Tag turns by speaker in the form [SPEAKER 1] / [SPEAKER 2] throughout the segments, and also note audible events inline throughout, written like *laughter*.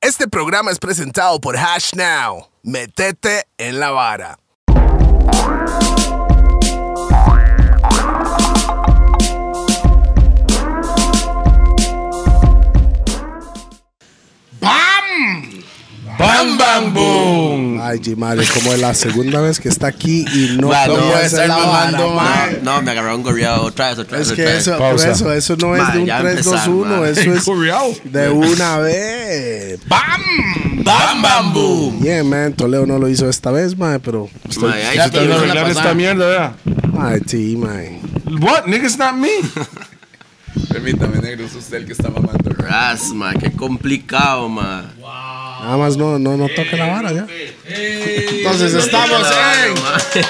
[SPEAKER 1] Este programa es presentado por Hash Now. Metete en la vara.
[SPEAKER 2] ¡Bam, bam, boom!
[SPEAKER 3] Ay, Jimare, como es la segunda vez que está aquí y no
[SPEAKER 2] Vale, no
[SPEAKER 3] puede
[SPEAKER 2] puede
[SPEAKER 3] hacer
[SPEAKER 2] estar
[SPEAKER 3] la vara,
[SPEAKER 2] mamando,
[SPEAKER 3] mae.
[SPEAKER 4] No, no, me agarraron gorreado otra vez, otra vez.
[SPEAKER 3] Es que
[SPEAKER 4] otra vez.
[SPEAKER 3] eso, por
[SPEAKER 2] Pausa.
[SPEAKER 3] eso, eso no es
[SPEAKER 4] Ma,
[SPEAKER 3] de un
[SPEAKER 4] ya
[SPEAKER 3] 3, 2,
[SPEAKER 4] empezaron,
[SPEAKER 3] 1,
[SPEAKER 4] ma.
[SPEAKER 3] eso es
[SPEAKER 2] Curriao.
[SPEAKER 3] de una vez.
[SPEAKER 2] ¡Bam! ¡Bam, bam, boom!
[SPEAKER 3] Bien, man, Toledo no lo hizo esta vez, mae, pero.
[SPEAKER 4] Ma, ahí
[SPEAKER 2] Ya
[SPEAKER 4] sí
[SPEAKER 2] tengo que
[SPEAKER 4] lo hizo la
[SPEAKER 2] arreglar esta
[SPEAKER 4] pasada.
[SPEAKER 2] mierda, vea.
[SPEAKER 3] Ay, sí, mae.
[SPEAKER 2] What? Niggas not me.
[SPEAKER 5] Permítame, negro, es usted el que está mamando.
[SPEAKER 4] Ras, ma, qué complicado, ma.
[SPEAKER 3] Nada más no, no, no toque la vara, ya.
[SPEAKER 5] Entonces estamos en.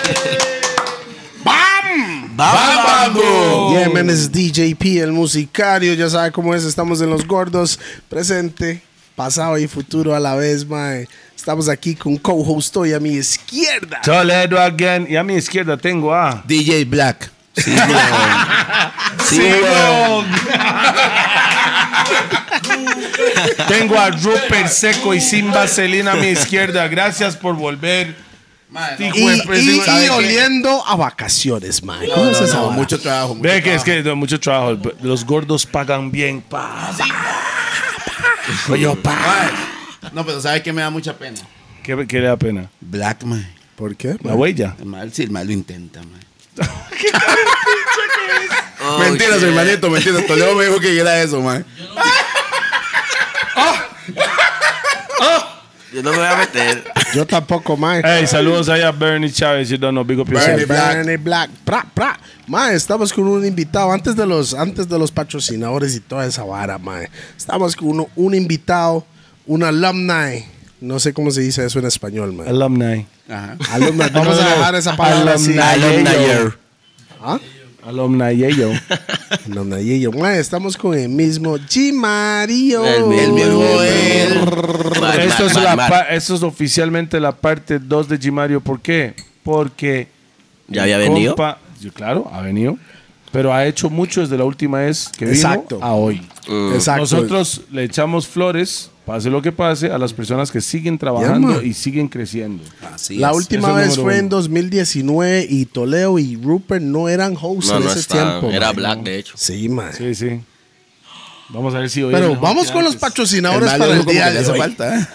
[SPEAKER 2] ¡Bam, bam, boom!
[SPEAKER 3] Yeah, man, es DJP, el musicario, ya sabe cómo es, estamos en Los Gordos, presente, pasado y futuro a la vez, mae. Estamos aquí con co-host hoy a mi izquierda.
[SPEAKER 2] Toledo again. Y a mi izquierda tengo a...
[SPEAKER 4] DJ Black. Sí,
[SPEAKER 2] Sí, weón. Tengo a Rupert Seco y sin vaselina a mi izquierda. Gracias por volver. Hijo
[SPEAKER 3] Y,
[SPEAKER 2] de
[SPEAKER 3] y-
[SPEAKER 2] presi-
[SPEAKER 3] y oliendo a vacaciones, mae. ¿Cómo es esa vara?
[SPEAKER 5] Mucho trabajo. mucho
[SPEAKER 2] Ve que es que da mucho trabajo. Los gordos pagan bien. Pa, pa. Oye, pa.
[SPEAKER 5] trabajo. No, pero ¿sabe qué me da mucha pena?
[SPEAKER 2] ¿Qué, qué le da pena?
[SPEAKER 5] Black, man.
[SPEAKER 3] ¿Por qué?
[SPEAKER 2] La huella.
[SPEAKER 5] El mal, sí, el mal lo intenta, *laughs* man.
[SPEAKER 6] Oh,
[SPEAKER 4] Mentira,
[SPEAKER 5] Mentiras, hermanito, mentiras. Toledo me dijo que era eso, man.
[SPEAKER 4] Yo no me voy a meter.
[SPEAKER 3] Yo tampoco, mae.
[SPEAKER 2] Hey, saludos ahí a Bernie Chávez. You don't know, big up
[SPEAKER 3] Bernie
[SPEAKER 2] yourself.
[SPEAKER 3] Black. Bernie Black. Pra, pra. Mae, estamos con un invitado. Antes de los, antes de los patrocinadores y toda esa vara, mae. Estamos con uno- un invitado, un alumni. No sé cómo se dice eso en español, mae.
[SPEAKER 2] Alumni.
[SPEAKER 5] Ajá.
[SPEAKER 3] Alumni. Vamos a dejar esa palabra así.
[SPEAKER 2] Alumni.
[SPEAKER 3] ¿Ah?
[SPEAKER 2] Alumni. yo. *laughs*
[SPEAKER 3] Alumnayeyo. Mae, estamos con el mismo G. Mario.
[SPEAKER 4] El mismo, el mismo, el
[SPEAKER 2] Esto es, la pa- esto es oficialmente la parte 2 de Gimario. ¿Por qué? Porque.
[SPEAKER 4] ¿Ya había
[SPEAKER 2] mi
[SPEAKER 4] venido?
[SPEAKER 2] compa- yo, claro, ha venido. Pero ha hecho mucho desde la última vez que vino
[SPEAKER 3] Exacto.
[SPEAKER 2] a hoy.
[SPEAKER 3] Exacto.
[SPEAKER 2] Nosotros le echamos flores, pase lo que pase, a las personas que siguen
[SPEAKER 3] Ya,
[SPEAKER 2] trabajando
[SPEAKER 3] man.
[SPEAKER 2] y siguen creciendo.
[SPEAKER 4] Así
[SPEAKER 3] La
[SPEAKER 4] es.
[SPEAKER 3] última
[SPEAKER 2] Eso es
[SPEAKER 3] vez
[SPEAKER 2] número
[SPEAKER 3] fue en
[SPEAKER 2] uno.
[SPEAKER 3] 2019 y Toleo y Rupert no eran hosts
[SPEAKER 2] pues,
[SPEAKER 4] No,
[SPEAKER 3] en
[SPEAKER 4] no
[SPEAKER 3] ese
[SPEAKER 4] estaba.
[SPEAKER 3] tiempo.
[SPEAKER 4] Era
[SPEAKER 3] mae.
[SPEAKER 4] Black, de hecho.
[SPEAKER 3] Sí, mae.
[SPEAKER 2] Sí, sí. Vamos a ver si hoy. es
[SPEAKER 3] Pero
[SPEAKER 2] mejor
[SPEAKER 3] vamos
[SPEAKER 2] que
[SPEAKER 3] con los
[SPEAKER 2] antes.
[SPEAKER 3] patrocinadores para el día
[SPEAKER 5] le
[SPEAKER 3] de
[SPEAKER 5] hace
[SPEAKER 3] hoy.
[SPEAKER 5] falta. ¿eh?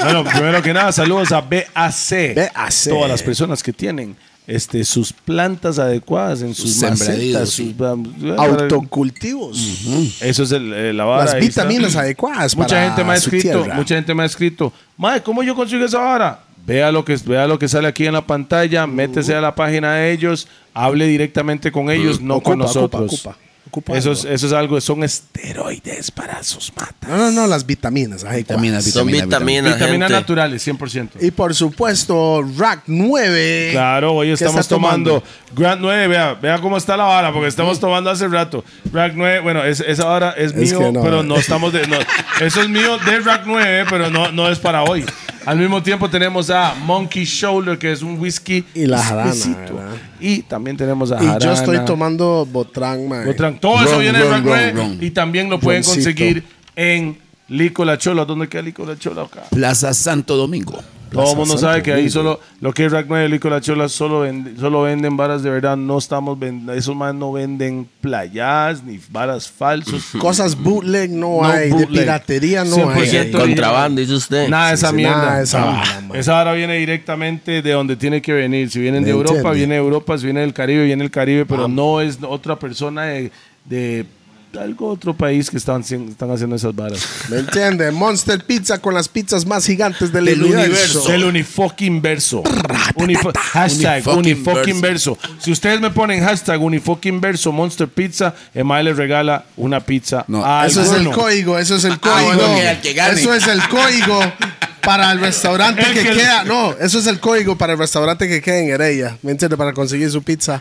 [SPEAKER 2] Bueno, primero que nada, saludos a BAC.
[SPEAKER 3] BAC.
[SPEAKER 2] Todas las personas que tienen este, sus plantas adecuadas en sus macetas,
[SPEAKER 5] sembradíos,
[SPEAKER 2] sus
[SPEAKER 5] sí.
[SPEAKER 3] Autocultivos.
[SPEAKER 2] Eso es el, eh, la vara.
[SPEAKER 3] Las
[SPEAKER 2] ahí está.
[SPEAKER 3] vitaminas adecuadas
[SPEAKER 2] Mucha
[SPEAKER 3] para
[SPEAKER 2] gente me ha
[SPEAKER 3] su
[SPEAKER 2] escrito,
[SPEAKER 3] tierra.
[SPEAKER 2] mucha gente me ha escrito, "Mae, ¿cómo yo consigo esa vara?" Vea lo que vea lo que sale aquí en la pantalla, métese a la página de ellos, hable directamente con ellos, no
[SPEAKER 3] Mm. Ocupa,
[SPEAKER 2] con nosotros.
[SPEAKER 3] ocupa, ocupa. Ocupa
[SPEAKER 2] eso,
[SPEAKER 3] algo.
[SPEAKER 2] es, eso es algo, son esteroides para sus matas.
[SPEAKER 3] No, no, no, las vitaminas adecuadas.
[SPEAKER 5] Vitaminas,
[SPEAKER 4] Son
[SPEAKER 5] vitaminas.
[SPEAKER 4] vitaminas.
[SPEAKER 2] Vitaminas
[SPEAKER 4] gente.
[SPEAKER 2] naturales, 100%.
[SPEAKER 3] Y por supuesto, Rack 9.
[SPEAKER 2] Claro, hoy
[SPEAKER 3] ¿Qué
[SPEAKER 2] estamos
[SPEAKER 3] estás
[SPEAKER 2] tomando Grand 9, vea, vea cómo está la vara, porque estamos tomando hace rato. Rack 9, bueno, es- esa vara es,
[SPEAKER 3] ¿Mm? Es
[SPEAKER 2] mío,
[SPEAKER 3] que no,
[SPEAKER 2] pero
[SPEAKER 3] eh.
[SPEAKER 2] no estamos de. no, eso es mío de Rack 9, pero no, no es para hoy. Al mismo tiempo tenemos a Monkey Shoulder, que es un whisky
[SPEAKER 3] Y la jarana,
[SPEAKER 2] exquisito.
[SPEAKER 3] ¿verdad?
[SPEAKER 2] Y también tenemos a
[SPEAKER 3] Y yo estoy
[SPEAKER 2] jarana,
[SPEAKER 3] tomando Botrán, mae.
[SPEAKER 2] Botran. Todo eso
[SPEAKER 5] Ron,
[SPEAKER 2] viene de
[SPEAKER 5] ron,
[SPEAKER 2] Rack
[SPEAKER 5] ron,
[SPEAKER 2] 9
[SPEAKER 5] ron.
[SPEAKER 2] y también lo pueden
[SPEAKER 3] Roncito.
[SPEAKER 2] conseguir en Lico La Chola. ¿Dónde queda Lico La Chola acá?
[SPEAKER 5] Plaza Santo Domingo.
[SPEAKER 2] Todo
[SPEAKER 3] Plaza
[SPEAKER 2] el mundo
[SPEAKER 3] Santo
[SPEAKER 2] sabe que ahí
[SPEAKER 3] Domingo.
[SPEAKER 2] solo lo que es Rack 9 y la Chola solo, vende- solo venden varas de verdad. No estamos vend- esos más no venden playas ni varas falsas.
[SPEAKER 3] *laughs* Cosas bootleg no,
[SPEAKER 2] No
[SPEAKER 3] hay, de
[SPEAKER 2] bootleg.
[SPEAKER 3] piratería no hay.
[SPEAKER 2] 100%
[SPEAKER 4] Contrabando, dice usted.
[SPEAKER 2] Nada de esa
[SPEAKER 3] sí,
[SPEAKER 2] mierda.
[SPEAKER 3] nada de esa
[SPEAKER 2] Ah,
[SPEAKER 3] vaina, man.
[SPEAKER 2] esa vara viene directamente de donde tiene que venir. Si vienen
[SPEAKER 3] Me
[SPEAKER 2] de Europa,
[SPEAKER 3] entiende. Ah.
[SPEAKER 2] viene de Europa. Si viene del Caribe, viene del Caribe. Pero no es otra persona de, de algo otro país que están, haci- están haciendo esas varas.
[SPEAKER 3] ¿Me entiende? Monster Pizza con las pizzas más gigantes del,
[SPEAKER 5] Del
[SPEAKER 3] universo.
[SPEAKER 5] universo.
[SPEAKER 2] Del unifucking verso. Unifo- hashtag
[SPEAKER 5] Unifucking
[SPEAKER 2] unifucking verso. Si ustedes me ponen hashtag unifucking verso Monster Pizza, Emael les regala una pizza.
[SPEAKER 5] No,
[SPEAKER 2] a
[SPEAKER 3] Eso es el
[SPEAKER 2] alguno.
[SPEAKER 3] código, eso es el
[SPEAKER 5] bueno,
[SPEAKER 3] código.
[SPEAKER 5] que al que gane.
[SPEAKER 3] Eso es el código para el restaurante
[SPEAKER 2] El
[SPEAKER 3] que,
[SPEAKER 2] que-
[SPEAKER 3] queda. No, eso es el código para el restaurante que queda en Heredia. ¿Me entiendes? Para conseguir su pizza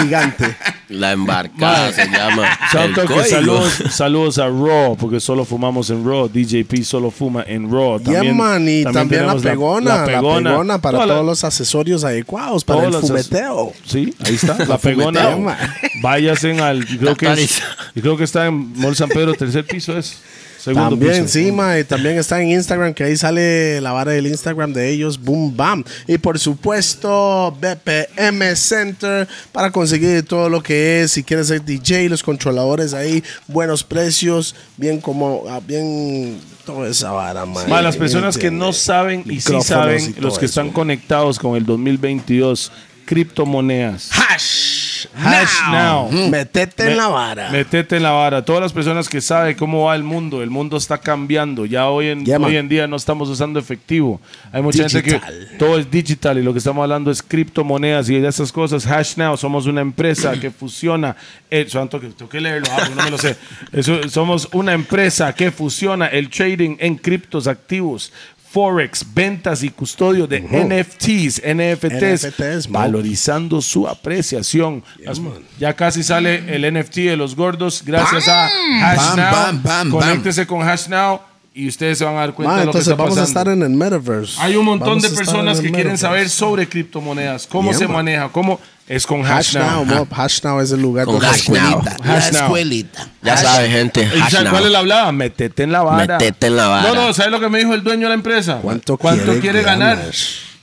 [SPEAKER 3] gigante.
[SPEAKER 4] La embarcada se llama.
[SPEAKER 2] Shout
[SPEAKER 4] El
[SPEAKER 2] out que
[SPEAKER 4] código.
[SPEAKER 2] saludos, saludos a Raw, porque solo fumamos en Raw. DJP solo fuma en Raw.
[SPEAKER 3] Ya, man, y también, la
[SPEAKER 2] tenemos
[SPEAKER 3] pegona, la pegona, para
[SPEAKER 2] Toda la-
[SPEAKER 3] todos los accesorios adecuados, para el
[SPEAKER 2] todas las-
[SPEAKER 3] fumeteo.
[SPEAKER 2] Sí,
[SPEAKER 3] *laughs*
[SPEAKER 2] ahí está,
[SPEAKER 3] fumeteo,
[SPEAKER 2] la pegona.
[SPEAKER 3] man.
[SPEAKER 2] Váyanse al. Creo que, es-
[SPEAKER 4] Tatariza.
[SPEAKER 2] creo que está en Mall San Pedro, tercer piso es. Segundo
[SPEAKER 3] también,
[SPEAKER 2] piso.
[SPEAKER 3] sí, mae, también está en Instagram, que ahí sale la vara del Instagram de ellos, boom, bam. Y por supuesto, BPM Center, para conseguir todo lo que es, si quieres ser DJ, los controladores ahí, buenos precios, bien como, ah, bien, toda esa vara, mae.
[SPEAKER 2] Ma, las personas que no saben y sí
[SPEAKER 3] Micrófonos
[SPEAKER 2] saben,
[SPEAKER 3] y
[SPEAKER 2] los
[SPEAKER 3] todo
[SPEAKER 2] que
[SPEAKER 3] eso.
[SPEAKER 2] están conectados con el 2022, criptomonedas.
[SPEAKER 3] Hash,
[SPEAKER 2] Hash now.
[SPEAKER 3] Metete en
[SPEAKER 2] Me-
[SPEAKER 3] la vara.
[SPEAKER 2] Metete en la vara. Todas las personas que saben cómo va el mundo, el mundo está cambiando. Ya hoy en,
[SPEAKER 3] Yeah, man.
[SPEAKER 2] hoy en día no estamos usando efectivo. Hay mucha gente que
[SPEAKER 3] Digital.
[SPEAKER 2] todo es digital y lo que estamos hablando es criptomonedas y de esas cosas. Hash Now, somos una empresa que fusiona. El, santo, que tengo que leerlo, ah, porque no me lo sé. Eso- somos una empresa que fusiona el trading en criptos activos. Forex, ventas y custodio de NFTs, NFTs,
[SPEAKER 3] NFTs, man.
[SPEAKER 2] valorizando su apreciación. Las- ya casi sale el NFT de los gordos gracias a Hash
[SPEAKER 6] Bam,
[SPEAKER 2] Now.
[SPEAKER 6] bam, bam, bam.
[SPEAKER 2] Conéctese con Hash Now y ustedes se van a dar cuenta
[SPEAKER 3] Ma,
[SPEAKER 2] de lo que
[SPEAKER 3] entonces
[SPEAKER 2] está
[SPEAKER 3] vamos
[SPEAKER 2] pasando.
[SPEAKER 3] a estar en el metaverse.
[SPEAKER 2] Hay un montón
[SPEAKER 3] Vamos a
[SPEAKER 2] de
[SPEAKER 3] estar
[SPEAKER 2] personas
[SPEAKER 3] en el
[SPEAKER 2] que quieren
[SPEAKER 3] metaverse.
[SPEAKER 2] saber sobre criptomonedas, cómo
[SPEAKER 3] Yeah,
[SPEAKER 2] se
[SPEAKER 3] man.
[SPEAKER 2] maneja, cómo es con Hash,
[SPEAKER 3] Hash now,
[SPEAKER 2] Now.
[SPEAKER 3] mob. Hash now es el lugar
[SPEAKER 4] Con
[SPEAKER 3] donde
[SPEAKER 4] hash
[SPEAKER 3] escuela-
[SPEAKER 4] now.
[SPEAKER 6] escuelita. La
[SPEAKER 2] Hash now.
[SPEAKER 6] escuelita.
[SPEAKER 4] Ya sabe, gente.
[SPEAKER 2] ¿Y
[SPEAKER 4] Hash
[SPEAKER 2] sabe
[SPEAKER 4] now.
[SPEAKER 2] cuál es la hablada? Metete en la vara.
[SPEAKER 4] Metete en la vara.
[SPEAKER 2] No, no, ¿sabes lo que me dijo el dueño de la empresa?
[SPEAKER 3] ¿Cuánto
[SPEAKER 2] quiere,
[SPEAKER 3] quiere
[SPEAKER 2] ganar?
[SPEAKER 3] ganar?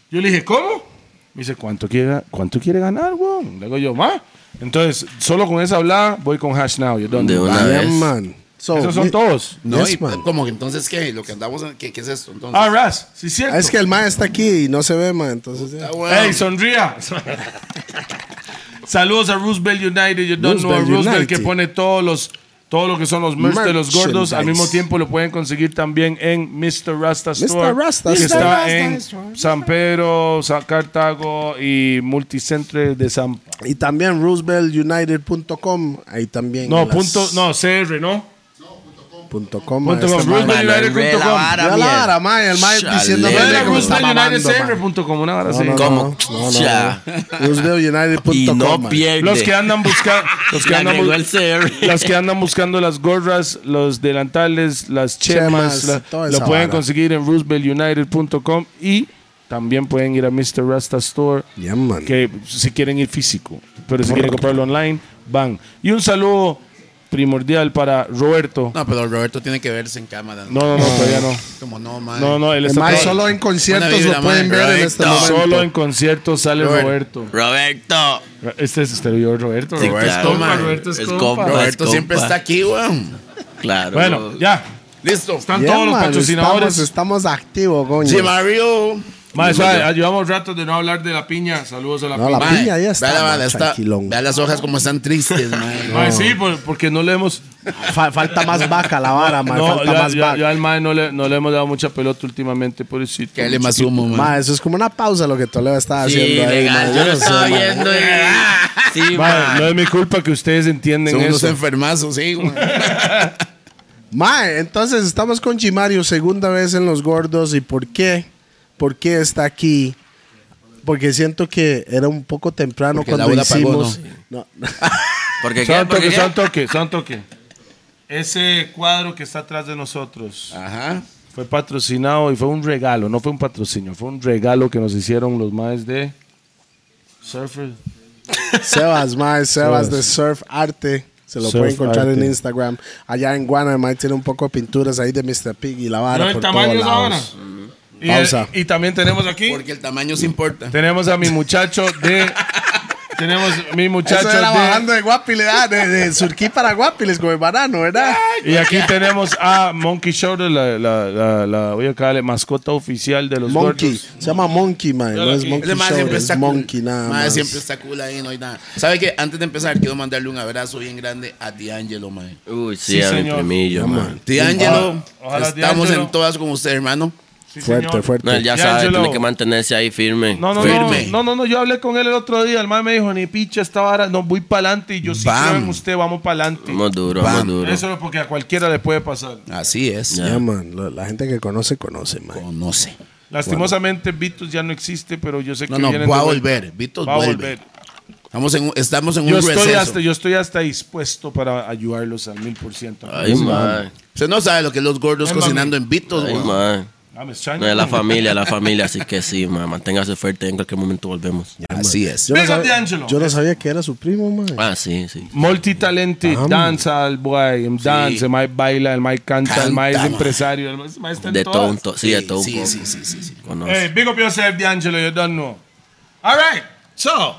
[SPEAKER 2] Yo le dije, ¿cómo? Me dice, ¿cuánto quiere, cuánto quiere ganar, weón? Le digo yo, ma. Entonces, solo con esa hablada, voy con Hash Now. You're done.
[SPEAKER 4] De una.
[SPEAKER 3] Yeah,
[SPEAKER 4] vez.
[SPEAKER 3] man. So,
[SPEAKER 2] Esos son
[SPEAKER 3] mi-
[SPEAKER 2] todos.
[SPEAKER 6] No,
[SPEAKER 3] Yes,
[SPEAKER 6] y
[SPEAKER 3] man.
[SPEAKER 6] como que entonces, ¿qué? Lo que andamos en- ¿qué, qué es esto? Entonces,
[SPEAKER 2] Ah, Raz, sí, cierto.
[SPEAKER 3] Es que el man está aquí y no se ve, man. Entonces, ya.
[SPEAKER 2] Hey, sonría. *laughs* Saludos a Roosevelt United. Yo don't know a
[SPEAKER 3] Roosevelt
[SPEAKER 2] Roosevelt
[SPEAKER 3] United.
[SPEAKER 2] que pone todos los todos lo que son los merch de los gordos. Al
[SPEAKER 3] Merchandise.
[SPEAKER 2] mismo tiempo lo pueden conseguir también en Mr. Rasta Store.
[SPEAKER 3] Rasta
[SPEAKER 2] que
[SPEAKER 3] Store.
[SPEAKER 2] está
[SPEAKER 3] Mr.
[SPEAKER 2] en San Pedro, San Cartago y Multicentro de San
[SPEAKER 3] y también rooseveltunited.com. Ahí también.
[SPEAKER 2] No,
[SPEAKER 3] las-
[SPEAKER 2] punto, no, CR, ¿no?
[SPEAKER 3] Punto com.
[SPEAKER 2] punto
[SPEAKER 3] a
[SPEAKER 2] com,
[SPEAKER 3] este
[SPEAKER 2] Roosevelt-
[SPEAKER 3] man.
[SPEAKER 2] Manuel,
[SPEAKER 3] Ya la vara, man, el man
[SPEAKER 4] Chale.
[SPEAKER 3] diciendo,
[SPEAKER 4] No
[SPEAKER 2] No
[SPEAKER 4] era
[SPEAKER 2] era
[SPEAKER 3] "Venga, me está
[SPEAKER 2] Roosevelt United pues.
[SPEAKER 3] mamando, man".
[SPEAKER 2] CR punto com, una hora
[SPEAKER 3] No,
[SPEAKER 2] así.
[SPEAKER 3] no, no,
[SPEAKER 4] ¿Cómo?
[SPEAKER 3] no, no, no.
[SPEAKER 4] Cha.
[SPEAKER 3] rooseveltunited.com,
[SPEAKER 4] Y no
[SPEAKER 3] man.
[SPEAKER 4] pierde.
[SPEAKER 2] Los que
[SPEAKER 3] *laughs*
[SPEAKER 2] andan buscando, los que
[SPEAKER 4] Le
[SPEAKER 2] andan
[SPEAKER 4] agregó
[SPEAKER 2] bus-
[SPEAKER 4] el CR.
[SPEAKER 2] las que andan buscando las gorras, los delantales, las chemas,
[SPEAKER 3] Chemas,
[SPEAKER 2] la-
[SPEAKER 3] toda
[SPEAKER 2] lo
[SPEAKER 3] esa
[SPEAKER 2] pueden
[SPEAKER 3] vara.
[SPEAKER 2] conseguir en rooseveltunited.com y también pueden ir a Mr. Rasta Store
[SPEAKER 3] Yeah, man.
[SPEAKER 2] que si quieren ir físico, pero si quieren comprarlo online, van. Y un saludo primordial para Roberto.
[SPEAKER 6] No, pero Roberto tiene que verse en cámara.
[SPEAKER 2] No, no, no, todavía no.
[SPEAKER 6] Como no, man.
[SPEAKER 2] No, no,
[SPEAKER 3] El
[SPEAKER 2] él está
[SPEAKER 3] man
[SPEAKER 2] todo-
[SPEAKER 3] solo en conciertos
[SPEAKER 6] vibra,
[SPEAKER 3] lo pueden
[SPEAKER 6] man.
[SPEAKER 3] ver en este
[SPEAKER 4] Correcto.
[SPEAKER 3] momento.
[SPEAKER 2] solo en conciertos sale Roberto.
[SPEAKER 4] Roberto.
[SPEAKER 2] Este es este, yo, Roberto.
[SPEAKER 4] Sí,
[SPEAKER 2] Roberto,
[SPEAKER 4] claro,
[SPEAKER 2] compa,
[SPEAKER 4] man.
[SPEAKER 2] Roberto es
[SPEAKER 4] Es
[SPEAKER 2] compa.
[SPEAKER 4] compa.
[SPEAKER 6] Roberto
[SPEAKER 4] Compa.
[SPEAKER 6] siempre está aquí, weón.
[SPEAKER 4] Claro.
[SPEAKER 2] Bueno, ya.
[SPEAKER 6] Listo.
[SPEAKER 2] Están
[SPEAKER 3] Yeah,
[SPEAKER 2] todos los
[SPEAKER 3] man,
[SPEAKER 2] patrocinadores.
[SPEAKER 3] Estamos, estamos activos, coño.
[SPEAKER 6] Sí, Mario.
[SPEAKER 2] Mae, suave, ah, llevamos rato de no hablar de la piña. Saludos a la
[SPEAKER 3] No,
[SPEAKER 2] piña.
[SPEAKER 3] la
[SPEAKER 6] Mae,
[SPEAKER 3] piña ya
[SPEAKER 6] Vea,
[SPEAKER 3] está,
[SPEAKER 6] la
[SPEAKER 3] man,
[SPEAKER 6] vara, está-
[SPEAKER 3] tranquilón.
[SPEAKER 6] vea las hojas como están tristes, man.
[SPEAKER 2] *laughs* Mae, sí, por- porque no le hemos.
[SPEAKER 3] Fa- falta más vaca la vara, man.
[SPEAKER 2] *laughs* no,
[SPEAKER 3] falta
[SPEAKER 2] ya-
[SPEAKER 3] más
[SPEAKER 2] ya-
[SPEAKER 3] vaca.
[SPEAKER 2] ya al mae no le, no le hemos dado mucha pelota últimamente, pobrecito.
[SPEAKER 6] Que le más humo, man.
[SPEAKER 3] Ma, eso es como una pausa lo que Toledo está
[SPEAKER 4] Sí,
[SPEAKER 3] haciendo. ahí,
[SPEAKER 4] legal.
[SPEAKER 3] ma.
[SPEAKER 4] Yo
[SPEAKER 3] no
[SPEAKER 4] lo
[SPEAKER 3] sé,
[SPEAKER 4] estaba
[SPEAKER 3] ma.
[SPEAKER 4] viendo. y- *laughs* Sí,
[SPEAKER 2] Mae,
[SPEAKER 4] man.
[SPEAKER 2] no es mi culpa que ustedes entienden
[SPEAKER 6] Son unos
[SPEAKER 2] eso.
[SPEAKER 6] enfermazos, sí, weón.
[SPEAKER 3] Ma, entonces estamos con Chimario, segunda vez en Los Gordos. ¿Y por qué? ¿Por qué está aquí? Porque siento que era un poco temprano
[SPEAKER 6] Porque
[SPEAKER 3] cuando
[SPEAKER 6] Laura pagó,
[SPEAKER 3] hicimos. No,
[SPEAKER 4] Porque qué,
[SPEAKER 2] Son
[SPEAKER 4] porque
[SPEAKER 2] toque,
[SPEAKER 4] qué.
[SPEAKER 2] son toque, son toque. Ese cuadro que está atrás de nosotros
[SPEAKER 6] Ajá.
[SPEAKER 2] fue patrocinado y fue un regalo, no fue un patrocinio, fue un regalo que nos hicieron los maes de Surfer.
[SPEAKER 3] Sebas, ma, Sebas de Surf Arte. Se lo
[SPEAKER 2] Surf
[SPEAKER 3] puede encontrar en
[SPEAKER 2] Arte.
[SPEAKER 3] Instagram. Allá en Guana, ma, tiene un poco de pinturas ahí de Mr. Pig y la vara.
[SPEAKER 2] No, el
[SPEAKER 3] por
[SPEAKER 2] tamaño
[SPEAKER 3] todos
[SPEAKER 2] es ahora.
[SPEAKER 3] lados.
[SPEAKER 2] Y,
[SPEAKER 3] Pausa.
[SPEAKER 2] y también tenemos aquí.
[SPEAKER 6] Porque el tamaño se importa.
[SPEAKER 2] Tenemos a mi muchacho de. tenemos mi muchacho
[SPEAKER 3] Eso era bajando
[SPEAKER 2] de.
[SPEAKER 3] de Guapiles, ah, de, de Surquí para Guapiles con el banano, ¿verdad?
[SPEAKER 2] Y aquí tenemos a Monkey Shoulder, la, la, la, la- voy a caerle, mascota oficial de los
[SPEAKER 3] Monkey.
[SPEAKER 2] gordos.
[SPEAKER 3] Se llama Monkey, man. No es Monkey
[SPEAKER 6] Ese mae
[SPEAKER 3] Show,
[SPEAKER 6] siempre
[SPEAKER 3] es
[SPEAKER 6] está
[SPEAKER 3] Monkey
[SPEAKER 6] cool.
[SPEAKER 3] nada
[SPEAKER 6] Mae,
[SPEAKER 3] más.
[SPEAKER 6] siempre está cool ahí, no hay nada. ¿Sabe qué? Antes de empezar, quiero mandarle un abrazo bien grande a D'Angelo, mae.
[SPEAKER 4] Uy, sí,
[SPEAKER 2] Sí,
[SPEAKER 4] a mi
[SPEAKER 2] señor.
[SPEAKER 4] primillo, man.
[SPEAKER 6] D'Angelo,
[SPEAKER 2] Ojalá
[SPEAKER 6] estamos
[SPEAKER 2] D'Angelo.
[SPEAKER 6] en todas con usted, hermano.
[SPEAKER 2] Sí,
[SPEAKER 3] Fuerte,
[SPEAKER 2] señor.
[SPEAKER 3] fuerte.
[SPEAKER 4] No, él ya
[SPEAKER 2] Ya,
[SPEAKER 4] sabe,
[SPEAKER 2] Angelo.
[SPEAKER 4] tiene que mantenerse ahí firme.
[SPEAKER 2] No, no,
[SPEAKER 6] Firme.
[SPEAKER 2] no, no, no, no, yo hablé con él el otro día, el man me dijo, ni picha esta vara, no, voy para adelante y yo sí
[SPEAKER 6] Bam.
[SPEAKER 2] creo en usted, vamos para adelante.
[SPEAKER 4] Vamos duro, vamos duro.
[SPEAKER 2] Eso es porque a cualquiera le puede pasar.
[SPEAKER 6] Así es.
[SPEAKER 3] Yeah, man. La, la gente que conoce, conoce, man.
[SPEAKER 6] Conoce.
[SPEAKER 2] Lastimosamente Vitus ya no existe, pero yo sé
[SPEAKER 6] No,
[SPEAKER 2] que
[SPEAKER 6] no,
[SPEAKER 2] vienen
[SPEAKER 6] va a
[SPEAKER 2] de vuelta.
[SPEAKER 6] volver. Vitos
[SPEAKER 2] Va a
[SPEAKER 6] vuelve.
[SPEAKER 2] volver.
[SPEAKER 6] Estamos en, un- estamos en un
[SPEAKER 2] Yo estoy,
[SPEAKER 6] receso.
[SPEAKER 2] hasta, yo estoy hasta dispuesto para ayudarlos al mil por ciento.
[SPEAKER 4] Ay, man.
[SPEAKER 6] Usted no sabe lo que es los gordos
[SPEAKER 2] Ay,
[SPEAKER 6] cocinando en Vitos,
[SPEAKER 4] Ay,
[SPEAKER 6] güey.
[SPEAKER 4] man.
[SPEAKER 2] Ah, me extraña.
[SPEAKER 4] No, es la familia, la familia, así que sí, ma, manténgase fuerte, en cualquier momento volvemos.
[SPEAKER 6] Así es.
[SPEAKER 3] Yo no,
[SPEAKER 2] Big up
[SPEAKER 3] sabía,
[SPEAKER 2] D'Angelo.
[SPEAKER 3] yo no sabía que era su primo, mae.
[SPEAKER 4] Ah, sí, sí.
[SPEAKER 2] Multitalented,
[SPEAKER 3] Vamos.
[SPEAKER 2] danza al boy, dance, el mae baila, el mae canta, el mae es
[SPEAKER 6] Canta, ma.
[SPEAKER 2] empresario, el mae- el mae está en
[SPEAKER 4] De
[SPEAKER 2] todas.
[SPEAKER 4] todo, un to- sí, de todo un
[SPEAKER 6] Sí,
[SPEAKER 4] poco.
[SPEAKER 6] sí, sí, sí, sí.
[SPEAKER 4] Conoce.
[SPEAKER 2] Hey, big up yourself, D'Angelo. You don't know. All right. So,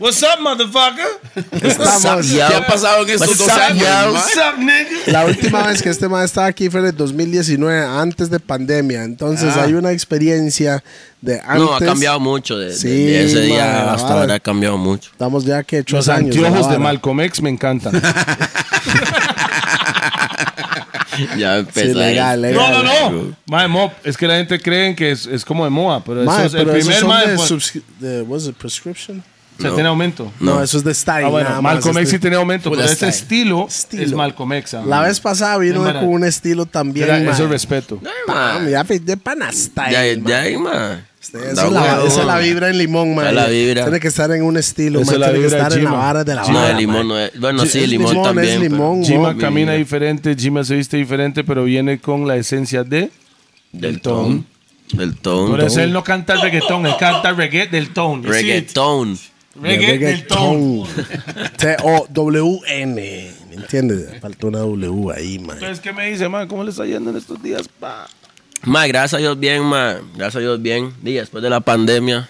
[SPEAKER 2] what's up, motherfucker?
[SPEAKER 3] Estamos-
[SPEAKER 4] Ya.
[SPEAKER 6] ¿Qué ha pasado en estos
[SPEAKER 4] What's
[SPEAKER 6] dos
[SPEAKER 4] up,
[SPEAKER 6] años?
[SPEAKER 4] yo?
[SPEAKER 6] ma?
[SPEAKER 2] What's up, nigga?
[SPEAKER 3] La última vez que este mae estaba aquí fue en el 2019, antes de pandemia. Entonces hay una experiencia de Eh, antes.
[SPEAKER 4] Ah. No, ha cambiado mucho de, de-
[SPEAKER 3] Sí,
[SPEAKER 4] de ese
[SPEAKER 3] ma,
[SPEAKER 4] día hasta
[SPEAKER 3] vale.
[SPEAKER 4] ahora, ha cambiado mucho. *laughs*
[SPEAKER 3] Estamos ya que
[SPEAKER 2] Los
[SPEAKER 3] ocho años.
[SPEAKER 2] anteojos de
[SPEAKER 3] la vara.
[SPEAKER 2] Malcolm X
[SPEAKER 3] *laughs*
[SPEAKER 2] me encantan.
[SPEAKER 4] ya empezó.
[SPEAKER 3] Sí, legal,
[SPEAKER 4] ahí.
[SPEAKER 2] No, no,
[SPEAKER 3] legal.
[SPEAKER 2] no. Mae, Mop, es que la gente cree que es, es como de moda, pero eso
[SPEAKER 3] Mae,
[SPEAKER 2] es el
[SPEAKER 3] pero esos
[SPEAKER 2] primer
[SPEAKER 3] son
[SPEAKER 2] mae.
[SPEAKER 3] de,
[SPEAKER 2] pues,
[SPEAKER 3] subscri- de- what's it, prescription?
[SPEAKER 2] se tiene aumento.
[SPEAKER 3] No, eso es de style.
[SPEAKER 2] Ah, bueno,
[SPEAKER 3] nada más,
[SPEAKER 2] Malcolm X
[SPEAKER 3] este-
[SPEAKER 2] sí tenía aumento,
[SPEAKER 6] Pura
[SPEAKER 2] pero este
[SPEAKER 6] style.
[SPEAKER 2] estilo, es
[SPEAKER 3] Estilo.
[SPEAKER 2] Malcolm X. ah.
[SPEAKER 3] La vez pasada vino
[SPEAKER 2] Es
[SPEAKER 3] con un estilo también.
[SPEAKER 2] Era-
[SPEAKER 3] mae.
[SPEAKER 2] eso es respeto.
[SPEAKER 4] Ma,
[SPEAKER 3] Pam, Ya de panastyle.
[SPEAKER 4] Ya, ya, ahí, ma.
[SPEAKER 3] Esa es
[SPEAKER 4] Da
[SPEAKER 3] la,
[SPEAKER 4] huevo,
[SPEAKER 3] esa es la
[SPEAKER 4] ma.
[SPEAKER 3] vibra en limón, man.
[SPEAKER 4] Esa es la vibra.
[SPEAKER 3] Tiene que estar en un estilo,
[SPEAKER 2] Esa
[SPEAKER 3] man.
[SPEAKER 2] es la
[SPEAKER 3] Tiene que
[SPEAKER 2] vibra
[SPEAKER 3] estar en la
[SPEAKER 2] Gima.
[SPEAKER 3] vara de la
[SPEAKER 4] No,
[SPEAKER 3] vara.
[SPEAKER 4] el limón no es. Bueno, sí,
[SPEAKER 3] Es
[SPEAKER 4] el limón
[SPEAKER 3] limón,
[SPEAKER 4] también.
[SPEAKER 3] es
[SPEAKER 4] pero-
[SPEAKER 3] limón.
[SPEAKER 2] Jima
[SPEAKER 4] mi
[SPEAKER 2] camina
[SPEAKER 4] vida.
[SPEAKER 2] diferente, Jima se viste diferente, pero viene con la esencia de...
[SPEAKER 4] Del ton. Del ton.
[SPEAKER 2] Por eso él no canta reggaetón, él canta reggae del tone. You see it?
[SPEAKER 4] Reggaetón.
[SPEAKER 2] Reggae, del tone.
[SPEAKER 3] T-O-W-N. ¿Me entiendes? Faltó una W ahí, man.
[SPEAKER 2] Entonces, ¿qué me dice, man? ¿Cómo le está yendo en estos días, pa?
[SPEAKER 4] Ma, gracias a Dios bien, ma. Gracias a Dios bien. Y después de la pandemia.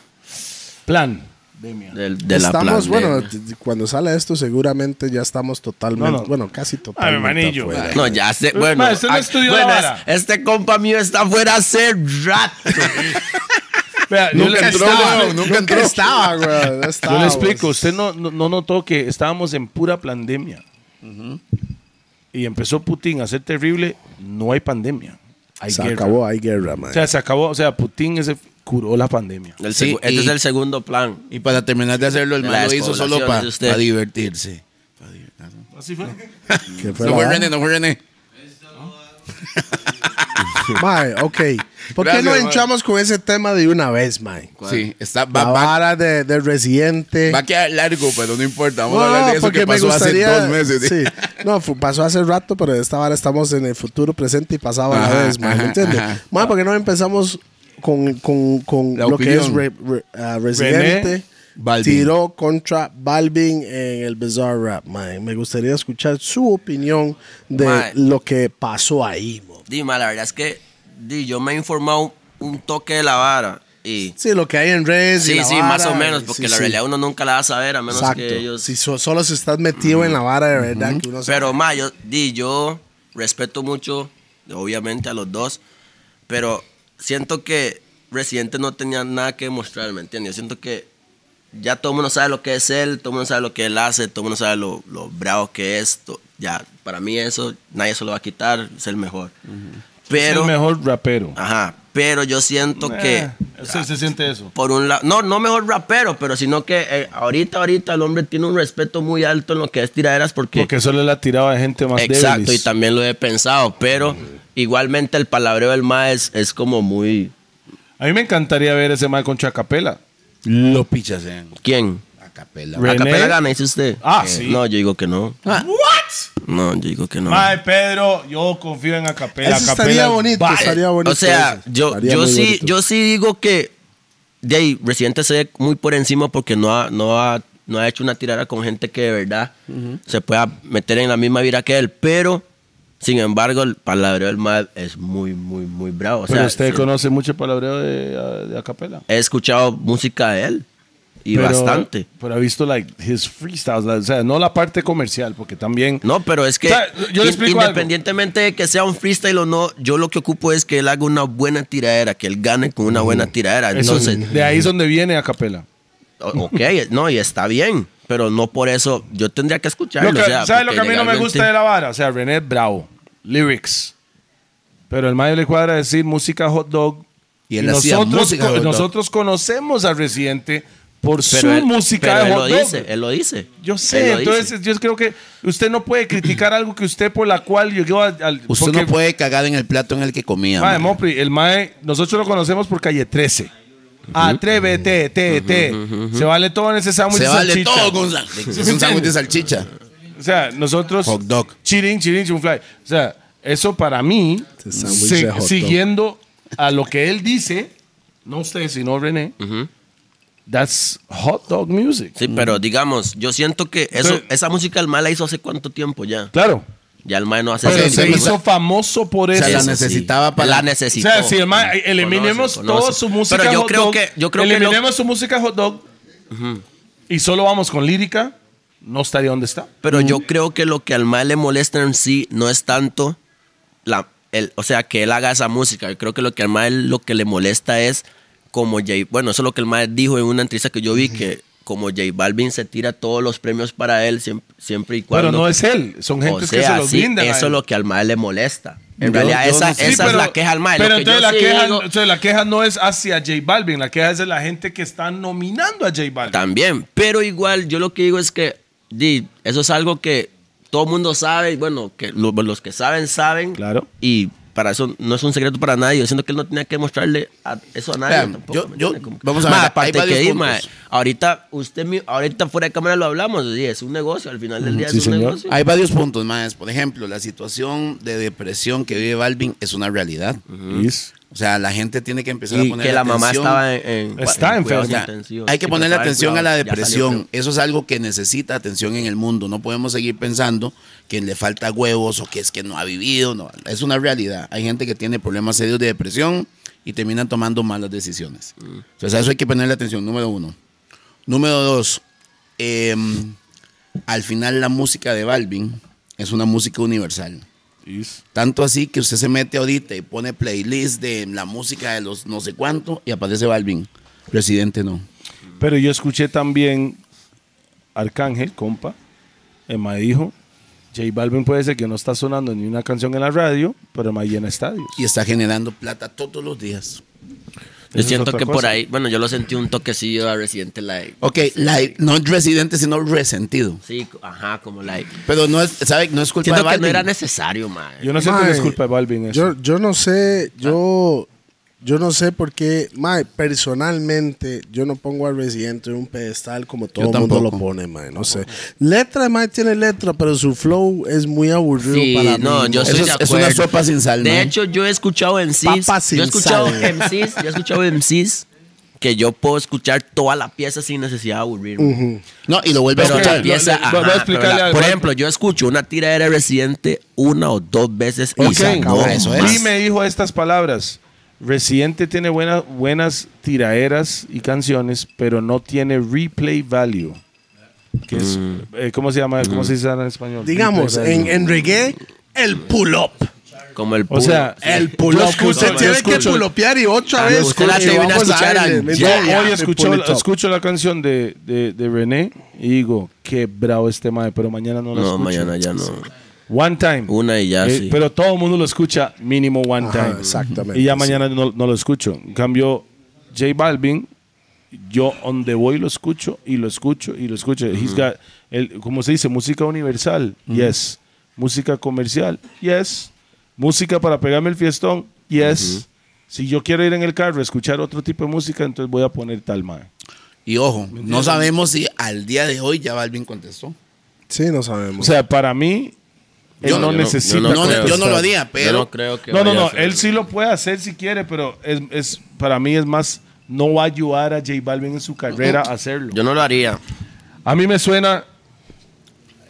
[SPEAKER 2] Plan.
[SPEAKER 4] Del, de la
[SPEAKER 3] estamos,
[SPEAKER 4] pandemia.
[SPEAKER 3] bueno, t- t- cuando sale esto, seguramente ya estamos totalmente,
[SPEAKER 2] No, no.
[SPEAKER 3] bueno, casi
[SPEAKER 2] Ay,
[SPEAKER 3] totalmente.
[SPEAKER 2] manillo,
[SPEAKER 3] afuera. *laughs*
[SPEAKER 4] No, ya sé. Bueno,
[SPEAKER 2] Ma, usted no
[SPEAKER 4] ah,
[SPEAKER 2] estudió
[SPEAKER 4] bueno,
[SPEAKER 2] la
[SPEAKER 4] es-
[SPEAKER 2] vara.
[SPEAKER 4] este compa mío está fuera hace rato.
[SPEAKER 2] Vea, yo le-
[SPEAKER 5] entró,
[SPEAKER 2] estaba-
[SPEAKER 5] weón, nunca entró.
[SPEAKER 3] estaba, *laughs* güey. no estaba,
[SPEAKER 2] Yo le
[SPEAKER 3] güey.
[SPEAKER 2] explico, usted no, no, no notó que estábamos en pura pandemia. Y empezó Putin a ser terrible, no hay pandemia. Hay
[SPEAKER 3] Se
[SPEAKER 2] guerra.
[SPEAKER 3] acabó, hay guerra, man.
[SPEAKER 2] O sea, se acabó, o sea, Putin ese curó la pandemia.
[SPEAKER 4] El
[SPEAKER 6] Sí,
[SPEAKER 4] segu- este
[SPEAKER 6] y-
[SPEAKER 4] es el segundo plan.
[SPEAKER 6] Y para terminar de hacerlo, el
[SPEAKER 4] La
[SPEAKER 6] man lo hizo
[SPEAKER 4] despoblación
[SPEAKER 6] solo para
[SPEAKER 4] de usted.
[SPEAKER 6] divertirse. Pa divir- ah, no.
[SPEAKER 2] Así fue.
[SPEAKER 3] ¿Qué fue,
[SPEAKER 6] No fue
[SPEAKER 3] man?
[SPEAKER 6] René, no fue René.
[SPEAKER 3] *laughs* Mae, ok. ¿Por qué
[SPEAKER 6] Gracias,
[SPEAKER 3] no
[SPEAKER 6] mae.
[SPEAKER 3] entramos con ese tema de una vez, mae?
[SPEAKER 6] Sí, está,
[SPEAKER 3] La
[SPEAKER 6] va, va,
[SPEAKER 3] vara de, de residente.
[SPEAKER 6] va a quedar largo, pero no importa. Vamos a
[SPEAKER 3] No,
[SPEAKER 6] hablar de eso
[SPEAKER 3] porque
[SPEAKER 6] que
[SPEAKER 3] me
[SPEAKER 6] pasó
[SPEAKER 3] gustaría.
[SPEAKER 6] hace dos meses.
[SPEAKER 3] sí. No, fu- pasó hace rato, pero esta vara estamos en el futuro, presente y pasado a la
[SPEAKER 6] Ajá,
[SPEAKER 3] vez, man. ¿Me
[SPEAKER 6] ajá,
[SPEAKER 3] entiendes?
[SPEAKER 6] ajá.
[SPEAKER 3] Man, ¿por qué no empezamos con, con, con
[SPEAKER 6] La
[SPEAKER 3] lo que es
[SPEAKER 6] opinión.
[SPEAKER 3] re- re- ah, residente?
[SPEAKER 6] Balvin.
[SPEAKER 3] Tiró contra Balvin en el Bizarre Rap, man. Me gustaría escuchar su opinión de
[SPEAKER 4] Mae.
[SPEAKER 3] lo que pasó ahí, mo.
[SPEAKER 4] Dima, la verdad es que di, yo me he informado un toque de la vara. Y,
[SPEAKER 3] Sí, lo que hay en redes. y
[SPEAKER 4] sí,
[SPEAKER 3] la
[SPEAKER 4] sí, más o
[SPEAKER 3] vara,
[SPEAKER 4] menos,
[SPEAKER 3] y-
[SPEAKER 4] porque
[SPEAKER 3] sí,
[SPEAKER 4] la
[SPEAKER 3] sí.
[SPEAKER 4] realidad uno nunca la va a saber a menos
[SPEAKER 3] Exacto.
[SPEAKER 4] que ellos.
[SPEAKER 3] Si so- solo si estás metido en la vara de verdad que uno sabe.
[SPEAKER 4] Pero ma, yo, di, yo respeto mucho, obviamente, a los dos, pero siento que Residente no tenía nada que demostrar, ¿me entiendes? Yo siento que ya todo el mundo sabe lo que es él, todo el mundo sabe lo que él hace, todo el mundo sabe lo, lo bravo que es. to- ya, para mí eso, nadie se lo va a quitar, es el mejor. Pero,
[SPEAKER 2] el mejor rapero.
[SPEAKER 4] ajá, pero yo siento que...
[SPEAKER 2] Eh, se, se siente eso.
[SPEAKER 4] Por un lado, no, no mejor rapero, pero sino que eh, ahorita, ahorita el hombre tiene un respeto muy alto en lo que es tiraderas porque
[SPEAKER 2] Porque solo es la tirada de gente más débil.
[SPEAKER 4] Exacto, y también lo he pensado, pero igualmente el palabreo del ma es, es como muy...
[SPEAKER 2] A mí me encantaría ver ese mal con Chacapela.
[SPEAKER 6] *laughs* Lo pichas en
[SPEAKER 4] ¿Quién?
[SPEAKER 6] a capela.
[SPEAKER 2] René.
[SPEAKER 4] ¿A capela gana, dice usted? Eh,
[SPEAKER 2] Ah, sí.
[SPEAKER 4] No, yo digo que no.
[SPEAKER 2] Ah. ¿What?
[SPEAKER 4] No, yo digo que no.
[SPEAKER 2] Mae, Pedro, yo confío en Acapela.
[SPEAKER 3] Eso estaría
[SPEAKER 2] Acapela-
[SPEAKER 3] *laughs* bonito,
[SPEAKER 2] Vale.
[SPEAKER 3] estaría bonito.
[SPEAKER 4] o sea,
[SPEAKER 3] eso.
[SPEAKER 4] yo,
[SPEAKER 3] Estaría
[SPEAKER 4] yo,
[SPEAKER 3] muy
[SPEAKER 4] sí,
[SPEAKER 3] bonito.
[SPEAKER 4] yo sí digo que de ahí, Residente se ve muy por encima porque no ha, no ha, no ha hecho una tirada con gente que de verdad se pueda meter en la misma vira que él, pero... Sin embargo, el palabreo del mal es muy, muy, muy bravo. O
[SPEAKER 2] Pero
[SPEAKER 4] sea,
[SPEAKER 2] usted
[SPEAKER 4] sí.
[SPEAKER 2] conoce mucho palabreo de, de Acapela.
[SPEAKER 4] he escuchado música de él y
[SPEAKER 2] Pero-
[SPEAKER 4] bastante.
[SPEAKER 2] Pero ha visto like his freestyles, la- o sea, no la parte comercial, porque también
[SPEAKER 4] No, pero es que
[SPEAKER 2] O sea, yo le
[SPEAKER 4] in-
[SPEAKER 2] explico algo.
[SPEAKER 4] independientemente de que sea un freestyle o no, yo lo que ocupo es que él haga una buena tiradera, que él gane con una buena tiradera.
[SPEAKER 2] eso-
[SPEAKER 4] Entonces,
[SPEAKER 2] de ahí es donde viene Acapela.
[SPEAKER 4] o- ok, no, y está bien, pero no por eso yo tendría que escucharlo.
[SPEAKER 2] Lo que,
[SPEAKER 4] o sea,
[SPEAKER 2] ¿Sabes lo que
[SPEAKER 4] porque
[SPEAKER 2] a mí no me gusta de
[SPEAKER 4] legalmente-
[SPEAKER 2] la vara? O sea, René es Bravo, lyrics. Pero el mayo le cuadra decir música hot dog.
[SPEAKER 6] Y él hacía música
[SPEAKER 2] co-
[SPEAKER 6] hot dog.
[SPEAKER 2] nosotros conocemos al Residente por su
[SPEAKER 4] él-
[SPEAKER 2] música
[SPEAKER 4] pero
[SPEAKER 2] de
[SPEAKER 4] él
[SPEAKER 2] hot
[SPEAKER 4] lo
[SPEAKER 2] dog.
[SPEAKER 4] dice, él lo dice.
[SPEAKER 2] Yo
[SPEAKER 4] Él
[SPEAKER 2] sé,
[SPEAKER 4] lo dice.
[SPEAKER 2] entonces yo creo que usted no puede criticar algo que usted por la cual llegó al... al-
[SPEAKER 6] Usted
[SPEAKER 2] porque-
[SPEAKER 6] no puede cagar en el plato en el que comía.
[SPEAKER 2] Mae,
[SPEAKER 6] man.
[SPEAKER 2] Ah, Mopri, el Mae, nosotros lo conocemos por calle 13. Atrévete, te, te. Se vale todo en ese sándwich
[SPEAKER 6] Se
[SPEAKER 2] de
[SPEAKER 6] vale
[SPEAKER 2] salchicha.
[SPEAKER 6] todo con sal- Es un sándwich de salchicha.
[SPEAKER 2] O sea, nosotros.
[SPEAKER 6] Hot dog.
[SPEAKER 2] Chirin, chirin, chunfly. O sea, eso para mí,
[SPEAKER 3] Ese sándwich
[SPEAKER 2] si-
[SPEAKER 3] de hot dog.
[SPEAKER 2] siguiendo a lo que él dice, no usted, sino René, that's hot dog music.
[SPEAKER 4] Sí, pero digamos, yo siento que eso,
[SPEAKER 2] Pero-
[SPEAKER 4] esa música el mal la hizo hace cuánto tiempo ya.
[SPEAKER 2] Claro.
[SPEAKER 4] Ya el mal no hace
[SPEAKER 2] Pero
[SPEAKER 4] eso.
[SPEAKER 2] se
[SPEAKER 6] Pues sí,
[SPEAKER 2] hizo famoso por
[SPEAKER 6] sea,
[SPEAKER 2] eso.
[SPEAKER 6] la
[SPEAKER 4] Eso sí.
[SPEAKER 6] necesitaba para-
[SPEAKER 4] La
[SPEAKER 2] O
[SPEAKER 4] necesitó.
[SPEAKER 2] sea, si el ma- eh, eliminemos
[SPEAKER 4] Conoce, conoce.
[SPEAKER 2] toda su música
[SPEAKER 4] Pero yo
[SPEAKER 2] hot
[SPEAKER 4] creo
[SPEAKER 2] dog,
[SPEAKER 4] que- yo creo que
[SPEAKER 2] eliminemos su música hot dog y solo vamos con lírica, no estaría donde está.
[SPEAKER 4] Pero yo creo que lo que al mal le molesta en sí no es tanto la, el, o sea, que él haga esa música. Yo creo que lo que al mal lo que le molesta es como J Bueno, eso es lo que el mal dijo en una entrevista que yo vi, que como J Balvin se tira todos los premios para él siempre, siempre y cuando.
[SPEAKER 2] Pero no es él, son
[SPEAKER 4] O
[SPEAKER 2] gentes que
[SPEAKER 4] sea,
[SPEAKER 2] se los
[SPEAKER 4] sí,
[SPEAKER 2] brindan. a
[SPEAKER 4] Eso es
[SPEAKER 2] él.
[SPEAKER 4] lo que al mal le molesta. En
[SPEAKER 6] Yo-
[SPEAKER 4] realidad,
[SPEAKER 6] yo
[SPEAKER 4] esa,
[SPEAKER 6] no sé.
[SPEAKER 2] Sí,
[SPEAKER 4] esa es la queja al mal.
[SPEAKER 2] Pero
[SPEAKER 4] Lo que
[SPEAKER 2] entonces
[SPEAKER 4] yo
[SPEAKER 2] la,
[SPEAKER 4] sí
[SPEAKER 2] queja,
[SPEAKER 4] digo-
[SPEAKER 2] entonces la queja no es hacia J Balvin, la queja es de la gente que está nominando a J Balvin.
[SPEAKER 4] También, pero igual yo lo que digo es que di, eso es algo que todo mundo sabe, y bueno, que lo- los que saben saben.
[SPEAKER 2] Claro.
[SPEAKER 4] Y para eso no es un secreto para nadie, yo siento que él no tenía que mostrarle a- eso a nadie.
[SPEAKER 6] Vean,
[SPEAKER 4] tampoco,
[SPEAKER 6] yo-
[SPEAKER 4] ¿me
[SPEAKER 6] yo-
[SPEAKER 4] entiendes? Como que-
[SPEAKER 6] vamos a
[SPEAKER 4] Ma,
[SPEAKER 6] ver, hay
[SPEAKER 4] aparte
[SPEAKER 6] varios
[SPEAKER 4] que di,
[SPEAKER 6] puntos.
[SPEAKER 4] ma, ahorita usted mi- ahorita fuera de cámara lo hablamos, di, es un negocio, al final del día
[SPEAKER 2] sí,
[SPEAKER 4] es un
[SPEAKER 2] señor.
[SPEAKER 4] negocio.
[SPEAKER 6] Hay varios puntos más. Por ejemplo, la situación de depresión que vive Balvin es una realidad.
[SPEAKER 2] Yes.
[SPEAKER 6] O sea, la gente tiene que empezar a
[SPEAKER 4] Y
[SPEAKER 6] poner
[SPEAKER 4] que la mamá estaba en,
[SPEAKER 2] Está
[SPEAKER 4] cuidado
[SPEAKER 2] enferma.
[SPEAKER 4] intensivo.
[SPEAKER 6] Hay que
[SPEAKER 4] Sí,
[SPEAKER 6] ponerle
[SPEAKER 4] pero estaba en
[SPEAKER 6] atención a
[SPEAKER 4] cuidado,
[SPEAKER 6] la
[SPEAKER 4] ya salió,
[SPEAKER 6] depresión.
[SPEAKER 4] creo.
[SPEAKER 6] Eso es algo que necesita atención en el mundo. No podemos seguir pensando que le falta huevos o que es que no ha vivido. No. Es una realidad. Hay gente que tiene problemas serios de depresión y terminan tomando malas decisiones.
[SPEAKER 4] Mm.
[SPEAKER 6] Entonces, a eso hay que ponerle atención, número uno. Número dos, eh, al final la música de Balvin es una música universal. Tanto así que usted se mete ahorita y pone playlist de la música de los no sé cuánto y aparece Balvin. Residente no.
[SPEAKER 2] Pero yo escuché también Arcángel, compa, Emma dijo, J Balvin puede ser que no está sonando ni una canción en la radio, pero Emma llena estadios.
[SPEAKER 6] y está generando plata todos los días.
[SPEAKER 2] Eso
[SPEAKER 4] Yo
[SPEAKER 2] es
[SPEAKER 4] siento
[SPEAKER 2] otra
[SPEAKER 4] que por
[SPEAKER 2] cosa.
[SPEAKER 4] ahí, bueno, yo lo sentí un toquecillo a Residente Like.
[SPEAKER 6] Ok, la, no es residente, sino resentido.
[SPEAKER 4] Sí, ajá, como Like.
[SPEAKER 6] Pero no es, ¿sabe? No es culpa
[SPEAKER 4] Siento
[SPEAKER 6] de
[SPEAKER 4] que no
[SPEAKER 6] Balvin.
[SPEAKER 4] era necesario, man.
[SPEAKER 2] Yo no sé
[SPEAKER 3] Mae,
[SPEAKER 2] si es culpa de Balvin eso.
[SPEAKER 3] Yo, yo no sé, yo, yo no sé por qué, mae, personalmente, yo no pongo al residente en un pedestal como todo el mundo lo
[SPEAKER 6] tampoco.
[SPEAKER 3] pone, mae, no sé. Letra, mae, tiene letra, pero su flow es muy aburrido
[SPEAKER 4] Sí,
[SPEAKER 3] para
[SPEAKER 4] no,
[SPEAKER 3] mí.
[SPEAKER 4] yo
[SPEAKER 3] mae.
[SPEAKER 4] soy- estoy
[SPEAKER 6] Eso es,
[SPEAKER 4] de
[SPEAKER 6] es una
[SPEAKER 4] acuerdo.
[SPEAKER 6] sopa sin sal.
[SPEAKER 4] De
[SPEAKER 6] man.
[SPEAKER 4] hecho, yo he escuchado MCs.
[SPEAKER 3] Papas sin
[SPEAKER 4] Yo he escuchado
[SPEAKER 3] sal.
[SPEAKER 4] MCs. Yo he escuchado MCs que yo puedo escuchar toda la pieza sin necesidad de aburrirme.
[SPEAKER 6] no, y lo vuelve a
[SPEAKER 4] Pero
[SPEAKER 6] escuchar.
[SPEAKER 4] la pieza.
[SPEAKER 2] lo- lo- voy a
[SPEAKER 4] ajá,
[SPEAKER 2] explicarle
[SPEAKER 4] pero la-
[SPEAKER 2] algo.
[SPEAKER 4] por ejemplo, yo escucho una tiradera de residente una o dos veces y
[SPEAKER 6] Ok.
[SPEAKER 4] se acabó.
[SPEAKER 6] Ahora, eso es.
[SPEAKER 2] Y me dijo estas palabras. Residente tiene buena- buenas tiraeras y canciones, pero no tiene replay value. Que es,
[SPEAKER 4] Mm.
[SPEAKER 2] eh, ¿Cómo se llama? ¿Cómo se dice en español?
[SPEAKER 3] Digamos,
[SPEAKER 2] Replay
[SPEAKER 3] en,
[SPEAKER 2] value.
[SPEAKER 3] en reggae, el pull-up.
[SPEAKER 4] Como el
[SPEAKER 2] O sea,
[SPEAKER 3] El pull-up.
[SPEAKER 2] escucho-
[SPEAKER 3] Usted
[SPEAKER 2] yo
[SPEAKER 3] tiene que
[SPEAKER 2] escucho-
[SPEAKER 3] pull-upear y ocho
[SPEAKER 4] Ah, no,
[SPEAKER 3] veces.
[SPEAKER 4] usted la
[SPEAKER 3] coño,
[SPEAKER 4] te viene a
[SPEAKER 3] vamos
[SPEAKER 4] escuchar
[SPEAKER 3] darle,
[SPEAKER 4] al-
[SPEAKER 3] ¿me
[SPEAKER 2] yo
[SPEAKER 4] Ya,
[SPEAKER 3] entiende?
[SPEAKER 2] hoy
[SPEAKER 3] Me
[SPEAKER 2] escucho,
[SPEAKER 3] pull it up.
[SPEAKER 2] escucho la canción de, de, de René y digo, qué bravo este mae, pero mañana no lo
[SPEAKER 4] No,
[SPEAKER 2] escucho.
[SPEAKER 4] mañana ya no.
[SPEAKER 2] One time.
[SPEAKER 4] Una y
[SPEAKER 6] Ah,
[SPEAKER 4] ya,
[SPEAKER 2] Eh,
[SPEAKER 4] sí.
[SPEAKER 2] Pero todo el mundo lo escucha mínimo one
[SPEAKER 3] Ajá,
[SPEAKER 2] time.
[SPEAKER 3] exactamente,
[SPEAKER 2] Y ya
[SPEAKER 3] sí.
[SPEAKER 2] mañana no, no lo escucho. En cambio, J Balvin, yo donde voy lo escucho y lo escucho y lo escucho. He's got, el, ¿Cómo se dice? Música universal. Yes. Música comercial. Yes. Música para pegarme el fiestón. Yes. Si yo quiero ir en el carro a escuchar otro tipo de música, entonces voy a poner tal mae.
[SPEAKER 6] Y ojo, no sabemos si al día de hoy ya Balvin contestó.
[SPEAKER 3] Sí, no
[SPEAKER 2] O
[SPEAKER 3] sabemos.
[SPEAKER 2] sea, para mí, él
[SPEAKER 6] Yo
[SPEAKER 2] no,
[SPEAKER 6] no- yo no-
[SPEAKER 2] necesita.
[SPEAKER 6] yo no
[SPEAKER 2] contestar.
[SPEAKER 6] yo no lo haría, pero-
[SPEAKER 4] Yo no creo que
[SPEAKER 2] No, no,
[SPEAKER 4] vaya a
[SPEAKER 2] no.
[SPEAKER 4] hacer
[SPEAKER 2] Él
[SPEAKER 4] eso.
[SPEAKER 2] sí lo puede hacer si quiere, pero es, es- para mí es más. No va a ayudar a J Balvin en su carrera a hacerlo.
[SPEAKER 4] Yo no lo haría.
[SPEAKER 2] A mí me suena.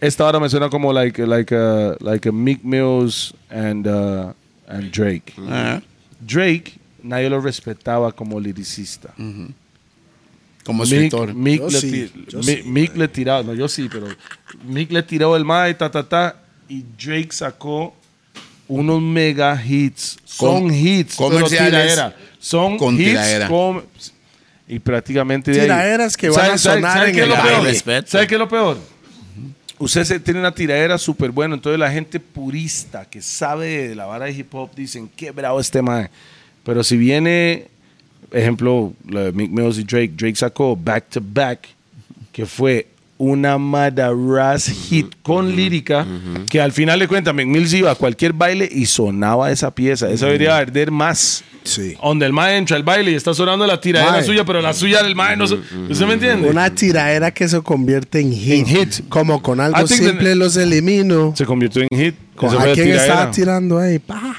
[SPEAKER 2] Esta hora me suena como like, like, uh, like a Meek Mills and, uh, and Drake.
[SPEAKER 6] Ah,
[SPEAKER 2] Drake, nadie lo respetaba como liricista.
[SPEAKER 6] Como
[SPEAKER 2] Mick,
[SPEAKER 6] escritor.
[SPEAKER 2] Mick
[SPEAKER 3] Yo
[SPEAKER 2] le,
[SPEAKER 3] sí,
[SPEAKER 2] ti-
[SPEAKER 3] yo
[SPEAKER 2] Mi-
[SPEAKER 3] sí,
[SPEAKER 2] Mick le tiraba, no, yo sí, pero Mick le tiró el mae, ta, ta, ta, y Drake sacó unos mega hits. Son
[SPEAKER 6] Com-
[SPEAKER 2] hits, pero
[SPEAKER 6] comerciales
[SPEAKER 2] tiradera. Son
[SPEAKER 6] con
[SPEAKER 2] hits
[SPEAKER 6] tiradera.
[SPEAKER 2] com- y prácticamente de ahí-
[SPEAKER 3] Tiraderas que van
[SPEAKER 2] ¿Sabe-
[SPEAKER 3] a
[SPEAKER 2] sabe-
[SPEAKER 3] sonar
[SPEAKER 2] sabe
[SPEAKER 3] en
[SPEAKER 2] qué es
[SPEAKER 3] el
[SPEAKER 2] lo peor?
[SPEAKER 4] baile. Respeto.
[SPEAKER 2] ¿Sabe qué es lo peor? Usted se- tiene una tiradera súper buena, entonces la gente purista que sabe de la vara de hip hop dicen, qué bravo este mae. Pero si viene, ejemplo, la de Mick Mills y Drake, Drake sacó Back to Back, que fue una madaraz hit con lírica, que al final de cuentas Mick Mills iba a cualquier baile y sonaba esa pieza. Eso debería arder más.
[SPEAKER 3] Sí.
[SPEAKER 2] Donde el mae entra al baile y está sonando la tiradera
[SPEAKER 3] Mae.
[SPEAKER 2] suya, pero la suya del mae no... so- ¿Usted me entiende?
[SPEAKER 3] Una tiradera que se convierte en hit. Ah,
[SPEAKER 2] En hit.
[SPEAKER 3] Como con algo
[SPEAKER 2] I think
[SPEAKER 3] simple
[SPEAKER 2] the-
[SPEAKER 3] los elimino.
[SPEAKER 2] Se convirtió en hit.
[SPEAKER 3] Con-
[SPEAKER 2] Eso
[SPEAKER 3] ¿A
[SPEAKER 2] fue
[SPEAKER 3] quién
[SPEAKER 2] tiradera.
[SPEAKER 3] estaba tirando ahí? Pa.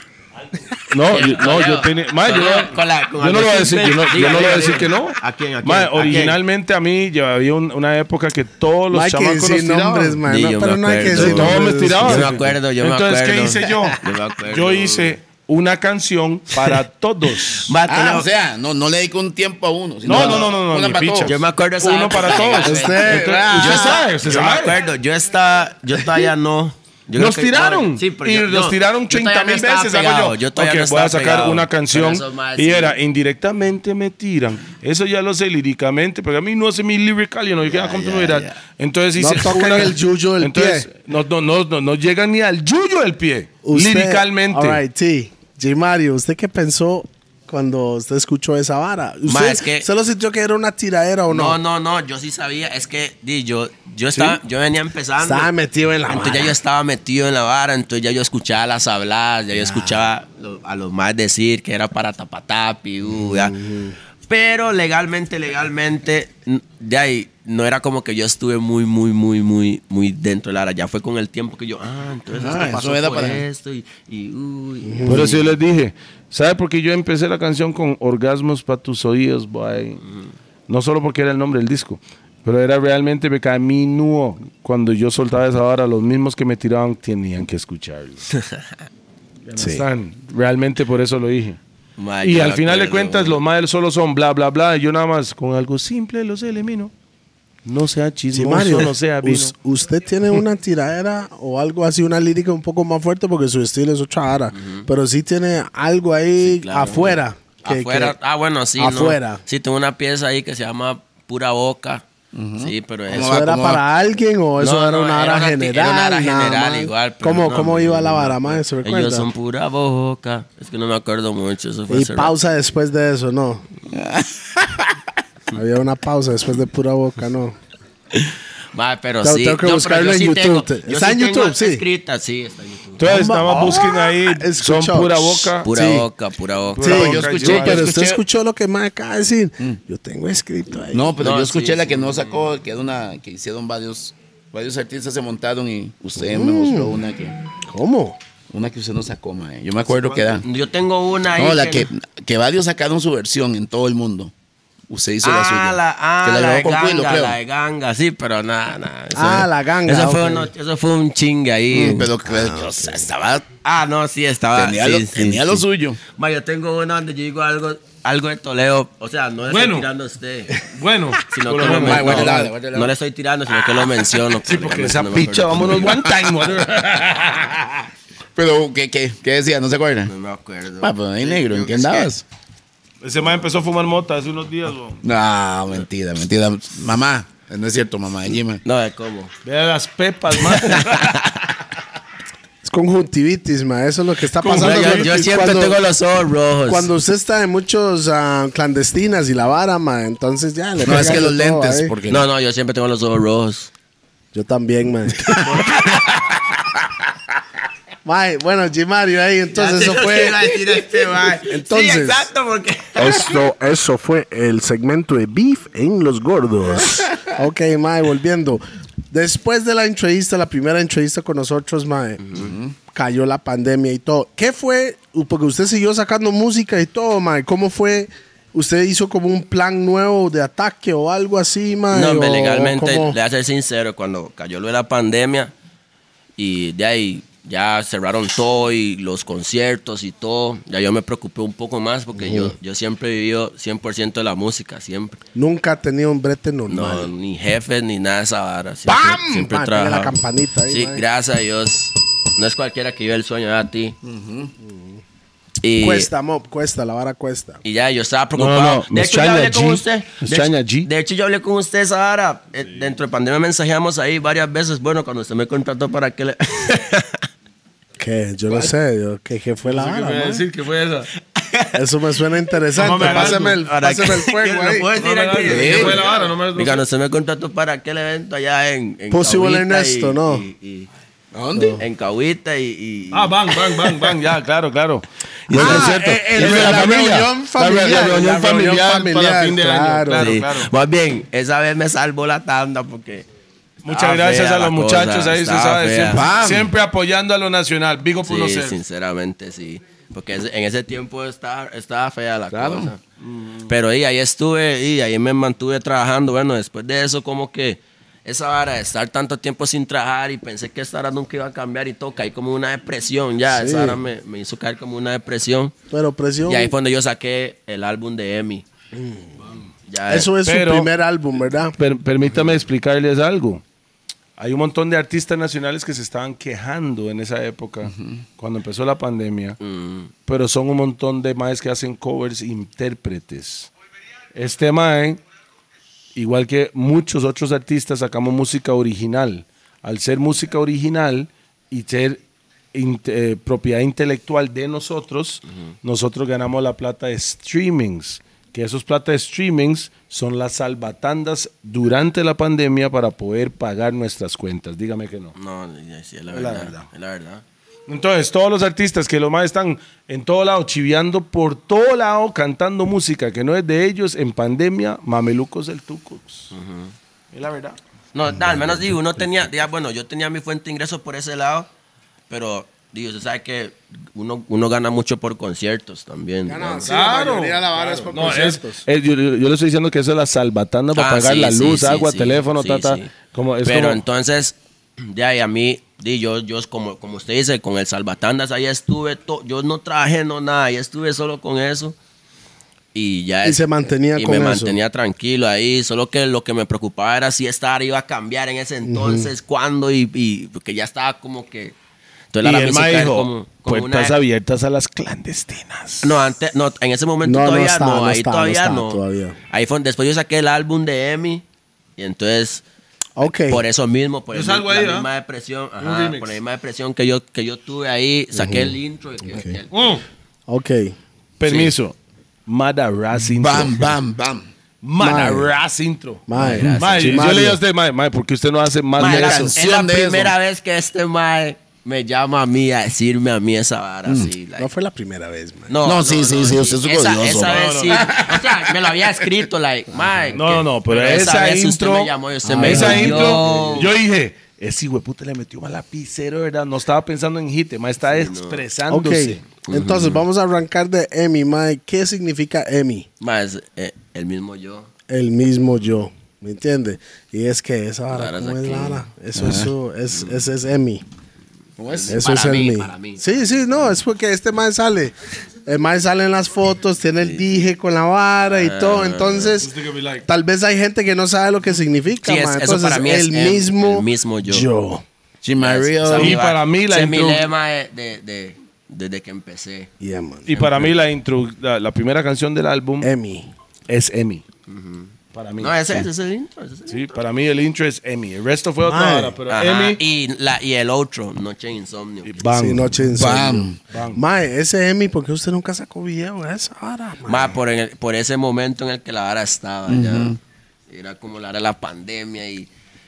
[SPEAKER 2] No, yo, no, yo tenía. mae, yo,
[SPEAKER 4] Con- con la- con
[SPEAKER 2] yo no lo voy a decir, yo no, yo
[SPEAKER 4] Diga,
[SPEAKER 2] no lo voy a
[SPEAKER 4] diga,
[SPEAKER 2] decir
[SPEAKER 4] diga.
[SPEAKER 2] que no.
[SPEAKER 7] ¿A quién, a quién,
[SPEAKER 2] Mae,
[SPEAKER 7] a quién?
[SPEAKER 2] originalmente a mí ya había un- una época que todos los
[SPEAKER 3] No hay que
[SPEAKER 2] chamacos los
[SPEAKER 3] decir nombres,
[SPEAKER 2] tiraban.
[SPEAKER 3] man.
[SPEAKER 4] Sí,
[SPEAKER 3] no,
[SPEAKER 4] yo me
[SPEAKER 3] pero no hay que
[SPEAKER 4] acuerdo.
[SPEAKER 3] decir
[SPEAKER 4] Sí,
[SPEAKER 2] Todos me
[SPEAKER 3] nombres.
[SPEAKER 2] tiraban.
[SPEAKER 4] Yo me acuerdo, yo me
[SPEAKER 2] Entonces, ¿qué
[SPEAKER 4] acuerdo.
[SPEAKER 2] hice yo?
[SPEAKER 4] Yo me acuerdo.
[SPEAKER 2] Yo hice una canción para todos.
[SPEAKER 4] Vato,
[SPEAKER 6] Ah,
[SPEAKER 4] no.
[SPEAKER 6] o sea, no, no le dedico un tiempo a uno. sino
[SPEAKER 2] No, no, no, no, no,
[SPEAKER 6] una
[SPEAKER 2] ni
[SPEAKER 6] para
[SPEAKER 2] picha.
[SPEAKER 6] todos.
[SPEAKER 4] Yo me acuerdo esa
[SPEAKER 2] Uno
[SPEAKER 4] época.
[SPEAKER 2] para todos.
[SPEAKER 3] Usted,
[SPEAKER 2] Entonces,
[SPEAKER 3] ah,
[SPEAKER 2] usted sabe, usted
[SPEAKER 4] Yo me
[SPEAKER 2] sabe.
[SPEAKER 4] acuerdo, yo estaba, yo todavía no. Yo
[SPEAKER 2] Nos
[SPEAKER 4] creo que-
[SPEAKER 2] tiraron.
[SPEAKER 4] no, sí, pero
[SPEAKER 2] y
[SPEAKER 4] yo-
[SPEAKER 2] los
[SPEAKER 4] no,
[SPEAKER 2] tiraron
[SPEAKER 4] yo todavía
[SPEAKER 2] 30
[SPEAKER 4] no
[SPEAKER 2] mil
[SPEAKER 4] estaba
[SPEAKER 2] veces.
[SPEAKER 4] pegado,
[SPEAKER 2] hago yo.
[SPEAKER 4] yo todavía
[SPEAKER 2] Ok,
[SPEAKER 4] no
[SPEAKER 2] voy a
[SPEAKER 4] estaba
[SPEAKER 2] sacar
[SPEAKER 4] pegado,
[SPEAKER 2] una
[SPEAKER 4] pero
[SPEAKER 2] canción.
[SPEAKER 4] esos maes
[SPEAKER 2] Y
[SPEAKER 4] sí.
[SPEAKER 2] era indirectamente me tiran. Eso ya lo sé líricamente, porque a mí no hace mi lyrical, yo no llegué a continuidad. Entonces
[SPEAKER 3] No
[SPEAKER 2] hice.
[SPEAKER 3] tocan
[SPEAKER 2] una-
[SPEAKER 3] el yuyo del
[SPEAKER 2] Entonces, No, no, no, no, no llegan ni al yuyo del pie.
[SPEAKER 3] Usted-
[SPEAKER 2] líricamente.
[SPEAKER 3] All right, sí. J. Mario, ¿usted qué pensó cuando usted escuchó esa vara? ¿Usted,
[SPEAKER 4] Ma, es que-
[SPEAKER 3] ¿usted lo sintió que era una tiradera o no?
[SPEAKER 4] No, no, no, yo sí sabía, es que di, yo, yo, estaba, yo venía empezando.
[SPEAKER 3] Estaba metido en la
[SPEAKER 4] Entonces
[SPEAKER 3] vara.
[SPEAKER 4] ya yo estaba metido en la vara, entonces ya yo escuchaba las habladas, ya yo escuchaba lo- a los más decir que era para tapatapi, uh, ya. Pero legalmente, legalmente, n- de ahí, no era como que yo estuve muy, muy, muy, muy, muy dentro de la vara. Ya fue con el tiempo que yo, ah, entonces
[SPEAKER 6] Ah,
[SPEAKER 4] esto
[SPEAKER 6] eso
[SPEAKER 4] pasó
[SPEAKER 6] era
[SPEAKER 4] por
[SPEAKER 6] para-
[SPEAKER 4] esto y, y, uh, y-
[SPEAKER 2] Por eso yo les dije, ¿sabe por qué yo empecé la canción con Orgasmos para tus oídos, boy? No solo porque era el nombre del disco, pero era realmente me camino cuando yo soltaba esa hora, los mismos que me tiraban tenían que escucharlo. *laughs* ¿Están? Realmente por eso lo dije.
[SPEAKER 4] Ma,
[SPEAKER 2] y
[SPEAKER 4] yo
[SPEAKER 2] al
[SPEAKER 4] me
[SPEAKER 2] final de
[SPEAKER 4] acuerdo,
[SPEAKER 2] cuentas,
[SPEAKER 4] güey.
[SPEAKER 2] los madres solo son bla, bla, bla. y yo nada más con algo simple los elimino. No sea
[SPEAKER 3] Sí,
[SPEAKER 2] chismoso,
[SPEAKER 3] Mario,
[SPEAKER 2] no sea vino.
[SPEAKER 3] us- ¿usted tiene una tiradera o algo así, una lírica un poco más fuerte? Porque su estilo es otra vara. Pero sí tiene algo ahí
[SPEAKER 4] claro.
[SPEAKER 3] afuera. que-
[SPEAKER 4] afuera,
[SPEAKER 3] que-
[SPEAKER 4] ah, bueno, sí. ¿no?
[SPEAKER 3] Afuera.
[SPEAKER 4] Sí, tengo una pieza ahí que se llama Pura Boca. Sí, pero
[SPEAKER 6] ¿Cómo
[SPEAKER 4] eso.
[SPEAKER 3] ¿Eso
[SPEAKER 6] va,
[SPEAKER 3] era
[SPEAKER 6] cómo va?
[SPEAKER 3] para alguien o eso
[SPEAKER 4] No,
[SPEAKER 3] era,
[SPEAKER 4] no,
[SPEAKER 3] una
[SPEAKER 4] era
[SPEAKER 3] vara
[SPEAKER 4] una ti-
[SPEAKER 3] general?
[SPEAKER 4] era una vara
[SPEAKER 3] nada
[SPEAKER 4] general
[SPEAKER 3] más?
[SPEAKER 4] igual, pero
[SPEAKER 3] ¿Cómo,
[SPEAKER 4] no,
[SPEAKER 3] cómo
[SPEAKER 4] no,
[SPEAKER 3] iba la
[SPEAKER 4] no,
[SPEAKER 3] vara,
[SPEAKER 4] no.
[SPEAKER 3] más? ¿Se recuerda?
[SPEAKER 4] Ellos son pura boca. Es que no me acuerdo mucho. Eso fue
[SPEAKER 3] Y
[SPEAKER 4] hace rato.
[SPEAKER 3] pausa después de eso,
[SPEAKER 4] *laughs*
[SPEAKER 3] no. Había una pausa después de pura boca, no.
[SPEAKER 4] Ma, pero
[SPEAKER 3] Tengo-
[SPEAKER 4] sí.
[SPEAKER 3] tengo que
[SPEAKER 4] No, pero
[SPEAKER 3] buscarlo
[SPEAKER 4] yo
[SPEAKER 3] en
[SPEAKER 4] sí
[SPEAKER 3] YouTube.
[SPEAKER 4] tengo-
[SPEAKER 3] Te-
[SPEAKER 4] yo
[SPEAKER 3] está en
[SPEAKER 4] tengo
[SPEAKER 3] YouTube, sí.
[SPEAKER 4] Escrita, sí, está en YouTube.
[SPEAKER 2] Entonces, nada
[SPEAKER 3] Ah,
[SPEAKER 2] más busquen ahí.
[SPEAKER 3] escuchó.
[SPEAKER 2] Son pura boca.
[SPEAKER 4] Pura
[SPEAKER 3] Ah, Sí.
[SPEAKER 4] boca, pura boca.
[SPEAKER 3] Sí,
[SPEAKER 2] boca,
[SPEAKER 3] yo
[SPEAKER 2] yo
[SPEAKER 3] escuché,
[SPEAKER 2] escuché.
[SPEAKER 3] pero usted escuchó lo que más acaba de decir. Yo tengo escrito ahí.
[SPEAKER 6] No, pero
[SPEAKER 4] Mm. No,
[SPEAKER 6] yo escuché
[SPEAKER 4] sí,
[SPEAKER 6] la
[SPEAKER 4] sí,
[SPEAKER 6] que no sacó, que era una que hicieron varios, varios artistas se montaron y usted me mostró una que,
[SPEAKER 3] ¿Cómo?
[SPEAKER 6] una que usted no sacó, mae. Yo me acuerdo que era.
[SPEAKER 4] Yo tengo una ahí.
[SPEAKER 6] No, la que, que varios sacaron su versión en todo el mundo. Usted hizo la
[SPEAKER 4] Ah,
[SPEAKER 6] suya.
[SPEAKER 4] la, ah,
[SPEAKER 6] que
[SPEAKER 4] la,
[SPEAKER 6] la
[SPEAKER 4] de
[SPEAKER 6] grabó con
[SPEAKER 4] ganga,
[SPEAKER 6] Quilo, creo.
[SPEAKER 4] la de ganga, sí, pero nada, nada. eso-
[SPEAKER 3] Ah, la ganga,
[SPEAKER 4] Eso fue,
[SPEAKER 3] ok. Mm,
[SPEAKER 4] uno- eso fue un chingue ahí.
[SPEAKER 6] Pero que, o sea, estaba,
[SPEAKER 4] Ah, no, sí, estaba.
[SPEAKER 6] tenía,
[SPEAKER 4] sí,
[SPEAKER 6] lo,
[SPEAKER 4] sí,
[SPEAKER 6] tenía
[SPEAKER 4] sí.
[SPEAKER 6] lo suyo.
[SPEAKER 4] Ma, yo tengo una donde yo digo algo, algo de Toledo. O sea, no le
[SPEAKER 2] Bueno.
[SPEAKER 4] estoy tirando a usted.
[SPEAKER 2] Bueno,
[SPEAKER 4] Sino que
[SPEAKER 2] por lo
[SPEAKER 4] lo
[SPEAKER 2] menos.
[SPEAKER 4] men-
[SPEAKER 6] guárdela,
[SPEAKER 4] no,
[SPEAKER 6] guárdela.
[SPEAKER 4] no le estoy tirando, sino que lo menciono.
[SPEAKER 2] Ah. Sí, porque esa
[SPEAKER 4] no me acuerdo.
[SPEAKER 2] picha, vámonos one time.
[SPEAKER 6] Pero, ¿qué, qué, qué decía? ¿No se acuerda?
[SPEAKER 4] No me acuerdo.
[SPEAKER 6] Ah, pero ahí negro, ¿en qué
[SPEAKER 4] Es que-
[SPEAKER 6] andabas?
[SPEAKER 2] *laughs* Ese man empezó a fumar mota hace unos días, bro.
[SPEAKER 6] No, mentira, mentira. Mamá, no es cierto, mamá de Jimmy.
[SPEAKER 4] No, de cómo.
[SPEAKER 2] Vea las pepas, *laughs* man.
[SPEAKER 3] Es conjuntivitis, ma. Eso es lo que está
[SPEAKER 4] Yo,
[SPEAKER 3] pasando.
[SPEAKER 4] yo-
[SPEAKER 3] con-
[SPEAKER 4] yo siempre
[SPEAKER 3] cuando-
[SPEAKER 4] tengo los ojos rojos.
[SPEAKER 3] Cuando usted está en muchos ah, clandestinas y la vara, ma, entonces ya le
[SPEAKER 6] No, es
[SPEAKER 3] pegan
[SPEAKER 6] que los
[SPEAKER 3] de todo ¿eh?
[SPEAKER 6] lentes,
[SPEAKER 3] ahí.
[SPEAKER 6] porque
[SPEAKER 4] No, no, yo siempre tengo los ojos rojos.
[SPEAKER 3] Yo también, ma. Ma, bueno, G. Mario ahí,
[SPEAKER 2] Pues
[SPEAKER 3] entonces eso fue.
[SPEAKER 4] este
[SPEAKER 3] Entonces- Sí, exacto,
[SPEAKER 4] porque.
[SPEAKER 1] Esto, eso fue el segmento de Beef en los Gordos.
[SPEAKER 3] *laughs* Ok, Mae, volviendo. Después de la entrevista, la primera entrevista con nosotros, Mae, cayó la pandemia y todo. ¿Qué fue? Porque usted siguió sacando música y todo, Mae. ¿Cómo fue? ¿Usted hizo como un plan nuevo de ataque o algo así, Mae?
[SPEAKER 4] No, hombre,
[SPEAKER 3] ¿O
[SPEAKER 4] legalmente, le
[SPEAKER 3] cómo?
[SPEAKER 4] voy a ser sincero, cuando cayó lo de la pandemia y de ahí ya cerraron todo y los conciertos y todo, ya yo me preocupé un poco más porque yo, yo siempre he vivido 100% de la música, siempre.
[SPEAKER 3] Nunca ha tenido un brete
[SPEAKER 4] No,
[SPEAKER 3] normal.
[SPEAKER 4] ni jefes ni nada de esa vara. Siempre,
[SPEAKER 3] ¡Pam!
[SPEAKER 4] Siempre
[SPEAKER 3] Ah,
[SPEAKER 4] he
[SPEAKER 3] pega la
[SPEAKER 4] trabajado.
[SPEAKER 3] campanita ahí,
[SPEAKER 4] Sí,
[SPEAKER 3] mae.
[SPEAKER 4] gracias a Dios. No es cualquiera que vive el sueño de a ti. Y-
[SPEAKER 3] Cuesta, Mob, cuesta, la vara cuesta.
[SPEAKER 4] y ya, yo estaba preocupado.
[SPEAKER 2] no, me
[SPEAKER 4] de hecho, yo
[SPEAKER 2] extraña
[SPEAKER 4] hablé con
[SPEAKER 2] G,
[SPEAKER 4] usted.
[SPEAKER 2] me
[SPEAKER 4] De
[SPEAKER 2] extraña
[SPEAKER 4] hecho-
[SPEAKER 2] G.
[SPEAKER 4] De hecho, yo hablé con usted, Sahara. Eh, Dentro de pandemia mensajeamos ahí varias veces. Bueno, cuando usted me contrató para e-,
[SPEAKER 2] *laughs*
[SPEAKER 4] que le...
[SPEAKER 3] ¿Qué? Yo no sé, yo- ¿qué, qué fue la vara, mae?
[SPEAKER 2] que fue esa.
[SPEAKER 3] Eso me suena interesante.
[SPEAKER 2] Mamá, me
[SPEAKER 3] Pásame el,
[SPEAKER 2] Ahora,
[SPEAKER 3] pásame el fuego
[SPEAKER 4] ¿Lo
[SPEAKER 3] ahí.
[SPEAKER 4] puedo decir
[SPEAKER 2] No, no,
[SPEAKER 4] aquí?
[SPEAKER 2] no,
[SPEAKER 4] Sí.
[SPEAKER 2] ¿qué fue la vara? No me- no
[SPEAKER 4] Y cuando usted me contrató para aquel evento allá en... en
[SPEAKER 3] Posible
[SPEAKER 4] Cahuita
[SPEAKER 3] Ernesto,
[SPEAKER 4] y-
[SPEAKER 3] ¿no?
[SPEAKER 4] y- y-
[SPEAKER 6] ¿A dónde?
[SPEAKER 4] en Cahuita y... y-
[SPEAKER 2] Ah, van, van, van, van, ya, claro, claro. Y
[SPEAKER 3] Ah,
[SPEAKER 2] es cierto.
[SPEAKER 3] eh, eh,
[SPEAKER 2] Es de
[SPEAKER 3] la
[SPEAKER 2] familia.
[SPEAKER 3] reunión
[SPEAKER 2] La
[SPEAKER 3] familiar,
[SPEAKER 2] re- La
[SPEAKER 3] la
[SPEAKER 2] reunión
[SPEAKER 3] reunión
[SPEAKER 2] familiar para
[SPEAKER 3] familiar,
[SPEAKER 2] fin de
[SPEAKER 3] claro.
[SPEAKER 2] año. Claro,
[SPEAKER 4] sí.
[SPEAKER 2] claro.
[SPEAKER 4] Más bien, esa vez me salvó la tanda porque...
[SPEAKER 2] Muchas
[SPEAKER 4] estaba
[SPEAKER 2] gracias
[SPEAKER 4] fea
[SPEAKER 2] a los
[SPEAKER 4] la
[SPEAKER 2] muchachos
[SPEAKER 4] cosa,
[SPEAKER 2] ahí, usted
[SPEAKER 4] estaba
[SPEAKER 2] sabe.
[SPEAKER 4] fea.
[SPEAKER 2] Siempre, siempre apoyando a lo nacional. Vigo por
[SPEAKER 4] Sí,
[SPEAKER 2] los
[SPEAKER 4] sinceramente, sí. Porque ese- en ese tiempo estaba, estaba fea la
[SPEAKER 6] Claro.
[SPEAKER 4] cosa. Pero y, ahí estuve y ahí me mantuve trabajando. Bueno, después de eso, como que esa vara de estar tanto tiempo sin trabajar y pensé que esta vara nunca iba a cambiar y todo, caí como una depresión ya.
[SPEAKER 3] Sí.
[SPEAKER 4] Esa vara me, me hizo caer como una depresión.
[SPEAKER 3] Pero presión.
[SPEAKER 4] Y ahí fue donde yo saqué el álbum de Emi. Ya,
[SPEAKER 3] Eso es
[SPEAKER 2] Pero-
[SPEAKER 3] su primer álbum, ¿verdad?
[SPEAKER 2] Per- permítame explicarles algo. Hay un montón de artistas nacionales que se estaban quejando en esa época, cuando empezó la pandemia,
[SPEAKER 4] Mm.
[SPEAKER 2] pero son un montón de maes que hacen covers intérpretes. Este mae, igual que muchos otros artistas, sacamos música original. Al ser música original y ser inte- eh, propiedad intelectual de nosotros, nosotros ganamos la plata de streamings. Que esos plata de streamings son las salvatandas durante la pandemia para poder pagar nuestras cuentas. Dígame que no.
[SPEAKER 4] No, ya, sí, es la
[SPEAKER 2] Es la
[SPEAKER 4] verdad.
[SPEAKER 2] verdad.
[SPEAKER 4] Es la verdad.
[SPEAKER 2] Entonces, todos los artistas que los más están en todo lado, chiviando por todo lado, cantando música que no es de ellos, en pandemia, mamelucos del Tucos. Es la verdad.
[SPEAKER 4] No, da, al menos digo, uno tenía, ya, bueno, yo tenía mi fuente de ingresos por ese lado, pero digo, usted sabe que uno, uno gana mucho por conciertos también. digamos.
[SPEAKER 2] Claro.
[SPEAKER 3] mayoría de la vara es por conciertos.
[SPEAKER 2] Es- Eh, yo, yo- yo le estoy diciendo que eso es la salvatanda para
[SPEAKER 4] Ah,
[SPEAKER 2] pagar
[SPEAKER 4] sí,
[SPEAKER 2] la
[SPEAKER 4] sí,
[SPEAKER 2] luz,
[SPEAKER 4] sí,
[SPEAKER 2] agua,
[SPEAKER 4] sí,
[SPEAKER 2] teléfono,
[SPEAKER 4] sí,
[SPEAKER 2] tata.
[SPEAKER 4] sí.
[SPEAKER 2] Como, es
[SPEAKER 4] pero
[SPEAKER 2] como-
[SPEAKER 4] entonces, ya, y a mí, di, yo, yo como, como usted dice, con el Salvatandas, ahí estuve, to- yo no trabajé, no nada, ahí estuve solo con eso. Y ya
[SPEAKER 3] Y
[SPEAKER 4] es-
[SPEAKER 3] se mantenía
[SPEAKER 4] y
[SPEAKER 3] con
[SPEAKER 4] me
[SPEAKER 3] eso.
[SPEAKER 4] mantenía tranquilo ahí, solo que lo que me preocupaba era si esta área iba a cambiar en ese entonces, cuándo, y, y- porque ya estaba como que... Entonces,
[SPEAKER 2] y
[SPEAKER 4] la
[SPEAKER 2] el
[SPEAKER 4] música
[SPEAKER 2] mae
[SPEAKER 4] era
[SPEAKER 2] dijo,
[SPEAKER 4] como-
[SPEAKER 3] "Pues
[SPEAKER 4] como una-
[SPEAKER 2] puertas abiertas a las clandestinas.
[SPEAKER 4] No, antes, no, en ese momento
[SPEAKER 3] No, no
[SPEAKER 4] todavía no,
[SPEAKER 3] estaba, no
[SPEAKER 4] ahí
[SPEAKER 3] estaba, no
[SPEAKER 4] todavía
[SPEAKER 3] estaba
[SPEAKER 4] no.
[SPEAKER 3] todavía.
[SPEAKER 4] Ahí fue, después yo saqué el álbum de Emi y entonces
[SPEAKER 3] Ok.
[SPEAKER 4] por eso mismo, por
[SPEAKER 2] Yo
[SPEAKER 4] el-
[SPEAKER 2] salgo
[SPEAKER 4] la
[SPEAKER 2] ahí, ¿ah?
[SPEAKER 4] misma depresión, ajá,
[SPEAKER 2] remix.
[SPEAKER 4] por la misma depresión que yo que yo tuve ahí, saqué el intro y que- que el-
[SPEAKER 3] Ok.
[SPEAKER 2] Permiso. Madaras intro.
[SPEAKER 6] Bam, bam, bam.
[SPEAKER 2] Madaras intro.
[SPEAKER 3] Mae.
[SPEAKER 2] Mae, yo
[SPEAKER 3] Mario.
[SPEAKER 2] le digo a usted, mae, mae, ¿por qué usted no hace más
[SPEAKER 4] Mae,
[SPEAKER 6] la
[SPEAKER 4] la-
[SPEAKER 2] de eso?
[SPEAKER 4] es la
[SPEAKER 6] canción de eso.
[SPEAKER 4] primera vez que este mae me llama a mí a decirme a mí esa vara así. like-
[SPEAKER 3] Mm. No fue la primera vez, mae.
[SPEAKER 4] No,
[SPEAKER 6] No, sí, sí, sí, usted es un
[SPEAKER 4] esa,
[SPEAKER 6] odioso,
[SPEAKER 4] Esa
[SPEAKER 6] mae.
[SPEAKER 4] vez sí. O sea, me lo había escrito, like, mae.
[SPEAKER 2] No,
[SPEAKER 4] que-
[SPEAKER 2] no, no, pero, esa,
[SPEAKER 4] vez
[SPEAKER 2] intro. Ah,
[SPEAKER 4] Usted me llamó y usted me
[SPEAKER 2] esa
[SPEAKER 4] dijo,
[SPEAKER 2] intro,
[SPEAKER 4] "Yo".
[SPEAKER 2] yo dije, ese hueputa le metió mal lapicero, ¿verdad? No estaba pensando en hit, mae, está
[SPEAKER 3] Ok.
[SPEAKER 2] expresándose.
[SPEAKER 3] Entonces, vamos a arrancar de Emi, mae. ¿Qué significa Emi?
[SPEAKER 4] Mae, es, eh, el mismo yo.
[SPEAKER 3] El mismo yo. ¿Me entiende? Y es que esa vara,
[SPEAKER 4] Varas
[SPEAKER 3] ¿cómo es
[SPEAKER 4] aquí.
[SPEAKER 3] la vara? Eso, eso, es, ese es Emi.
[SPEAKER 2] Pues,
[SPEAKER 3] Eso
[SPEAKER 4] Para
[SPEAKER 3] es
[SPEAKER 4] mí,
[SPEAKER 3] el
[SPEAKER 4] para
[SPEAKER 3] mí.
[SPEAKER 4] mí.
[SPEAKER 3] Sí, sí, no, es porque este mae sale. El mae sale en las fotos, tiene el dije con la vara y todo.
[SPEAKER 4] Ah.
[SPEAKER 3] Entonces, tal vez hay gente que no sabe lo que significa.
[SPEAKER 4] Sí, es-
[SPEAKER 3] mae.
[SPEAKER 4] eso
[SPEAKER 3] Entonces,
[SPEAKER 4] para mí es
[SPEAKER 3] el
[SPEAKER 4] el-
[SPEAKER 3] mismo,
[SPEAKER 4] el mismo yo.
[SPEAKER 6] She my real-
[SPEAKER 4] Esa es mi
[SPEAKER 2] Y
[SPEAKER 4] vara.
[SPEAKER 2] para mí la
[SPEAKER 4] Ese es mi
[SPEAKER 2] intro-
[SPEAKER 4] lema de- de- de- desde que empecé.
[SPEAKER 3] Yeah, man.
[SPEAKER 2] Y para mí la intro, la, la primera canción del álbum
[SPEAKER 4] Em,
[SPEAKER 3] Emi.
[SPEAKER 2] es Emmy. Para mí.
[SPEAKER 4] No, ese, ese es el intro. ese es el
[SPEAKER 2] Sí, para mí el intro es Emmy. El resto fue otra
[SPEAKER 3] Mae.
[SPEAKER 2] hora, pero
[SPEAKER 4] Ajá,
[SPEAKER 2] Emmy
[SPEAKER 4] y, la, y el otro, Noche de Insomnio.
[SPEAKER 2] bam.
[SPEAKER 3] Sí, noche de
[SPEAKER 6] Bam.
[SPEAKER 3] Insomnio. Mae, ese Emi, ¿por qué usted nunca sacó video a esa vara, mae?
[SPEAKER 4] Más por, en el- por ese momento en el que la vara estaba ya. Era como la era la pandemia y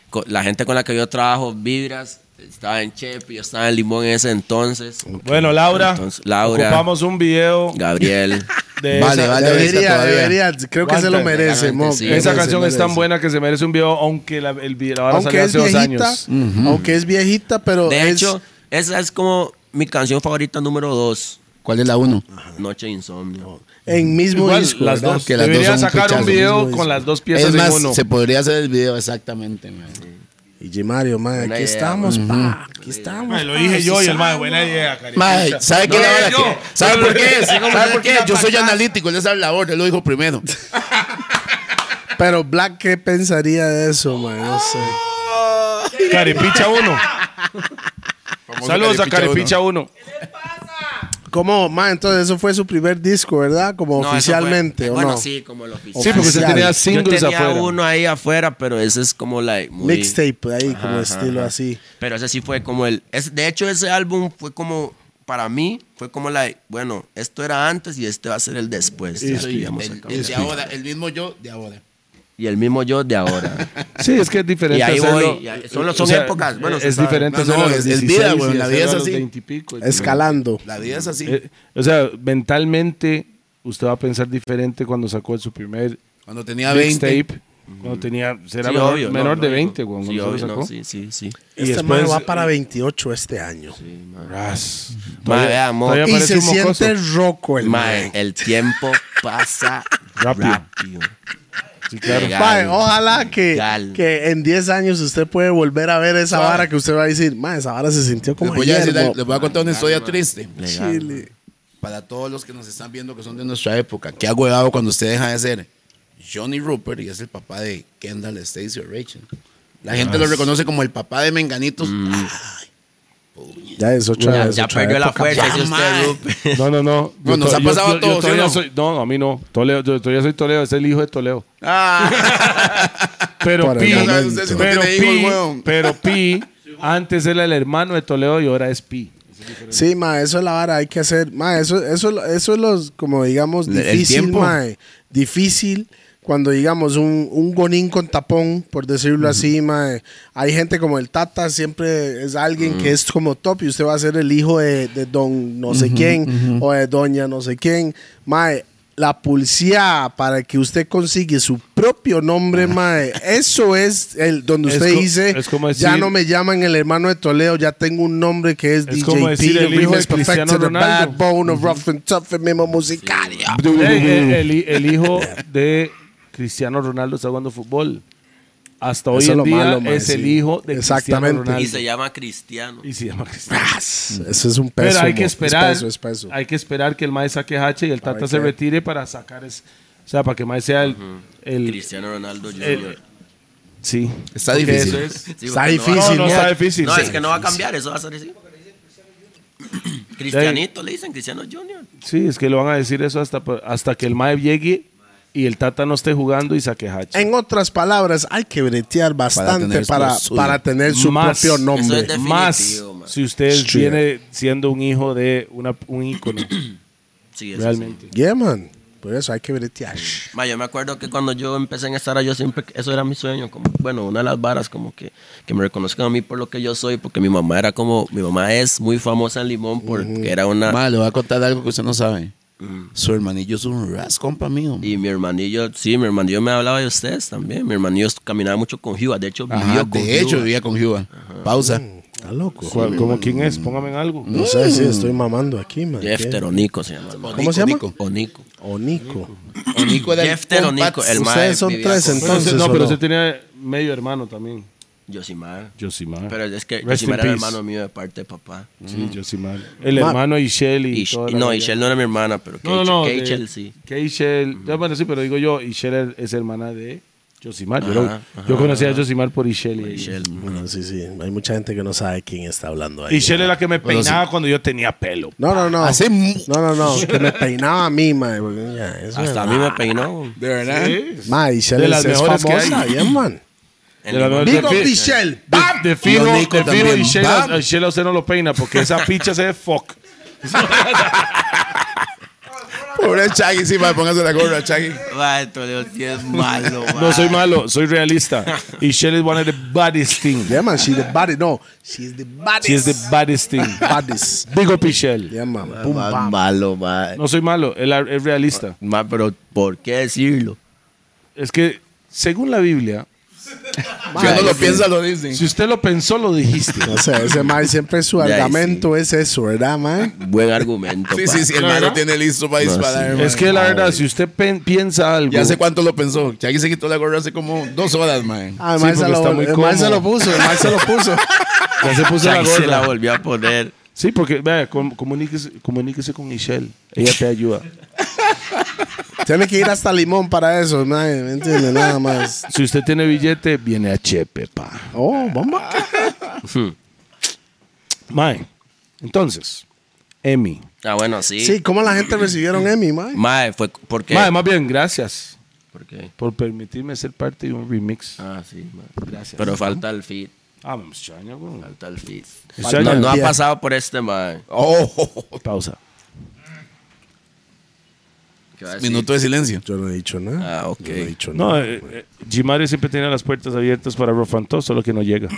[SPEAKER 4] co- la gente con la que yo trabajo, Vibras, estaba en Chepe, yo estaba en Limón en ese entonces.
[SPEAKER 2] Bueno, Laura,
[SPEAKER 4] Entonces, Laura.
[SPEAKER 2] ocupamos un video
[SPEAKER 4] Gabriel.
[SPEAKER 2] de
[SPEAKER 6] Vale,
[SPEAKER 2] esa,
[SPEAKER 6] vale,
[SPEAKER 3] Debería,
[SPEAKER 6] todavía.
[SPEAKER 3] debería. Creo que se lo
[SPEAKER 2] Aguanta,
[SPEAKER 3] merece,
[SPEAKER 4] realmente
[SPEAKER 3] mo.
[SPEAKER 4] sí.
[SPEAKER 2] esa
[SPEAKER 3] Se
[SPEAKER 2] canción es tan
[SPEAKER 3] merece.
[SPEAKER 2] buena que se merece un video, aunque la, el video ahora
[SPEAKER 3] Aunque
[SPEAKER 2] salió
[SPEAKER 3] es
[SPEAKER 2] hace dos
[SPEAKER 3] viejita,
[SPEAKER 2] años.
[SPEAKER 3] aunque es viejita, pero
[SPEAKER 4] De
[SPEAKER 3] es-
[SPEAKER 4] hecho, esa es como mi canción favorita número dos,
[SPEAKER 6] ¿Cuál es la uno?
[SPEAKER 4] Noche de Insomnio.
[SPEAKER 3] en mismo
[SPEAKER 2] Igual,
[SPEAKER 3] disco,
[SPEAKER 2] las
[SPEAKER 3] ¿verdad?
[SPEAKER 2] dos.
[SPEAKER 6] Que las dos
[SPEAKER 2] Debería
[SPEAKER 6] son un
[SPEAKER 2] sacar un
[SPEAKER 6] pichazo,
[SPEAKER 2] video
[SPEAKER 3] mismo
[SPEAKER 2] con
[SPEAKER 3] disco.
[SPEAKER 2] las dos piezas
[SPEAKER 6] Es
[SPEAKER 2] en
[SPEAKER 6] más,
[SPEAKER 2] uno.
[SPEAKER 6] se podría hacer el video exactamente. man.
[SPEAKER 3] Y G. Mario, mae, aquí
[SPEAKER 4] Buena idea,
[SPEAKER 3] estamos, pa. Aquí estamos.
[SPEAKER 2] Mae, lo dije yo y el mae, buena idea, cariño.
[SPEAKER 6] Mae, ¿sabe qué
[SPEAKER 2] No,
[SPEAKER 6] la verdad
[SPEAKER 2] yo.
[SPEAKER 6] que- ¿Sabe por qué?
[SPEAKER 2] Sí, como
[SPEAKER 6] ¿Sabe
[SPEAKER 2] usted
[SPEAKER 6] por qué?
[SPEAKER 2] tira
[SPEAKER 6] Yo
[SPEAKER 2] pa'
[SPEAKER 6] soy
[SPEAKER 2] acá.
[SPEAKER 6] analítico, él es hablador, él lo dijo primero.
[SPEAKER 3] Pero Black, ¿qué pensaría de eso, mae? No sé.
[SPEAKER 2] Carepicha 1. *laughs*
[SPEAKER 6] Famoso
[SPEAKER 2] Saludos a Carepicha 1.
[SPEAKER 3] ¿Cómo, mae? Entonces, eso fue su primer disco, ¿verdad? Como
[SPEAKER 4] No, eso fue- eh,
[SPEAKER 3] oficialmente, ¿o
[SPEAKER 4] bueno,
[SPEAKER 3] no?
[SPEAKER 4] sí, como el oficial.
[SPEAKER 2] Sí, porque usted
[SPEAKER 3] Oficial.
[SPEAKER 2] tenía
[SPEAKER 4] Yo
[SPEAKER 2] singles
[SPEAKER 4] tenía
[SPEAKER 2] afuera.
[SPEAKER 4] uno ahí afuera, pero ese es como like muy-
[SPEAKER 3] Mixtape, ahí, como estilo así.
[SPEAKER 4] Pero ese sí fue como el. es- de hecho, ese álbum fue como. Para mí, fue como la. Bueno, eno era antes y este va a ser el después. Ya
[SPEAKER 6] uno.
[SPEAKER 4] estuviéramos
[SPEAKER 6] El-
[SPEAKER 4] acá.
[SPEAKER 6] el de ahora, el mismo yo de ahora.
[SPEAKER 4] Y el mismo yo de ahora.
[SPEAKER 2] Sí, es que es diferente.
[SPEAKER 4] Y ahí
[SPEAKER 2] hacerlo-
[SPEAKER 4] voy, y ahí- son- son épocas, bueno, se
[SPEAKER 2] es
[SPEAKER 4] sabe.
[SPEAKER 2] diferente.
[SPEAKER 6] No,
[SPEAKER 2] hacerlo
[SPEAKER 6] no,
[SPEAKER 2] a los
[SPEAKER 6] es- es
[SPEAKER 2] 16
[SPEAKER 6] vida,
[SPEAKER 2] y
[SPEAKER 6] güey, la
[SPEAKER 2] hacerlo
[SPEAKER 6] vida es
[SPEAKER 2] a los
[SPEAKER 6] así.
[SPEAKER 2] 20 y pico.
[SPEAKER 3] Escalando.
[SPEAKER 6] La vida es así.
[SPEAKER 2] Eh, o sea, mentalmente, usted va a pensar diferente cuando sacó su primer
[SPEAKER 6] Cuando tenía 20.
[SPEAKER 2] mixtape Cuando tenía, será
[SPEAKER 4] Sí,
[SPEAKER 2] menor,
[SPEAKER 4] obvio, no,
[SPEAKER 2] menor
[SPEAKER 4] no,
[SPEAKER 2] de
[SPEAKER 4] hijo.
[SPEAKER 2] 20, güey.
[SPEAKER 4] Sí,
[SPEAKER 2] cuando se lo
[SPEAKER 4] obvio, no,
[SPEAKER 2] sacó.
[SPEAKER 4] sí, sí, sí.
[SPEAKER 2] Y
[SPEAKER 3] este
[SPEAKER 2] después-
[SPEAKER 3] mae va para 28 este año.
[SPEAKER 2] Ras.
[SPEAKER 4] Mae,
[SPEAKER 2] Todavía-
[SPEAKER 4] amor.
[SPEAKER 2] todavía
[SPEAKER 4] Ya
[SPEAKER 3] y
[SPEAKER 2] parece
[SPEAKER 3] se
[SPEAKER 2] un mocoso.
[SPEAKER 3] siente roco el
[SPEAKER 4] Mae,
[SPEAKER 3] mae.
[SPEAKER 4] el tiempo pasa
[SPEAKER 2] Rápido.
[SPEAKER 4] rápido.
[SPEAKER 2] Sí, claro.
[SPEAKER 4] Legal.
[SPEAKER 3] Mae, ojalá que,
[SPEAKER 4] Gal.
[SPEAKER 3] que en 10 años usted puede volver a ver esa vara que usted va a decir, mae, esa vara se sintió
[SPEAKER 6] Les
[SPEAKER 3] como
[SPEAKER 6] voy, a
[SPEAKER 3] ayer,
[SPEAKER 6] decir-
[SPEAKER 3] mo-
[SPEAKER 6] les voy a contar una historia triste.
[SPEAKER 4] Legal.
[SPEAKER 3] Chile.
[SPEAKER 6] Para todos los que nos están viendo que son de nuestra época. ¿Qué ha huevado cuando usted deja de ser Johnny Rupert y es el papá de Kendall, Stacy o Rachel? La gente
[SPEAKER 2] Ah.
[SPEAKER 6] lo reconoce como el papá de Menganitos.
[SPEAKER 2] Mm.
[SPEAKER 6] Ah, Ay,
[SPEAKER 3] Ya es otra
[SPEAKER 4] Ya,
[SPEAKER 3] es
[SPEAKER 4] ya
[SPEAKER 3] otra
[SPEAKER 4] perdió la
[SPEAKER 3] época.
[SPEAKER 4] fuerza,
[SPEAKER 6] Ya,
[SPEAKER 4] si
[SPEAKER 6] mae.
[SPEAKER 4] usted Lupe.
[SPEAKER 2] *laughs* No, no,
[SPEAKER 6] *laughs*
[SPEAKER 2] no.
[SPEAKER 6] No, nos
[SPEAKER 2] to-
[SPEAKER 6] ha pasado a todos,
[SPEAKER 2] todavía
[SPEAKER 6] ¿sí o
[SPEAKER 2] soy, no, a mí no. Toledo, yo todavía soy Toledo, es el hijo de Toledo. *laughs* Pero
[SPEAKER 3] Por el
[SPEAKER 2] Pi,
[SPEAKER 3] momento. Ya sabes,
[SPEAKER 6] Ah. usted
[SPEAKER 2] pero
[SPEAKER 6] no tiene hijos,
[SPEAKER 2] Pi,
[SPEAKER 6] weón. *laughs*
[SPEAKER 2] pero Pi, antes era el hermano de Toledo y ahora es Pi.
[SPEAKER 3] Sí, mae, eso es la vara, hay que hacer. Mae, eso, eso, eso es los, como digamos,
[SPEAKER 6] El- el
[SPEAKER 3] difícil,
[SPEAKER 6] tiempo.
[SPEAKER 3] mae. Difícil cuando, digamos, un, un gonín con tapón, por decirlo así, mae. Hay gente como el Tata, siempre es alguien
[SPEAKER 6] Mm.
[SPEAKER 3] que es como top y usted va a ser el hijo de, de don no sé quién o de doña no sé quién. Mae, la pulsía para que usted consigue su propio
[SPEAKER 6] Ah.
[SPEAKER 3] nombre, mae. Eso es el donde
[SPEAKER 2] Es
[SPEAKER 3] usted
[SPEAKER 2] co-
[SPEAKER 3] dice,
[SPEAKER 2] es como
[SPEAKER 3] ya
[SPEAKER 2] decir-
[SPEAKER 3] no me llaman el hermano de Toledo, ya tengo un nombre que es
[SPEAKER 2] Es
[SPEAKER 3] DJ
[SPEAKER 2] como decir
[SPEAKER 3] Peter,
[SPEAKER 2] el hijo
[SPEAKER 3] Remix
[SPEAKER 2] de Cristiano
[SPEAKER 3] Perfected, The
[SPEAKER 2] Ronaldo.
[SPEAKER 3] Bad Bone of Rough and Tough, el mismo musicario.
[SPEAKER 2] Eh, el, el- el hijo de Cristiano Ronaldo está jugando fútbol. Hasta hoy
[SPEAKER 3] Eso es
[SPEAKER 2] en
[SPEAKER 3] lo
[SPEAKER 2] día
[SPEAKER 3] malo, mae,
[SPEAKER 2] es el
[SPEAKER 3] sí.
[SPEAKER 2] hijo de
[SPEAKER 3] Exactamente.
[SPEAKER 2] Cristiano Ronaldo.
[SPEAKER 4] Y se llama Cristiano.
[SPEAKER 2] Y se llama Cristiano.
[SPEAKER 3] Eso es un peso.
[SPEAKER 2] Pero hay que
[SPEAKER 3] mo-
[SPEAKER 2] esperar.
[SPEAKER 3] Es peso, es peso.
[SPEAKER 2] Hay que esperar que el mae saque hache y el Tata
[SPEAKER 3] ver
[SPEAKER 2] se
[SPEAKER 3] qué.
[SPEAKER 2] retire para sacar es, o sea, para que el mae sea el, el
[SPEAKER 4] Cristiano Ronaldo Jr.
[SPEAKER 2] sí.
[SPEAKER 6] Está
[SPEAKER 2] Porque
[SPEAKER 6] difícil.
[SPEAKER 2] eso es-
[SPEAKER 4] Sí,
[SPEAKER 3] Está
[SPEAKER 4] porque no va-
[SPEAKER 3] difícil.
[SPEAKER 2] No, no,
[SPEAKER 3] mae.
[SPEAKER 2] está difícil.
[SPEAKER 4] No,
[SPEAKER 2] Sí.
[SPEAKER 4] es que no va a cambiar, eso va a ser así. *clears throat* Cristianito le dicen, Cristiano Junior.
[SPEAKER 2] Sí, es que lo van a decir eso hasta, pa- hasta que el mae llegue y el Tata no esté jugando y saque hache.
[SPEAKER 3] En otras palabras, hay que bretear bastante
[SPEAKER 6] tener su-
[SPEAKER 3] para,
[SPEAKER 6] su-
[SPEAKER 3] para tener su
[SPEAKER 2] Más.
[SPEAKER 3] propio
[SPEAKER 4] Eso
[SPEAKER 3] nombre.
[SPEAKER 4] es de- Definitivo,
[SPEAKER 2] Más
[SPEAKER 4] mae.
[SPEAKER 2] si usted
[SPEAKER 3] Sí.
[SPEAKER 2] viene siendo un hijo de una, un ícono,
[SPEAKER 4] Sí, eso
[SPEAKER 2] realmente.
[SPEAKER 3] Yeah, man. Por eso hay que bretear.
[SPEAKER 4] sí. Ma, yo me acuerdo que cuando yo empecé en estar yo siempre, eso era mi sueño, como, bueno, una de las varas, como que, que me reconozcan a mí por lo que yo soy, porque mi mamá era como, mi mamá es muy famosa en Limón porque era una,
[SPEAKER 6] Ma, le voy a contar algo que usted no sabe. Su hermanillo es un ras, compa mío.
[SPEAKER 4] Y mi hermanillo, sí, mi hermanillo me hablaba de ustedes también. Mi hermanillo caminaba mucho con Juba, de hecho
[SPEAKER 6] Ajá,
[SPEAKER 4] vivió con
[SPEAKER 6] de hecho,
[SPEAKER 4] Juba.
[SPEAKER 6] vivía con Cuba. Pausa.
[SPEAKER 3] Está loco.
[SPEAKER 2] ¿Cuál- ¿Cómo quién es? Póngame en algo.
[SPEAKER 3] No sé
[SPEAKER 2] Mm.
[SPEAKER 3] si estoy mamando aquí, man.
[SPEAKER 4] Jefter
[SPEAKER 3] ¿Qué?
[SPEAKER 4] Onico se llama. el man.
[SPEAKER 3] ¿Cómo se llama?
[SPEAKER 6] Nico.
[SPEAKER 4] Onico.
[SPEAKER 3] O Nico.
[SPEAKER 6] Nico era el
[SPEAKER 4] Jefter
[SPEAKER 6] compa-
[SPEAKER 4] Onico, el mae
[SPEAKER 3] Ustedes son
[SPEAKER 4] vivía
[SPEAKER 3] tres,
[SPEAKER 4] con-
[SPEAKER 2] Pero
[SPEAKER 3] entonces.
[SPEAKER 2] usted- pues no,
[SPEAKER 3] ¿o
[SPEAKER 2] pero
[SPEAKER 3] no?
[SPEAKER 2] usted tenía medio hermano también.
[SPEAKER 4] Yosimar.
[SPEAKER 2] Yosimar.
[SPEAKER 4] Pero es que
[SPEAKER 2] Rest in
[SPEAKER 4] Yosimar era
[SPEAKER 2] peace.
[SPEAKER 4] hermano mío de parte de papá.
[SPEAKER 2] Sí, Yosimar. El
[SPEAKER 3] Ma-
[SPEAKER 2] hermano y Shelly.
[SPEAKER 4] Y, y no, y Shell no era mi hermana, pero
[SPEAKER 2] No, no, no.
[SPEAKER 4] Keichel Keichel
[SPEAKER 2] de-
[SPEAKER 4] sí. Mm.
[SPEAKER 2] Keichel. ya, bueno, sí, pero digo yo, Ishel es hermana de Josimar. Yo,
[SPEAKER 4] Ajá,
[SPEAKER 2] lo- yo conocía a Josimar por Ishel. y-
[SPEAKER 4] Keichel.
[SPEAKER 3] Bueno, sí, sí. Hay mucha gente que no sabe quién está hablando ahí.
[SPEAKER 2] Ishel es la que me
[SPEAKER 6] Bueno,
[SPEAKER 2] peinaba cuando yo tenía pelo.
[SPEAKER 3] No, no, no.
[SPEAKER 6] Hace mu-
[SPEAKER 3] No, no, no.
[SPEAKER 2] *laughs*
[SPEAKER 3] Que me peinaba a mí, mae. porque ya, eso
[SPEAKER 4] Hasta a
[SPEAKER 3] era-
[SPEAKER 4] mí me peinó.
[SPEAKER 5] De verdad.
[SPEAKER 3] Mae, Michelle
[SPEAKER 2] De las
[SPEAKER 3] es
[SPEAKER 2] mejores que
[SPEAKER 3] famosa,
[SPEAKER 2] hay.
[SPEAKER 3] bien, man.
[SPEAKER 4] En
[SPEAKER 2] De la
[SPEAKER 4] Limón.
[SPEAKER 2] mejor-
[SPEAKER 3] Big up
[SPEAKER 2] fi-
[SPEAKER 3] Michelle.
[SPEAKER 2] De, de fijo,
[SPEAKER 6] Yo Nico
[SPEAKER 2] de fijo
[SPEAKER 6] también.
[SPEAKER 2] Ishel,
[SPEAKER 6] Bam.
[SPEAKER 2] a Ishel a usted no lo peina porque *laughs* esa picha se ve fuck.
[SPEAKER 6] Pobre Chaggy, sí, ma, póngase la gorra, Chaggy.
[SPEAKER 4] Ay, Toledo, sí es malo,
[SPEAKER 2] No
[SPEAKER 4] man.
[SPEAKER 2] soy malo, soy realista. Ishel is one of the baddest thing.
[SPEAKER 3] Yeah, man, she's the baddest. No, she's the baddest.
[SPEAKER 2] She is the *laughs* baddest thing.
[SPEAKER 3] baddest.
[SPEAKER 2] Big up Ishel.
[SPEAKER 3] Yeah, man. Pum,
[SPEAKER 4] Man,
[SPEAKER 3] pam.
[SPEAKER 4] Malo, man.
[SPEAKER 2] No soy malo, es, la- es realista.
[SPEAKER 4] Man, pero ¿por qué decirlo?
[SPEAKER 2] Es que, según la Biblia,
[SPEAKER 6] Si uno lo piensa, lo dicen.
[SPEAKER 2] si usted lo pensó, lo dijiste.
[SPEAKER 3] No sé, ese mae siempre su
[SPEAKER 4] ahí
[SPEAKER 3] argumento es eso, ¿verdad, mae?
[SPEAKER 4] Buen argumento.
[SPEAKER 6] Sí,
[SPEAKER 4] pa.
[SPEAKER 6] sí, sí, el mae lo tiene listo para disparar.
[SPEAKER 2] Es
[SPEAKER 6] mae.
[SPEAKER 2] que la verdad, si usted pen- piensa algo.
[SPEAKER 6] Ya sé cuánto lo pensó. Chaggy se quitó la gorra hace como dos horas, man.
[SPEAKER 3] Ah, el
[SPEAKER 2] Sí,
[SPEAKER 3] mae se,
[SPEAKER 2] porque está
[SPEAKER 3] lo,
[SPEAKER 2] muy
[SPEAKER 3] el mae se
[SPEAKER 2] cómodo.
[SPEAKER 3] lo puso, el mae se lo puso.
[SPEAKER 2] *laughs* ya se puso la
[SPEAKER 4] Ahí se la
[SPEAKER 2] gorra.
[SPEAKER 4] volvió a poner.
[SPEAKER 2] Sí, porque vea, com- comuníquese, comuníquese con Michelle. Ella te ayuda.
[SPEAKER 3] Tiene que ir hasta Limón para eso, mae. No entiende nada más.
[SPEAKER 2] Si usted tiene billete, viene a Chepe, pa.
[SPEAKER 3] Oh, bomba.
[SPEAKER 2] Mae. Entonces, Emi.
[SPEAKER 4] Ah, bueno, sí.
[SPEAKER 3] Sí, ¿cómo la gente recibieron Emmy, mae?
[SPEAKER 4] Mae, fue porque.
[SPEAKER 2] Mae, más bien, gracias
[SPEAKER 4] porque
[SPEAKER 2] por permitirme ser parte de un remix.
[SPEAKER 4] Ah, sí, mae. Gracias. Pero falta el feed.
[SPEAKER 2] Ah, me extraña, güey.
[SPEAKER 4] Falta el feed.
[SPEAKER 2] Falta
[SPEAKER 4] No,
[SPEAKER 2] el
[SPEAKER 4] no ha
[SPEAKER 3] feed.
[SPEAKER 4] pasado por este, mae.
[SPEAKER 6] Oh,
[SPEAKER 2] Pausa.
[SPEAKER 4] ¿Qué va a decir?
[SPEAKER 6] minuto de silencio.
[SPEAKER 3] Yo no he dicho nada.
[SPEAKER 4] Ah, ok.
[SPEAKER 3] Yo no he dicho nada.
[SPEAKER 2] No, eh, eh, Gimari siempre tiene las puertas abiertas para Rofantos, solo que no llega.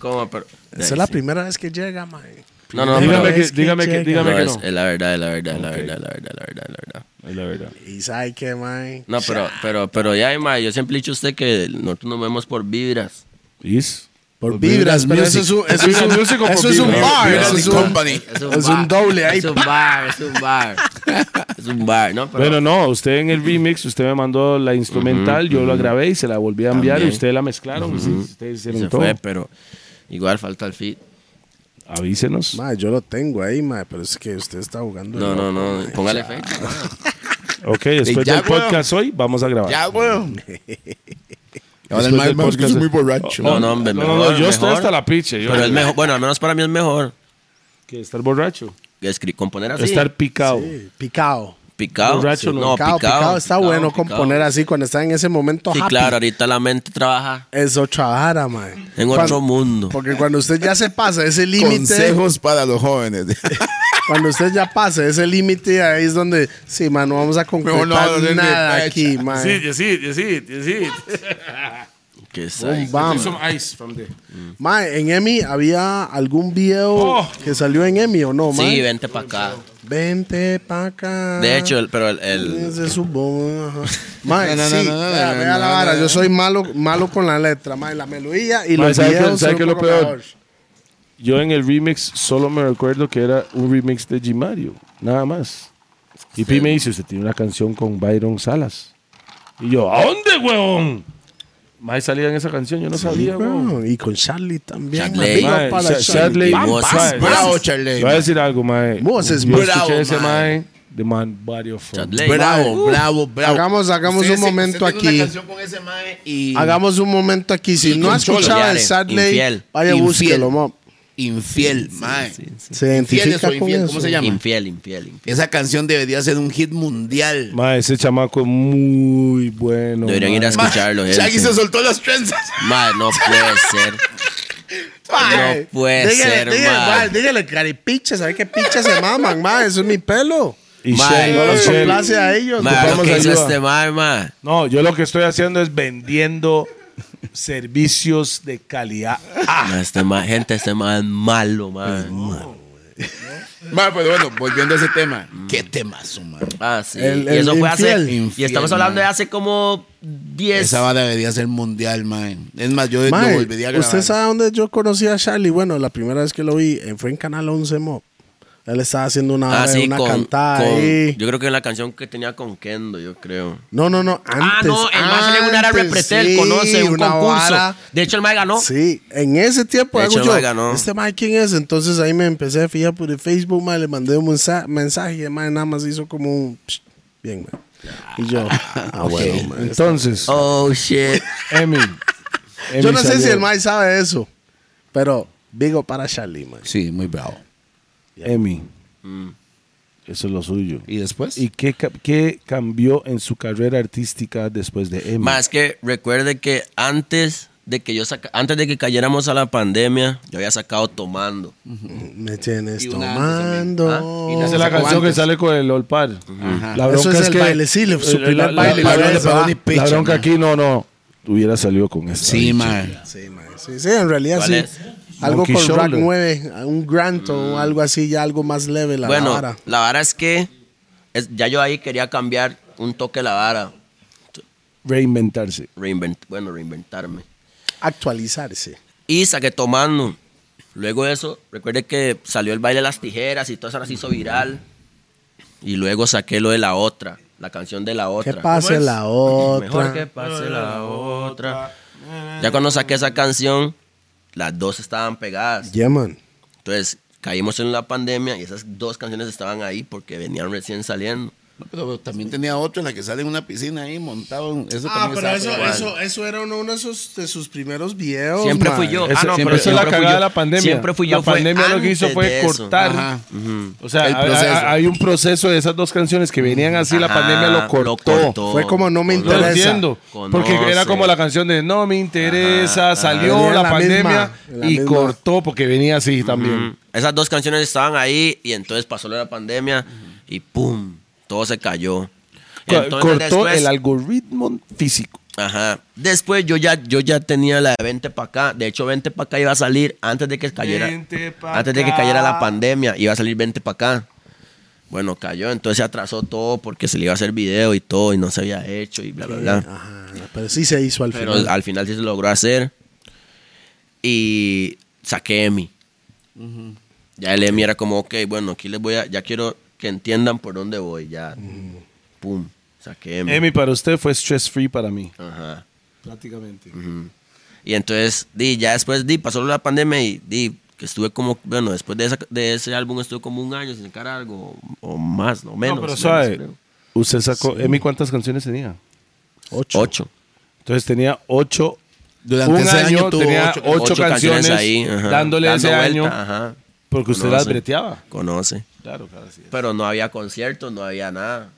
[SPEAKER 4] ¿Cómo? Pero, eh,
[SPEAKER 3] Esa es la primera vez que llega, mae.
[SPEAKER 4] No, no,
[SPEAKER 2] dígame
[SPEAKER 4] pero-
[SPEAKER 2] que,
[SPEAKER 3] es que
[SPEAKER 2] dígame que,
[SPEAKER 3] llega.
[SPEAKER 2] dígame
[SPEAKER 4] no,
[SPEAKER 2] que
[SPEAKER 4] es, eh.
[SPEAKER 2] no.
[SPEAKER 4] es la verdad, es la verdad, es la verdad, la verdad, la verdad, la verdad.
[SPEAKER 2] es la verdad.
[SPEAKER 3] Y sabe qué, mae.
[SPEAKER 4] No, pero, pero, pero ya, ma, yo siempre he dicho a usted que nosotros nos vemos por vibras.
[SPEAKER 2] ¿Is?
[SPEAKER 3] Por vibras, pero eso es un, eso es un,
[SPEAKER 2] Music o por
[SPEAKER 3] eso es un
[SPEAKER 2] vibras?
[SPEAKER 3] bar.
[SPEAKER 6] Vibras
[SPEAKER 3] Eso
[SPEAKER 6] y
[SPEAKER 3] es un,
[SPEAKER 6] Company.
[SPEAKER 3] Es un doble ahí,
[SPEAKER 4] Es un bar, es un bar. es un bar, ¿no? Pero,
[SPEAKER 2] Bueno, no, usted en el remix, usted me mandó la instrumental, yo la grabé y se la volví a enviar y
[SPEAKER 4] También.
[SPEAKER 2] ustedes la mezclaron. y sí, ustedes hicieron
[SPEAKER 4] se
[SPEAKER 2] todo.
[SPEAKER 4] fue, pero igual falta el fit.
[SPEAKER 2] Avísenos.
[SPEAKER 3] Mae, yo lo tengo ahí, mae, pero es que usted está jugando.
[SPEAKER 4] No, no,
[SPEAKER 3] loco,
[SPEAKER 4] no,
[SPEAKER 3] mae.
[SPEAKER 4] póngale fe.
[SPEAKER 2] Ok, después
[SPEAKER 6] ya,
[SPEAKER 2] del
[SPEAKER 6] weón.
[SPEAKER 2] podcast hoy vamos a grabar.
[SPEAKER 6] Ya, weón.
[SPEAKER 2] Ahora
[SPEAKER 6] Ahora
[SPEAKER 2] el
[SPEAKER 6] el
[SPEAKER 2] Después del
[SPEAKER 6] man
[SPEAKER 2] man, es que podcast- soy muy
[SPEAKER 6] muy borracho.
[SPEAKER 4] No, no, hombre,
[SPEAKER 2] no, no,
[SPEAKER 4] mejor,
[SPEAKER 2] yo estoy
[SPEAKER 4] mejor.
[SPEAKER 2] hasta la piche. Yo,
[SPEAKER 4] Pero es mejor, bueno, al menos para mí es mejor
[SPEAKER 2] Que estar borracho.
[SPEAKER 4] que escri- componer así.
[SPEAKER 2] Estar picado.
[SPEAKER 3] Sí, Picado.
[SPEAKER 4] picado.
[SPEAKER 2] borracho,
[SPEAKER 4] sí.
[SPEAKER 2] no.
[SPEAKER 4] no,
[SPEAKER 3] Picado,
[SPEAKER 4] picado,
[SPEAKER 3] picado. Está
[SPEAKER 4] picado,
[SPEAKER 3] bueno
[SPEAKER 4] picado.
[SPEAKER 3] componer así cuando está en ese momento
[SPEAKER 4] Sí,
[SPEAKER 3] happy.
[SPEAKER 4] claro, ahorita la mente trabaja
[SPEAKER 3] Es otra vara, mae.
[SPEAKER 4] en
[SPEAKER 3] Cuando-
[SPEAKER 4] otro mundo.
[SPEAKER 3] Porque cuando usted ya se pasa ese límite,
[SPEAKER 6] Consejos para
[SPEAKER 3] *laughs*
[SPEAKER 6] los jóvenes.
[SPEAKER 3] cuando usted ya pasa ese límite, ahí es donde, sí, man, no vamos a concretar
[SPEAKER 6] Mejor no hablar de
[SPEAKER 3] nada
[SPEAKER 6] fecha.
[SPEAKER 3] aquí, man.
[SPEAKER 2] yes, it, yes, it, yes, it.
[SPEAKER 4] Que es
[SPEAKER 3] Boom,
[SPEAKER 4] ahí.
[SPEAKER 3] bam.
[SPEAKER 2] ice from there.
[SPEAKER 3] Ma, en Emmy había algún video
[SPEAKER 2] Oh.
[SPEAKER 3] que salió en Emmy o no, man.
[SPEAKER 4] Sí, vente para acá.
[SPEAKER 3] Vente pa' acá.
[SPEAKER 4] De hecho, el- pero el, el-
[SPEAKER 3] Ese es su bo- ajá. Ma,
[SPEAKER 6] No, no,
[SPEAKER 3] sí,
[SPEAKER 6] no, no, no,
[SPEAKER 3] vea,
[SPEAKER 6] no,
[SPEAKER 3] vea
[SPEAKER 6] no,
[SPEAKER 3] la
[SPEAKER 6] no,
[SPEAKER 3] vara.
[SPEAKER 6] no.
[SPEAKER 3] Yo soy malo, malo con la letra, ma, y la melodía y
[SPEAKER 2] Ma,
[SPEAKER 3] los
[SPEAKER 2] ¿sabe qué-
[SPEAKER 3] videos.
[SPEAKER 2] sabe
[SPEAKER 3] son
[SPEAKER 2] qué
[SPEAKER 3] un
[SPEAKER 2] lo
[SPEAKER 3] poco
[SPEAKER 2] peor?
[SPEAKER 3] peores.
[SPEAKER 2] Yo en el remix solo me recuerdo que era un remix de G. Mario, nada más. Y Pi me dice, usted tiene una canción con Byron Salas. Y yo, ¿a dónde, huevón? Más salía en esa canción, yo no sabía, huevón.
[SPEAKER 3] Bueno, y con Charlie también. ma.
[SPEAKER 4] Charlie.
[SPEAKER 3] Big up
[SPEAKER 2] Mae,
[SPEAKER 3] para
[SPEAKER 2] Sha- Shadley,
[SPEAKER 3] Charlie.
[SPEAKER 4] Bam,
[SPEAKER 2] Moses,
[SPEAKER 4] bam,
[SPEAKER 2] mae.
[SPEAKER 6] Bravo,
[SPEAKER 2] Te
[SPEAKER 6] Charlie.
[SPEAKER 2] voy a decir algo, mae.
[SPEAKER 3] Vos es
[SPEAKER 2] Yo escuché
[SPEAKER 6] bravo,
[SPEAKER 2] ese
[SPEAKER 6] mae.
[SPEAKER 2] mae, the man varios fun.
[SPEAKER 4] Chadley.
[SPEAKER 6] Bravo, bravo, bravo.
[SPEAKER 3] Hagamos- hagamos
[SPEAKER 6] Usted
[SPEAKER 3] un
[SPEAKER 6] se-
[SPEAKER 3] momento
[SPEAKER 6] usted tiene
[SPEAKER 3] aquí.
[SPEAKER 6] una canción con ese mae y
[SPEAKER 3] Hagamos un momento aquí. Si
[SPEAKER 6] Y
[SPEAKER 3] no
[SPEAKER 6] con
[SPEAKER 3] ha escuchado
[SPEAKER 4] Cholo.
[SPEAKER 3] el Sadley,
[SPEAKER 4] Infiel.
[SPEAKER 3] vaya
[SPEAKER 6] Infiel.
[SPEAKER 3] búsquelo, mo.
[SPEAKER 6] Infiel, mae.
[SPEAKER 3] Se
[SPEAKER 6] Infieles
[SPEAKER 3] identifica
[SPEAKER 6] o
[SPEAKER 3] con
[SPEAKER 6] infiel,
[SPEAKER 3] eso.
[SPEAKER 6] ¿cómo se llama?
[SPEAKER 4] infiel, infiel, infiel.
[SPEAKER 6] Esa canción debería ser un hit mundial.
[SPEAKER 2] Mae, ese chamaco es muy bueno.
[SPEAKER 4] Deberían ir
[SPEAKER 2] mae.
[SPEAKER 4] a escucharlo. él,
[SPEAKER 6] Shaggy
[SPEAKER 4] sí.
[SPEAKER 6] se soltó las trenzas.
[SPEAKER 4] Mae, no
[SPEAKER 3] *laughs*
[SPEAKER 4] puede ser. No puede
[SPEAKER 3] dígale,
[SPEAKER 4] ser,
[SPEAKER 3] dígale,
[SPEAKER 4] mae.
[SPEAKER 3] mae, dígale, caripichas, a ver qué pichas se maman, ma. Eso es mi pelo.
[SPEAKER 2] Y
[SPEAKER 4] Mae,
[SPEAKER 2] Shell,
[SPEAKER 4] no los
[SPEAKER 2] Shell.
[SPEAKER 3] Complace a ellos.
[SPEAKER 4] Mae, lo
[SPEAKER 2] Ocupamos
[SPEAKER 4] que hizo
[SPEAKER 2] ayuda.
[SPEAKER 4] este mae, mae.
[SPEAKER 2] No, yo lo que estoy haciendo es vendiendo servicios de calidad.
[SPEAKER 6] Ah.
[SPEAKER 4] Mae, Este mae, gente, este mae es malo, mae.
[SPEAKER 6] Mae, pues bueno, volviendo a ese tema. Qué temazo, mae.
[SPEAKER 4] Ah, sí.
[SPEAKER 3] El-
[SPEAKER 4] y
[SPEAKER 3] el
[SPEAKER 4] eso fue
[SPEAKER 3] infiel.
[SPEAKER 4] hace. y
[SPEAKER 6] Infiel,
[SPEAKER 4] estamos hablando
[SPEAKER 6] mae.
[SPEAKER 4] de hace como 10.
[SPEAKER 6] Esa banda debería ser mundial, mae. Es más,
[SPEAKER 4] *laughs*
[SPEAKER 6] yo
[SPEAKER 3] Mae,
[SPEAKER 6] lo volvería a grabar.
[SPEAKER 3] ¿Usted sabe dónde yo conocí a Charlie? Bueno, la primera vez que lo vi eh, fue en Canal 11, mo. Él estaba haciendo una,
[SPEAKER 4] Ah, sí,
[SPEAKER 3] una
[SPEAKER 4] con,
[SPEAKER 3] cantada
[SPEAKER 4] con-
[SPEAKER 3] ahí.
[SPEAKER 4] Yo creo que la canción que tenía con Kendo, yo creo.
[SPEAKER 3] No, no, no. Antes,
[SPEAKER 4] ah, no, el más le una era
[SPEAKER 3] antes,
[SPEAKER 4] Repretel,
[SPEAKER 3] sí,
[SPEAKER 4] conoce un
[SPEAKER 3] una
[SPEAKER 4] concurso.
[SPEAKER 3] vara.
[SPEAKER 4] De hecho, el mae ganó.
[SPEAKER 3] Sí, en ese tiempo
[SPEAKER 4] De
[SPEAKER 3] hago
[SPEAKER 4] hecho,
[SPEAKER 3] yo,
[SPEAKER 4] no ganó.
[SPEAKER 3] este mae quién es, entonces ahí me empecé a fijar por el Facebook, mae, le mandé un mensa- mensaje y el mae nada más hizo como un psh, bien, mae. Y yo,
[SPEAKER 4] *laughs*
[SPEAKER 3] ah, bueno, mae.
[SPEAKER 2] Entonces,
[SPEAKER 4] Oh, shit.
[SPEAKER 3] *laughs*
[SPEAKER 2] Emi. Emi
[SPEAKER 3] Yo no sé
[SPEAKER 2] salió.
[SPEAKER 4] *laughs*
[SPEAKER 3] si el mae sabe eso, pero digo para Charlie, mae.
[SPEAKER 6] Sí, muy bravo.
[SPEAKER 2] Emi.
[SPEAKER 4] Mm.
[SPEAKER 2] Eso es lo suyo.
[SPEAKER 6] ¿Y después?
[SPEAKER 2] ¿Y qué, ca- qué cambió en su carrera artística después de Emi?
[SPEAKER 4] Más que recuerde que antes de que yo saca, antes de que cayéramos a la pandemia, yo había sacado tomando.
[SPEAKER 3] Me tienes
[SPEAKER 6] Y una antes
[SPEAKER 3] tomando.
[SPEAKER 6] también. Ah, y
[SPEAKER 2] Esa
[SPEAKER 6] no
[SPEAKER 2] es la
[SPEAKER 6] sacó
[SPEAKER 2] canción que
[SPEAKER 6] antes.
[SPEAKER 2] sale con el Olpar. La
[SPEAKER 3] Eso es el baile, sí, le- su
[SPEAKER 2] la-
[SPEAKER 3] primer
[SPEAKER 2] la- la-
[SPEAKER 3] baile,
[SPEAKER 2] La,
[SPEAKER 6] le
[SPEAKER 2] bronca-
[SPEAKER 6] paró ni
[SPEAKER 2] la
[SPEAKER 6] pecho,
[SPEAKER 2] bronca
[SPEAKER 6] man.
[SPEAKER 2] aquí no, no. Hubiera salido con esta.
[SPEAKER 6] Sí,
[SPEAKER 2] bicha.
[SPEAKER 6] mae.
[SPEAKER 3] Sí, mae, sí, sí, en realidad
[SPEAKER 4] ¿Cuál
[SPEAKER 3] sí.
[SPEAKER 4] es? Mm.
[SPEAKER 3] Algo
[SPEAKER 2] Monkey
[SPEAKER 3] con Rack
[SPEAKER 2] Shoulder.
[SPEAKER 3] 9, un grant o algo así, ya algo más leve la
[SPEAKER 4] bueno,
[SPEAKER 3] vara.
[SPEAKER 4] la vara es que es- ya yo ahí quería cambiar un toque la vara,
[SPEAKER 2] Reinventarse.
[SPEAKER 4] reinvent, bueno, reinventarme.
[SPEAKER 3] Actualizarse.
[SPEAKER 4] Y saqué tomando. Luego de eso, recuerde que salió el baile de las tijeras y todo eso ahora se hizo viral. Y luego saqué lo de la otra, la canción de la
[SPEAKER 3] Que
[SPEAKER 4] otra.
[SPEAKER 3] pase la
[SPEAKER 4] Mejor
[SPEAKER 3] otra.
[SPEAKER 4] que pase la otra. Ya cuando saqué esa canción, las dos estaban pegadas.
[SPEAKER 3] Yeah, man.
[SPEAKER 4] Entonces caímos en la pandemia y esas dos canciones estaban ahí porque venían recién saliendo.
[SPEAKER 6] No, pero también tenía otro en la que sale en una piscina ahí montado. en- Eso
[SPEAKER 3] Ah,
[SPEAKER 6] también
[SPEAKER 3] pero
[SPEAKER 6] estaba
[SPEAKER 3] eso,
[SPEAKER 6] igual.
[SPEAKER 3] eso, eso era uno, uno de, sus, de sus primeros videos.
[SPEAKER 4] Siempre
[SPEAKER 3] man.
[SPEAKER 4] fui yo.
[SPEAKER 2] Eso-
[SPEAKER 4] ah, no,
[SPEAKER 2] siempre-
[SPEAKER 4] pero
[SPEAKER 2] eso es la
[SPEAKER 4] siempre fui
[SPEAKER 2] cagada
[SPEAKER 4] yo.
[SPEAKER 2] de la pandemia.
[SPEAKER 4] Siempre fui yo,
[SPEAKER 2] La
[SPEAKER 4] fue
[SPEAKER 2] pandemia lo que hizo
[SPEAKER 4] antes de
[SPEAKER 2] fue
[SPEAKER 4] eso.
[SPEAKER 2] cortar.
[SPEAKER 6] Ajá.
[SPEAKER 2] O sea,
[SPEAKER 6] El
[SPEAKER 2] hay-
[SPEAKER 6] proceso.
[SPEAKER 2] hay, hay un proceso de esas dos canciones que venían así, la
[SPEAKER 4] Ajá,
[SPEAKER 2] pandemia lo cortó.
[SPEAKER 4] cortó.
[SPEAKER 3] Fue como no me
[SPEAKER 2] Lo
[SPEAKER 3] interesa.
[SPEAKER 2] entiendo.
[SPEAKER 4] Conoce.
[SPEAKER 2] Porque era como la canción de No me interesa, salió
[SPEAKER 3] Venía
[SPEAKER 2] la,
[SPEAKER 3] la
[SPEAKER 2] pandemia
[SPEAKER 3] misma, la
[SPEAKER 2] y
[SPEAKER 3] misma.
[SPEAKER 2] cortó porque venía así también.
[SPEAKER 4] Esas dos canciones estaban ahí y entonces pasó lo de la pandemia y ¡pum! Todo se cayó. Y
[SPEAKER 2] Co-
[SPEAKER 4] entonces
[SPEAKER 2] cortó
[SPEAKER 4] después-
[SPEAKER 2] el algoritmo físico.
[SPEAKER 4] Ajá. Después yo ya, yo ya tenía la de 20 para acá. De hecho, 20 para acá iba a salir antes de que cayera.
[SPEAKER 2] 20 pa'
[SPEAKER 4] Antes de que
[SPEAKER 2] acá.
[SPEAKER 4] cayera la pandemia, iba a salir 20 para acá. Bueno, cayó, entonces se atrasó todo porque se le iba a hacer video y todo y no se había hecho y bla, bla, bla.
[SPEAKER 3] Ajá, pero sí se hizo al
[SPEAKER 4] Pero
[SPEAKER 3] final.
[SPEAKER 4] al final sí se logró hacer. Y saqué Emi. Ya el Emi era como, ok, bueno, aquí les voy a. Ya quiero que entiendan por dónde voy. Ya. Pum. Saqué Emi.
[SPEAKER 2] Emi, para usted fue stress free para mí.
[SPEAKER 4] Ajá.
[SPEAKER 2] Prácticamente.
[SPEAKER 4] Y entonces, di, ya después, di, pasó la pandemia y di, que estuve como, bueno, después de, esa- de ese álbum estuve como un año sin sacar algo, o, o más, no menos.
[SPEAKER 2] no, pero
[SPEAKER 4] menos,
[SPEAKER 2] sabe,
[SPEAKER 4] creo.
[SPEAKER 2] usted sacó, Emi, ¿cuántas canciones tenía?
[SPEAKER 3] Ocho.
[SPEAKER 4] Ocho.
[SPEAKER 2] Entonces tenía ocho.
[SPEAKER 6] Durante
[SPEAKER 2] un
[SPEAKER 6] ese
[SPEAKER 2] año,
[SPEAKER 6] año tuvo
[SPEAKER 2] tenía
[SPEAKER 6] ocho-
[SPEAKER 2] ocho, canciones,
[SPEAKER 4] ajá,
[SPEAKER 2] dándole
[SPEAKER 4] dando
[SPEAKER 2] ese año
[SPEAKER 4] vuelta, ajá.
[SPEAKER 2] porque usted
[SPEAKER 4] Conoce.
[SPEAKER 2] las breteaba.
[SPEAKER 4] Conoce.
[SPEAKER 2] Claro, claro, sí.
[SPEAKER 4] Pero no había conciertos, no había nada.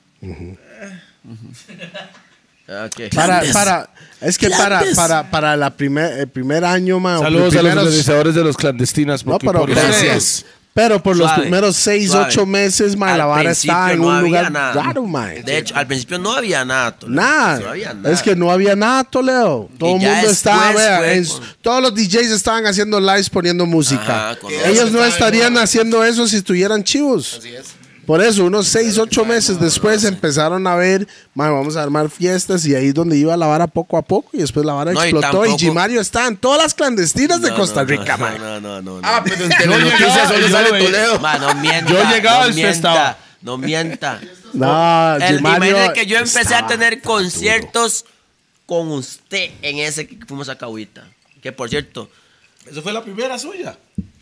[SPEAKER 4] Ah, *laughs* ok.
[SPEAKER 3] Para,
[SPEAKER 6] Antes.
[SPEAKER 3] para, es que para, para, para la primer, el primer año, más
[SPEAKER 2] Saludos a los organizadores de los clandestinas.
[SPEAKER 3] No,
[SPEAKER 2] porque
[SPEAKER 3] pero
[SPEAKER 2] por-
[SPEAKER 6] Gracias.
[SPEAKER 3] Pero por los
[SPEAKER 4] Suave,
[SPEAKER 3] primeros seis,
[SPEAKER 4] suave.
[SPEAKER 3] ocho meses, ma, la
[SPEAKER 4] Al
[SPEAKER 3] vara
[SPEAKER 4] principio
[SPEAKER 3] está en
[SPEAKER 4] no
[SPEAKER 3] un
[SPEAKER 4] había
[SPEAKER 3] lugar
[SPEAKER 4] nada.
[SPEAKER 3] raro, ma.
[SPEAKER 4] De hecho, al principio no había nada. Toledo.
[SPEAKER 3] Nada.
[SPEAKER 4] No había nada.
[SPEAKER 3] Es que no había nada, Toledo. Todo el
[SPEAKER 4] ya
[SPEAKER 3] mundo estaba,
[SPEAKER 4] después
[SPEAKER 3] vea,
[SPEAKER 4] fue
[SPEAKER 3] en-
[SPEAKER 4] con-
[SPEAKER 3] todos los DJs estaban haciendo lives poniendo música.
[SPEAKER 4] Ajá, con
[SPEAKER 3] Ellos
[SPEAKER 4] razón.
[SPEAKER 3] no estarían haciendo eso si estuvieran chivos. Por eso, unos seis, ocho meses después empezaron a ver, "Ma, vamos a armar fiestas y ahí es donde iba la vara poco a poco y después la vara
[SPEAKER 4] No, y
[SPEAKER 3] explotó y,
[SPEAKER 4] tampoco-
[SPEAKER 3] Gimario está en todas las clandestinas de
[SPEAKER 4] No,
[SPEAKER 3] Costa
[SPEAKER 4] no, no,
[SPEAKER 3] Rica,
[SPEAKER 4] no,
[SPEAKER 3] ma.
[SPEAKER 4] No, no, no. no.
[SPEAKER 6] Ah, pero en Telenoticias
[SPEAKER 2] yo
[SPEAKER 6] solo
[SPEAKER 2] lo
[SPEAKER 6] sale
[SPEAKER 2] veía.
[SPEAKER 4] *laughs*
[SPEAKER 6] Toledo.
[SPEAKER 4] Ma, no mienta.
[SPEAKER 2] Yo llegaba
[SPEAKER 4] no
[SPEAKER 2] al
[SPEAKER 4] mienta,
[SPEAKER 2] festado.
[SPEAKER 4] No
[SPEAKER 2] *laughs*
[SPEAKER 4] mienta.
[SPEAKER 3] No,
[SPEAKER 4] El,
[SPEAKER 3] Gimario
[SPEAKER 4] imagínate que yo empecé a
[SPEAKER 3] estaba
[SPEAKER 4] tener
[SPEAKER 3] duro.
[SPEAKER 4] conciertos con usted en ese que fuimos a Cahuita. Que por cierto,
[SPEAKER 2] Eso fue la primera suya.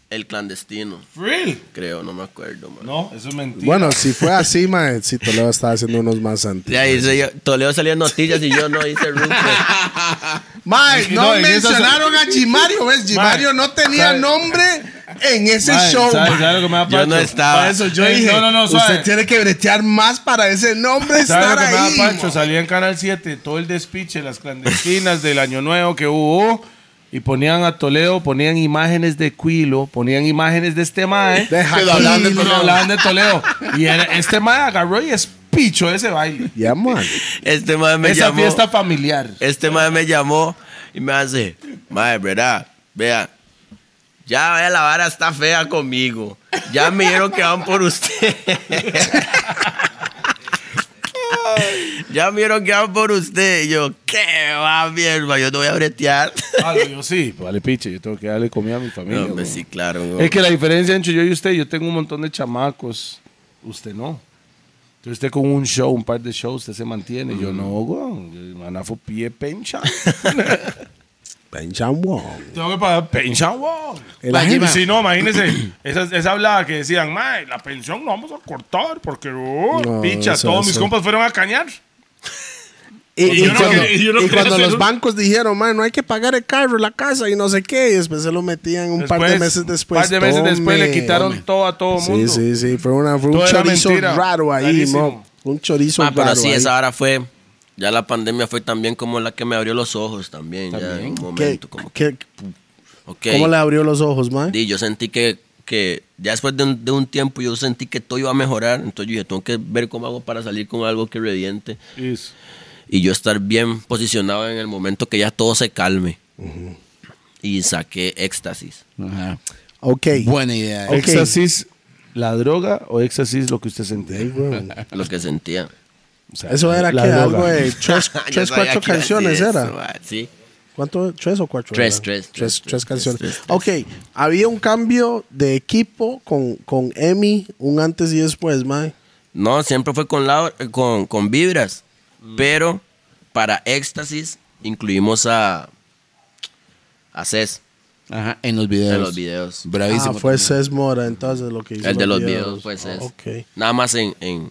[SPEAKER 4] el clandestino,
[SPEAKER 2] Real.
[SPEAKER 4] creo, no me acuerdo, man.
[SPEAKER 2] No, eso es mentira.
[SPEAKER 3] Bueno, si fue así, ma, si Toledo estaba haciendo unos más antes.
[SPEAKER 4] Ya hice yo, Toledo salía en noticias y yo no hice
[SPEAKER 2] *laughs*
[SPEAKER 4] ruso.
[SPEAKER 3] Mae, no,
[SPEAKER 2] No, en esas-
[SPEAKER 3] mencionaron a Gimario, ¿ves? Gimario no tenía
[SPEAKER 2] sabe-
[SPEAKER 3] nombre en ese
[SPEAKER 2] Mae,
[SPEAKER 3] show.
[SPEAKER 2] ¿sabe-
[SPEAKER 3] mae.
[SPEAKER 2] sabe lo que me da
[SPEAKER 4] Yo no
[SPEAKER 2] Pancho?
[SPEAKER 4] estaba.
[SPEAKER 2] Pa' eso yo
[SPEAKER 3] Yo
[SPEAKER 2] dije,
[SPEAKER 3] dije,
[SPEAKER 2] no, no, no,
[SPEAKER 3] usted
[SPEAKER 2] suave.
[SPEAKER 3] tiene que bretear más para ese nombre
[SPEAKER 2] ¿Sabe
[SPEAKER 3] estar
[SPEAKER 2] lo que me da
[SPEAKER 3] ahí.
[SPEAKER 2] Pancho?
[SPEAKER 3] mae.
[SPEAKER 2] Salía en Canal 7 todo el despiche, las clandestinas del Año Nuevo que hubo. Y ponían a Toledo, ponían imágenes de Quilo, ponían imágenes de este mae.
[SPEAKER 3] Deja
[SPEAKER 6] Pero hablaban de
[SPEAKER 3] aquí,
[SPEAKER 2] Pero
[SPEAKER 6] Toledo.
[SPEAKER 2] hablaban de Toledo. Y era- este mae agarró y espichó ese baile.
[SPEAKER 3] Ya, man.
[SPEAKER 4] Este man me
[SPEAKER 2] Esa
[SPEAKER 4] llamó.
[SPEAKER 2] fiesta *laughs* familiar.
[SPEAKER 4] Este madre me llamó y me hace, madre, verdad, vea, ya vea, la vara está fea conmigo. Ya me dijeron que van por usted. *laughs* ya me dijeron que van por usted. Y yo, qué va, mierda, yo no voy a bretear.
[SPEAKER 2] Claro, Ah, yo sí. Vale, piche, yo tengo que darle comida a mi familia.
[SPEAKER 4] No, hombre,
[SPEAKER 2] güey.
[SPEAKER 4] sí, claro.
[SPEAKER 2] Es que la diferencia entre yo y usted, yo tengo un montón de chamacos. Usted no. Entonces usted con un show, un par de shows, usted se mantiene. Yo no, güey. Manafo pie
[SPEAKER 3] *laughs*
[SPEAKER 2] pencha.
[SPEAKER 3] Benjamin Wong.
[SPEAKER 2] Tengo que pagar pensión, wow.
[SPEAKER 3] El ángel.
[SPEAKER 2] Si no, imagínense, esa, esa hablada que decían, mae, la pensión la vamos a cortar porque, oh,
[SPEAKER 3] No,
[SPEAKER 2] picha,
[SPEAKER 3] eso,
[SPEAKER 2] todos mis
[SPEAKER 3] eso.
[SPEAKER 2] compas fueron a cañar.
[SPEAKER 3] Y, y
[SPEAKER 2] yo no
[SPEAKER 3] cuando,
[SPEAKER 2] creo- yo no
[SPEAKER 3] y
[SPEAKER 2] creo
[SPEAKER 3] cuando
[SPEAKER 2] ser
[SPEAKER 3] los
[SPEAKER 2] un-
[SPEAKER 3] bancos dijeron, man, no hay que pagar el carro, la casa y no sé qué, y después se lo metían un par de
[SPEAKER 2] Después,
[SPEAKER 3] meses después.
[SPEAKER 2] Un par de meses después le
[SPEAKER 3] Tome.
[SPEAKER 2] quitaron todo a todo
[SPEAKER 3] Sí,
[SPEAKER 2] mundo.
[SPEAKER 3] sí, sí, fue, una, fue un
[SPEAKER 2] Todo era
[SPEAKER 3] chorizo
[SPEAKER 2] mentira.
[SPEAKER 3] raro ahí,
[SPEAKER 2] Rarísimo.
[SPEAKER 3] mo. Un chorizo
[SPEAKER 4] Ah, pero
[SPEAKER 3] raro. ¿eh?
[SPEAKER 4] sí,
[SPEAKER 3] ahí.
[SPEAKER 4] esa vara fue. Ya la pandemia fue también como la que me abrió los ojos también. Ya en un
[SPEAKER 3] ¿Qué-
[SPEAKER 4] momento. Como, que,
[SPEAKER 3] qué-
[SPEAKER 4] ok.
[SPEAKER 3] ¿Cómo le abrió los ojos, man?
[SPEAKER 4] Di, yo sentí que, que ya después de un, de un tiempo yo sentí que todo iba a mejorar. Entonces yo dije, tengo que ver cómo hago para salir con algo que reviente
[SPEAKER 2] Eso.
[SPEAKER 4] y yo estar bien posicionado en el momento que ya todo se calme. Y saqué éxtasis.
[SPEAKER 6] Ajá.
[SPEAKER 3] Ok.
[SPEAKER 6] Buena idea.
[SPEAKER 3] Ok.
[SPEAKER 2] ¿Éxtasis la droga o éxtasis lo que usted sentía?
[SPEAKER 3] Ahí, weón.
[SPEAKER 4] Lo que sentía.
[SPEAKER 2] O sea,
[SPEAKER 3] Eso era que
[SPEAKER 2] la
[SPEAKER 3] algo
[SPEAKER 4] *laughs*
[SPEAKER 2] droga.
[SPEAKER 3] de *laughs* tres,
[SPEAKER 4] Yo
[SPEAKER 3] tres,
[SPEAKER 4] sabía
[SPEAKER 3] cuatro
[SPEAKER 4] que iba a decir
[SPEAKER 3] canciones
[SPEAKER 4] eso,
[SPEAKER 3] era.
[SPEAKER 4] ma, Sí.
[SPEAKER 3] ¿Cuánto? ¿Tres o cuatro?
[SPEAKER 4] Tres,
[SPEAKER 3] era?
[SPEAKER 4] tres,
[SPEAKER 3] tres.
[SPEAKER 4] tres,
[SPEAKER 3] tres
[SPEAKER 4] tres,
[SPEAKER 3] canciones.
[SPEAKER 4] tres, tres,
[SPEAKER 3] Ok, había un cambio de equipo con, con Emi, un antes y después, mae.
[SPEAKER 4] No, siempre fue con, la, con, con vibras. Pero para éxtasis incluimos a, a Cés
[SPEAKER 6] Ajá, en los videos.
[SPEAKER 4] en los videos.
[SPEAKER 3] Ah,
[SPEAKER 6] Bravísimo.
[SPEAKER 3] fue Cés Mora, entonces lo que hizo.
[SPEAKER 4] El de los videos fue Cés.
[SPEAKER 3] Ok.
[SPEAKER 4] Nada más en, en,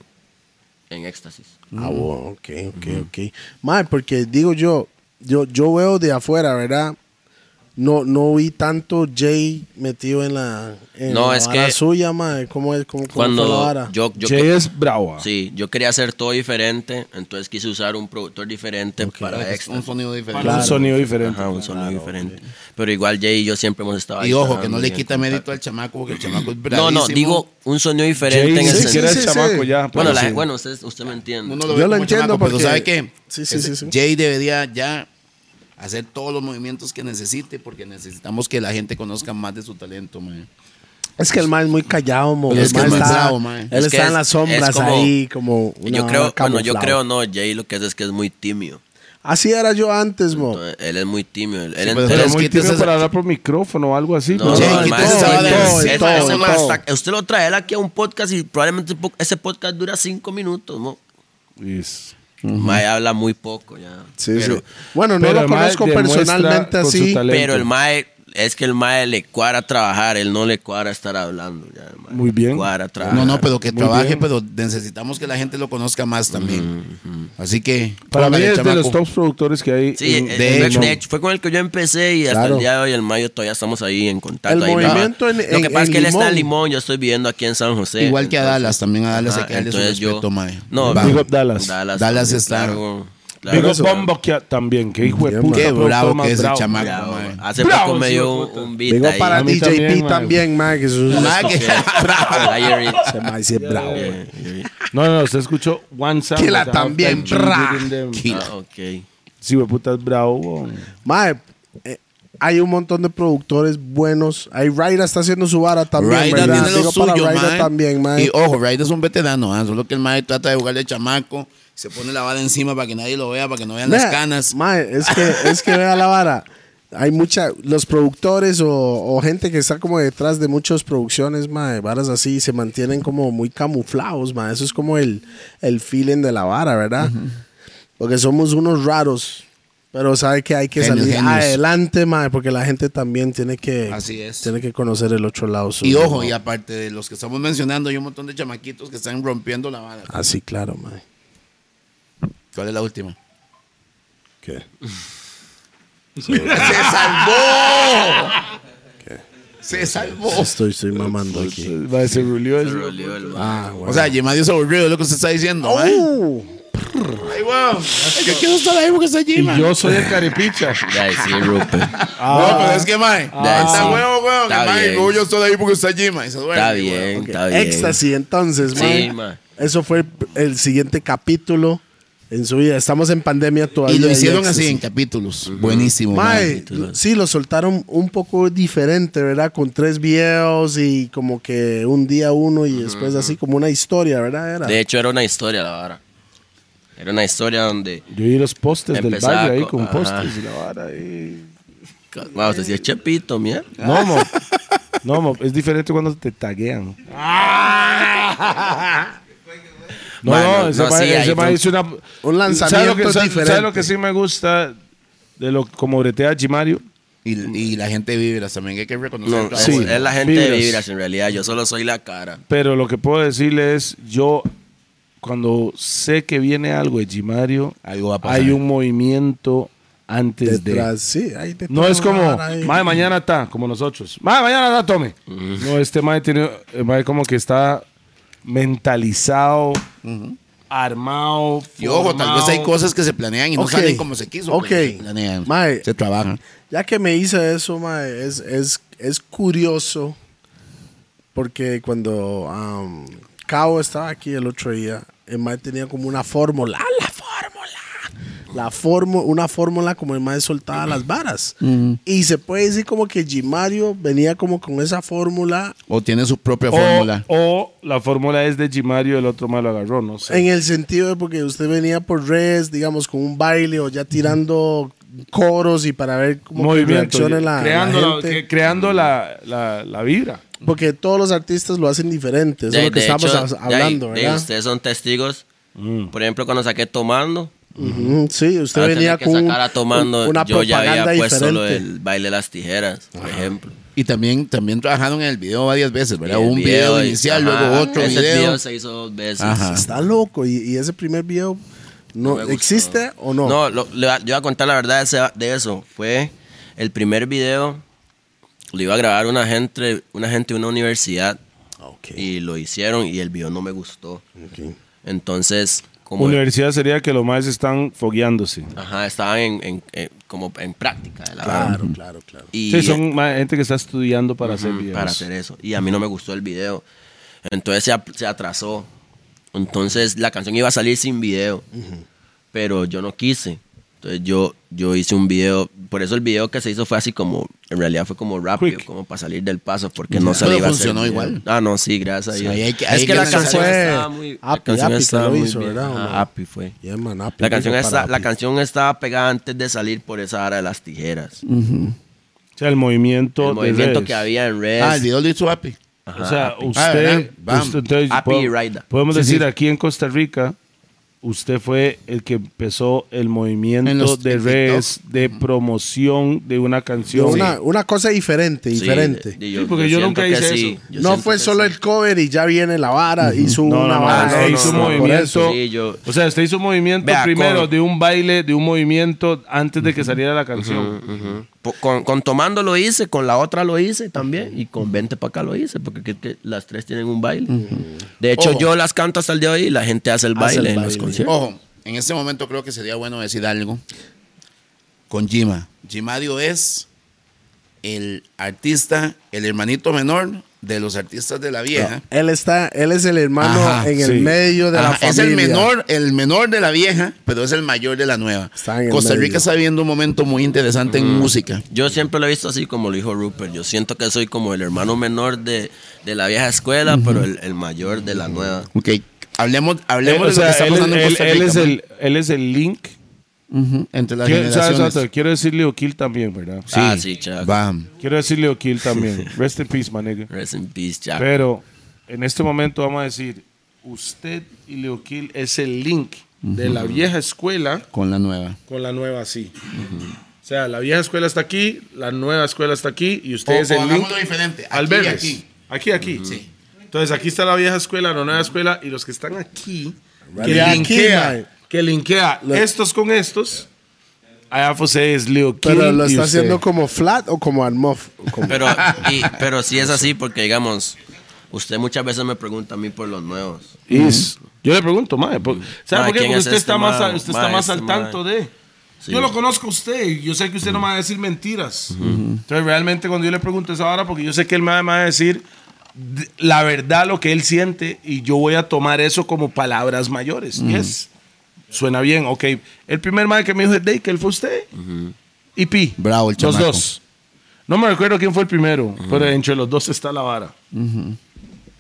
[SPEAKER 4] en éxtasis.
[SPEAKER 3] Ah, bueno, ok, ok, ok. Mae, porque digo yo, yo, yo veo de afuera, ¿verdad? No, no vi tanto Jay metido en la, en
[SPEAKER 4] No,
[SPEAKER 3] la
[SPEAKER 4] es
[SPEAKER 3] vara
[SPEAKER 4] que-
[SPEAKER 3] suya, mae. ¿Cómo, es- cómo, cómo fue la
[SPEAKER 4] Cuando
[SPEAKER 3] vara?
[SPEAKER 4] yo, yo,
[SPEAKER 2] Jay es ah. brava.
[SPEAKER 4] sí, yo quería hacer todo diferente, entonces quise usar un productor diferente para
[SPEAKER 6] Un
[SPEAKER 4] Éxtasis.
[SPEAKER 6] sonido diferente.
[SPEAKER 2] Un sonido diferente. pues,
[SPEAKER 4] Ajá, un sonido diferente. Pero igual Jay y yo siempre hemos estado ahí
[SPEAKER 6] Y ojo, que
[SPEAKER 4] trabajando
[SPEAKER 6] no le
[SPEAKER 4] y en
[SPEAKER 6] quita
[SPEAKER 4] contacto.
[SPEAKER 6] mérito al chamaco, porque el chamaco es
[SPEAKER 4] No,
[SPEAKER 6] bravísimo.
[SPEAKER 4] no, digo un sonido diferente
[SPEAKER 2] Jay
[SPEAKER 4] en
[SPEAKER 2] ni
[SPEAKER 4] el
[SPEAKER 3] sí,
[SPEAKER 4] sentido.
[SPEAKER 2] siquiera
[SPEAKER 3] sí,
[SPEAKER 2] es
[SPEAKER 3] sí.
[SPEAKER 2] chamaco ya.
[SPEAKER 4] Bueno,
[SPEAKER 2] pero
[SPEAKER 4] la-
[SPEAKER 2] sí.
[SPEAKER 4] bueno, usted, usted me entiende.
[SPEAKER 6] Uno lo ve
[SPEAKER 3] Yo
[SPEAKER 6] como
[SPEAKER 3] lo entiendo
[SPEAKER 6] chamaco,
[SPEAKER 3] porque-
[SPEAKER 6] pero ¿sabe qué?
[SPEAKER 3] Sí, sí, sí,
[SPEAKER 6] Ese-
[SPEAKER 3] sí.
[SPEAKER 6] Jay debería ya hacer todos los movimientos que necesite, porque necesitamos que la gente conozca más de su talento, man.
[SPEAKER 3] Es que el man es muy callado, mo.
[SPEAKER 6] Pero
[SPEAKER 3] El
[SPEAKER 6] es que
[SPEAKER 3] man
[SPEAKER 6] es muy
[SPEAKER 3] está-
[SPEAKER 6] bravo, mae.
[SPEAKER 3] Él
[SPEAKER 4] Es que
[SPEAKER 3] está en
[SPEAKER 4] es-
[SPEAKER 3] las sombras
[SPEAKER 4] es como-
[SPEAKER 3] ahí, como. una
[SPEAKER 4] yo creo,
[SPEAKER 3] vara
[SPEAKER 4] bueno, yo
[SPEAKER 3] camuflada.
[SPEAKER 4] creo no, Jay lo que hace es que es muy tímido.
[SPEAKER 3] Así era yo antes,
[SPEAKER 6] Oh.
[SPEAKER 3] mo.
[SPEAKER 4] Entonces, Él es muy tímido. Él, él
[SPEAKER 6] pero
[SPEAKER 4] entiende-
[SPEAKER 2] pues, Pero
[SPEAKER 6] es
[SPEAKER 2] muy
[SPEAKER 6] que te
[SPEAKER 2] tímido
[SPEAKER 6] haces-
[SPEAKER 2] para hablar por micrófono o algo así. pues,
[SPEAKER 4] No,
[SPEAKER 6] Sí,
[SPEAKER 4] no, el
[SPEAKER 6] quítese
[SPEAKER 4] mae-
[SPEAKER 6] esa vara de-
[SPEAKER 4] todo,
[SPEAKER 6] en
[SPEAKER 4] ese
[SPEAKER 6] todo,
[SPEAKER 4] mae-
[SPEAKER 6] en
[SPEAKER 4] ese mae
[SPEAKER 6] todo.
[SPEAKER 4] está- Usted lo trae él aquí a un podcast y probablemente po- ese podcast dura cinco minutos. ¿no?
[SPEAKER 2] Yes.
[SPEAKER 4] Mae habla muy poco ya.
[SPEAKER 3] Sí,
[SPEAKER 4] pero,
[SPEAKER 3] sí. Bueno, no
[SPEAKER 2] pero
[SPEAKER 3] lo
[SPEAKER 2] el mae
[SPEAKER 3] conozco
[SPEAKER 2] demuestra
[SPEAKER 3] personalmente
[SPEAKER 2] con su
[SPEAKER 3] así.
[SPEAKER 2] talento.
[SPEAKER 4] pero el Mae, es que el Mae le cuadra trabajar, él no le cuadra estar hablando. Ya, el mae.
[SPEAKER 2] Muy bien.
[SPEAKER 4] Le cuadra trabajar.
[SPEAKER 6] No, no, pero que
[SPEAKER 2] Muy
[SPEAKER 6] trabaje,
[SPEAKER 2] bien.
[SPEAKER 6] pero necesitamos que la gente lo conozca más también. Así que.
[SPEAKER 2] Para mí
[SPEAKER 6] póngale,
[SPEAKER 2] es de los
[SPEAKER 6] chamaco.
[SPEAKER 2] top productores que hay.
[SPEAKER 4] Sí,
[SPEAKER 2] en-
[SPEAKER 4] eh,
[SPEAKER 6] de
[SPEAKER 4] de,
[SPEAKER 6] hecho.
[SPEAKER 4] de hecho, fue con el que yo empecé y hasta
[SPEAKER 3] Claro.
[SPEAKER 4] el día de hoy, el mayo, todavía estamos ahí en contacto.
[SPEAKER 3] El
[SPEAKER 4] ahí,
[SPEAKER 3] movimiento
[SPEAKER 4] va.
[SPEAKER 3] en-
[SPEAKER 4] Lo
[SPEAKER 3] en-
[SPEAKER 4] que pasa es
[SPEAKER 3] en
[SPEAKER 4] que él está en
[SPEAKER 3] Limón.
[SPEAKER 4] Limón, yo estoy viviendo aquí en San José.
[SPEAKER 6] Igual que a
[SPEAKER 4] entonces-
[SPEAKER 6] Dallas, también a Dallas hay
[SPEAKER 4] Ajá,
[SPEAKER 6] que darle su
[SPEAKER 4] entonces yo-
[SPEAKER 6] respeto, mae.
[SPEAKER 4] No,
[SPEAKER 6] Va.
[SPEAKER 2] Big up Dallas.
[SPEAKER 4] Dallas,
[SPEAKER 6] Dallas
[SPEAKER 4] también,
[SPEAKER 6] está-
[SPEAKER 4] claro, claro.
[SPEAKER 2] Digo,
[SPEAKER 4] Eso.
[SPEAKER 2] Bombo que- también, que hijo de
[SPEAKER 3] Qué
[SPEAKER 2] puta.
[SPEAKER 6] Qué
[SPEAKER 2] productor
[SPEAKER 6] bravo
[SPEAKER 2] más
[SPEAKER 6] que es el
[SPEAKER 2] bravo.
[SPEAKER 6] chamaco,
[SPEAKER 4] Bravo,
[SPEAKER 6] mae.
[SPEAKER 4] Hace
[SPEAKER 2] Bravo,
[SPEAKER 4] poco me
[SPEAKER 2] sí,
[SPEAKER 4] dio
[SPEAKER 2] hijo de puta.
[SPEAKER 4] un beat
[SPEAKER 3] Digo
[SPEAKER 4] ahí.
[SPEAKER 3] para
[SPEAKER 2] A mí también,
[SPEAKER 3] DJP
[SPEAKER 2] mae.
[SPEAKER 3] también, man. Que es un.
[SPEAKER 6] Mae, que-
[SPEAKER 4] Sí,
[SPEAKER 6] *laughs*
[SPEAKER 3] *laughs*
[SPEAKER 4] bravo. Ayer-
[SPEAKER 3] Ese mae sí es bravo. mae.
[SPEAKER 2] No, no, usted escuchó One Sound.
[SPEAKER 3] Que la
[SPEAKER 2] without
[SPEAKER 3] también,
[SPEAKER 2] them
[SPEAKER 3] bra.
[SPEAKER 2] shooting them.
[SPEAKER 6] Kila.
[SPEAKER 4] Ah, ok.
[SPEAKER 2] Sí, güey, puta, es bravo. güey.
[SPEAKER 3] Mae, eh, hay un montón de productores buenos. Hay Raira está haciendo su vara también,
[SPEAKER 6] Raida
[SPEAKER 3] ¿verdad?
[SPEAKER 6] tiene lo
[SPEAKER 3] Digo, para
[SPEAKER 6] suyo,
[SPEAKER 3] Raira
[SPEAKER 6] mae.
[SPEAKER 3] también, mae.
[SPEAKER 6] Y ojo, Raida es un veterano, ah, solo que el mae trata de jugarle chamaco, se pone la vara encima para que nadie lo vea, para que no vean las
[SPEAKER 3] Vea,
[SPEAKER 6] canas.
[SPEAKER 3] Mae, es que, es que vea la vara. Hay mucha, los productores o, o gente que está como detrás de muchas producciones, mae, varas así, se mantienen como muy camuflados, mae. Eso es como el, el feeling de la vara, ¿verdad? Porque somos unos raros, pero sabe que hay que
[SPEAKER 6] Genios,
[SPEAKER 3] salir
[SPEAKER 6] genios.
[SPEAKER 3] adelante, mae, porque la gente también tiene que,
[SPEAKER 6] Así es.
[SPEAKER 3] tiene que conocer el otro lado.
[SPEAKER 6] Y
[SPEAKER 3] suyo,
[SPEAKER 6] ojo,
[SPEAKER 3] ¿no?
[SPEAKER 6] y aparte de los que estamos mencionando, hay un montón de chamaquitos que están rompiendo la vara.
[SPEAKER 3] Así, Ah, claro, mae.
[SPEAKER 6] ¿Cuál es la última?
[SPEAKER 3] ¿Qué?
[SPEAKER 6] ¡Se salvó! Se salvó.
[SPEAKER 3] Estoy, estoy mamando aquí.
[SPEAKER 2] Va a ser rulió
[SPEAKER 4] Se
[SPEAKER 2] eso.
[SPEAKER 4] roleó el mae.
[SPEAKER 3] Ah, bueno.
[SPEAKER 6] O sea, Jimadio es aburrido, es lo que usted está diciendo, mae. Ay, wow. Yo quiero estar ahí porque está
[SPEAKER 2] Y
[SPEAKER 6] Jima.
[SPEAKER 2] yo soy el
[SPEAKER 4] *laughs*
[SPEAKER 2] carepicha.
[SPEAKER 4] Ya, sí,
[SPEAKER 2] *laughs*
[SPEAKER 4] Rupert.
[SPEAKER 6] No, pero es que, mae.
[SPEAKER 4] Ah.
[SPEAKER 6] está
[SPEAKER 4] Sí.
[SPEAKER 6] huevo, huevo.
[SPEAKER 4] Está
[SPEAKER 6] que, mae,
[SPEAKER 4] bien.
[SPEAKER 6] no, yo estoy ahí porque está Jima. Y se duerme,
[SPEAKER 4] Está
[SPEAKER 6] huevo.
[SPEAKER 4] bien,
[SPEAKER 3] Ok,
[SPEAKER 4] está bien.
[SPEAKER 3] Éxtasis, entonces,
[SPEAKER 4] Sí,
[SPEAKER 3] mae.
[SPEAKER 4] mae.
[SPEAKER 3] Eso fue el- el siguiente capítulo en su vida. Estamos en pandemia todavía.
[SPEAKER 6] Y lo hicieron
[SPEAKER 3] hay
[SPEAKER 6] así en
[SPEAKER 3] éxtasis.
[SPEAKER 6] capítulos. Buenísimo.
[SPEAKER 3] Mae, sí, lo soltaron un poco diferente, ¿verdad? Con tres videos y como que un día uno y después así como una historia, ¿verdad? Era.
[SPEAKER 4] De hecho, era una historia la vara. Era una historia donde.
[SPEAKER 2] Yo vi los postes del
[SPEAKER 4] Empezaba
[SPEAKER 2] barrio ahí
[SPEAKER 4] con-
[SPEAKER 2] con
[SPEAKER 4] ajá.
[SPEAKER 2] postes y la vara ahí.
[SPEAKER 4] Wow, usted sí es Chepito, mía.
[SPEAKER 2] No, mo. No, mo. Es diferente cuando te taguean. No,
[SPEAKER 4] Bueno,
[SPEAKER 2] no, ese
[SPEAKER 4] no,
[SPEAKER 2] mae-
[SPEAKER 4] sí,
[SPEAKER 2] ese
[SPEAKER 4] ahí
[SPEAKER 2] mae
[SPEAKER 4] fue-
[SPEAKER 2] hizo una...
[SPEAKER 3] Un lanzamiento
[SPEAKER 2] ¿Sabe lo que- sabe-
[SPEAKER 3] diferente.
[SPEAKER 2] ¿Sabe lo que sí me gusta de lo como bretea Jimario?
[SPEAKER 6] Y, y la gente vive las también hay que reconocer.
[SPEAKER 4] No,
[SPEAKER 6] No,
[SPEAKER 4] es,
[SPEAKER 2] sí.
[SPEAKER 4] es la gente de
[SPEAKER 2] Vibras.
[SPEAKER 4] Vibras en realidad. Yo solo soy la cara.
[SPEAKER 2] Pero lo que puedo decirle es, yo cuando sé que viene algo de Jimario,
[SPEAKER 6] Algo va a pasar.
[SPEAKER 2] hay un movimiento antes
[SPEAKER 3] Detrás,
[SPEAKER 2] de...
[SPEAKER 3] sí, ahí te
[SPEAKER 2] No es como,
[SPEAKER 3] Ahí.
[SPEAKER 2] mae, mañana está, como nosotros. Mae, mañana está, tome. No, este mae tiene, el mae como que está mentalizado, armado,
[SPEAKER 6] Y ojo, tal vez hay
[SPEAKER 2] formado.
[SPEAKER 6] cosas que se planean y no
[SPEAKER 3] Ok.
[SPEAKER 6] salen como se quiso.
[SPEAKER 3] Ok.
[SPEAKER 6] pero se planean.
[SPEAKER 3] Mae.
[SPEAKER 6] Se trabajan.
[SPEAKER 3] Ya que me hice eso, mae, es, es, es curioso porque cuando am, Cabo estaba aquí el otro día, el mae tenía como una fórmula, ¡Ah, la fórmula, la fórmula, una fórmula como el mae soltaba las varas. Y se puede decir como que Jimario venía como con esa fórmula
[SPEAKER 6] O tiene su propia
[SPEAKER 2] O-
[SPEAKER 6] fórmula.
[SPEAKER 2] O, la fórmula es de Jimario, el otro malo agarró, no sé.
[SPEAKER 3] en el sentido de porque usted venía por redes, digamos, con un baile o ya tirando coros y para ver cómo que
[SPEAKER 2] Movimiento,
[SPEAKER 3] reacciona la, la
[SPEAKER 2] creando, la,
[SPEAKER 3] gente.
[SPEAKER 2] que- creando la, la- la vibra.
[SPEAKER 3] Porque todos los artistas lo hacen diferente. Eso
[SPEAKER 4] De-
[SPEAKER 3] es lo que
[SPEAKER 4] de
[SPEAKER 3] estamos
[SPEAKER 4] hecho,
[SPEAKER 3] as-
[SPEAKER 4] de ahí-
[SPEAKER 3] hablando,
[SPEAKER 4] de ahí
[SPEAKER 3] ¿verdad?
[SPEAKER 4] ustedes son testigos. Por ejemplo, cuando saqué Tomando,
[SPEAKER 3] Ujú, Sí, usted
[SPEAKER 4] antes
[SPEAKER 3] venía
[SPEAKER 4] de que
[SPEAKER 3] con un-
[SPEAKER 4] sacara Tomando,
[SPEAKER 3] un- una
[SPEAKER 4] yo ya
[SPEAKER 3] propaganda
[SPEAKER 4] había puesto lo
[SPEAKER 3] diferente.
[SPEAKER 4] del baile de las tijeras, por ejemplo.
[SPEAKER 6] Y también, también trabajaron en el video varias veces, ¿verdad?
[SPEAKER 4] Y
[SPEAKER 6] Hubo
[SPEAKER 4] el
[SPEAKER 6] un video,
[SPEAKER 4] y-
[SPEAKER 6] inicial,
[SPEAKER 4] ajá,
[SPEAKER 6] luego otro
[SPEAKER 4] ese
[SPEAKER 6] video.
[SPEAKER 4] se hizo dos veces.
[SPEAKER 6] Ajá.
[SPEAKER 3] Está loco. Y, y ese primer video no,
[SPEAKER 4] me gustó.
[SPEAKER 3] existe o no.
[SPEAKER 4] No, lo- le va- yo voy a contar la verdad de, ese- de eso. Fue el primer video, lo iba a grabar una gente, una gente de una universidad
[SPEAKER 3] Ah, Ok,
[SPEAKER 4] y lo hicieron y el video no me gustó.
[SPEAKER 3] ok.
[SPEAKER 4] Entonces, como...
[SPEAKER 2] Universidad sería que los maestros están fogueándose.
[SPEAKER 4] Ajá, estaban en, en- en- como en práctica. de la vara.
[SPEAKER 3] Claro, claro, claro.
[SPEAKER 4] Y, eh,
[SPEAKER 2] Sí, son ma- gente que está estudiando para hacer
[SPEAKER 4] Ujú,
[SPEAKER 2] videos.
[SPEAKER 4] Para hacer eso. Y a mí no me gustó el video. Entonces se, ap- se atrasó. Entonces la canción iba a salir sin video. Pero yo no quise. Entonces yo, yo hice un video, por eso el video que se hizo fue así como, en realidad fue como rápido,
[SPEAKER 2] Quick.
[SPEAKER 4] como para salir del paso, porque no se
[SPEAKER 6] Pero
[SPEAKER 4] le iba a
[SPEAKER 6] funcionó
[SPEAKER 4] hacer.
[SPEAKER 6] igual.
[SPEAKER 4] Ah, no, sí, gracias a
[SPEAKER 6] Sí,
[SPEAKER 4] Dios.
[SPEAKER 6] ahí hay que-
[SPEAKER 4] es
[SPEAKER 6] ahí
[SPEAKER 4] que
[SPEAKER 6] hay
[SPEAKER 4] la
[SPEAKER 6] que
[SPEAKER 4] canción
[SPEAKER 3] analizar.
[SPEAKER 4] estaba muy...
[SPEAKER 3] Happy,
[SPEAKER 4] la canción
[SPEAKER 3] Happy que
[SPEAKER 4] estaba
[SPEAKER 3] lo
[SPEAKER 4] muy
[SPEAKER 3] hizo,
[SPEAKER 4] bien.
[SPEAKER 3] ¿verdad, o
[SPEAKER 4] Ajá,
[SPEAKER 3] no?
[SPEAKER 4] Happy fue.
[SPEAKER 3] Yeah, man, Happy,
[SPEAKER 4] La canción,
[SPEAKER 3] digo, para
[SPEAKER 4] está, la
[SPEAKER 3] Happy.
[SPEAKER 4] canción estaba pegada antes de salir por esa área de las tijeras.
[SPEAKER 2] O sea, el movimiento.
[SPEAKER 4] el
[SPEAKER 2] de
[SPEAKER 4] movimiento
[SPEAKER 2] redes.
[SPEAKER 4] que había en redes.
[SPEAKER 6] Ah, el video lo hizo Happy.
[SPEAKER 2] O sea,
[SPEAKER 6] Ah,
[SPEAKER 2] usted.
[SPEAKER 6] ¿verdad? Bam.
[SPEAKER 2] usted- entonces,
[SPEAKER 4] Happy
[SPEAKER 2] po-
[SPEAKER 4] Rider.
[SPEAKER 2] Podemos
[SPEAKER 6] Sí,
[SPEAKER 2] decir,
[SPEAKER 6] sí.
[SPEAKER 2] aquí en Costa Rica, usted fue el que empezó el movimiento
[SPEAKER 6] En los-
[SPEAKER 2] de
[SPEAKER 6] en
[SPEAKER 2] redes de promoción de una canción.
[SPEAKER 3] Una, una cosa diferente,
[SPEAKER 4] Sí,
[SPEAKER 3] diferente.
[SPEAKER 4] de- de-
[SPEAKER 2] Sí, porque yo
[SPEAKER 4] siento
[SPEAKER 2] nunca
[SPEAKER 4] que
[SPEAKER 2] hice
[SPEAKER 4] sí,
[SPEAKER 2] eso.
[SPEAKER 4] yo
[SPEAKER 3] no
[SPEAKER 4] siento
[SPEAKER 3] fue
[SPEAKER 4] que
[SPEAKER 3] solo
[SPEAKER 4] sí.
[SPEAKER 3] el cover y ya viene la vara, hizo una
[SPEAKER 2] No, no, no,
[SPEAKER 3] vara.
[SPEAKER 2] usted
[SPEAKER 4] no,
[SPEAKER 2] hizo
[SPEAKER 4] no,
[SPEAKER 2] un
[SPEAKER 4] no,
[SPEAKER 3] por
[SPEAKER 2] movimiento.
[SPEAKER 3] eso.
[SPEAKER 4] Sí, yo-
[SPEAKER 2] O sea, usted hizo un movimiento
[SPEAKER 4] Vea,
[SPEAKER 2] primero
[SPEAKER 4] con-
[SPEAKER 2] de un baile, de un movimiento antes de que saliera la canción.
[SPEAKER 4] Po- Con, con Tomando lo hice, con la otra lo hice también y con Vente para acá lo hice, porque que- que las tres tienen un baile. De hecho,
[SPEAKER 6] Ojo.
[SPEAKER 4] yo las canto hasta el día de hoy y la gente hace el baile
[SPEAKER 3] el
[SPEAKER 4] en los
[SPEAKER 3] baile.
[SPEAKER 4] conciertos.
[SPEAKER 6] Ojo, en este momento creo que sería bueno decir algo con Jima. Jimadio es el artista, el hermanito menor de los artistas de la vieja.
[SPEAKER 3] Él está, él es el hermano
[SPEAKER 6] Ajá,
[SPEAKER 3] en
[SPEAKER 2] sí.
[SPEAKER 3] el medio Ah. de la
[SPEAKER 6] Ajá,
[SPEAKER 3] familia.
[SPEAKER 6] es el menor, el menor de la vieja, pero es el mayor de la nueva.
[SPEAKER 3] Está en el
[SPEAKER 6] Costa
[SPEAKER 3] medio.
[SPEAKER 6] Rica está viviendo un momento muy interesante
[SPEAKER 2] Mm.
[SPEAKER 6] en música.
[SPEAKER 4] Yo siempre lo he visto así como lo dijo Rupert. Yo siento que soy como el hermano menor de, de la vieja escuela, pero el, el mayor de la nueva.
[SPEAKER 6] Ok, hablemos,
[SPEAKER 2] Eh,
[SPEAKER 6] hablemos
[SPEAKER 2] o
[SPEAKER 6] de lo
[SPEAKER 2] sea,
[SPEAKER 6] que está
[SPEAKER 2] él,
[SPEAKER 6] pasando en
[SPEAKER 2] él-
[SPEAKER 6] Costa
[SPEAKER 2] él
[SPEAKER 6] Rica.
[SPEAKER 2] es
[SPEAKER 6] man.
[SPEAKER 2] el, él es el link.
[SPEAKER 6] Ujú, entre las
[SPEAKER 2] Quiero, o sea,
[SPEAKER 6] generaciones.
[SPEAKER 2] exacto, quiero decirle O'Kill también, ¿verdad?
[SPEAKER 4] Ah, sí, chaval.
[SPEAKER 6] Bam.
[SPEAKER 2] Quiero decirle O'Kill también. Rest in peace, my nigga.
[SPEAKER 4] Rest in peace,
[SPEAKER 3] Ah.
[SPEAKER 4] Jack.
[SPEAKER 2] Pero en este momento vamos a decir, usted y Leoquil es el link de la vieja escuela
[SPEAKER 6] Con la nueva.
[SPEAKER 2] con la nueva sí. O sea, la vieja escuela está aquí, la nueva escuela está aquí y usted
[SPEAKER 6] O-
[SPEAKER 2] Este es
[SPEAKER 6] o
[SPEAKER 2] el link
[SPEAKER 6] hagámoslo diferente, aquí y
[SPEAKER 2] al verles.
[SPEAKER 6] aquí.
[SPEAKER 2] Aquí, aquí. Entonces aquí está la vieja escuela, la nueva escuela y los que están aquí que
[SPEAKER 3] Y aquí,
[SPEAKER 2] linkea,
[SPEAKER 3] mae.
[SPEAKER 2] que linkea estos con estos. Allá José es Leo Kill.
[SPEAKER 3] Pero lo
[SPEAKER 2] y
[SPEAKER 3] está
[SPEAKER 2] usted.
[SPEAKER 3] haciendo como flat o como almof. Como-
[SPEAKER 4] Pero, y- pero sí es así porque, digamos, usted muchas veces me pregunta a mí por los nuevos.
[SPEAKER 2] Y es- Yo le pregunto, mae, por- ¿sabe
[SPEAKER 4] Mae,
[SPEAKER 2] por qué?
[SPEAKER 4] ¿quién
[SPEAKER 2] Porque
[SPEAKER 4] es
[SPEAKER 2] usted,
[SPEAKER 4] este
[SPEAKER 2] está más, a-
[SPEAKER 4] mae?
[SPEAKER 2] usted
[SPEAKER 4] Mae,
[SPEAKER 2] está más
[SPEAKER 4] este
[SPEAKER 2] al
[SPEAKER 4] mae.
[SPEAKER 2] tanto de. Yo lo conozco a usted y yo sé que usted no me va a decir mentiras. Entonces, realmente, cuando yo le pregunto esa hora, porque yo sé que él me va me va a decir d- la verdad, lo que él siente, y yo voy a tomar eso como palabras mayores. Yes. Suena bien, ok. El primer mae que me dijo es Dave, que él fue usted. Y Pi.
[SPEAKER 6] Bravo, el
[SPEAKER 2] Los
[SPEAKER 6] chamaco.
[SPEAKER 2] dos. No me recuerdo quién fue el primero, pero entre los dos está la vara.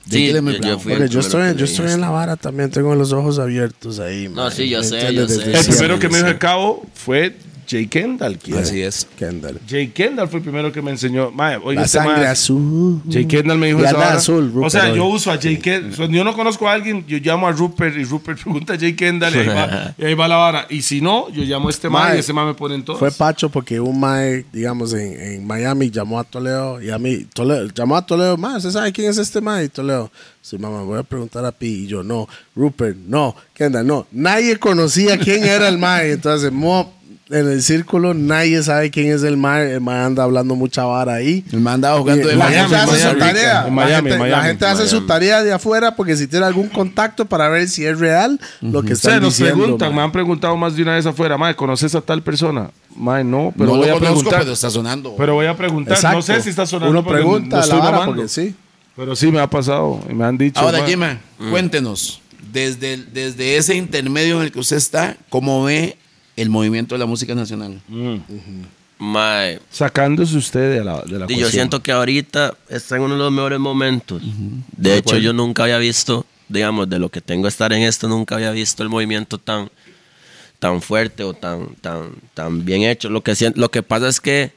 [SPEAKER 4] Sí,
[SPEAKER 6] Dígale, mi
[SPEAKER 4] yo- yo
[SPEAKER 6] bravo.
[SPEAKER 4] fui el
[SPEAKER 3] Porque yo
[SPEAKER 4] primero que
[SPEAKER 3] estoy,
[SPEAKER 4] le
[SPEAKER 3] yo
[SPEAKER 4] dije
[SPEAKER 3] estoy en la vara también, tengo los ojos abiertos ahí.
[SPEAKER 4] No,
[SPEAKER 3] man.
[SPEAKER 4] sí, yo
[SPEAKER 3] ¿Me
[SPEAKER 4] sé,
[SPEAKER 3] entiendes?
[SPEAKER 4] yo sé.
[SPEAKER 3] Desde
[SPEAKER 2] El
[SPEAKER 4] Sí,
[SPEAKER 3] siempre.
[SPEAKER 2] primero que me dijo el cabo fue Jay Kendall. ¿quién?
[SPEAKER 6] Así es.
[SPEAKER 3] Kendall.
[SPEAKER 2] Jay Kendall fue el primero que me enseñó. Mae, oiga,
[SPEAKER 3] La
[SPEAKER 2] este
[SPEAKER 3] sangre
[SPEAKER 2] mae,
[SPEAKER 3] azul.
[SPEAKER 2] Jay Kendall me dijo
[SPEAKER 3] Y
[SPEAKER 2] esa
[SPEAKER 3] anda
[SPEAKER 2] vara.
[SPEAKER 3] azul,
[SPEAKER 2] O
[SPEAKER 3] Rupert,
[SPEAKER 2] sea, yo
[SPEAKER 3] hoy.
[SPEAKER 2] uso a Jay Kendall. O sea, yo no conozco a alguien, yo llamo a Rupert y Rupert *laughs* pregunta a Jay Kendall y ahí
[SPEAKER 3] *laughs*
[SPEAKER 2] va, y ahí va la vara. Y si no, yo llamo a este mae
[SPEAKER 3] Mae,
[SPEAKER 2] y ese mae me pone en todas.
[SPEAKER 3] Fue Pacho porque un mae, digamos, en, en Miami llamó a Toledo y a mí, Toledo, llamó a Toledo, mae, ¿usted sabe quién es este mae? Y Toledo, sí, mamá, voy a preguntar a Pi. Y yo, no, Rupert, no, Kendall, no. Nadie conocía quién era el mae. *laughs* Entonces, mo- en el círculo, nadie sabe quién es el mae. El mae anda hablando mucha vara ahí.
[SPEAKER 6] El man andaba jugando de
[SPEAKER 3] la
[SPEAKER 2] Miami,
[SPEAKER 3] gente hace su
[SPEAKER 2] Miami,
[SPEAKER 3] tarea.
[SPEAKER 2] en Miami,
[SPEAKER 3] la gente, la
[SPEAKER 2] Miami,
[SPEAKER 3] gente hace su tarea de afuera porque si tiene algún contacto para ver si es real lo que
[SPEAKER 2] O sea,
[SPEAKER 3] están
[SPEAKER 2] nos
[SPEAKER 3] diciendo.
[SPEAKER 2] preguntan,
[SPEAKER 3] mae.
[SPEAKER 2] me han preguntado más de una vez afuera, mae, ¿conoces a tal persona? Mae, no, pero
[SPEAKER 6] no
[SPEAKER 2] voy
[SPEAKER 6] lo
[SPEAKER 2] a
[SPEAKER 6] conozco,
[SPEAKER 2] preguntar.
[SPEAKER 6] pero está sonando.
[SPEAKER 2] Pero voy a preguntar, no sé
[SPEAKER 3] Exacto.
[SPEAKER 2] si está sonando.
[SPEAKER 3] Uno
[SPEAKER 2] porque
[SPEAKER 3] pregunta
[SPEAKER 2] no
[SPEAKER 3] a la
[SPEAKER 2] estoy
[SPEAKER 3] vara
[SPEAKER 2] mamando.
[SPEAKER 3] porque sí.
[SPEAKER 2] Pero sí me ha pasado y me han dicho.
[SPEAKER 6] Ahora,
[SPEAKER 2] mae,
[SPEAKER 6] Jima, cuéntenos, desde, el- desde ese intermedio en el que usted está, ¿cómo ve el movimiento de la música nacional?
[SPEAKER 2] mm".
[SPEAKER 4] Mae,
[SPEAKER 2] Sacándose usted de la, de la
[SPEAKER 4] Y yo
[SPEAKER 2] ecuación.
[SPEAKER 4] siento que ahorita está en uno de los mejores momentos. De hecho, yo nunca había visto, digamos, de lo que tengo estar en esto, nunca había visto el movimiento tan, tan fuerte o tan, tan, tan bien hecho. Lo que, sien- lo que pasa es que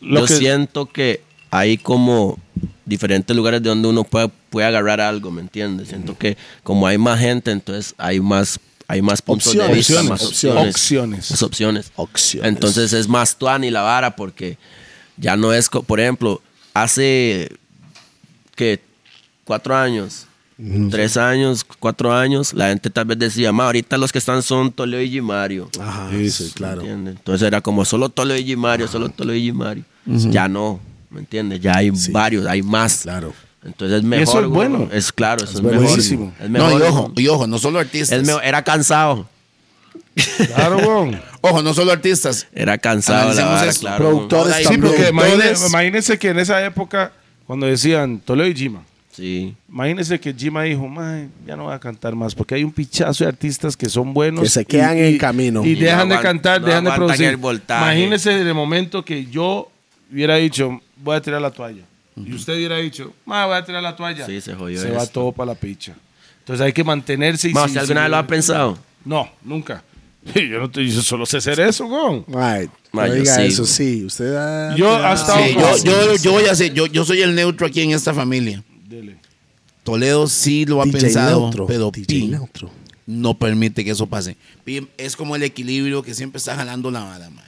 [SPEAKER 2] Lo
[SPEAKER 4] yo
[SPEAKER 2] que-
[SPEAKER 4] siento que hay como diferentes lugares de donde uno puede, puede agarrar algo, ¿me entiendes? Siento que como hay más gente, entonces hay más, hay más puntos de
[SPEAKER 3] Opciones,
[SPEAKER 4] vista, más
[SPEAKER 3] opciones,
[SPEAKER 4] opciones.
[SPEAKER 2] opciones.
[SPEAKER 4] Más opciones.
[SPEAKER 3] Opciones.
[SPEAKER 4] Entonces es más tuani la vara porque ya no es, co- por ejemplo, hace que cuatro años, tres años, cuatro años, la gente tal vez decía, ma, ahorita los que están son Toledo y Mario.
[SPEAKER 3] Ajá, sí, Ah, claro.
[SPEAKER 4] ¿Entiendes? Entonces era como solo Toledo y Mario, solo Toledo y Mario. Ya no, ¿me entiendes? Ya hay varios, hay más.
[SPEAKER 3] Claro.
[SPEAKER 4] Entonces es mejor.
[SPEAKER 2] eso es
[SPEAKER 4] güey.
[SPEAKER 2] bueno.
[SPEAKER 4] Es claro, eso es,
[SPEAKER 3] buenísimo.
[SPEAKER 4] mejor. Es mejor,
[SPEAKER 6] no, y ojo,
[SPEAKER 4] güey.
[SPEAKER 6] y ojo, no solo artistas.
[SPEAKER 4] Es mejor- Era cansado.
[SPEAKER 2] Claro, *laughs* weón.
[SPEAKER 6] Ojo, no solo artistas.
[SPEAKER 4] Era cansado la
[SPEAKER 6] Analicemos
[SPEAKER 4] vara,
[SPEAKER 6] esto.
[SPEAKER 4] claro. güey.
[SPEAKER 3] Productores
[SPEAKER 6] Ahora, sí,
[SPEAKER 2] Sí,
[SPEAKER 3] también.
[SPEAKER 2] porque imagine-
[SPEAKER 3] Productores-
[SPEAKER 2] imagínense que en esa época, cuando decían Toledo y Jima,
[SPEAKER 4] Sí.
[SPEAKER 2] Imagínese que Jima dijo, "Mae, ya no voy a cantar más, porque hay un pichazo de artistas que son buenos.
[SPEAKER 3] Que se quedan
[SPEAKER 2] y-
[SPEAKER 3] en
[SPEAKER 2] y-
[SPEAKER 3] camino.
[SPEAKER 2] Y
[SPEAKER 4] Y no
[SPEAKER 2] dejan de
[SPEAKER 4] aguan-
[SPEAKER 2] cantar,
[SPEAKER 4] no
[SPEAKER 2] dejan de
[SPEAKER 4] aguantan
[SPEAKER 2] producir.
[SPEAKER 4] el voltaje.
[SPEAKER 2] Imagínese en el momento que yo hubiera dicho, voy a tirar la toalla. Y usted hubiera dicho, "Mae, voy a tirar la toalla.
[SPEAKER 4] Sí, se jodió
[SPEAKER 2] Se va
[SPEAKER 4] esto.
[SPEAKER 2] todo para la picha. Entonces hay que mantenerse. y
[SPEAKER 4] Más,
[SPEAKER 2] sí,
[SPEAKER 4] si alguna
[SPEAKER 2] sí.
[SPEAKER 4] vez lo ha pensado.
[SPEAKER 2] No, nunca. *laughs* Yo, no te, yo solo sé hacer eso, weón.
[SPEAKER 3] Mae,
[SPEAKER 4] Mae,
[SPEAKER 3] no
[SPEAKER 4] yo
[SPEAKER 3] diga
[SPEAKER 4] sí,
[SPEAKER 3] eso,
[SPEAKER 4] güey.
[SPEAKER 3] sí. Usted ha-
[SPEAKER 2] Yo
[SPEAKER 3] ha-
[SPEAKER 2] hasta-
[SPEAKER 6] Sí, yo, yo, yo voy a ser- yo, yo soy el neutro aquí en esta familia.
[SPEAKER 2] Dele.
[SPEAKER 6] Toledo sí lo ha
[SPEAKER 3] DJ
[SPEAKER 6] pensado,
[SPEAKER 3] neutro,
[SPEAKER 6] pero
[SPEAKER 3] DJ
[SPEAKER 6] Pi
[SPEAKER 3] neutro.
[SPEAKER 6] no permite que eso pase. Pi es como el equilibrio que siempre está jalando la vara, mae.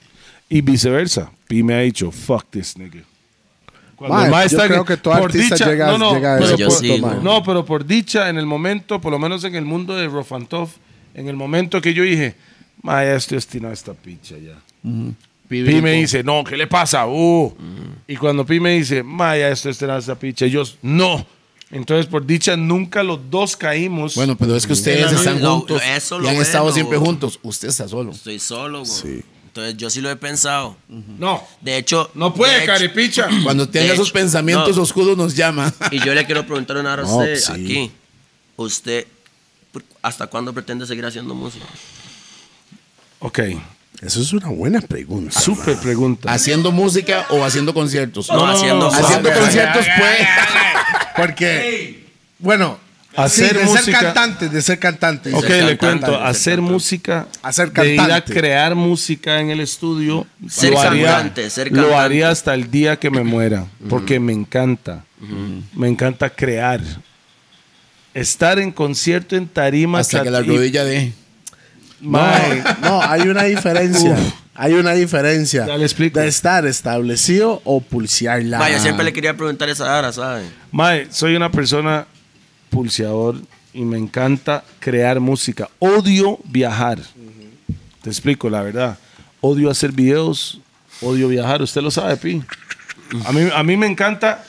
[SPEAKER 2] Y viceversa. Pi me ha dicho, fuck this nigga. Cuando
[SPEAKER 3] Mae,
[SPEAKER 2] el mae
[SPEAKER 3] yo
[SPEAKER 2] está
[SPEAKER 3] creo
[SPEAKER 2] en-
[SPEAKER 3] que todo
[SPEAKER 2] por
[SPEAKER 3] artista
[SPEAKER 2] dicha-
[SPEAKER 3] llega,
[SPEAKER 2] no, no,
[SPEAKER 3] llega a
[SPEAKER 2] pero
[SPEAKER 3] ese
[SPEAKER 4] yo
[SPEAKER 2] por-
[SPEAKER 3] punto,
[SPEAKER 4] sí,
[SPEAKER 3] mae.
[SPEAKER 4] güey.
[SPEAKER 2] No, pero por dicha, en el momento, por lo menos en el mundo de Rofantov, en el momento que yo dije, mae, ya estoy destinado a esta picha ya.
[SPEAKER 6] Pi,
[SPEAKER 2] Pi
[SPEAKER 6] dijo,
[SPEAKER 2] me dice, no, ¿qué le pasa? Uh. Y cuando Pi me dice, Maya, esto es esta picha, yo, no. Entonces, por dicha, nunca los dos caímos.
[SPEAKER 6] Bueno, pero es que ustedes
[SPEAKER 4] Lo-
[SPEAKER 6] están
[SPEAKER 4] lo-
[SPEAKER 6] juntos
[SPEAKER 4] eso
[SPEAKER 6] y
[SPEAKER 4] lo
[SPEAKER 6] han estado
[SPEAKER 4] bueno,
[SPEAKER 6] siempre
[SPEAKER 4] güey.
[SPEAKER 6] juntos. Usted está solo.
[SPEAKER 4] Estoy solo, güey. Entonces yo sí lo he pensado.
[SPEAKER 2] no,
[SPEAKER 4] De hecho.
[SPEAKER 2] no
[SPEAKER 4] de
[SPEAKER 2] puede,
[SPEAKER 4] hecho-
[SPEAKER 2] caripicha.
[SPEAKER 6] Cuando tenga
[SPEAKER 4] De
[SPEAKER 6] esos
[SPEAKER 4] hecho,
[SPEAKER 6] pensamientos
[SPEAKER 4] no.
[SPEAKER 6] oscuros nos llama.
[SPEAKER 4] Y yo le quiero preguntar una hora a
[SPEAKER 3] No,
[SPEAKER 4] usted
[SPEAKER 3] sí.
[SPEAKER 4] aquí. ¿Usted por- hasta cuándo pretende seguir haciendo música?
[SPEAKER 2] Ok,
[SPEAKER 3] Eso es una buena pregunta.
[SPEAKER 2] súper pregunta.
[SPEAKER 6] *laughs* ¿Haciendo música o haciendo conciertos?
[SPEAKER 4] No, haciendo-
[SPEAKER 6] Haciendo
[SPEAKER 4] Ah,
[SPEAKER 6] conciertos, pues.
[SPEAKER 3] Porque, bueno,
[SPEAKER 2] Hacer
[SPEAKER 3] sí, de ser
[SPEAKER 2] música-
[SPEAKER 3] cantante, de ser cantante.
[SPEAKER 2] Ok,
[SPEAKER 4] ser
[SPEAKER 2] le
[SPEAKER 4] cantante,
[SPEAKER 2] cuento,
[SPEAKER 4] ser
[SPEAKER 2] hacer
[SPEAKER 4] cantante.
[SPEAKER 2] música,
[SPEAKER 3] Hacer
[SPEAKER 2] de ir a
[SPEAKER 3] cantante.
[SPEAKER 2] crear música en el estudio,
[SPEAKER 4] Ser
[SPEAKER 2] lo, haría,
[SPEAKER 4] cantante, ser
[SPEAKER 2] lo
[SPEAKER 4] cantante.
[SPEAKER 2] haría hasta el día que me muera, porque me encanta, me encanta crear. Estar en concierto, en tarima,
[SPEAKER 6] Hasta que la
[SPEAKER 2] y-
[SPEAKER 6] rodilla de...
[SPEAKER 3] *laughs*
[SPEAKER 2] Mae,
[SPEAKER 3] No, hay una diferencia.
[SPEAKER 2] Uf.
[SPEAKER 3] Hay una diferencia.
[SPEAKER 2] Ya le explico.
[SPEAKER 3] De estar establecido o pulsear la.
[SPEAKER 4] Vaya, siempre le quería preguntar esa hora, ¿sabe?
[SPEAKER 2] Mae, soy una persona pulseador y me encanta crear música. Odio viajar. Te explico la verdad. Odio hacer videos, odio viajar. Usted lo sabe, Pi. A mí, a mí me encanta,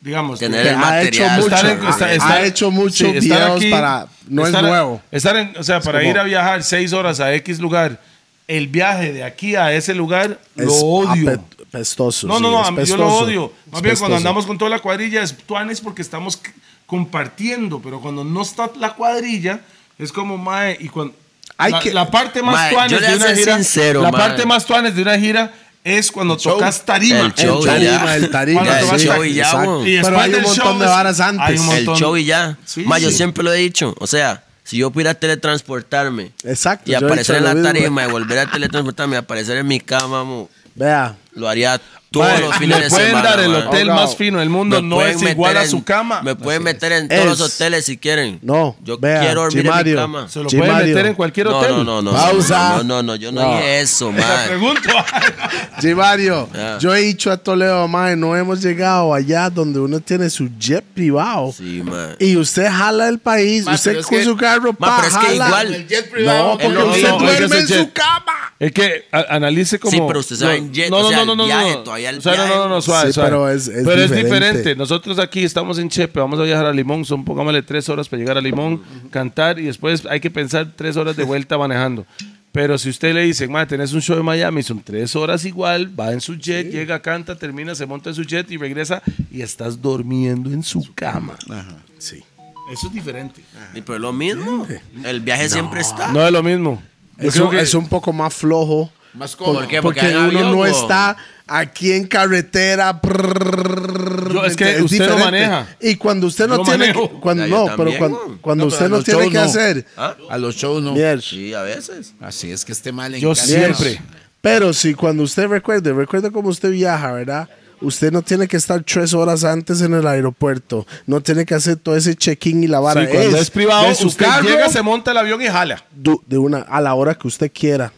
[SPEAKER 2] digamos,
[SPEAKER 4] Tener
[SPEAKER 3] Que
[SPEAKER 4] el
[SPEAKER 3] ha hecho
[SPEAKER 4] material.
[SPEAKER 3] mucho,
[SPEAKER 2] estar en-
[SPEAKER 4] ¿sabe?
[SPEAKER 2] estar-
[SPEAKER 3] ha-
[SPEAKER 2] estar-
[SPEAKER 3] ha hecho muchos
[SPEAKER 2] estar
[SPEAKER 3] videos para- no es
[SPEAKER 2] estar-
[SPEAKER 3] nuevo.
[SPEAKER 2] Estar en, o sea, para
[SPEAKER 3] como-
[SPEAKER 2] ir a viajar seis horas a X lugar, el viaje de aquí a ese lugar
[SPEAKER 3] Es
[SPEAKER 2] lo odio.
[SPEAKER 3] ape- Pestoso.
[SPEAKER 2] No,
[SPEAKER 3] sí,
[SPEAKER 2] no,
[SPEAKER 3] es
[SPEAKER 2] no, a mí- yo lo
[SPEAKER 3] pestoso.
[SPEAKER 2] odio.
[SPEAKER 3] Es
[SPEAKER 2] Más bien
[SPEAKER 3] pestoso.
[SPEAKER 2] cuando andamos con toda la cuadrilla es tuanes porque estamos c- compartiendo, pero cuando no está la cuadrilla es como mae y cuando
[SPEAKER 3] Hay
[SPEAKER 2] la,
[SPEAKER 3] que-
[SPEAKER 2] la parte más
[SPEAKER 4] Mae, yo
[SPEAKER 2] tuanes
[SPEAKER 4] le
[SPEAKER 2] de
[SPEAKER 4] voy a
[SPEAKER 2] una
[SPEAKER 4] ser
[SPEAKER 2] gira,
[SPEAKER 4] sincero,
[SPEAKER 2] la
[SPEAKER 4] mae.
[SPEAKER 2] parte más tuanes de una gira es cuando tocas tarima.
[SPEAKER 4] El
[SPEAKER 3] El
[SPEAKER 4] show,
[SPEAKER 3] show,
[SPEAKER 4] y ya.
[SPEAKER 3] el tarima,
[SPEAKER 2] Cuando
[SPEAKER 4] el
[SPEAKER 2] tocas
[SPEAKER 3] sí,
[SPEAKER 4] show y ya,
[SPEAKER 3] exacto.
[SPEAKER 4] bo.
[SPEAKER 2] Y
[SPEAKER 3] Pero
[SPEAKER 2] después
[SPEAKER 3] hay un
[SPEAKER 2] del
[SPEAKER 3] montón
[SPEAKER 2] show
[SPEAKER 3] de
[SPEAKER 2] es-
[SPEAKER 3] varas antes.
[SPEAKER 2] hay un
[SPEAKER 4] El
[SPEAKER 2] montón.
[SPEAKER 4] show y ya.
[SPEAKER 2] Sí,
[SPEAKER 4] Ma, yo
[SPEAKER 2] sí.
[SPEAKER 4] siempre lo he dicho. O sea, si yo pudiera teletransportarme
[SPEAKER 3] Exacto,
[SPEAKER 4] y
[SPEAKER 3] yo he
[SPEAKER 4] aparecer en
[SPEAKER 3] dicho
[SPEAKER 4] la
[SPEAKER 3] lo mismo.
[SPEAKER 4] tarima y volver a teletransportarme y aparecer en mi cama, mo,
[SPEAKER 3] Vea.
[SPEAKER 4] lo haría todos
[SPEAKER 2] Mae,
[SPEAKER 4] los fines
[SPEAKER 2] le
[SPEAKER 4] de
[SPEAKER 2] pueden
[SPEAKER 4] semana.
[SPEAKER 2] dar el
[SPEAKER 4] ma.
[SPEAKER 2] hotel
[SPEAKER 3] Ahogado.
[SPEAKER 2] más fino del mundo,
[SPEAKER 4] Me
[SPEAKER 2] no
[SPEAKER 4] pueden
[SPEAKER 2] es
[SPEAKER 4] meter
[SPEAKER 2] igual a
[SPEAKER 4] en-
[SPEAKER 2] su cama.
[SPEAKER 4] Me pueden meter en
[SPEAKER 3] Es.
[SPEAKER 4] todos los hoteles si quieren.
[SPEAKER 3] No,
[SPEAKER 4] Yo
[SPEAKER 3] vea,
[SPEAKER 4] quiero dormir
[SPEAKER 3] Chimario.
[SPEAKER 4] en mi cama.
[SPEAKER 2] Se lo
[SPEAKER 3] Sí,
[SPEAKER 2] pueden
[SPEAKER 3] Mario.
[SPEAKER 2] meter en cualquier
[SPEAKER 4] No,
[SPEAKER 2] hotel.
[SPEAKER 4] no, no, no.
[SPEAKER 3] Pausa.
[SPEAKER 4] No, no, no, yo no,
[SPEAKER 3] No.
[SPEAKER 4] dije eso,
[SPEAKER 2] Esa
[SPEAKER 4] man. *laughs*
[SPEAKER 2] *laughs* pregunta.
[SPEAKER 3] G. Mario,
[SPEAKER 4] Ya.
[SPEAKER 3] yo he dicho a Toledo, mae, no hemos llegado allá donde uno tiene su jet privado.
[SPEAKER 4] Sí, man.
[SPEAKER 3] Y usted jala el país,
[SPEAKER 6] Ma,
[SPEAKER 3] usted
[SPEAKER 6] pero es
[SPEAKER 3] con
[SPEAKER 6] que-
[SPEAKER 3] su carro,
[SPEAKER 4] Ma,
[SPEAKER 3] pa,
[SPEAKER 4] pero es que
[SPEAKER 3] jala.
[SPEAKER 4] igual-
[SPEAKER 6] El jet privado.
[SPEAKER 3] No, porque
[SPEAKER 4] no,
[SPEAKER 3] usted
[SPEAKER 4] no,
[SPEAKER 2] ese
[SPEAKER 3] duerme en
[SPEAKER 2] jet.
[SPEAKER 3] su cama.
[SPEAKER 2] Es que a- analice como.
[SPEAKER 4] Sí, pero usted sabe en jet, o sea, el viaje, todavía el
[SPEAKER 2] O sea, no,
[SPEAKER 4] viaje.
[SPEAKER 2] no, no, no, suave,
[SPEAKER 3] Sí,
[SPEAKER 2] suave.
[SPEAKER 3] pero es- es
[SPEAKER 2] Pero
[SPEAKER 3] diferente.
[SPEAKER 2] Nosotros aquí estamos en Chepe, vamos a viajar a Limón, son pongámosle tres horas para llegar a Limón, cantar y después hay que pensar tres horas de vuelta manejando. Pero si usted le dice, madre, tenés un show en Miami, son tres horas igual, va en su jet, llega, canta, termina, se monta en su jet y regresa y estás durmiendo en su cama.
[SPEAKER 3] Sí.
[SPEAKER 2] Eso es diferente.
[SPEAKER 4] Y Pero es lo mismo. El viaje siempre está.
[SPEAKER 2] No es lo mismo. Yo
[SPEAKER 3] Es
[SPEAKER 2] creo
[SPEAKER 3] un,
[SPEAKER 2] que-
[SPEAKER 3] es un poco más flojo.
[SPEAKER 6] Más cómodo.
[SPEAKER 4] ¿Por qué?
[SPEAKER 3] Porque,
[SPEAKER 4] hay
[SPEAKER 3] uno
[SPEAKER 4] avión,
[SPEAKER 3] no
[SPEAKER 4] bo.
[SPEAKER 3] está aquí en carretera. prrrr,
[SPEAKER 2] Yo- es que usted lo maneja.
[SPEAKER 3] Y cuando usted no
[SPEAKER 2] Yo
[SPEAKER 3] tiene
[SPEAKER 2] manejo.
[SPEAKER 3] que, cuando,
[SPEAKER 4] Ya, yo
[SPEAKER 3] no, pero
[SPEAKER 4] también,
[SPEAKER 3] cuando,
[SPEAKER 4] güey.
[SPEAKER 3] cuando
[SPEAKER 6] No, pero
[SPEAKER 3] usted
[SPEAKER 6] en
[SPEAKER 3] no
[SPEAKER 6] los
[SPEAKER 3] tiene
[SPEAKER 6] shows
[SPEAKER 3] que
[SPEAKER 6] no.
[SPEAKER 3] hacer,
[SPEAKER 4] ¿Ah?
[SPEAKER 6] A los shows no.
[SPEAKER 3] mier,
[SPEAKER 4] Sí, a veces.
[SPEAKER 6] Así es que este mal
[SPEAKER 2] Yo siempre.
[SPEAKER 3] Pero si cuando usted recuerde, recuerde cómo usted viaja, ¿verdad? Usted no tiene que estar tres horas antes en el aeropuerto. No tiene que hacer todo ese check-in y la vara.
[SPEAKER 2] Sí, cuando es, privado,
[SPEAKER 3] de su
[SPEAKER 2] usted
[SPEAKER 3] carro,
[SPEAKER 2] llega, se monta el avión y jala.
[SPEAKER 3] du- de una, a la hora que usted quiera.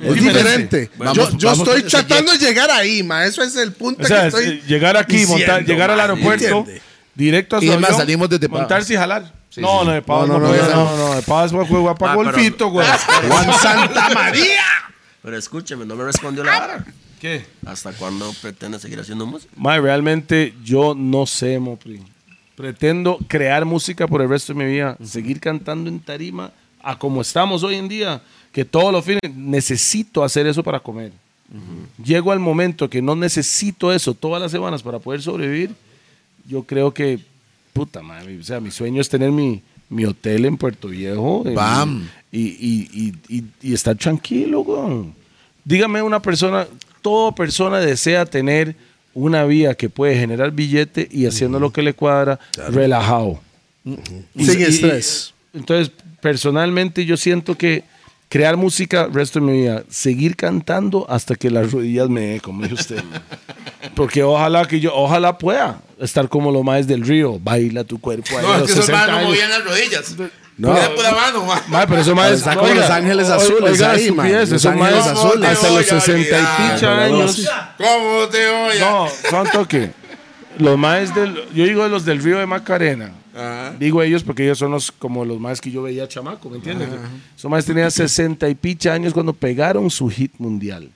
[SPEAKER 3] Es
[SPEAKER 2] diferente.
[SPEAKER 3] diferente.
[SPEAKER 6] Vamos-
[SPEAKER 3] yo yo
[SPEAKER 6] vamos con
[SPEAKER 3] estoy
[SPEAKER 6] ese
[SPEAKER 3] tratando de llegar ahí, ma. Eso es el punto
[SPEAKER 2] O sea,
[SPEAKER 3] que *laughs*
[SPEAKER 2] es,
[SPEAKER 3] estoy.
[SPEAKER 2] eh, llegar aquí,
[SPEAKER 3] diciendo,
[SPEAKER 2] montar, llegar al
[SPEAKER 3] ma,
[SPEAKER 2] aeropuerto,
[SPEAKER 3] ¿entiende?
[SPEAKER 2] directo a su
[SPEAKER 6] Y además
[SPEAKER 2] avión,
[SPEAKER 6] salimos desde Pavas.
[SPEAKER 2] montarse y jalar. no, no, de Pavas
[SPEAKER 3] No,
[SPEAKER 2] no,
[SPEAKER 3] no, no,
[SPEAKER 2] puede, no,
[SPEAKER 3] no,
[SPEAKER 2] no, de Pavas va jugar para
[SPEAKER 4] Ah, pero-
[SPEAKER 2] golfito, güey. *laughs*
[SPEAKER 3] Juan Santa María.
[SPEAKER 4] Pero escúcheme, no me respondió la vara.
[SPEAKER 2] ¿Qué?
[SPEAKER 4] ¿Hasta cuándo pretende seguir haciendo música?
[SPEAKER 2] Mae, realmente yo no sé, Mopri. Pretendo crear música por el resto de mi vida, seguir cantando en tarima a como estamos hoy en día, que todos los fines necesito hacer eso para comer. Llego al momento que no necesito eso todas las semanas para poder sobrevivir, yo creo que puta madre, o sea, mi sueño es tener mi, mi hotel en Puerto Viejo. en-
[SPEAKER 6] Bam.
[SPEAKER 2] Y, y, y, y- y estar tranquilo, weón. Dígame una persona, toda persona desea tener una vía que puede generar billete y haciendo lo que le cuadra, relajado. Y-
[SPEAKER 3] Sin
[SPEAKER 2] y-
[SPEAKER 3] estrés.
[SPEAKER 2] y- entonces, personalmente yo siento que crear música, resto de mi vida, seguir cantando hasta que las rodillas me den, como dice usted. Porque ojalá que yo, ojalá pueda estar como los maes del río, baila tu cuerpo ahí a los 60 años.
[SPEAKER 6] las rodillas.
[SPEAKER 3] No. Era
[SPEAKER 6] pura mano,
[SPEAKER 2] Mae, pero eso más
[SPEAKER 3] Están como los ángeles azules ahí, mae. Los ángeles
[SPEAKER 6] azules.
[SPEAKER 2] Hasta los
[SPEAKER 6] Te voy a
[SPEAKER 2] 60 y
[SPEAKER 6] olvidar.
[SPEAKER 2] picha años.
[SPEAKER 6] ¿Cómo te voy
[SPEAKER 3] *laughs*
[SPEAKER 2] No, son toque. Los maes del. Yo digo de los del río de Macarena. Digo ellos porque ellos son los como los maes que yo veía chamaco, ¿me entiendes? Esos maes tenían 60 y picha años cuando pegaron su hit mundial.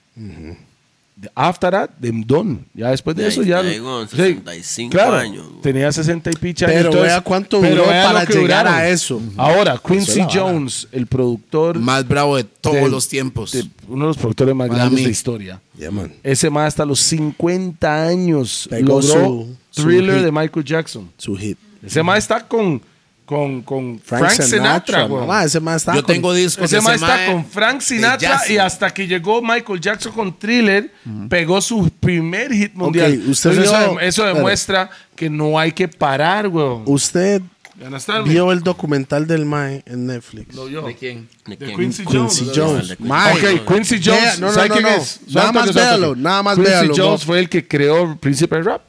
[SPEAKER 2] The- After that, them done. Ya después de
[SPEAKER 4] Ya,
[SPEAKER 2] eso, ya.
[SPEAKER 4] ya llegó en
[SPEAKER 2] sí,
[SPEAKER 4] 65 años, güey.
[SPEAKER 2] Tenía 60 y picha años.
[SPEAKER 3] Pero
[SPEAKER 2] entonces-
[SPEAKER 3] vea cuánto
[SPEAKER 2] pero
[SPEAKER 3] duró
[SPEAKER 2] vea lo
[SPEAKER 3] para
[SPEAKER 2] que
[SPEAKER 3] llegar
[SPEAKER 2] duraron.
[SPEAKER 3] a eso.
[SPEAKER 2] Ahora, Quincy
[SPEAKER 3] la vara.
[SPEAKER 2] Jones, el productor,
[SPEAKER 6] Más bravo de todos
[SPEAKER 2] Del-
[SPEAKER 6] los tiempos.
[SPEAKER 2] de- uno de los productores más
[SPEAKER 6] Para
[SPEAKER 2] grandes
[SPEAKER 6] mí.
[SPEAKER 2] de historia.
[SPEAKER 3] Yeah, man.
[SPEAKER 2] Ese más hasta los 50 años
[SPEAKER 3] Pegó
[SPEAKER 2] logró
[SPEAKER 3] su- su
[SPEAKER 2] Thriller
[SPEAKER 3] hit.
[SPEAKER 2] de Michael Jackson.
[SPEAKER 3] Su hit.
[SPEAKER 2] Ese más está con, con, con Frank, Sinatra, weón.
[SPEAKER 3] mamá, ese man está
[SPEAKER 6] Yo
[SPEAKER 3] con-
[SPEAKER 6] tengo discos.
[SPEAKER 2] Ese
[SPEAKER 6] de
[SPEAKER 2] más está
[SPEAKER 6] mae
[SPEAKER 2] con Frank
[SPEAKER 6] de
[SPEAKER 2] Sinatra
[SPEAKER 6] jazz.
[SPEAKER 2] y hasta que llegó Michael Jackson con Thriller, pegó su primer hit mundial.
[SPEAKER 3] usted
[SPEAKER 2] Entonces, eso,
[SPEAKER 3] vio-
[SPEAKER 2] dem- eso
[SPEAKER 3] espere.
[SPEAKER 2] demuestra que no hay que parar, weón.
[SPEAKER 3] Usted
[SPEAKER 2] ¿Understand me?
[SPEAKER 3] vio el documental del Mae en Netflix.
[SPEAKER 2] Lo vio.
[SPEAKER 6] ¿De quién?
[SPEAKER 4] Ni
[SPEAKER 2] De
[SPEAKER 4] quién.
[SPEAKER 2] Quincy Jones.
[SPEAKER 3] Quincy Jones.
[SPEAKER 4] Ok,
[SPEAKER 3] Mae.
[SPEAKER 2] Ok, Quincy Jones.
[SPEAKER 3] Vea, no, no,
[SPEAKER 2] ¿sabe
[SPEAKER 3] no,
[SPEAKER 2] quién
[SPEAKER 3] no.
[SPEAKER 2] es?
[SPEAKER 3] Nada
[SPEAKER 2] Suéltate,
[SPEAKER 3] más
[SPEAKER 2] suéltate.
[SPEAKER 3] véalo, nada más
[SPEAKER 2] Quincy
[SPEAKER 3] véalo,
[SPEAKER 2] Jones
[SPEAKER 3] no.
[SPEAKER 2] fue el que creó Príncipe del Rap.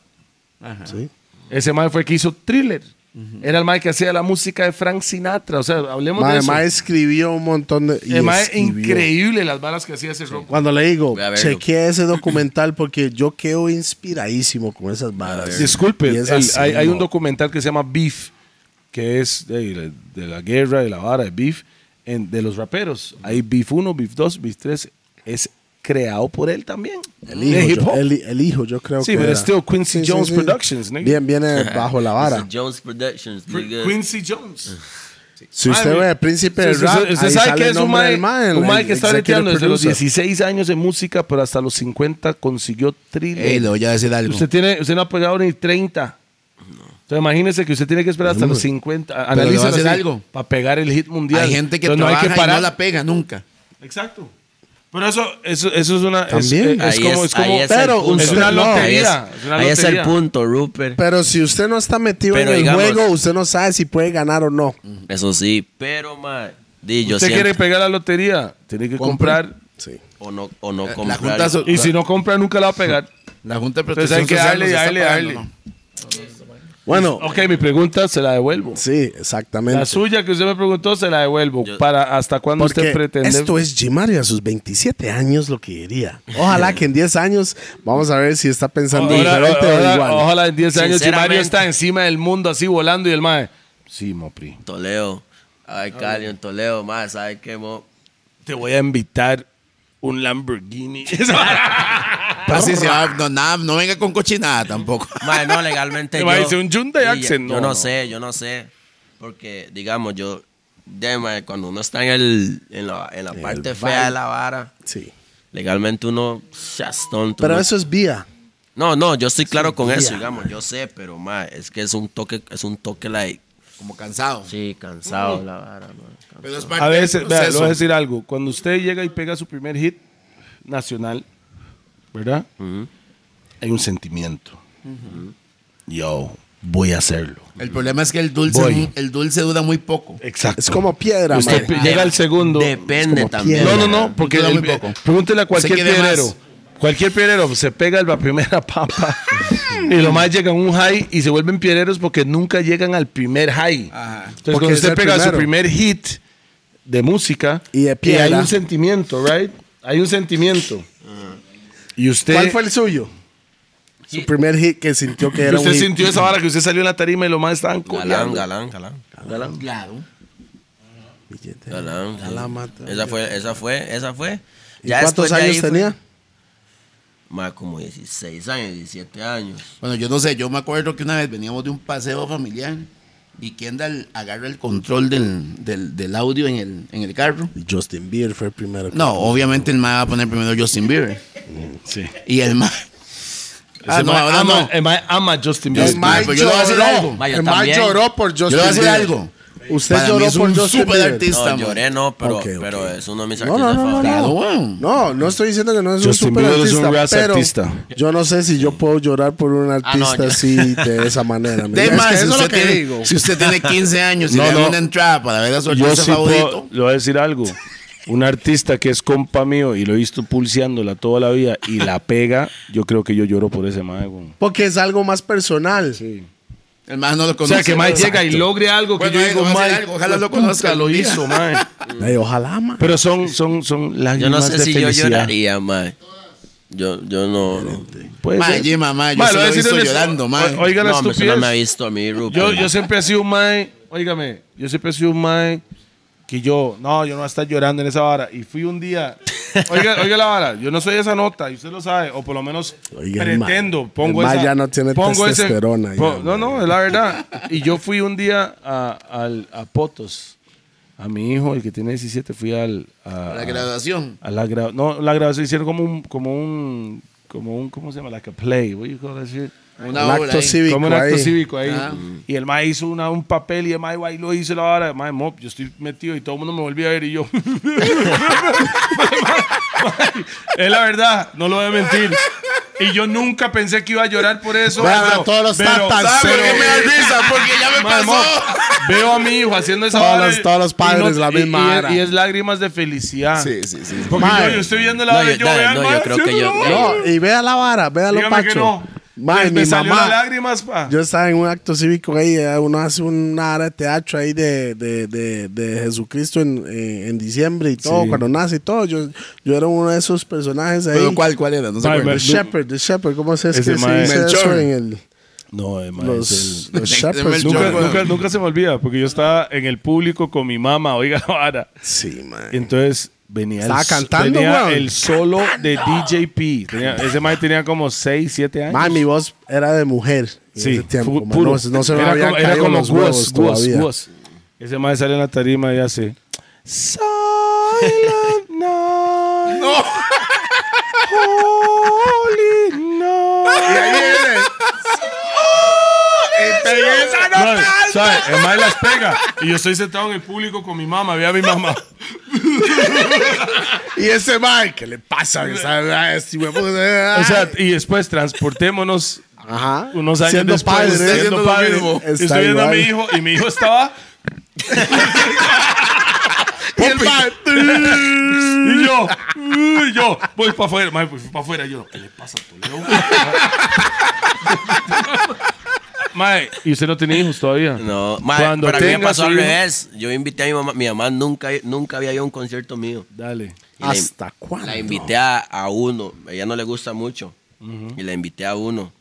[SPEAKER 3] Sí.
[SPEAKER 2] Ese mae fue el que hizo Thriller. Era el mae que hacía la música de Frank Sinatra. O sea, hablemos
[SPEAKER 3] Mae,
[SPEAKER 2] de eso.
[SPEAKER 3] mae escribió un montón de. y
[SPEAKER 2] el mae
[SPEAKER 3] escribió.
[SPEAKER 2] increíble las balas que hacía ese rock.
[SPEAKER 3] Cuando le digo,
[SPEAKER 4] Voy a verlo.
[SPEAKER 3] chequeé
[SPEAKER 4] *laughs*
[SPEAKER 3] ese documental porque yo quedo inspiradísimo con esas varas.
[SPEAKER 2] Disculpe,
[SPEAKER 3] Y es
[SPEAKER 2] el-
[SPEAKER 3] así,
[SPEAKER 2] hay, hay un
[SPEAKER 3] ¿no?
[SPEAKER 2] documental que se llama Beef, que es de, de- de la guerra, de la vara, de Beef, en- de los raperos. Hay Beef 1, Beef 2, Beef 3. Es creado por él también.
[SPEAKER 3] El
[SPEAKER 2] De
[SPEAKER 3] hijo,
[SPEAKER 2] hip
[SPEAKER 3] yo,
[SPEAKER 2] hop.
[SPEAKER 3] el, el hijo, yo creo
[SPEAKER 2] Sí,
[SPEAKER 3] que.
[SPEAKER 2] pero
[SPEAKER 3] era.
[SPEAKER 2] still Quincy Jones Productions, nigga.
[SPEAKER 3] Bien,
[SPEAKER 4] *laughs*
[SPEAKER 3] viene bajo la vara.
[SPEAKER 4] Quincy Jones Productions, nigga.
[SPEAKER 2] Quincy Jones.
[SPEAKER 3] Si usted
[SPEAKER 2] Ay,
[SPEAKER 3] ve
[SPEAKER 2] mi-
[SPEAKER 3] el príncipe
[SPEAKER 2] Sí,
[SPEAKER 3] del
[SPEAKER 2] usted-
[SPEAKER 3] rap,
[SPEAKER 2] usted
[SPEAKER 3] ahí
[SPEAKER 2] sabe
[SPEAKER 3] sale
[SPEAKER 2] que
[SPEAKER 3] el
[SPEAKER 2] es un
[SPEAKER 3] nombre
[SPEAKER 2] mae,
[SPEAKER 3] del mae,
[SPEAKER 2] un
[SPEAKER 3] el
[SPEAKER 2] mae que está
[SPEAKER 3] executive
[SPEAKER 2] leteando desde los
[SPEAKER 3] producer.
[SPEAKER 2] 16 años de música, pero hasta los 50 consiguió thriller.
[SPEAKER 6] Ey, le voy a decir algo.
[SPEAKER 2] usted, tiene, usted no ha pegado ni 30. Entonces imagínese que usted tiene que esperar hasta los 50. analícelo
[SPEAKER 6] le voy a decir
[SPEAKER 2] así,
[SPEAKER 6] algo.
[SPEAKER 2] Para pegar el hit mundial.
[SPEAKER 6] Hay gente que
[SPEAKER 2] Entonces,
[SPEAKER 6] trabaja y no la pega nunca.
[SPEAKER 2] Exacto. Pero eso, eso, eso es una... es-
[SPEAKER 3] También.
[SPEAKER 2] Es,
[SPEAKER 4] Ahí
[SPEAKER 2] como... Es,
[SPEAKER 4] ahí
[SPEAKER 2] como
[SPEAKER 4] el
[SPEAKER 3] pero
[SPEAKER 4] punto.
[SPEAKER 3] es una
[SPEAKER 2] lotería,
[SPEAKER 4] Ahí es,
[SPEAKER 2] es una
[SPEAKER 4] ahí es el
[SPEAKER 2] lotería.
[SPEAKER 4] punto, Rupert.
[SPEAKER 3] Pero si usted no está metido
[SPEAKER 4] Pero
[SPEAKER 3] en el
[SPEAKER 4] digamos- Mm.
[SPEAKER 3] juego, usted no sabe si puede ganar o no.
[SPEAKER 4] Eso sí, pero, ma, di, yo
[SPEAKER 2] usted quiere
[SPEAKER 4] siempre-
[SPEAKER 2] pegar la lotería, tiene que
[SPEAKER 6] Compre.
[SPEAKER 2] comprar.
[SPEAKER 3] Sí.
[SPEAKER 4] o no, o
[SPEAKER 3] Eh,
[SPEAKER 4] no
[SPEAKER 6] La
[SPEAKER 4] comprar.
[SPEAKER 6] junta, so-
[SPEAKER 2] Y si no compra, nunca la va a pegar.
[SPEAKER 6] la junta de
[SPEAKER 2] Entonces
[SPEAKER 6] protección
[SPEAKER 2] hay que
[SPEAKER 6] Social
[SPEAKER 2] darle,
[SPEAKER 6] nos está
[SPEAKER 2] darle,
[SPEAKER 6] pagando,
[SPEAKER 2] darle.
[SPEAKER 6] ¿no?
[SPEAKER 3] Bueno,
[SPEAKER 2] Ok, mi pregunta se la devuelvo.
[SPEAKER 3] sí, exactamente.
[SPEAKER 2] La suya que usted me preguntó se la devuelvo.
[SPEAKER 4] Yo-
[SPEAKER 2] para hasta cuándo
[SPEAKER 3] Porque
[SPEAKER 2] usted pretende.
[SPEAKER 3] esto es Jimario a sus 27 años lo que diría. Ojalá que en 10 años vamos a ver si está pensando
[SPEAKER 2] Ahora-
[SPEAKER 3] diferente o
[SPEAKER 2] ahora-
[SPEAKER 3] igual.
[SPEAKER 2] Ojalá en 10 años si
[SPEAKER 4] Sinceramente.
[SPEAKER 2] Mario está encima del mundo así volando y el mae. Sí, Mopri.
[SPEAKER 4] Toleo. Ay, Cali, en Toleo, ma, ¿sabes qué, mo?
[SPEAKER 2] Te voy a invitar un
[SPEAKER 4] *laughs*
[SPEAKER 2] Lamborghini.
[SPEAKER 6] Pero sí, sí, ah, no, nada, no venga con cochinada tampoco. *laughs*
[SPEAKER 4] Ma, no, legalmente
[SPEAKER 2] Te *laughs*
[SPEAKER 4] yo...
[SPEAKER 2] va a decir un Hyundai
[SPEAKER 4] y-
[SPEAKER 2] Accent,
[SPEAKER 4] Yo
[SPEAKER 2] no,
[SPEAKER 4] no,
[SPEAKER 2] no.
[SPEAKER 4] sé, yo no sé. Porque, digamos, yo... de, ma, cuando uno está en, el, en la, en la parte fea de la vara,
[SPEAKER 3] Sí.
[SPEAKER 4] legalmente uno... seas tonto,
[SPEAKER 3] Pero
[SPEAKER 4] uno-
[SPEAKER 3] eso es vía.
[SPEAKER 4] No, no, yo estoy claro con eso,
[SPEAKER 3] ya,
[SPEAKER 4] digamos. Yo sé, pero, ma, es que es un toque, es un toque, like...
[SPEAKER 6] Como cansado.
[SPEAKER 4] Sí, cansado la vara, ma.
[SPEAKER 6] Pero es parte
[SPEAKER 2] a veces,
[SPEAKER 6] del
[SPEAKER 2] vea, le voy a
[SPEAKER 6] proceso.
[SPEAKER 2] decir algo. Cuando usted llega y pega su primer hit nacional, ¿verdad? Hay un sentimiento. Yo voy a hacerlo.
[SPEAKER 6] El problema es que el dulce,
[SPEAKER 2] Voy.
[SPEAKER 6] es muy- el dulce dura muy poco.
[SPEAKER 2] Exacto.
[SPEAKER 3] Es como piedra,
[SPEAKER 2] Usted
[SPEAKER 3] mae.
[SPEAKER 2] pi- llega el segundo.
[SPEAKER 4] Depende
[SPEAKER 3] como
[SPEAKER 4] también.
[SPEAKER 2] No,
[SPEAKER 3] piedra.
[SPEAKER 2] no, no, porque
[SPEAKER 6] Dura
[SPEAKER 2] el-
[SPEAKER 6] muy poco.
[SPEAKER 2] pregúntele a cualquier
[SPEAKER 6] Se quiere más.
[SPEAKER 2] piedrero. Cualquier piedrero se pega la primera *laughs* papa y lo más llegan a un high y se vuelven piedreros porque nunca llegan al primer high.
[SPEAKER 6] Ajá.
[SPEAKER 2] Entonces,
[SPEAKER 3] Porque
[SPEAKER 2] cuando
[SPEAKER 3] es
[SPEAKER 2] usted
[SPEAKER 3] el
[SPEAKER 2] pega su
[SPEAKER 3] primero.
[SPEAKER 2] primer hit de música
[SPEAKER 3] Y de piedra. Ah.
[SPEAKER 2] hay un sentimiento, ¿right? Hay un sentimiento. Y usted,
[SPEAKER 3] ¿Cuál fue el suyo? Su primer hit que sintió que era un
[SPEAKER 2] usted
[SPEAKER 3] hit.
[SPEAKER 2] sintió esa vara que usted salió en la tarima y lo más estaban
[SPEAKER 4] Galán,
[SPEAKER 2] culeando.
[SPEAKER 4] galán, galán.
[SPEAKER 6] Claro.
[SPEAKER 3] Billete.
[SPEAKER 4] Galán. sí.
[SPEAKER 3] Galán, mata.
[SPEAKER 4] Esa fue, esa fue, esa fue.
[SPEAKER 3] ¿Y
[SPEAKER 4] Ya
[SPEAKER 3] cuántos
[SPEAKER 4] después de ahí
[SPEAKER 3] años
[SPEAKER 4] fue-
[SPEAKER 3] tenía?
[SPEAKER 4] Más como 16 años, 17 años.
[SPEAKER 6] Bueno, yo no sé, yo me acuerdo que una vez veníamos de un paseo familiar y Kendall agarra el control del, del, del audio en el, en el carro.
[SPEAKER 3] Justin Bieber fue el primero.
[SPEAKER 6] No, obviamente el ma va a poner primero Justin Bieber.
[SPEAKER 2] Sí.
[SPEAKER 6] Y el ma Ese
[SPEAKER 2] Ah, no,
[SPEAKER 6] mae-
[SPEAKER 2] ahora no.
[SPEAKER 6] ama-
[SPEAKER 2] eh, El mae ama a Justin
[SPEAKER 6] Yo-
[SPEAKER 3] El
[SPEAKER 2] Bieber.
[SPEAKER 6] yo-
[SPEAKER 3] Mike
[SPEAKER 6] pero yo le voy a decir
[SPEAKER 3] lloró.
[SPEAKER 6] algo.
[SPEAKER 4] Vaya,
[SPEAKER 3] El Mike
[SPEAKER 4] también.
[SPEAKER 3] lloró por
[SPEAKER 6] Yo
[SPEAKER 3] Justin
[SPEAKER 6] le voy a decir
[SPEAKER 3] Bieber.
[SPEAKER 6] algo.
[SPEAKER 3] Usted
[SPEAKER 6] Para mí
[SPEAKER 3] lloró
[SPEAKER 6] es
[SPEAKER 3] por
[SPEAKER 6] un
[SPEAKER 3] Justin
[SPEAKER 6] súper
[SPEAKER 3] Bieber.
[SPEAKER 6] artista.
[SPEAKER 4] No, lloré no, pero,
[SPEAKER 3] Ok, ok.
[SPEAKER 4] pero es uno de mis
[SPEAKER 3] No,
[SPEAKER 4] artistas
[SPEAKER 3] no, no, no,
[SPEAKER 4] favoritos.
[SPEAKER 6] Claro,
[SPEAKER 3] no.
[SPEAKER 6] weón.
[SPEAKER 3] No, no estoy diciendo que no es un
[SPEAKER 2] Mm. Justin
[SPEAKER 3] super
[SPEAKER 2] Bieber es
[SPEAKER 3] artista,
[SPEAKER 2] un ras
[SPEAKER 3] pero
[SPEAKER 2] artista.
[SPEAKER 3] yo no sé si yo puedo llorar por un artista
[SPEAKER 4] yo-
[SPEAKER 3] así de esa manera. mira.
[SPEAKER 6] *laughs* De
[SPEAKER 3] Es que
[SPEAKER 6] más,
[SPEAKER 3] eso
[SPEAKER 6] si,
[SPEAKER 3] es
[SPEAKER 6] usted
[SPEAKER 3] lo que
[SPEAKER 6] tiene-
[SPEAKER 3] digo.
[SPEAKER 6] si usted tiene 15 años
[SPEAKER 2] *laughs*
[SPEAKER 6] y
[SPEAKER 2] No,
[SPEAKER 6] le dan
[SPEAKER 2] no.
[SPEAKER 6] una entrada para ver a su
[SPEAKER 2] Yo
[SPEAKER 6] artista
[SPEAKER 2] sí
[SPEAKER 6] favorito,
[SPEAKER 2] puedo, le voy a decir algo. Un artista que es compa mío y lo he visto pulseándola toda la vida y la pega, yo creo que yo lloro por ese mae. güey.
[SPEAKER 3] Porque es algo más personal.
[SPEAKER 6] el más no lo
[SPEAKER 2] O
[SPEAKER 6] conoce.
[SPEAKER 2] sea, que mae llega y
[SPEAKER 6] Exacto.
[SPEAKER 2] logre algo que yo
[SPEAKER 6] Bueno, ahí
[SPEAKER 2] digo,
[SPEAKER 6] le voy
[SPEAKER 2] mae,
[SPEAKER 6] a
[SPEAKER 2] pues
[SPEAKER 6] decir algo, ojalá lo
[SPEAKER 2] puta,
[SPEAKER 6] conozca
[SPEAKER 2] lo
[SPEAKER 6] algún día".
[SPEAKER 2] hizo, mae.
[SPEAKER 3] Ay, ojalá, ma.
[SPEAKER 2] *laughs* Pero son, son, son
[SPEAKER 4] Yo no
[SPEAKER 2] lágrimas
[SPEAKER 4] sé
[SPEAKER 2] de
[SPEAKER 4] si yo
[SPEAKER 2] felicidad.
[SPEAKER 4] lloraría, mae. Yo, yo no. no.
[SPEAKER 2] Puede
[SPEAKER 6] Mae,
[SPEAKER 2] ser.
[SPEAKER 6] Jima, mae, yo
[SPEAKER 2] Mae,
[SPEAKER 6] se
[SPEAKER 2] voy a
[SPEAKER 6] lo he
[SPEAKER 2] decir
[SPEAKER 6] visto
[SPEAKER 2] honesto-
[SPEAKER 6] llorando, mae.
[SPEAKER 2] o- Oiga la
[SPEAKER 4] No, hombre, eso no
[SPEAKER 2] estupidez.
[SPEAKER 4] me ha visto a mí, Rupert.
[SPEAKER 2] Yo, yo siempre he sido un mae, óigame, yo siempre he sido un mae que yo, no, yo no voy a estar llorando en esa vara. Y fui un
[SPEAKER 3] *laughs*
[SPEAKER 2] día, oiga, oiga la vara, yo no soy esa nota, y usted lo sabe, o por lo menos
[SPEAKER 3] Oiga, el
[SPEAKER 2] pretendo,
[SPEAKER 3] mae.
[SPEAKER 2] pongo
[SPEAKER 3] El mae
[SPEAKER 2] esa.
[SPEAKER 3] ya no tiene
[SPEAKER 2] ese-
[SPEAKER 3] testosterona ya,
[SPEAKER 2] po- no,
[SPEAKER 3] mae.
[SPEAKER 2] no, es la verdad. Y yo fui un día a, al- a Potos, a mi hijo, el que tiene 17, fui al... a-
[SPEAKER 6] La
[SPEAKER 2] a-
[SPEAKER 6] graduación.
[SPEAKER 2] a la gra- no, la grabación hicieron como un, como un, como un, ¿cómo se llama? Like a play, what you call that shit?
[SPEAKER 6] Una
[SPEAKER 3] Lacto
[SPEAKER 6] ola ahí.
[SPEAKER 3] civil. Cívico
[SPEAKER 2] como un acto
[SPEAKER 3] ahí.
[SPEAKER 2] cívico ahí.
[SPEAKER 6] Ah.
[SPEAKER 2] Y el mae hizo una, un papel y el mae bailó y hizo la vara. Mae, mop, yo estoy metido y todo el mundo me volvió a ver y yo. *laughs* es la verdad, no lo voy a mentir. Y yo nunca pensé que iba a llorar por eso.
[SPEAKER 3] Vean a
[SPEAKER 2] pero-
[SPEAKER 3] todos los
[SPEAKER 2] pero-
[SPEAKER 3] tatas.
[SPEAKER 6] ¿Sabe
[SPEAKER 3] Pero-
[SPEAKER 6] por qué me da risa? Porque ya
[SPEAKER 2] *laughs*
[SPEAKER 6] me
[SPEAKER 2] Mae, mop,
[SPEAKER 6] pasó.
[SPEAKER 2] veo a mi hijo haciendo esa
[SPEAKER 3] Todos
[SPEAKER 2] vara
[SPEAKER 3] los-
[SPEAKER 2] y-
[SPEAKER 3] todos los
[SPEAKER 2] y
[SPEAKER 3] padres la
[SPEAKER 2] y-
[SPEAKER 3] misma
[SPEAKER 2] y es-
[SPEAKER 3] vara.
[SPEAKER 2] Y, es lágrimas de felicidad.
[SPEAKER 5] Sí, sí, sí.
[SPEAKER 2] Porque
[SPEAKER 3] Mae.
[SPEAKER 2] yo, yo estoy viendo la
[SPEAKER 4] No,
[SPEAKER 2] vara
[SPEAKER 4] yo,
[SPEAKER 2] y yo,
[SPEAKER 4] no,
[SPEAKER 2] vean,
[SPEAKER 4] no,
[SPEAKER 2] mae,
[SPEAKER 4] yo creo que
[SPEAKER 2] haciendo
[SPEAKER 4] yo.
[SPEAKER 2] la vara.
[SPEAKER 3] No, y vea la vara, vea lo
[SPEAKER 2] Dígame
[SPEAKER 3] pacho.
[SPEAKER 2] que no.
[SPEAKER 3] Ma,
[SPEAKER 2] Les-
[SPEAKER 3] mi
[SPEAKER 2] me salió
[SPEAKER 3] mamá-
[SPEAKER 2] las lágrimas, pa.
[SPEAKER 3] Yo estaba en un acto cívico ahí, eh, uno hace una hora de teatro ahí de, de, de, de Jesucristo en, eh, en diciembre y todo, cuando nace y todo. Yo, yo era uno de esos personajes ahí.
[SPEAKER 6] Pero ¿cuál, cuál era? No se
[SPEAKER 2] Mae,
[SPEAKER 6] acuerda.
[SPEAKER 3] The Shepherd, The Shepherd, ¿cómo se, es
[SPEAKER 2] Ese
[SPEAKER 3] que se
[SPEAKER 2] mae-
[SPEAKER 3] dice eso
[SPEAKER 6] Melchor.
[SPEAKER 3] en el,
[SPEAKER 2] No, eh, mae, es
[SPEAKER 3] los,
[SPEAKER 2] el-
[SPEAKER 3] los
[SPEAKER 6] De
[SPEAKER 3] Shepherds?
[SPEAKER 6] Melchor.
[SPEAKER 2] Nunca,
[SPEAKER 6] Yo-
[SPEAKER 2] nunca- nunca se me olvida, porque yo estaba en el público con mi mamá, oiga, ahora.
[SPEAKER 3] Sí, man.
[SPEAKER 2] Entonces venía, el,
[SPEAKER 3] Estaba cantando,
[SPEAKER 2] venía
[SPEAKER 3] weón.
[SPEAKER 2] el solo de DJP. Tenía- ese mae tenía como 6, 7 años.
[SPEAKER 3] Ma, mi voz era de mujer. en
[SPEAKER 2] sí,
[SPEAKER 3] ese tiempo,
[SPEAKER 2] fu-
[SPEAKER 3] ma,
[SPEAKER 2] puro.
[SPEAKER 3] No, no se me
[SPEAKER 2] era
[SPEAKER 3] habían
[SPEAKER 2] como, era
[SPEAKER 3] caído
[SPEAKER 2] como
[SPEAKER 3] los huevos
[SPEAKER 2] guas, guas,
[SPEAKER 3] todavía.
[SPEAKER 2] guas. Ese mae sale en la tarima y hace.
[SPEAKER 3] *laughs*
[SPEAKER 2] Silent night. No. Holy night. Madre, ¿sabe? El mae las pega. Y yo estoy sentado en el público con mi mamá. Ve a mi mamá.
[SPEAKER 3] Y ese Mike, ¿qué le
[SPEAKER 2] *laughs*
[SPEAKER 3] pasa?
[SPEAKER 6] ah,
[SPEAKER 2] O sea, y después transportémonos
[SPEAKER 3] Ajá.
[SPEAKER 2] unos años
[SPEAKER 3] Siendo
[SPEAKER 2] después.
[SPEAKER 3] padre,
[SPEAKER 6] siendo
[SPEAKER 2] siendo
[SPEAKER 6] lo
[SPEAKER 2] padre.
[SPEAKER 6] mismo.
[SPEAKER 2] Estoy
[SPEAKER 3] Está
[SPEAKER 2] viendo a mi
[SPEAKER 3] igual.
[SPEAKER 2] hijo y mi hijo estaba.
[SPEAKER 3] Y el mae,
[SPEAKER 2] Y yo, y yo, voy para afuera, mae, voy para afuera. Y Yo, ¿qué le pasa a Toledo? Mae, ¿y usted no tiene hijos todavía?
[SPEAKER 4] No, mae,
[SPEAKER 2] Cuando
[SPEAKER 4] pero a mí me
[SPEAKER 2] tenga
[SPEAKER 4] pasó
[SPEAKER 2] su
[SPEAKER 4] al
[SPEAKER 2] hijo-
[SPEAKER 4] revés. Yo invité a mi mamá. Mi mamá nunca, nunca había ido a un concierto mío.
[SPEAKER 2] Dale.
[SPEAKER 4] Y la-
[SPEAKER 3] ¿Hasta cuándo?
[SPEAKER 4] La invité a, a uno. A ella no le gusta mucho. Y la invité a uno.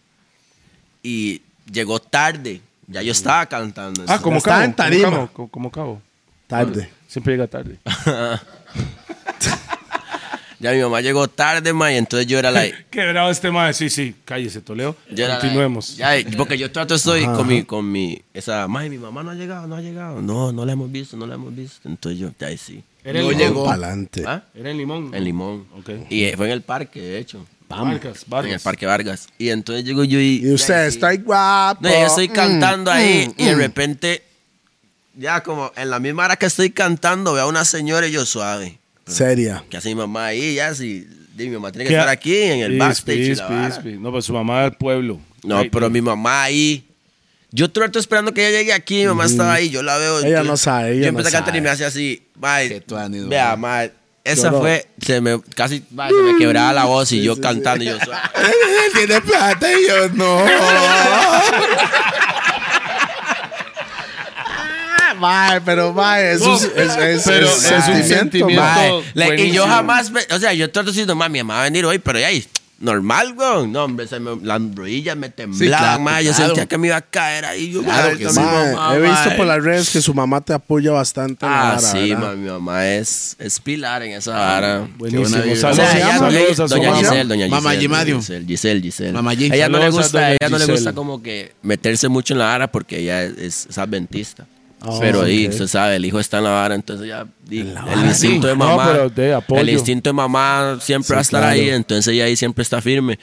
[SPEAKER 4] Y llegó tarde. Ya yo estaba cantando.
[SPEAKER 2] Ah, como
[SPEAKER 3] está
[SPEAKER 2] cabo.
[SPEAKER 3] en
[SPEAKER 2] como
[SPEAKER 3] tarima.
[SPEAKER 2] cabo, co- como cabo.
[SPEAKER 3] Tarde.
[SPEAKER 2] Siempre llega tarde.
[SPEAKER 4] Ya mi mamá llegó tarde, mae. y Entonces yo era
[SPEAKER 2] *laughs*
[SPEAKER 4] la.
[SPEAKER 2] Quebrado este mae. Sí, sí, cállese, Toledo.
[SPEAKER 4] yo era la-
[SPEAKER 2] Continuemos.
[SPEAKER 4] ya, porque yo trato estoy con mi, con mi. Esa, mae, mi mamá no ha llegado, no ha llegado. No, no la hemos visto, no la hemos visto. Entonces yo, ya ahí sí.
[SPEAKER 2] Era
[SPEAKER 6] No
[SPEAKER 2] en
[SPEAKER 6] llegó.
[SPEAKER 2] limón.
[SPEAKER 3] Pa'lante.
[SPEAKER 4] ¿Ah?
[SPEAKER 2] Era en limón.
[SPEAKER 4] En Limón.
[SPEAKER 2] Ok.
[SPEAKER 4] Y eh, fue en el parque, de hecho.
[SPEAKER 2] Vargas,
[SPEAKER 4] En el
[SPEAKER 2] Vargas.
[SPEAKER 4] Parque Vargas. Y entonces llego yo y.
[SPEAKER 3] Y usted está ahí guapo.
[SPEAKER 4] No, yo estoy
[SPEAKER 3] Mm,
[SPEAKER 4] cantando ahí
[SPEAKER 3] mm,
[SPEAKER 4] y de
[SPEAKER 3] mm.
[SPEAKER 4] repente, ya como en la misma hora que estoy cantando, veo a una señora y yo suave.
[SPEAKER 3] Seria.
[SPEAKER 4] Que hace mi mamá ahí, ya si di, mi mamá tiene que
[SPEAKER 2] ¿Qué?
[SPEAKER 4] estar aquí en el
[SPEAKER 2] Pis,
[SPEAKER 4] backstage. y
[SPEAKER 2] pis,
[SPEAKER 4] la
[SPEAKER 2] pis,
[SPEAKER 4] vara.
[SPEAKER 2] pis. No, pero su mamá del pueblo.
[SPEAKER 4] No,
[SPEAKER 2] Ay,
[SPEAKER 4] pero mi mamá ahí. Yo trato esperando que ella llegue aquí, mi mamá estaba ahí, yo la veo.
[SPEAKER 3] Ella
[SPEAKER 4] yo-
[SPEAKER 3] no sabe, ella
[SPEAKER 4] Yo empecé
[SPEAKER 3] no
[SPEAKER 4] a cantar y
[SPEAKER 3] sabe.
[SPEAKER 4] me hace así, mae,
[SPEAKER 6] Qué tuanis,
[SPEAKER 4] Vea,
[SPEAKER 6] mae.
[SPEAKER 4] mae, Esa
[SPEAKER 3] Lloró.
[SPEAKER 4] fue, se me, casi mae, se me quebraba la voz y yo cantando y yo suave.
[SPEAKER 6] Él tiene plata y yo no.
[SPEAKER 3] Mae, pero mae, es un, es, es-
[SPEAKER 2] pero
[SPEAKER 3] es
[SPEAKER 2] es un sentimiento.
[SPEAKER 3] mae.
[SPEAKER 4] Mae, le- y
[SPEAKER 2] Buenísimo.
[SPEAKER 4] yo jamás, me- o sea, yo trato diciendo, mami, mamá va a venir hoy, pero ya, y, normal, weón. No, hombre, se me- las rodillas me temblaban,
[SPEAKER 6] claro,
[SPEAKER 4] mae, yo
[SPEAKER 6] claro.
[SPEAKER 4] sentía que me iba a caer ahí. Yo,
[SPEAKER 6] Claro
[SPEAKER 4] mae,
[SPEAKER 6] que
[SPEAKER 4] con
[SPEAKER 6] sí.
[SPEAKER 4] mi
[SPEAKER 3] Mae,
[SPEAKER 4] mamá,
[SPEAKER 3] he visto
[SPEAKER 4] mae.
[SPEAKER 3] por las redes que su mamá te apoya bastante. en la
[SPEAKER 4] Ah,
[SPEAKER 3] vara,
[SPEAKER 4] sí,
[SPEAKER 3] ¿verdad?
[SPEAKER 4] ma, mi mamá es, es pilar en esa vara.
[SPEAKER 6] Qué buena
[SPEAKER 2] Buenísimo.
[SPEAKER 6] vibra.
[SPEAKER 4] O
[SPEAKER 2] Saludos,
[SPEAKER 4] sea,
[SPEAKER 3] se
[SPEAKER 4] ella-
[SPEAKER 3] llama?
[SPEAKER 2] saludos
[SPEAKER 4] doña-
[SPEAKER 2] a su
[SPEAKER 4] doña
[SPEAKER 2] mamá.
[SPEAKER 4] Giselle, doña Giselle.
[SPEAKER 6] Mamá Gimadio.
[SPEAKER 4] Giselle, Giselle, Giselle.
[SPEAKER 6] Mamá Gis.
[SPEAKER 4] Ella no le
[SPEAKER 2] Saludos a doña
[SPEAKER 4] gusta, ella no le
[SPEAKER 2] Giselle.
[SPEAKER 4] gusta como que meterse mucho en la vara porque ella es, es adventista.
[SPEAKER 2] Ah,
[SPEAKER 4] pero ahí, usted sabe, el hijo está en la vara, entonces ya di- el instinto de
[SPEAKER 2] No,
[SPEAKER 4] mamá,
[SPEAKER 2] pero de apoyo.
[SPEAKER 4] el instinto de mamá siempre va a estar ahí, entonces ella ahí siempre está firme.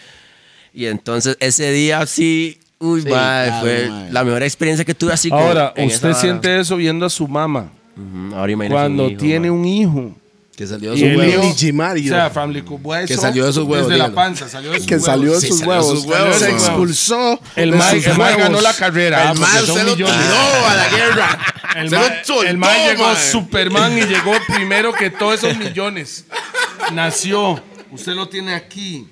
[SPEAKER 4] Y entonces ese día sí, uy,
[SPEAKER 6] Sí,
[SPEAKER 4] mae,
[SPEAKER 6] claro,
[SPEAKER 4] fue
[SPEAKER 6] mae.
[SPEAKER 4] la mejor experiencia que tuve así. como
[SPEAKER 2] Ahora,
[SPEAKER 4] en esa
[SPEAKER 2] usted
[SPEAKER 4] vara.
[SPEAKER 2] siente eso viendo a su mamá
[SPEAKER 4] Ujú, ahora imagínese
[SPEAKER 2] cuando
[SPEAKER 4] un hijo,
[SPEAKER 2] tiene
[SPEAKER 4] mae.
[SPEAKER 2] un hijo.
[SPEAKER 6] Que salió de
[SPEAKER 2] Y
[SPEAKER 6] sus
[SPEAKER 2] el
[SPEAKER 6] huevos.
[SPEAKER 2] hijo-
[SPEAKER 3] Ni Jimario.
[SPEAKER 2] O sea, Family Cubueso.
[SPEAKER 6] Que salió de sus huevos,
[SPEAKER 2] Desde la
[SPEAKER 6] dígalo.
[SPEAKER 2] panza, salió de sus
[SPEAKER 3] que
[SPEAKER 2] huevos.
[SPEAKER 3] salió de
[SPEAKER 6] Sí,
[SPEAKER 3] sus
[SPEAKER 6] salió de
[SPEAKER 3] huevos.
[SPEAKER 6] sus huevos,
[SPEAKER 3] se
[SPEAKER 6] huevos.
[SPEAKER 3] expulsó.
[SPEAKER 2] El
[SPEAKER 3] de
[SPEAKER 2] mae-
[SPEAKER 3] sus
[SPEAKER 2] el mae
[SPEAKER 3] huevos.
[SPEAKER 2] ganó la carrera. ah,
[SPEAKER 6] El
[SPEAKER 2] porque
[SPEAKER 6] mal
[SPEAKER 2] son
[SPEAKER 6] se lo tiró
[SPEAKER 2] millones.
[SPEAKER 6] a la guerra.
[SPEAKER 2] El
[SPEAKER 6] se
[SPEAKER 2] ma-
[SPEAKER 6] lo soltó,
[SPEAKER 2] el mae llegó
[SPEAKER 6] mae. *laughs*
[SPEAKER 2] Superman y llegó primero que todos esos millones. Nació. Usted lo tiene aquí.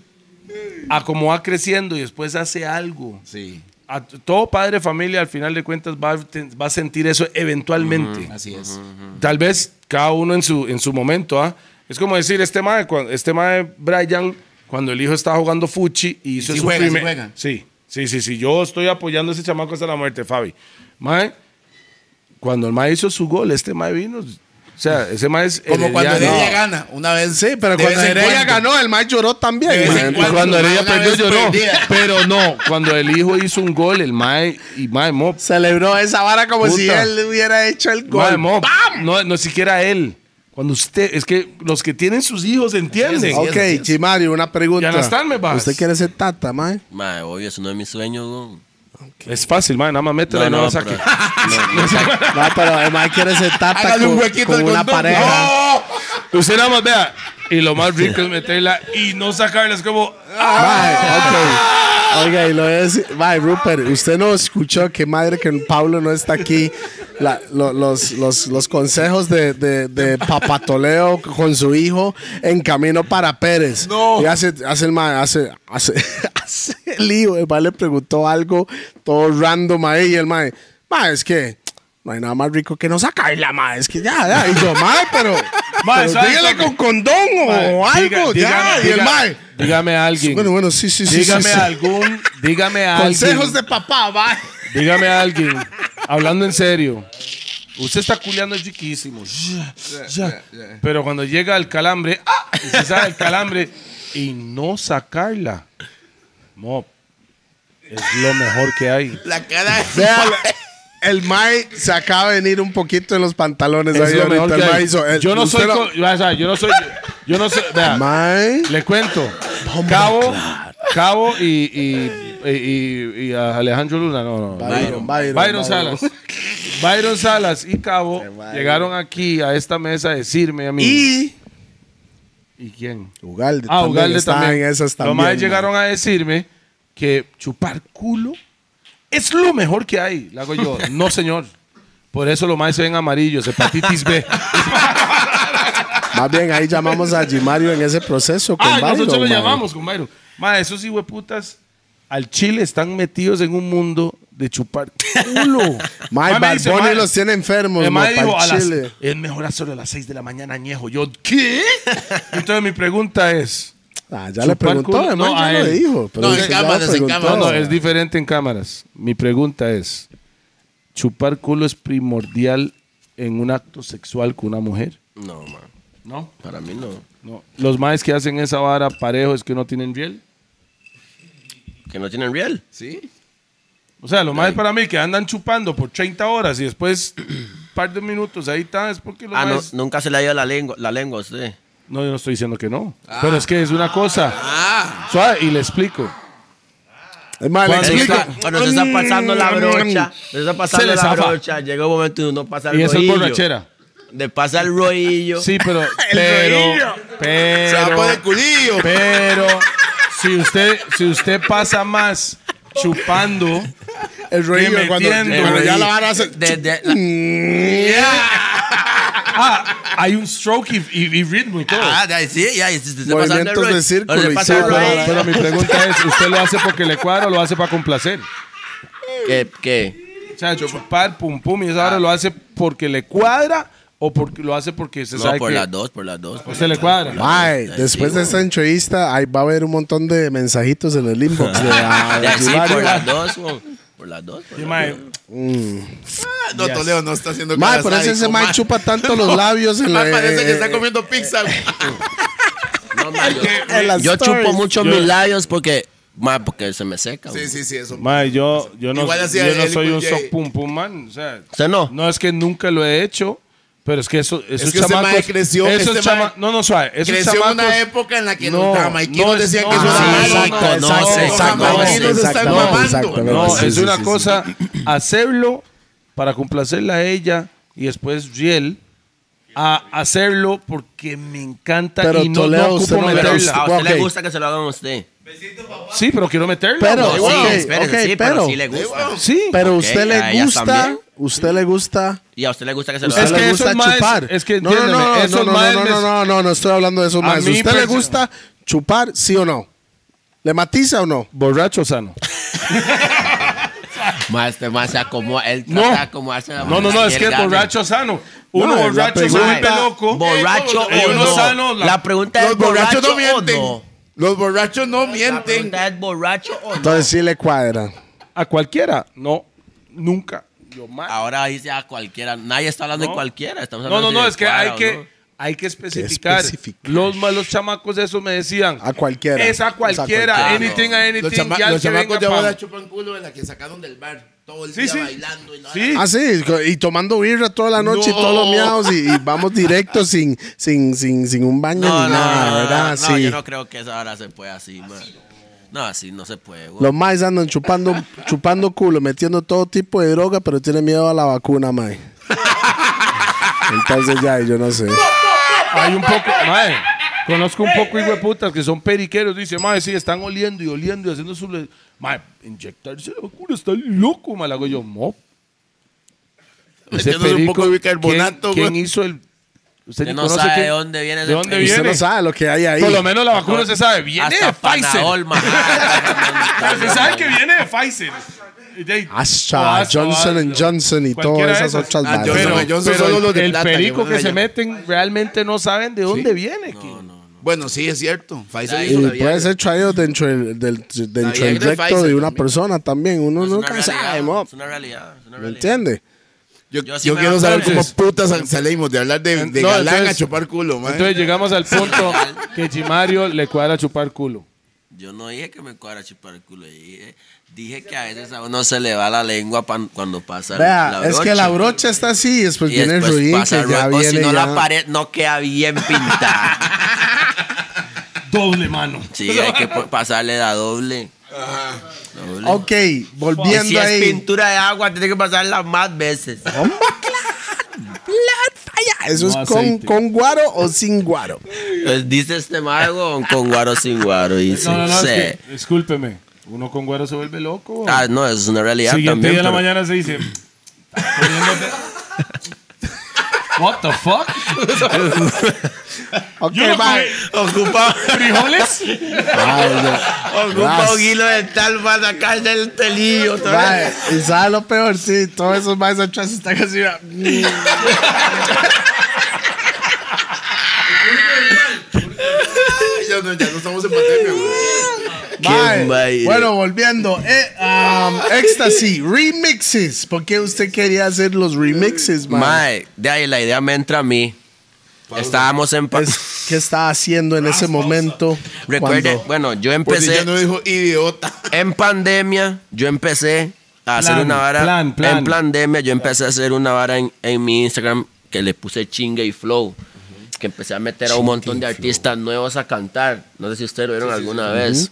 [SPEAKER 2] A como va creciendo y después hace algo.
[SPEAKER 6] Sí,
[SPEAKER 2] A t- todo padre de familia, al final de cuentas, va a, ten- va a sentir eso eventualmente.
[SPEAKER 6] Mm, así es.
[SPEAKER 2] Tal vez cada uno en su, en su momento. ¿ah? Es como decir, este mae, cua- este mae Brian, cuando el hijo estaba jugando fuchi y hizo
[SPEAKER 6] sí
[SPEAKER 2] su
[SPEAKER 6] juega, sí
[SPEAKER 2] primer-
[SPEAKER 6] juega.
[SPEAKER 2] Sí, sí, sí, sí. Yo estoy apoyando a ese chamaco hasta la muerte, Fabi. Mae, cuando el mae hizo su gol, este mae vino. O sea, ese mae es.
[SPEAKER 6] Como cuando
[SPEAKER 2] herediano.
[SPEAKER 6] Heredia gana, una vez.
[SPEAKER 3] Sí, pero cuando
[SPEAKER 6] de vez en
[SPEAKER 3] Heredia
[SPEAKER 6] cuando.
[SPEAKER 3] ganó, el mae lloró
[SPEAKER 6] De
[SPEAKER 3] también.
[SPEAKER 6] vez
[SPEAKER 3] mae.
[SPEAKER 6] en
[SPEAKER 2] Y cuando Heredia
[SPEAKER 6] Una
[SPEAKER 2] perdió
[SPEAKER 6] vez
[SPEAKER 2] lloró.
[SPEAKER 6] perdida.
[SPEAKER 2] Pero no, cuando el hijo hizo un gol, el mae y mae mo.
[SPEAKER 3] Celebró esa vara como
[SPEAKER 2] Puta.
[SPEAKER 3] si él hubiera hecho el gol.
[SPEAKER 2] Mae, mo, no, no siquiera él. Cuando usted, es que los que tienen sus hijos entienden.
[SPEAKER 3] Ok, Chimario, una pregunta.
[SPEAKER 2] Ya no están, me vas.
[SPEAKER 3] ¿Usted quiere ser tata, mae?
[SPEAKER 4] Mae, obvio, es uno de mis sueños, weón.
[SPEAKER 2] Es fácil, mae, nada más métela y no, la saque.
[SPEAKER 4] pero- no, no,
[SPEAKER 3] No, pero el mae quiere ser tata
[SPEAKER 6] Hágale
[SPEAKER 3] con,
[SPEAKER 6] un huequito
[SPEAKER 3] con
[SPEAKER 6] al
[SPEAKER 3] una
[SPEAKER 6] condón.
[SPEAKER 3] pareja.
[SPEAKER 2] *laughs* Usted nada más vea. Y lo más rico es meterla y no sacarla. Es como. ah,
[SPEAKER 3] Mae, ok. Oiga, y lo voy a decir. Mae, Rupert, usted no escuchó que madre que Pablo no está aquí. La- lo- los, los, los consejos de, de, de papatoleo con su hijo en camino para Pérez.
[SPEAKER 5] No.
[SPEAKER 3] Y hace, hace el mae, hace, hace, *laughs* hace el hijo. El mae le preguntó algo todo random ahí. Y el mae, mae, es que no hay nada más rico que no sacarla, mae. Es que ya, ya. Y yo, mae, pero.
[SPEAKER 2] Mae,
[SPEAKER 3] pero
[SPEAKER 2] ¿sabe
[SPEAKER 3] dígale
[SPEAKER 2] cómo?
[SPEAKER 3] con condón o Oh, algo, ya. y el
[SPEAKER 2] diga-
[SPEAKER 3] mae.
[SPEAKER 2] Dígame a alguien.
[SPEAKER 3] Bueno, bueno, sí, sí, sí.
[SPEAKER 2] dígame
[SPEAKER 3] sí, sí.
[SPEAKER 2] a algún. Dígame a
[SPEAKER 3] Consejos de
[SPEAKER 2] alguien.
[SPEAKER 3] papá, va.
[SPEAKER 2] Dígame a alguien. Hablando en serio. Usted está culeando chiquísimo.
[SPEAKER 5] Ya, ya.
[SPEAKER 2] Pero cuando llega el calambre. ¡Ah! Usted sabe el calambre. Y no sacarla. Mop. Es lo mejor que hay.
[SPEAKER 6] La cara de-
[SPEAKER 3] Vea, el Mai se acaba de venir un poquito en los pantalones.
[SPEAKER 2] Es
[SPEAKER 3] ahí
[SPEAKER 2] lo mejor
[SPEAKER 3] ahorita.
[SPEAKER 2] que
[SPEAKER 3] El
[SPEAKER 2] hay.
[SPEAKER 3] Mai hizo, el-
[SPEAKER 2] yo no soy
[SPEAKER 3] usted
[SPEAKER 2] co- o sea, yo no soy yo no soy vea,
[SPEAKER 3] Mae.
[SPEAKER 2] le cuento cabo cabo y y, y, y- y a Alejandro Luna no no, no
[SPEAKER 3] Byron, Byron,
[SPEAKER 2] Byron Salas Byron Salas y Cabo llegaron aquí a esta mesa a decirme a mí
[SPEAKER 3] Y
[SPEAKER 2] ¿Y quién
[SPEAKER 3] Ugalde
[SPEAKER 2] ah
[SPEAKER 3] también
[SPEAKER 2] Ugalde
[SPEAKER 3] está en
[SPEAKER 2] también
[SPEAKER 3] esas también.
[SPEAKER 2] los más
[SPEAKER 3] mae.
[SPEAKER 2] llegaron a decirme que chupar culo es lo mejor que hay le
[SPEAKER 3] *laughs*
[SPEAKER 2] hago yo no señor por eso los más se ven amarillos hepatitis
[SPEAKER 3] *laughs*
[SPEAKER 2] B
[SPEAKER 3] Más bien ahí llamamos a Jimario en ese proceso con
[SPEAKER 2] Ah,
[SPEAKER 3] Byron,
[SPEAKER 2] nosotros lo
[SPEAKER 3] mae.
[SPEAKER 2] llamamos con Byron. Ma, esos hueputas al Chile están metidos en un mundo de chupar culo.
[SPEAKER 3] *laughs* Mae,
[SPEAKER 2] Ma, me
[SPEAKER 3] Bad
[SPEAKER 2] dice,
[SPEAKER 3] Bunny
[SPEAKER 2] ma,
[SPEAKER 3] los tiene enfermos,
[SPEAKER 2] el ma
[SPEAKER 3] mae,
[SPEAKER 2] dijo,
[SPEAKER 3] pa'l
[SPEAKER 2] a las-
[SPEAKER 3] Chile.
[SPEAKER 2] es mejor hacerlo a las 6 de la mañana, añejo. Yo,
[SPEAKER 3] *laughs*
[SPEAKER 2] ¿qué? Entonces, mi pregunta es...
[SPEAKER 3] Ah, ya le
[SPEAKER 2] Chupar culo.
[SPEAKER 3] preguntó, el mae
[SPEAKER 2] No, a
[SPEAKER 3] ya lo
[SPEAKER 2] él.
[SPEAKER 3] dijo. pero
[SPEAKER 6] No,
[SPEAKER 3] es
[SPEAKER 6] en
[SPEAKER 3] que ya
[SPEAKER 6] cámaras, en
[SPEAKER 3] preguntó.
[SPEAKER 6] cámaras.
[SPEAKER 2] No, no, es diferente en cámaras. Mi pregunta es, ¿chupar culo es primordial en un acto sexual con una mujer?
[SPEAKER 4] *laughs* no, mae,
[SPEAKER 2] No.
[SPEAKER 4] para mí no.
[SPEAKER 2] no. Los maes que hacen esa vara parejo es que no tienen riel.
[SPEAKER 4] Que no tienen real.
[SPEAKER 5] ¿Sí?
[SPEAKER 2] O sea, lo más para mí que andan chupando por 30 horas y después un par de minutos ahí está, es porque lo
[SPEAKER 4] Ah, no,
[SPEAKER 2] más...
[SPEAKER 4] nunca se le ha ido la lengua, la lengua a usted.
[SPEAKER 2] No, yo no estoy diciendo que no. pero es que es una cosa. Suave, y le explico.
[SPEAKER 3] El mae le
[SPEAKER 2] Cuando
[SPEAKER 3] explica.
[SPEAKER 2] está-
[SPEAKER 4] Cuando se está pasando la brocha, se está
[SPEAKER 2] Se
[SPEAKER 4] pasando
[SPEAKER 2] le
[SPEAKER 4] la
[SPEAKER 2] zafa.
[SPEAKER 4] brocha, llega un momento y uno pasa el
[SPEAKER 2] Y eso es
[SPEAKER 4] roillo.
[SPEAKER 2] borrachera.
[SPEAKER 4] Le pasa el roillo.
[SPEAKER 2] Sí, pero... pero,
[SPEAKER 6] Se va por el
[SPEAKER 2] pero,
[SPEAKER 6] culillo.
[SPEAKER 2] pero, si usted, si usted pasa más chupando...
[SPEAKER 3] El ruido
[SPEAKER 2] Que
[SPEAKER 3] cuando,
[SPEAKER 2] metiendo,
[SPEAKER 3] cuando ya
[SPEAKER 2] güey.
[SPEAKER 3] la van a hacer.
[SPEAKER 4] De- de-
[SPEAKER 3] Mm.
[SPEAKER 4] la-
[SPEAKER 2] Mm. Ah, hay un stroke y, y- y ritmo y todo.
[SPEAKER 4] Ah, de ahí sí, ya, y se se está pasando el
[SPEAKER 3] Movimientos
[SPEAKER 4] roillo.
[SPEAKER 3] de círculo
[SPEAKER 4] Ahora se
[SPEAKER 3] y
[SPEAKER 4] pasa el
[SPEAKER 3] todo,
[SPEAKER 2] Pero,
[SPEAKER 4] roillo.
[SPEAKER 2] pero mi pregunta es, ¿usted lo hace porque le cuadra o lo hace para complacer?
[SPEAKER 4] ¿Qué? ¿Qué?
[SPEAKER 2] O sea, chupar, pum, pum, y esa hora lo hace porque le cuadra o porque lo hace porque se
[SPEAKER 4] No,
[SPEAKER 2] sabe
[SPEAKER 4] por
[SPEAKER 2] que Pues,
[SPEAKER 4] las dos, por las dos. *laughs*
[SPEAKER 2] usted le cuadra.
[SPEAKER 3] Mae, después de esta entrevista ahí va a haber un montón de mensajitos en el inbox de ah,
[SPEAKER 4] Ya, sí,
[SPEAKER 3] Jimario.
[SPEAKER 4] por las dos, weón. Por las dos. por
[SPEAKER 2] Sí,
[SPEAKER 4] las
[SPEAKER 2] mae.
[SPEAKER 4] dos.
[SPEAKER 6] No, Toledo no está haciendo
[SPEAKER 3] Mae,
[SPEAKER 6] caras
[SPEAKER 3] por eso ese
[SPEAKER 6] sádico,
[SPEAKER 3] mae
[SPEAKER 6] mae.
[SPEAKER 3] chupa tanto los labios en, la,
[SPEAKER 6] *laughs* Mae, parece que está
[SPEAKER 3] eh,
[SPEAKER 6] comiendo pizza. güey.
[SPEAKER 4] No, mae, yo-
[SPEAKER 3] en las
[SPEAKER 4] Yo
[SPEAKER 3] stories.
[SPEAKER 4] chupo mucho mis labios porque, mae, porque se me seca.
[SPEAKER 6] Sí,
[SPEAKER 4] weón.
[SPEAKER 6] sí, sí, eso.
[SPEAKER 2] Mae, yo, yo no,
[SPEAKER 6] Igual hacía
[SPEAKER 2] yo no
[SPEAKER 6] el
[SPEAKER 2] soy
[SPEAKER 6] con
[SPEAKER 2] un
[SPEAKER 6] Jay.
[SPEAKER 2] sock pum pum man. O sea,
[SPEAKER 4] ¿Usted no?
[SPEAKER 2] no es que nunca lo he hecho, Pero es que eso, esos
[SPEAKER 6] que ese
[SPEAKER 2] chamacos-
[SPEAKER 6] mae creció,
[SPEAKER 2] esos
[SPEAKER 6] este
[SPEAKER 2] chama-
[SPEAKER 6] mae
[SPEAKER 2] no, no, suave. Esos
[SPEAKER 6] Creció en una
[SPEAKER 2] chamacos-
[SPEAKER 6] época en la que
[SPEAKER 2] No,
[SPEAKER 6] los jamaiquinos
[SPEAKER 2] no,
[SPEAKER 6] decían que
[SPEAKER 2] no,
[SPEAKER 6] eso era
[SPEAKER 2] sí,
[SPEAKER 6] malo.
[SPEAKER 4] exacto,
[SPEAKER 6] Los
[SPEAKER 4] no, sí, exacto,
[SPEAKER 6] jamaiquinos
[SPEAKER 4] no,
[SPEAKER 6] están
[SPEAKER 3] exacto,
[SPEAKER 6] mamando.
[SPEAKER 3] exacto,
[SPEAKER 2] No,
[SPEAKER 3] Sí,
[SPEAKER 2] es
[SPEAKER 3] sí,
[SPEAKER 2] una
[SPEAKER 3] sí,
[SPEAKER 2] cosa hacerlo para complacerla a ella y después Riel a hacerlo porque me encanta
[SPEAKER 3] Pero
[SPEAKER 2] y no,
[SPEAKER 3] Toledo,
[SPEAKER 2] no
[SPEAKER 3] usted
[SPEAKER 2] ocupo
[SPEAKER 3] no me
[SPEAKER 2] meterla.
[SPEAKER 3] gusta.
[SPEAKER 4] A usted
[SPEAKER 3] Ok.
[SPEAKER 4] le gusta que se lo hagan a usted.
[SPEAKER 2] Sí, pero quiero meterla.
[SPEAKER 3] Pero-
[SPEAKER 2] güey.
[SPEAKER 4] sí,
[SPEAKER 3] ok,
[SPEAKER 4] espérese,
[SPEAKER 3] ok,
[SPEAKER 4] sí, pero,
[SPEAKER 3] pero-
[SPEAKER 4] sí le gusta.
[SPEAKER 2] sí.
[SPEAKER 3] Pero
[SPEAKER 4] Ok,
[SPEAKER 3] usted
[SPEAKER 4] a
[SPEAKER 3] le
[SPEAKER 4] ellas
[SPEAKER 3] gusta,
[SPEAKER 4] también.
[SPEAKER 3] usted le gusta
[SPEAKER 4] Y a usted le gusta que se lo
[SPEAKER 3] Usted
[SPEAKER 2] Es
[SPEAKER 4] hagan.
[SPEAKER 2] que
[SPEAKER 3] le
[SPEAKER 2] esos
[SPEAKER 3] gusta
[SPEAKER 2] maes-
[SPEAKER 3] chupar.
[SPEAKER 2] es que
[SPEAKER 3] no, no,
[SPEAKER 2] entiéndeme,
[SPEAKER 3] no, no,
[SPEAKER 2] esos
[SPEAKER 3] no,
[SPEAKER 2] maes
[SPEAKER 3] no, no,
[SPEAKER 2] me-
[SPEAKER 3] no, no, no, no estoy hablando de esos
[SPEAKER 2] A
[SPEAKER 3] maes.
[SPEAKER 2] mí
[SPEAKER 3] ¿Usted le
[SPEAKER 2] perso-
[SPEAKER 3] gusta chupar, sí o no? ¿Le matiza o no?
[SPEAKER 2] Borracho sano.
[SPEAKER 4] Más, este más se acomoda. Él trata como hace la
[SPEAKER 2] No, no, no, es que borracho sano. Uno
[SPEAKER 3] No, la
[SPEAKER 2] borracho se
[SPEAKER 3] pregunta-
[SPEAKER 2] vuelve loco.
[SPEAKER 4] Borracho
[SPEAKER 2] Y
[SPEAKER 4] o
[SPEAKER 2] uno
[SPEAKER 4] no.
[SPEAKER 2] sano. la-
[SPEAKER 4] La pregunta
[SPEAKER 6] Los
[SPEAKER 4] es borracho
[SPEAKER 6] borrachos no
[SPEAKER 4] o
[SPEAKER 6] mienten.
[SPEAKER 4] no.
[SPEAKER 6] Los borrachos no
[SPEAKER 4] La
[SPEAKER 6] mienten.
[SPEAKER 4] pregunta es borracho o no.
[SPEAKER 3] Entonces sí le cuadra.
[SPEAKER 2] A cualquiera. No, nunca. Yo más.
[SPEAKER 4] Ahora dice a cualquiera. Nadie está hablando
[SPEAKER 2] No.
[SPEAKER 4] de cualquiera. Estamos
[SPEAKER 2] No,
[SPEAKER 4] hablando
[SPEAKER 2] no,
[SPEAKER 4] si
[SPEAKER 2] no,
[SPEAKER 4] le
[SPEAKER 2] es que
[SPEAKER 4] cuadra
[SPEAKER 2] hay
[SPEAKER 4] o
[SPEAKER 2] que,
[SPEAKER 4] no.
[SPEAKER 2] hay que especificar.
[SPEAKER 3] especificar.
[SPEAKER 2] Los malos chamacos esos me decían.
[SPEAKER 3] A cualquiera.
[SPEAKER 2] Es a cualquiera.
[SPEAKER 3] Es a
[SPEAKER 4] cualquiera.
[SPEAKER 2] anything, a anything.
[SPEAKER 6] Los, chama
[SPEAKER 2] ya
[SPEAKER 6] los
[SPEAKER 2] que
[SPEAKER 6] chamacos
[SPEAKER 2] venga,
[SPEAKER 6] ya
[SPEAKER 2] pa-
[SPEAKER 6] van a chupan culo de la que sacaron del bar. Todo el
[SPEAKER 2] Sí,
[SPEAKER 6] día
[SPEAKER 2] sí.
[SPEAKER 6] bailando. Y la
[SPEAKER 2] Sí.
[SPEAKER 3] Ah, sí, co- y tomando birra toda la noche y
[SPEAKER 6] No.
[SPEAKER 3] todos los miados y, y vamos directo sin, sin, sin, sin un baño
[SPEAKER 4] No, no,
[SPEAKER 3] ni
[SPEAKER 4] no,
[SPEAKER 3] nada,
[SPEAKER 4] no,
[SPEAKER 3] ¿verdad?
[SPEAKER 4] no, no,
[SPEAKER 3] sí.
[SPEAKER 4] yo no creo que eso ahora se pueda así, man. No, así no se puede, güey.
[SPEAKER 3] Los maes andan chupando, chupando culo, metiendo todo tipo de droga, pero tienen miedo a la vacuna, mae. Entonces ya, yo no sé.
[SPEAKER 2] Hay un poco. Mae, conozco un poco hijo de putas que son periqueros. Dice, mae, sí, están oliendo y oliendo y haciendo su. le- Mae, inyectarse la vacuna, está loco, mae. Le hago yo, mop.
[SPEAKER 6] Metiéndole un poco de bicarbonato,
[SPEAKER 2] ¿Quién,
[SPEAKER 6] güey.
[SPEAKER 2] hizo el.? Usted
[SPEAKER 4] Usted
[SPEAKER 2] ni
[SPEAKER 4] no
[SPEAKER 2] conoce
[SPEAKER 4] sabe
[SPEAKER 2] quién-
[SPEAKER 4] de dónde viene
[SPEAKER 2] ¿De
[SPEAKER 4] ese
[SPEAKER 2] dónde
[SPEAKER 4] pe-
[SPEAKER 2] viene?
[SPEAKER 3] Usted no sabe lo que hay ahí.
[SPEAKER 2] Por lo menos la vacuna se sabe. Viene de
[SPEAKER 4] Hasta
[SPEAKER 2] Pfizer. *laughs*
[SPEAKER 4] Panadol, man.
[SPEAKER 2] Pero se sabe que viene de Pfizer. De- o
[SPEAKER 3] Astra, Johnson
[SPEAKER 2] Astra,
[SPEAKER 3] Johnson y todas
[SPEAKER 2] cualquiera de
[SPEAKER 3] esas otras
[SPEAKER 6] Ah,
[SPEAKER 3] varas.
[SPEAKER 6] Johnson
[SPEAKER 2] Pero,
[SPEAKER 6] and Johnson
[SPEAKER 2] pero
[SPEAKER 6] solo los
[SPEAKER 2] el,
[SPEAKER 6] de
[SPEAKER 2] el
[SPEAKER 6] plata,
[SPEAKER 2] perico
[SPEAKER 6] que
[SPEAKER 2] que
[SPEAKER 6] van
[SPEAKER 2] se
[SPEAKER 6] allá.
[SPEAKER 2] meten realmente no saben de dónde viene. que-
[SPEAKER 6] Bueno, sí, es cierto. Pfizer hizo
[SPEAKER 3] Y
[SPEAKER 6] la
[SPEAKER 3] puede
[SPEAKER 6] Viagra.
[SPEAKER 3] ser traído dentro del, del, dentro
[SPEAKER 6] Viagra
[SPEAKER 3] del
[SPEAKER 6] de
[SPEAKER 3] recto
[SPEAKER 6] Pfizer
[SPEAKER 3] de una
[SPEAKER 6] también.
[SPEAKER 3] persona también. Uno
[SPEAKER 4] Es una
[SPEAKER 3] nunca sabe,
[SPEAKER 4] realidad,
[SPEAKER 3] mo.
[SPEAKER 4] Es una realidad. es una
[SPEAKER 3] ¿Me
[SPEAKER 4] realidad.
[SPEAKER 3] entiende?
[SPEAKER 6] Yo,
[SPEAKER 4] Yo sí
[SPEAKER 6] yo
[SPEAKER 4] me
[SPEAKER 6] quiero
[SPEAKER 4] hago
[SPEAKER 6] saber cómo
[SPEAKER 4] planes.
[SPEAKER 6] putas sal- salimos de hablar de, de
[SPEAKER 2] No,
[SPEAKER 6] galán a
[SPEAKER 2] entonces-
[SPEAKER 6] chupar culo, man.
[SPEAKER 2] Entonces llegamos al punto que Chimario le cuadra chupar culo.
[SPEAKER 4] Yo no dije que me cuadra chupar el culo. Dije, dije que a veces a uno se le va la lengua pan- cuando pasa la
[SPEAKER 3] Vea,
[SPEAKER 4] brocha.
[SPEAKER 3] es que la brocha está así y después
[SPEAKER 4] Y
[SPEAKER 3] viene el
[SPEAKER 4] después
[SPEAKER 3] ruin
[SPEAKER 4] pasa
[SPEAKER 3] que
[SPEAKER 4] el
[SPEAKER 3] ya
[SPEAKER 4] ruin, o
[SPEAKER 3] viene
[SPEAKER 4] si no la
[SPEAKER 3] ya.
[SPEAKER 4] pared no queda bien
[SPEAKER 3] *laughs*
[SPEAKER 4] pintada.
[SPEAKER 2] Doble mano.
[SPEAKER 4] sí, hay que po- pasarle la doble. Doble.
[SPEAKER 3] Ok,
[SPEAKER 4] Y
[SPEAKER 3] volviendo
[SPEAKER 4] si es
[SPEAKER 3] ahí. Oh.
[SPEAKER 4] pintura de agua, tiene que pasarla más veces.
[SPEAKER 3] ¿Eso es
[SPEAKER 2] No
[SPEAKER 3] con,
[SPEAKER 2] aceite.
[SPEAKER 3] con guaro o sin guaro?
[SPEAKER 4] Pues dice este mago con guaro sin guaro. Dice,
[SPEAKER 2] No, no, no.
[SPEAKER 4] Sí.
[SPEAKER 2] es que- discúlpeme. Uno con güero se vuelve loco.
[SPEAKER 4] Ah, no, eso es una realidad
[SPEAKER 2] Siguiente
[SPEAKER 4] también.
[SPEAKER 2] día de la
[SPEAKER 4] pero-
[SPEAKER 2] mañana se dice. "Está poniéndote-" *laughs* What the fuck?
[SPEAKER 3] Ok,
[SPEAKER 2] Yo no
[SPEAKER 3] mae.
[SPEAKER 4] Ocupa,
[SPEAKER 2] ¿Frijoles?
[SPEAKER 3] Ay, Dios.
[SPEAKER 4] ocupa un hilo de tal para sacar del pelillo. otra vez.
[SPEAKER 3] Mae, y sabe lo peor, sí, todos esos maes atrás están así. vea.
[SPEAKER 6] Ay, *laughs* ya, no, ya no estamos en pandemia, güey.
[SPEAKER 3] Mae,
[SPEAKER 4] mae.
[SPEAKER 3] Bueno, volviendo. Eh, um, Ecstasy, remixes. ¿Por qué usted quería hacer los remixes, mae?
[SPEAKER 4] Mae, de ahí la idea me entra a mí. Estábamos en... pa-
[SPEAKER 3] Es- ¿Qué estaba haciendo en ese momento?
[SPEAKER 4] Recuerde,
[SPEAKER 3] cuando-
[SPEAKER 4] bueno, yo
[SPEAKER 6] Por Pues si
[SPEAKER 4] empecé
[SPEAKER 6] ya no dijo idiota.
[SPEAKER 4] en pandemia, yo empecé a hacer
[SPEAKER 2] Plan,
[SPEAKER 4] una vara...
[SPEAKER 2] plan, plan.
[SPEAKER 4] En pandemia, yo empecé a hacer una vara en, en mi Instagram que le puse chingue y flow. Que empecé a meter a un montón de artistas nuevos a cantar. No sé si ustedes lo vieron alguna vez.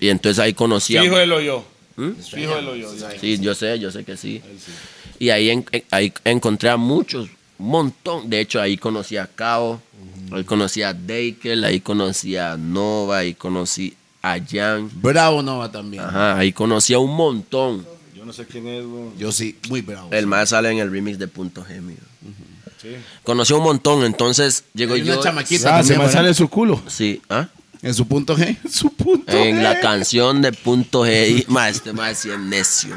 [SPEAKER 4] Y entonces ahí conocí a...
[SPEAKER 2] Fijo el hoyo.
[SPEAKER 4] ¿Mm?
[SPEAKER 2] Fijo el hoyo. ya.
[SPEAKER 4] Sí, yo sé, yo sé que sí. Y ahí, en- en- ahí encontré a muchos, un montón. De hecho, ahí conocí a Cao, ahí conocí a Deikel, ahí conocí a Nova, ahí conocí a Jan.
[SPEAKER 6] Bravo Nova también.
[SPEAKER 4] Ajá, ahí conocí a un montón.
[SPEAKER 6] Yo sí, muy bravo.
[SPEAKER 4] El más sale en el remix de Punto Gemio. Conocí a un montón, entonces llegó
[SPEAKER 6] Hay
[SPEAKER 4] yo.
[SPEAKER 6] una chamaquita
[SPEAKER 2] Ah, se
[SPEAKER 6] también,
[SPEAKER 2] me
[SPEAKER 6] ¿verdad?
[SPEAKER 2] sale su culo. *laughs*
[SPEAKER 4] Sí, ¿ah?
[SPEAKER 6] en su punto G.
[SPEAKER 2] Su punto.
[SPEAKER 4] En la canción de Punto *laughs* G. Más, este más sí es necio.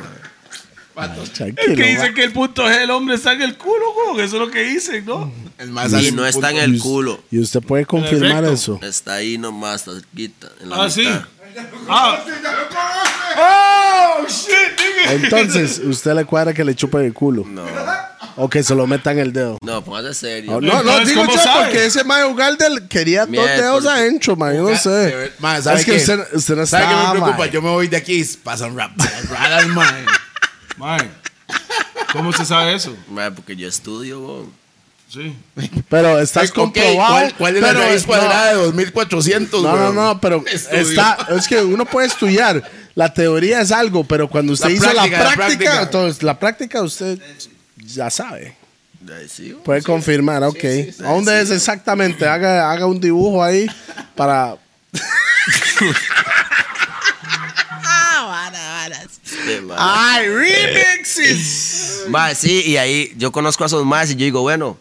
[SPEAKER 4] man.
[SPEAKER 2] que
[SPEAKER 3] Tranquilo, mae.
[SPEAKER 2] dicen que el punto G del hombre está en el culo, güey. Eso es lo que dicen, ¿no?
[SPEAKER 6] El más
[SPEAKER 4] Y no está en el culo.
[SPEAKER 3] Y usted puede confirmar
[SPEAKER 2] recto.
[SPEAKER 3] eso.
[SPEAKER 4] Está ahí nomás, está cerquita. En la
[SPEAKER 2] Ah, sí. Ah.
[SPEAKER 4] mitad.
[SPEAKER 2] Oh, shit, nigga. *laughs*
[SPEAKER 3] Entonces, usted le cuadra que le chupa el culo. O que se lo metan el dedo.
[SPEAKER 4] No, póngase serio.
[SPEAKER 3] No, no,
[SPEAKER 2] Entonces,
[SPEAKER 3] digo
[SPEAKER 2] ¿cómo
[SPEAKER 3] yo
[SPEAKER 2] sabe?
[SPEAKER 3] porque ese Mae Ugalde quería dos
[SPEAKER 4] Miércoles.
[SPEAKER 3] dedos adentro, Mae. Yo no sé.
[SPEAKER 6] ¿sabe
[SPEAKER 3] es que
[SPEAKER 6] qué?
[SPEAKER 3] usted, usted no está.
[SPEAKER 6] ¿Sabe qué me preocupa?
[SPEAKER 3] mae.
[SPEAKER 6] Yo me voy de aquí y pasan rap,
[SPEAKER 3] *laughs*
[SPEAKER 6] raras, mae.
[SPEAKER 2] Mae, ¿cómo se sabe eso?
[SPEAKER 4] Mae, porque yo estudio, bo.
[SPEAKER 2] Sí.
[SPEAKER 3] Pero estás comprobado.
[SPEAKER 6] ¿cuál, cuál es la
[SPEAKER 3] pero
[SPEAKER 6] raíz
[SPEAKER 3] es-
[SPEAKER 6] cuadrada de 2400?
[SPEAKER 3] No, no,
[SPEAKER 6] weón?
[SPEAKER 3] no, pero
[SPEAKER 6] Estudio.
[SPEAKER 3] está, es que uno puede estudiar. La teoría es algo, pero cuando usted
[SPEAKER 6] La
[SPEAKER 3] hizo
[SPEAKER 6] práctica,
[SPEAKER 3] la
[SPEAKER 6] la
[SPEAKER 3] práctica,
[SPEAKER 6] práctica.
[SPEAKER 3] entonces la práctica usted ya sabe.
[SPEAKER 4] Ay, sí, güey.
[SPEAKER 3] Puede confirmar, ok. ¿A dónde es exactamente? Haga, haga un dibujo ahí para.
[SPEAKER 4] Este, mae.
[SPEAKER 3] ¡Ay, remixes!
[SPEAKER 4] Mae, Eh. sí, y ahí yo conozco a esos más y yo digo, bueno,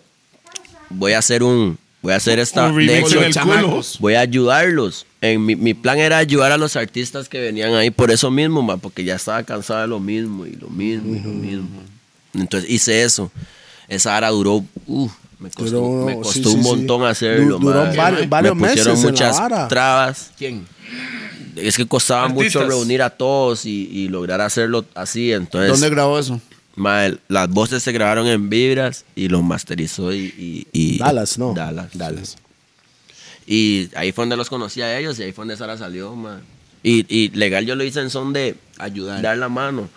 [SPEAKER 4] voy a hacer un. Voy a hacer esta.
[SPEAKER 2] Un
[SPEAKER 4] de
[SPEAKER 2] remix
[SPEAKER 4] hecho,
[SPEAKER 2] en el culo.
[SPEAKER 4] chamacos, Voy a ayudarlos. En mi, mi plan era ayudar a los artistas que venían ahí por eso mismo, mae, porque ya estaba cansado de lo mismo y lo mismo y
[SPEAKER 3] Mm.
[SPEAKER 4] lo mismo. Entonces hice eso. Esa ara duró. uh, me costó,
[SPEAKER 3] Duró uno,
[SPEAKER 4] me
[SPEAKER 3] sí,
[SPEAKER 4] costó
[SPEAKER 3] sí,
[SPEAKER 4] un
[SPEAKER 3] sí.
[SPEAKER 4] montón hacerlo.
[SPEAKER 3] Du- duró
[SPEAKER 4] mae.
[SPEAKER 3] vari- varios
[SPEAKER 4] me pusieron
[SPEAKER 3] meses en la
[SPEAKER 4] muchas
[SPEAKER 3] vara.
[SPEAKER 4] trabas.
[SPEAKER 6] ¿Quién?
[SPEAKER 4] Es que costaba
[SPEAKER 2] Artistas.
[SPEAKER 4] mucho reunir a todos y, y lograr hacerlo así. Entonces,
[SPEAKER 6] ¿Dónde grabó eso?
[SPEAKER 4] Mae, las voces se grabaron en vibras y los masterizó y... y- y-
[SPEAKER 3] Dallas, ¿no?
[SPEAKER 4] Dallas.
[SPEAKER 3] Dallas.
[SPEAKER 4] Y ahí fue donde los conocí a ellos y ahí fue donde Sara salió, mae. Y, y legal yo lo hice en son de ayudar, dar la mano.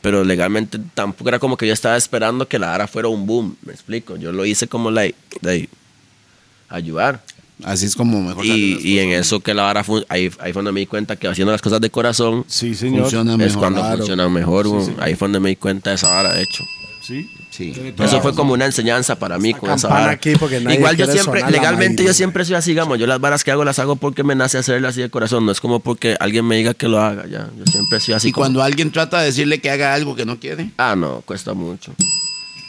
[SPEAKER 4] Pero legalmente tampoco era como que yo estaba esperando que la Ara fuera un boom, me explico. Yo lo hice como like, de ayudar.
[SPEAKER 6] Así es como mejor
[SPEAKER 4] Y,
[SPEAKER 6] salen
[SPEAKER 4] y en eso que la Ara, fun- ahí, ahí fue donde me di cuenta que haciendo las cosas de corazón
[SPEAKER 2] Sí,
[SPEAKER 6] las-
[SPEAKER 2] señor.
[SPEAKER 6] funciona mejor.
[SPEAKER 4] es cuando
[SPEAKER 6] Claro.
[SPEAKER 4] funciona mejor. weón. Ahí fue donde me di cuenta de esa Ara, de hecho.
[SPEAKER 2] Sí.
[SPEAKER 6] Sí.
[SPEAKER 4] Eso fue como una enseñanza para mí con esa
[SPEAKER 3] campana
[SPEAKER 4] vara.
[SPEAKER 3] aquí porque nadie
[SPEAKER 4] Igual yo
[SPEAKER 3] quiere
[SPEAKER 4] siempre,
[SPEAKER 3] sonar la
[SPEAKER 4] legalmente
[SPEAKER 3] madre.
[SPEAKER 4] yo siempre soy así, digamos, yo las varas que hago las hago porque me nace hacerlas así de corazón, no es como porque alguien me diga que lo haga, ya. Yo siempre soy así.
[SPEAKER 6] Y
[SPEAKER 4] como-
[SPEAKER 6] cuando alguien trata de decirle que haga algo que no quiere.
[SPEAKER 4] Ah, no, cuesta mucho.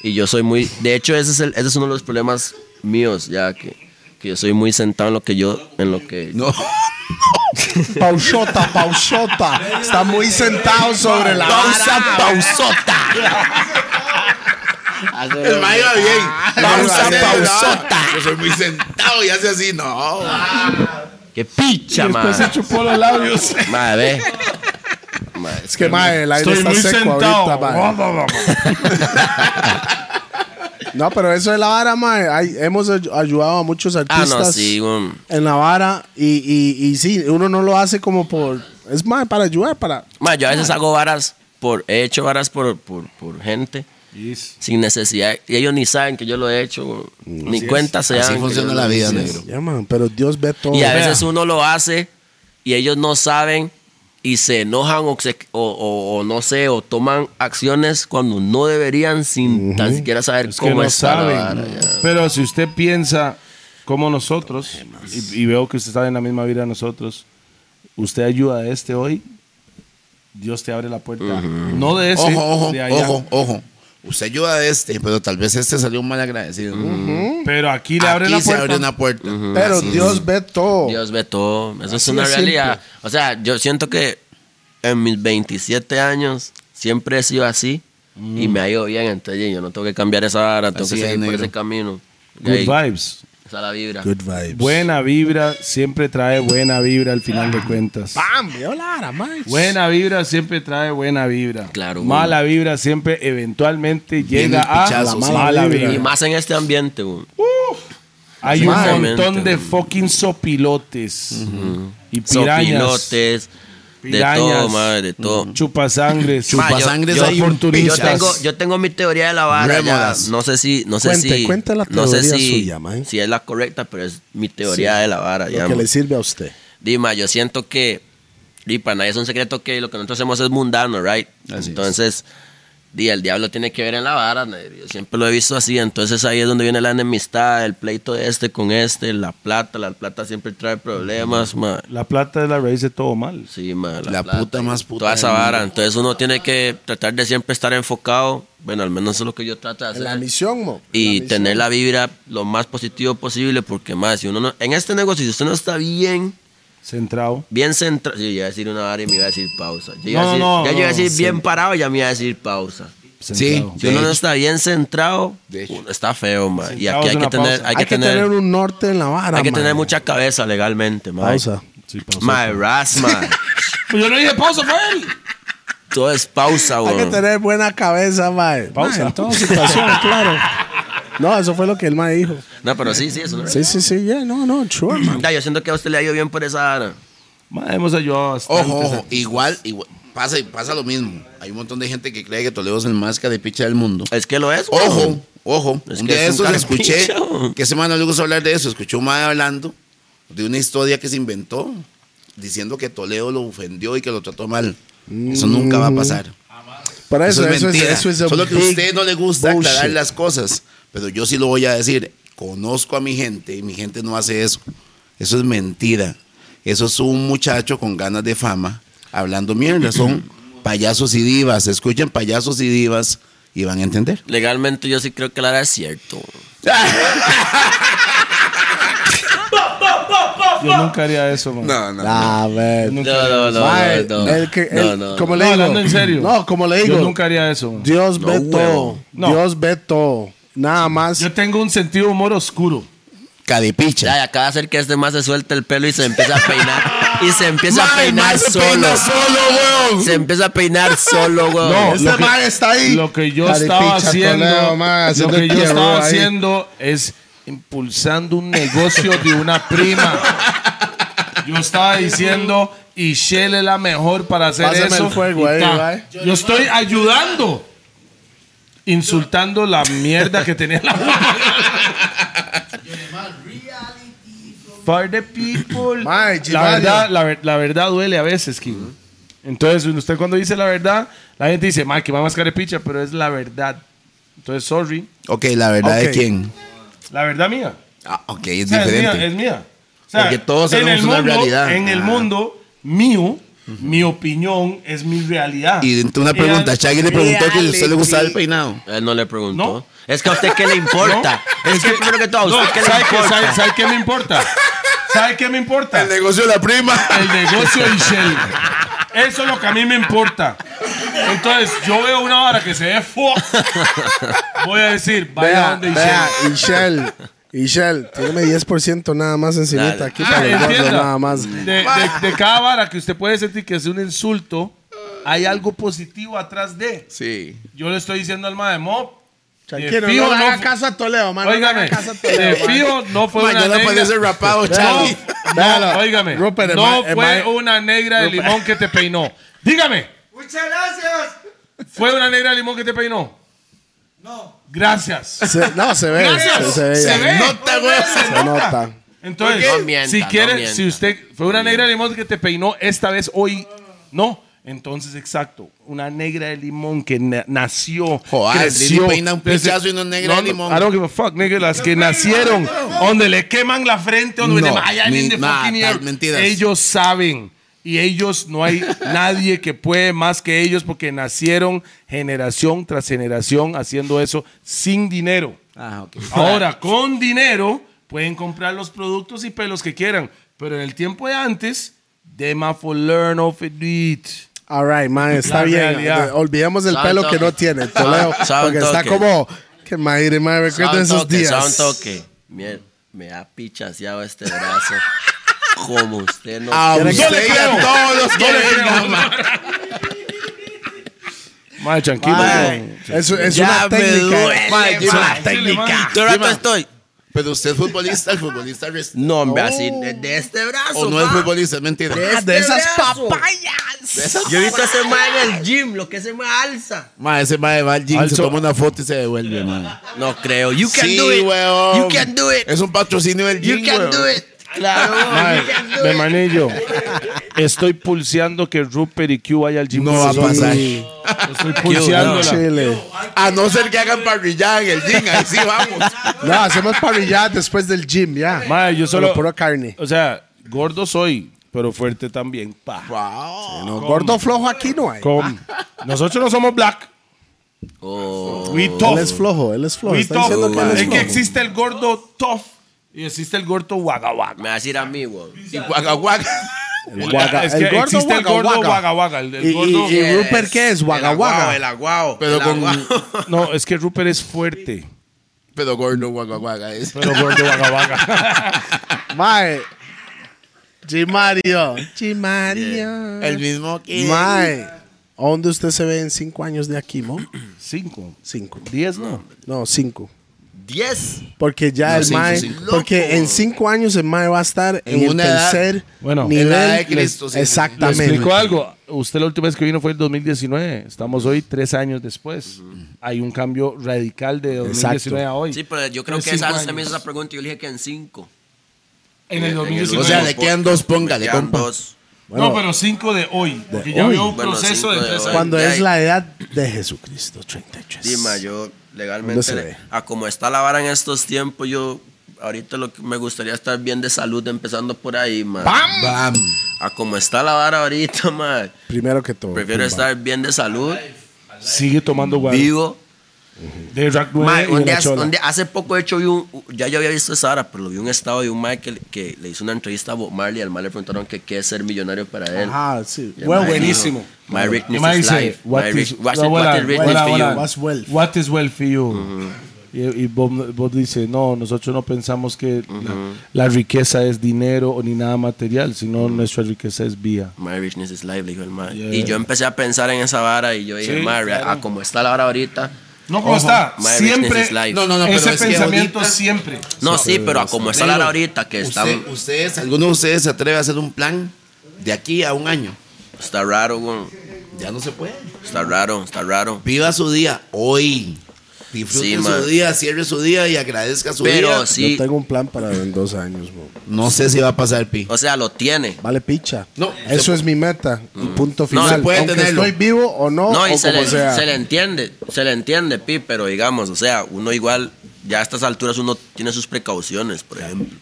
[SPEAKER 4] Y yo soy muy, de hecho ese es, el- ese es uno de los problemas míos, ya que, que yo soy muy sentado en lo que yo, en lo que...
[SPEAKER 6] No.
[SPEAKER 3] Pauchota, pauchota. Está muy sentado sobre la.
[SPEAKER 6] Pausa, pausota. El mayo va bien. Pausa, pausota. Yo soy muy sentado y hace así, no.
[SPEAKER 4] ¡Qué picha,
[SPEAKER 2] Después
[SPEAKER 3] *laughs*
[SPEAKER 2] se
[SPEAKER 4] madre!
[SPEAKER 2] chupó los labios.
[SPEAKER 4] Madre, ve. Madre,
[SPEAKER 3] Es que, mae, el aire
[SPEAKER 2] Estoy
[SPEAKER 3] está
[SPEAKER 2] muy
[SPEAKER 3] seco
[SPEAKER 2] sentado.
[SPEAKER 3] ahorita, mae. No, pero eso de la vara, mae, hay- hemos ay- ayudado a muchos
[SPEAKER 4] Ah,
[SPEAKER 3] artistas
[SPEAKER 4] no, sí, weón.
[SPEAKER 3] en la vara y, y, y sí, uno no lo hace como por... Es más, para ayudar, para...
[SPEAKER 4] Mae, yo a veces hago varas por, he hecho varas por, por, por gente. sin necesidad. Y ellos ni saben que yo lo he hecho, ni cuenta se dan.
[SPEAKER 6] Mm. Así
[SPEAKER 4] que
[SPEAKER 6] funciona
[SPEAKER 4] yo
[SPEAKER 6] la
[SPEAKER 4] lo
[SPEAKER 6] vida,
[SPEAKER 4] hice.
[SPEAKER 6] negro.
[SPEAKER 3] Ya, man, pero Dios ve todo.
[SPEAKER 4] Y a veces uno lo hace y ellos no saben y se enojan o, se- o- o- o no sé, o toman acciones cuando no deberían sin tan siquiera saber
[SPEAKER 2] Es que
[SPEAKER 4] cómo
[SPEAKER 2] no
[SPEAKER 4] está la
[SPEAKER 2] saben.
[SPEAKER 4] vara, ya.
[SPEAKER 2] Pero si usted piensa como nosotros, y, y veo que usted está en la misma vida de nosotros, usted ayuda a este hoy, Dios te abre la puerta. No de ese,
[SPEAKER 6] Ojo, ojo,
[SPEAKER 2] de allá.
[SPEAKER 6] ojo, ojo. Usted ayuda a este, pero tal vez este salió mal agradecido.
[SPEAKER 2] Pero aquí le abre
[SPEAKER 6] Aquí
[SPEAKER 2] la
[SPEAKER 6] se
[SPEAKER 2] puerta.
[SPEAKER 6] abre una puerta.
[SPEAKER 3] Pero Dios ve todo.
[SPEAKER 4] Dios ve todo. Eso es
[SPEAKER 3] Oh. Así
[SPEAKER 4] una
[SPEAKER 3] de
[SPEAKER 4] realidad. O sea, yo siento que en mis 27 años siempre he sido así y me ha ido bien. Entonces yo no tengo que cambiar esa vara, tengo
[SPEAKER 6] Así
[SPEAKER 4] que
[SPEAKER 6] es,
[SPEAKER 4] seguir por
[SPEAKER 6] negro.
[SPEAKER 4] ese camino. Y
[SPEAKER 2] Good
[SPEAKER 4] ahí,
[SPEAKER 2] vibes.
[SPEAKER 4] esa es la vibra.
[SPEAKER 3] Good vibes.
[SPEAKER 2] Buena vibra siempre trae buena vibra al final de cuentas.
[SPEAKER 3] Bam, vio la vara, mae.
[SPEAKER 2] Buena vibra siempre trae buena vibra.
[SPEAKER 4] Claro, güey.
[SPEAKER 2] Mala vibra siempre eventualmente
[SPEAKER 6] Viene
[SPEAKER 2] llega
[SPEAKER 6] el
[SPEAKER 2] a la
[SPEAKER 6] pichazo,
[SPEAKER 2] mala,
[SPEAKER 3] sí.
[SPEAKER 2] vibra.
[SPEAKER 4] Y más en este ambiente, güey.
[SPEAKER 2] Hay un
[SPEAKER 4] Exactamente,
[SPEAKER 2] montón de
[SPEAKER 4] güey.
[SPEAKER 2] fucking sopilotes y pirañas,
[SPEAKER 4] Sopilotes, de
[SPEAKER 2] Pirañas. Mm.
[SPEAKER 4] todo, madre, de todo.
[SPEAKER 2] chupasangres,
[SPEAKER 4] Ma, yo-
[SPEAKER 6] Chupasangres
[SPEAKER 4] yo-
[SPEAKER 6] hay un
[SPEAKER 4] yo
[SPEAKER 6] pinchas.
[SPEAKER 4] tengo, yo tengo mi teoría de la vara. ya.
[SPEAKER 6] Rémoras.
[SPEAKER 4] No sé si, no sé
[SPEAKER 3] Cuente,
[SPEAKER 4] si,
[SPEAKER 3] cuente la
[SPEAKER 4] no sé
[SPEAKER 3] teoría
[SPEAKER 4] si,
[SPEAKER 3] suya, man.
[SPEAKER 4] si es la correcta, pero es mi teoría de la vara. ya,
[SPEAKER 3] Lo que
[SPEAKER 4] man.
[SPEAKER 3] le sirve a usted.
[SPEAKER 4] Dima, yo siento que, y para nadie es un secreto que lo que nosotros hacemos es mundano, right?
[SPEAKER 6] Así
[SPEAKER 4] entonces, di, el diablo tiene que ver en la vara, ne- yo siempre lo he visto así, entonces ahí es donde viene la enemistad, el pleito de este con este, la plata, la plata siempre trae problemas, ma.
[SPEAKER 2] La plata es la raíz de todo mal.
[SPEAKER 4] Sí, ma,
[SPEAKER 6] La
[SPEAKER 4] plata,
[SPEAKER 6] puta más puta
[SPEAKER 4] Toda esa
[SPEAKER 6] del
[SPEAKER 4] vara,
[SPEAKER 6] mundo.
[SPEAKER 4] entonces uno tiene que tratar de siempre estar enfocado, bueno, al menos eso es lo que yo trato de
[SPEAKER 3] En la
[SPEAKER 4] hacer.
[SPEAKER 3] misión, mo.
[SPEAKER 4] Y tener la vibra lo más positivo posible, porque más, si uno no, en este negocio, si usted no está bien,
[SPEAKER 2] Centrado.
[SPEAKER 4] Bien centrado. Yo iba a decir una hora y me iba a decir pausa. Yo iba
[SPEAKER 2] No,
[SPEAKER 4] a decir,
[SPEAKER 2] no,
[SPEAKER 4] ya yo iba a
[SPEAKER 2] no,
[SPEAKER 4] decir bien parado y ya me iba a decir pausa.
[SPEAKER 6] Sí,
[SPEAKER 2] centrado.
[SPEAKER 4] Si
[SPEAKER 6] de
[SPEAKER 4] uno no
[SPEAKER 6] hecho.
[SPEAKER 4] está bien centrado,
[SPEAKER 6] De hecho.
[SPEAKER 4] uno está feo, man. Y
[SPEAKER 2] Centrado
[SPEAKER 4] aquí
[SPEAKER 2] es
[SPEAKER 4] hay que
[SPEAKER 2] una
[SPEAKER 4] tener,
[SPEAKER 2] pausa.
[SPEAKER 4] hay que tener,
[SPEAKER 3] un norte en la vara,
[SPEAKER 4] hay que
[SPEAKER 3] mae.
[SPEAKER 4] tener mucha cabeza legalmente, man.
[SPEAKER 3] pausa.
[SPEAKER 2] Sí, pausa.
[SPEAKER 4] My ras, man.
[SPEAKER 2] Pues yo no dije pausa, fue él.
[SPEAKER 4] Todo es pausa,
[SPEAKER 3] Hay que
[SPEAKER 4] weón.
[SPEAKER 3] tener buena cabeza, mae.
[SPEAKER 2] Pausa.
[SPEAKER 3] Mae, en
[SPEAKER 2] *laughs*
[SPEAKER 3] toda situación, claro. No, eso fue lo que el mae dijo.
[SPEAKER 4] No, pero sí, sí, eso no es.
[SPEAKER 3] Sí, sí, sí, yeah, no, no, sure, man.
[SPEAKER 4] Ya, yo siento que a usted le ha ido bien por esa área.
[SPEAKER 2] Ma, hemos ayudado bastante.
[SPEAKER 6] Ojo, ojo. Igual, igual. Pasa, pasa lo mismo. Hay un montón de gente que cree que Toledo es el más que de picha del mundo.
[SPEAKER 4] Es que lo es, weón.
[SPEAKER 6] Ojo, Ojo,
[SPEAKER 4] Es
[SPEAKER 6] un
[SPEAKER 4] que
[SPEAKER 6] día de
[SPEAKER 4] es un
[SPEAKER 6] estos escuché,
[SPEAKER 4] carpincho, weón.
[SPEAKER 6] que semana luego se hablar de eso, escuché un madre hablando de una historia que se inventó diciendo que Toledo lo ofendió y que lo trató mal. Eso nunca
[SPEAKER 4] Mm.
[SPEAKER 6] va a pasar.
[SPEAKER 3] Para eso,
[SPEAKER 6] Eso, es
[SPEAKER 3] eso es,
[SPEAKER 6] mentira.
[SPEAKER 3] eso es a
[SPEAKER 6] Solo que a
[SPEAKER 3] big
[SPEAKER 6] usted no le gusta aclarar
[SPEAKER 3] bullshit.
[SPEAKER 6] las cosas. Pero yo sí lo voy a decir. Conozco a mi gente y mi gente no hace eso. Eso es mentira. Eso es un muchacho con ganas de fama hablando
[SPEAKER 3] *clears throat*
[SPEAKER 6] mierda. Son payasos y divas. Escuchen payasos y divas y van a entender.
[SPEAKER 4] Legalmente yo sí creo que Lara es cierto.
[SPEAKER 2] Yo nunca haría eso, man.
[SPEAKER 5] No, no.
[SPEAKER 3] Ah, man.
[SPEAKER 2] Nunca
[SPEAKER 4] No,
[SPEAKER 2] haría
[SPEAKER 4] no,
[SPEAKER 2] eso.
[SPEAKER 4] no.
[SPEAKER 3] Mae,
[SPEAKER 4] no.
[SPEAKER 3] el que- el-
[SPEAKER 4] No, no,
[SPEAKER 3] como
[SPEAKER 2] no.
[SPEAKER 3] le
[SPEAKER 2] No,
[SPEAKER 3] digo.
[SPEAKER 2] hablando en serio.
[SPEAKER 3] No, como le digo.
[SPEAKER 2] Yo nunca haría eso, man.
[SPEAKER 3] Dios
[SPEAKER 4] No,
[SPEAKER 3] ve
[SPEAKER 4] huevo.
[SPEAKER 3] todo.
[SPEAKER 2] No.
[SPEAKER 3] Dios ve todo. Nada más.
[SPEAKER 2] Yo tengo un sentido de humor oscuro.
[SPEAKER 6] Cadepicha.
[SPEAKER 4] Ya, y acaba de hacer que este más se suelta el pelo y se empieza a peinar. y se empieza
[SPEAKER 3] *laughs*
[SPEAKER 4] a
[SPEAKER 6] Mae,
[SPEAKER 4] peinar
[SPEAKER 6] mae, se
[SPEAKER 4] solo.
[SPEAKER 6] peina solo, weón.
[SPEAKER 4] Se empieza a peinar solo, weón.
[SPEAKER 2] No,
[SPEAKER 3] Este
[SPEAKER 2] lo que-
[SPEAKER 3] man está ahí.
[SPEAKER 2] Lo que yo
[SPEAKER 3] Caripicha,
[SPEAKER 2] estaba haciendo,
[SPEAKER 3] Toledo, man,
[SPEAKER 2] lo
[SPEAKER 3] haciendo
[SPEAKER 2] que yo
[SPEAKER 3] el
[SPEAKER 2] estaba
[SPEAKER 3] quiero ahí.
[SPEAKER 2] haciendo es impulsando un negocio de una prima. Yo estaba diciendo, y Shell es la mejor para hacer
[SPEAKER 3] Pásame
[SPEAKER 2] eso.
[SPEAKER 3] el fuego
[SPEAKER 2] y
[SPEAKER 3] ahí,
[SPEAKER 2] ta.
[SPEAKER 3] ¿vale?
[SPEAKER 2] Yo estoy ayudando. Insultando la mierda que tenía la Par de people.
[SPEAKER 3] Mae,
[SPEAKER 2] la,
[SPEAKER 3] Givalio.
[SPEAKER 2] verdad, la, ver- la verdad duele a veces, Kim. Entonces, usted cuando dice la verdad, la gente dice, ma, que va más carepicha, pero es la verdad. Entonces, sorry.
[SPEAKER 6] Ok, la verdad
[SPEAKER 3] Ok.
[SPEAKER 6] de quién.
[SPEAKER 2] La verdad mía.
[SPEAKER 6] Ah, ok, es
[SPEAKER 2] O sea, es mía,
[SPEAKER 6] diferente.
[SPEAKER 2] es mía. O sea,
[SPEAKER 6] Porque todos
[SPEAKER 2] en
[SPEAKER 6] tenemos
[SPEAKER 2] el
[SPEAKER 6] una
[SPEAKER 2] mundo-
[SPEAKER 6] realidad.
[SPEAKER 2] En el
[SPEAKER 6] Ah.
[SPEAKER 2] mundo mío, mi opinión es mi realidad.
[SPEAKER 6] Y una pregunta,
[SPEAKER 2] Ella-
[SPEAKER 6] Chagui le preguntó que si a usted le gustaba el peinado.
[SPEAKER 4] Él Eh, no le preguntó.
[SPEAKER 2] No.
[SPEAKER 4] Es que a usted qué le importa. Es que primero que todo, a
[SPEAKER 2] No,
[SPEAKER 4] usted qué le
[SPEAKER 2] ¿sabe qué-
[SPEAKER 4] importa.
[SPEAKER 2] sabe- sabe qué me importa? ¿Sabe qué me importa?
[SPEAKER 6] *laughs* El negocio de la prima.
[SPEAKER 2] el
[SPEAKER 6] *laughs*
[SPEAKER 2] negocio de Shell. Eso es lo que a mí me importa. Entonces, yo veo una vara que se ve fo. Voy a decir, vaya
[SPEAKER 3] Vea,
[SPEAKER 2] donde
[SPEAKER 3] vea,
[SPEAKER 2] Shell.
[SPEAKER 3] Ishel. Ishel, tírame 10% nada más encimita aquí
[SPEAKER 2] Ah,
[SPEAKER 3] para el gordo,
[SPEAKER 2] entienda.
[SPEAKER 3] nada más.
[SPEAKER 2] De, de- de cada vara que usted puede sentir que es un insulto, hay algo positivo atrás de.
[SPEAKER 5] Sí.
[SPEAKER 2] Yo le estoy diciendo al madre Mob.
[SPEAKER 3] Tranquilo,
[SPEAKER 2] de fijo
[SPEAKER 3] no le haga
[SPEAKER 2] fu-
[SPEAKER 3] caso a Toledo, man. No le
[SPEAKER 2] Óigame,
[SPEAKER 3] haga caso a
[SPEAKER 2] de
[SPEAKER 3] Toledo, man.
[SPEAKER 2] fijo no fue una
[SPEAKER 6] Mañana
[SPEAKER 2] negra.
[SPEAKER 6] parece rapado,
[SPEAKER 2] No,
[SPEAKER 6] Chagui.
[SPEAKER 2] no,
[SPEAKER 3] Véalo.
[SPEAKER 2] óigame,
[SPEAKER 3] Rupert, el
[SPEAKER 2] no
[SPEAKER 3] ma- el
[SPEAKER 2] fue
[SPEAKER 3] ma-
[SPEAKER 2] una negra de limón que te peinó. Dígame,
[SPEAKER 7] Muchas gracias.
[SPEAKER 2] ¿fue una negra de limón que te peinó?
[SPEAKER 7] No.
[SPEAKER 2] Gracias.
[SPEAKER 3] Se- no, se ve. Se,
[SPEAKER 2] Gracias.
[SPEAKER 3] se ve.
[SPEAKER 2] Se
[SPEAKER 3] ya.
[SPEAKER 2] ve.
[SPEAKER 6] Nota, güey.
[SPEAKER 3] Se nota.
[SPEAKER 2] Entonces,
[SPEAKER 4] No mienta,
[SPEAKER 2] si
[SPEAKER 4] no
[SPEAKER 2] quiere,
[SPEAKER 4] mienta.
[SPEAKER 2] si usted fue una negra de limón que te peinó esta vez hoy, no. Entonces, exacto, una negra de limón que na- nació,
[SPEAKER 6] Joder,
[SPEAKER 2] creció.
[SPEAKER 6] Lili peina un
[SPEAKER 2] desde-
[SPEAKER 6] pichazo y una negra
[SPEAKER 2] No,
[SPEAKER 6] de
[SPEAKER 2] no,
[SPEAKER 6] limón.
[SPEAKER 2] I don't give a fuck, nigga, las que nacieron, donde le queman la frente, donde
[SPEAKER 6] No,
[SPEAKER 2] le vayan
[SPEAKER 6] ni-
[SPEAKER 2] in the
[SPEAKER 6] nah,
[SPEAKER 2] fucking
[SPEAKER 6] tal-
[SPEAKER 2] air.
[SPEAKER 6] mentiras.
[SPEAKER 2] Ellos saben y ellos no hay *laughs* nadie que puede más que ellos porque nacieron generación tras generación haciendo eso sin dinero.
[SPEAKER 6] Ah, ok.
[SPEAKER 2] Ahora, con dinero, pueden comprar los productos y pelos que quieran. Pero en el tiempo de antes, they must for learn of it.
[SPEAKER 3] All right, man, está
[SPEAKER 2] La
[SPEAKER 3] bien.
[SPEAKER 2] realidad.
[SPEAKER 3] De- Olvidemos el
[SPEAKER 4] Sabe
[SPEAKER 3] pelo
[SPEAKER 4] un
[SPEAKER 3] que
[SPEAKER 4] toque.
[SPEAKER 3] no tiene, Toledo.
[SPEAKER 4] Sabe un
[SPEAKER 3] Porque está
[SPEAKER 4] toque.
[SPEAKER 3] como. Que madre, madre,
[SPEAKER 4] Sabe
[SPEAKER 3] recuerdo
[SPEAKER 4] un
[SPEAKER 3] esos
[SPEAKER 4] toque, sabe un
[SPEAKER 3] días.
[SPEAKER 4] toque. Mier- me ha pichaseado este brazo. Como usted no.
[SPEAKER 6] A
[SPEAKER 3] Yo le
[SPEAKER 6] usted y a
[SPEAKER 2] creo.
[SPEAKER 6] todos los que
[SPEAKER 2] Yo le
[SPEAKER 6] vengan,
[SPEAKER 2] creo.
[SPEAKER 6] ma.
[SPEAKER 2] Mae, tranquilo.
[SPEAKER 3] Mae, eso es
[SPEAKER 4] Ya
[SPEAKER 3] una
[SPEAKER 4] me duele,
[SPEAKER 3] técnica. Mae,
[SPEAKER 4] ma.
[SPEAKER 6] una
[SPEAKER 2] técnica.
[SPEAKER 4] Todo el rato estoy.
[SPEAKER 6] Pero usted es futbolista, el futbolista res-
[SPEAKER 4] No, hombre, así. De, de este brazo.
[SPEAKER 6] O no es
[SPEAKER 4] pa.
[SPEAKER 6] futbolista, es mentira.
[SPEAKER 4] De, este brazo. Yo he visto a ese man en el gym, lo que ese man alza.
[SPEAKER 6] Ah, Ma, ese mae va al gym,
[SPEAKER 2] Alzo.
[SPEAKER 6] se toma una foto y se devuelve, ma.
[SPEAKER 4] No creo. You can
[SPEAKER 6] Sí,
[SPEAKER 4] do it.
[SPEAKER 6] weón.
[SPEAKER 4] You can do it.
[SPEAKER 6] Es un patrocinio del
[SPEAKER 4] You
[SPEAKER 6] gym,
[SPEAKER 4] can
[SPEAKER 6] weón.
[SPEAKER 4] do it. Claro,
[SPEAKER 2] Mae,
[SPEAKER 4] you can do
[SPEAKER 2] me
[SPEAKER 4] it.
[SPEAKER 2] manillo. Estoy pulseando que Rupert y Q vaya al gym.
[SPEAKER 6] No va a pasar.
[SPEAKER 2] Estoy pulseándola.
[SPEAKER 3] Chile.
[SPEAKER 6] A no ser que hagan parrillada en el gym, ahí sí vamos.
[SPEAKER 3] No, hacemos parrilladas después del gym, ya.
[SPEAKER 2] Mae, yo
[SPEAKER 3] Solo
[SPEAKER 2] solo.
[SPEAKER 3] pura carne.
[SPEAKER 2] O sea, gordo soy, pero fuerte también. Pa.
[SPEAKER 3] No, gordo flojo aquí no hay.
[SPEAKER 2] Com. Nosotros no somos black.
[SPEAKER 4] Oh,
[SPEAKER 2] We
[SPEAKER 3] Él
[SPEAKER 2] tough.
[SPEAKER 3] es flojo, él es flojo.
[SPEAKER 2] We
[SPEAKER 3] Está
[SPEAKER 2] tough.
[SPEAKER 3] diciendo que él
[SPEAKER 2] Es
[SPEAKER 3] es
[SPEAKER 2] que
[SPEAKER 3] flojo.
[SPEAKER 2] existe el gordo tough y existe el gordo waga waga.
[SPEAKER 4] me va a decir a mí, weón.
[SPEAKER 6] Y guaca, guaca.
[SPEAKER 3] El guaga-
[SPEAKER 2] es que
[SPEAKER 3] el gordo
[SPEAKER 2] existe el
[SPEAKER 3] guaga,
[SPEAKER 2] gordo
[SPEAKER 3] guaga.
[SPEAKER 2] waga waga. El, el
[SPEAKER 3] Y- y-
[SPEAKER 2] gordo,
[SPEAKER 3] y- Rupert qué es? Guaga,
[SPEAKER 4] El aguao,
[SPEAKER 3] guaga.
[SPEAKER 4] El aguao.
[SPEAKER 6] Pero
[SPEAKER 4] el
[SPEAKER 6] con-
[SPEAKER 4] aguao.
[SPEAKER 2] *laughs* No, es que Rupert es fuerte.
[SPEAKER 6] Pero gordo, guaca, guaca. es.
[SPEAKER 2] Pero gordo waga waga.
[SPEAKER 3] Mae. Gimario. Gimario.
[SPEAKER 6] El mismo que.
[SPEAKER 3] Mae. ¿A dónde usted se ve en *laughs* cinco años de aquí, mo?
[SPEAKER 2] Cinco.
[SPEAKER 3] Cinco.
[SPEAKER 2] Diez no.
[SPEAKER 3] No, cinco.
[SPEAKER 4] 10.
[SPEAKER 3] Porque ya
[SPEAKER 6] No,
[SPEAKER 3] el
[SPEAKER 6] sí,
[SPEAKER 3] mae.
[SPEAKER 6] sí, sí.
[SPEAKER 3] Porque
[SPEAKER 4] Loco.
[SPEAKER 3] en cinco años el mae va a estar en,
[SPEAKER 6] En
[SPEAKER 3] el
[SPEAKER 6] una edad-
[SPEAKER 3] tercer
[SPEAKER 2] Bueno, en
[SPEAKER 3] nivel.
[SPEAKER 6] la edad de Cristo, sí, sí, sí.
[SPEAKER 2] Le
[SPEAKER 3] Exactamente.
[SPEAKER 2] explico algo. Usted la última vez que vino fue en 2019. Estamos hoy tres años después. Hay un cambio radical de 2019 a hoy.
[SPEAKER 4] Sí, pero yo creo
[SPEAKER 2] Pero
[SPEAKER 4] que esa
[SPEAKER 2] cinco
[SPEAKER 4] usted me hizo
[SPEAKER 2] años.
[SPEAKER 4] esa pregunta y yo le dije que en 5.
[SPEAKER 2] En el
[SPEAKER 6] O
[SPEAKER 2] 2019.
[SPEAKER 6] sea, le quedan dos, póngale,
[SPEAKER 5] quedan
[SPEAKER 6] compa.
[SPEAKER 2] no, pero cinco de hoy. Porque ya
[SPEAKER 3] hoy.
[SPEAKER 2] había un
[SPEAKER 4] Bueno,
[SPEAKER 2] proceso
[SPEAKER 4] cinco
[SPEAKER 2] de
[SPEAKER 4] de
[SPEAKER 2] tres
[SPEAKER 4] hoy.
[SPEAKER 2] años.
[SPEAKER 3] Cuando
[SPEAKER 4] Ya
[SPEAKER 3] es
[SPEAKER 4] hay-
[SPEAKER 3] la edad de Jesucristo, 33.
[SPEAKER 4] Dima, yo
[SPEAKER 3] ¿Dónde
[SPEAKER 4] legalmente,
[SPEAKER 3] se
[SPEAKER 4] le-
[SPEAKER 3] ve?
[SPEAKER 4] a como está la vara en estos tiempos, yo ahorita lo que me gustaría estar bien de salud, empezando por ahí, ma.
[SPEAKER 6] Bam.
[SPEAKER 4] A como está la vara ahorita, *laughs* ma.
[SPEAKER 3] Primero que todo. pues,
[SPEAKER 4] Prefiero
[SPEAKER 3] pumba.
[SPEAKER 4] estar bien de salud,
[SPEAKER 2] Sigue tomando guaro.
[SPEAKER 4] vivo.
[SPEAKER 2] De Rack 9
[SPEAKER 4] Ma,
[SPEAKER 2] y de
[SPEAKER 4] un
[SPEAKER 2] la
[SPEAKER 4] día-
[SPEAKER 2] chola.
[SPEAKER 4] un día- hace poco, de hecho, vi un, ya yo había visto esa vara, pero lo vi en un estado de un Mike que, le- que le hizo una entrevista a Bob Marley. Al mal le preguntaron que qué es ser millonario para él.
[SPEAKER 3] Ajá, Ah, sí.
[SPEAKER 4] Y el
[SPEAKER 3] Well,
[SPEAKER 4] mae dijo,
[SPEAKER 3] buenísimo.
[SPEAKER 4] My
[SPEAKER 2] Y
[SPEAKER 4] richness
[SPEAKER 2] me
[SPEAKER 4] is
[SPEAKER 2] dice,
[SPEAKER 4] life. My
[SPEAKER 2] what
[SPEAKER 4] rich-
[SPEAKER 2] is
[SPEAKER 4] what's-
[SPEAKER 2] no,
[SPEAKER 4] what
[SPEAKER 2] hola,
[SPEAKER 4] is richness
[SPEAKER 2] hola,
[SPEAKER 4] for you?"
[SPEAKER 2] hola.
[SPEAKER 3] What's wealth?
[SPEAKER 2] What is wealth for you? Y, y Bob, Bob dice, no, nosotros no pensamos que la- la, riqueza es dinero o ni nada material, sino nuestra riqueza es vía.
[SPEAKER 4] My richness is life, le dijo el mae.
[SPEAKER 2] Yeah.
[SPEAKER 4] Y yo empecé a pensar en esa vara y yo dije,
[SPEAKER 2] Sí,
[SPEAKER 4] mae,
[SPEAKER 2] claro.
[SPEAKER 4] ah, como está la vara ahorita,
[SPEAKER 2] No, ¿cómo está?
[SPEAKER 4] my
[SPEAKER 2] Siempre.
[SPEAKER 4] richness is life.
[SPEAKER 6] No, no, no, pero
[SPEAKER 2] ese
[SPEAKER 6] es que
[SPEAKER 2] pensamiento
[SPEAKER 6] ahorita-
[SPEAKER 2] siempre.
[SPEAKER 4] No, sí, pero a como está la vara ahorita, que está,
[SPEAKER 6] Usted- ustedes, alguno de ustedes se atreve a hacer un plan de aquí a un año.
[SPEAKER 4] está raro, güey.
[SPEAKER 6] Ya no se puede.
[SPEAKER 4] Está raro, está raro.
[SPEAKER 6] Viva su día hoy. Disfrute
[SPEAKER 4] Sí,
[SPEAKER 6] su
[SPEAKER 4] man.
[SPEAKER 6] día, cierre su día y agradezca su
[SPEAKER 4] Pero
[SPEAKER 6] día.
[SPEAKER 4] sí,
[SPEAKER 3] Yo tengo un plan para en dos años, bro.
[SPEAKER 6] No sé si va a pasar, Pi.
[SPEAKER 4] o sea, lo tiene.
[SPEAKER 3] Vale, picha.
[SPEAKER 6] No,
[SPEAKER 3] Eso es mi meta. Y punto final.
[SPEAKER 4] se
[SPEAKER 6] puede
[SPEAKER 3] Aunque
[SPEAKER 6] tenerlo.
[SPEAKER 3] estoy vivo o no,
[SPEAKER 4] No,
[SPEAKER 3] Oh, o
[SPEAKER 4] y se
[SPEAKER 3] como
[SPEAKER 4] le,
[SPEAKER 3] sea.
[SPEAKER 4] se le entiende, se le entiende, Pi, pero digamos, o sea, uno igual, ya a estas alturas uno tiene sus precauciones, por ejemplo.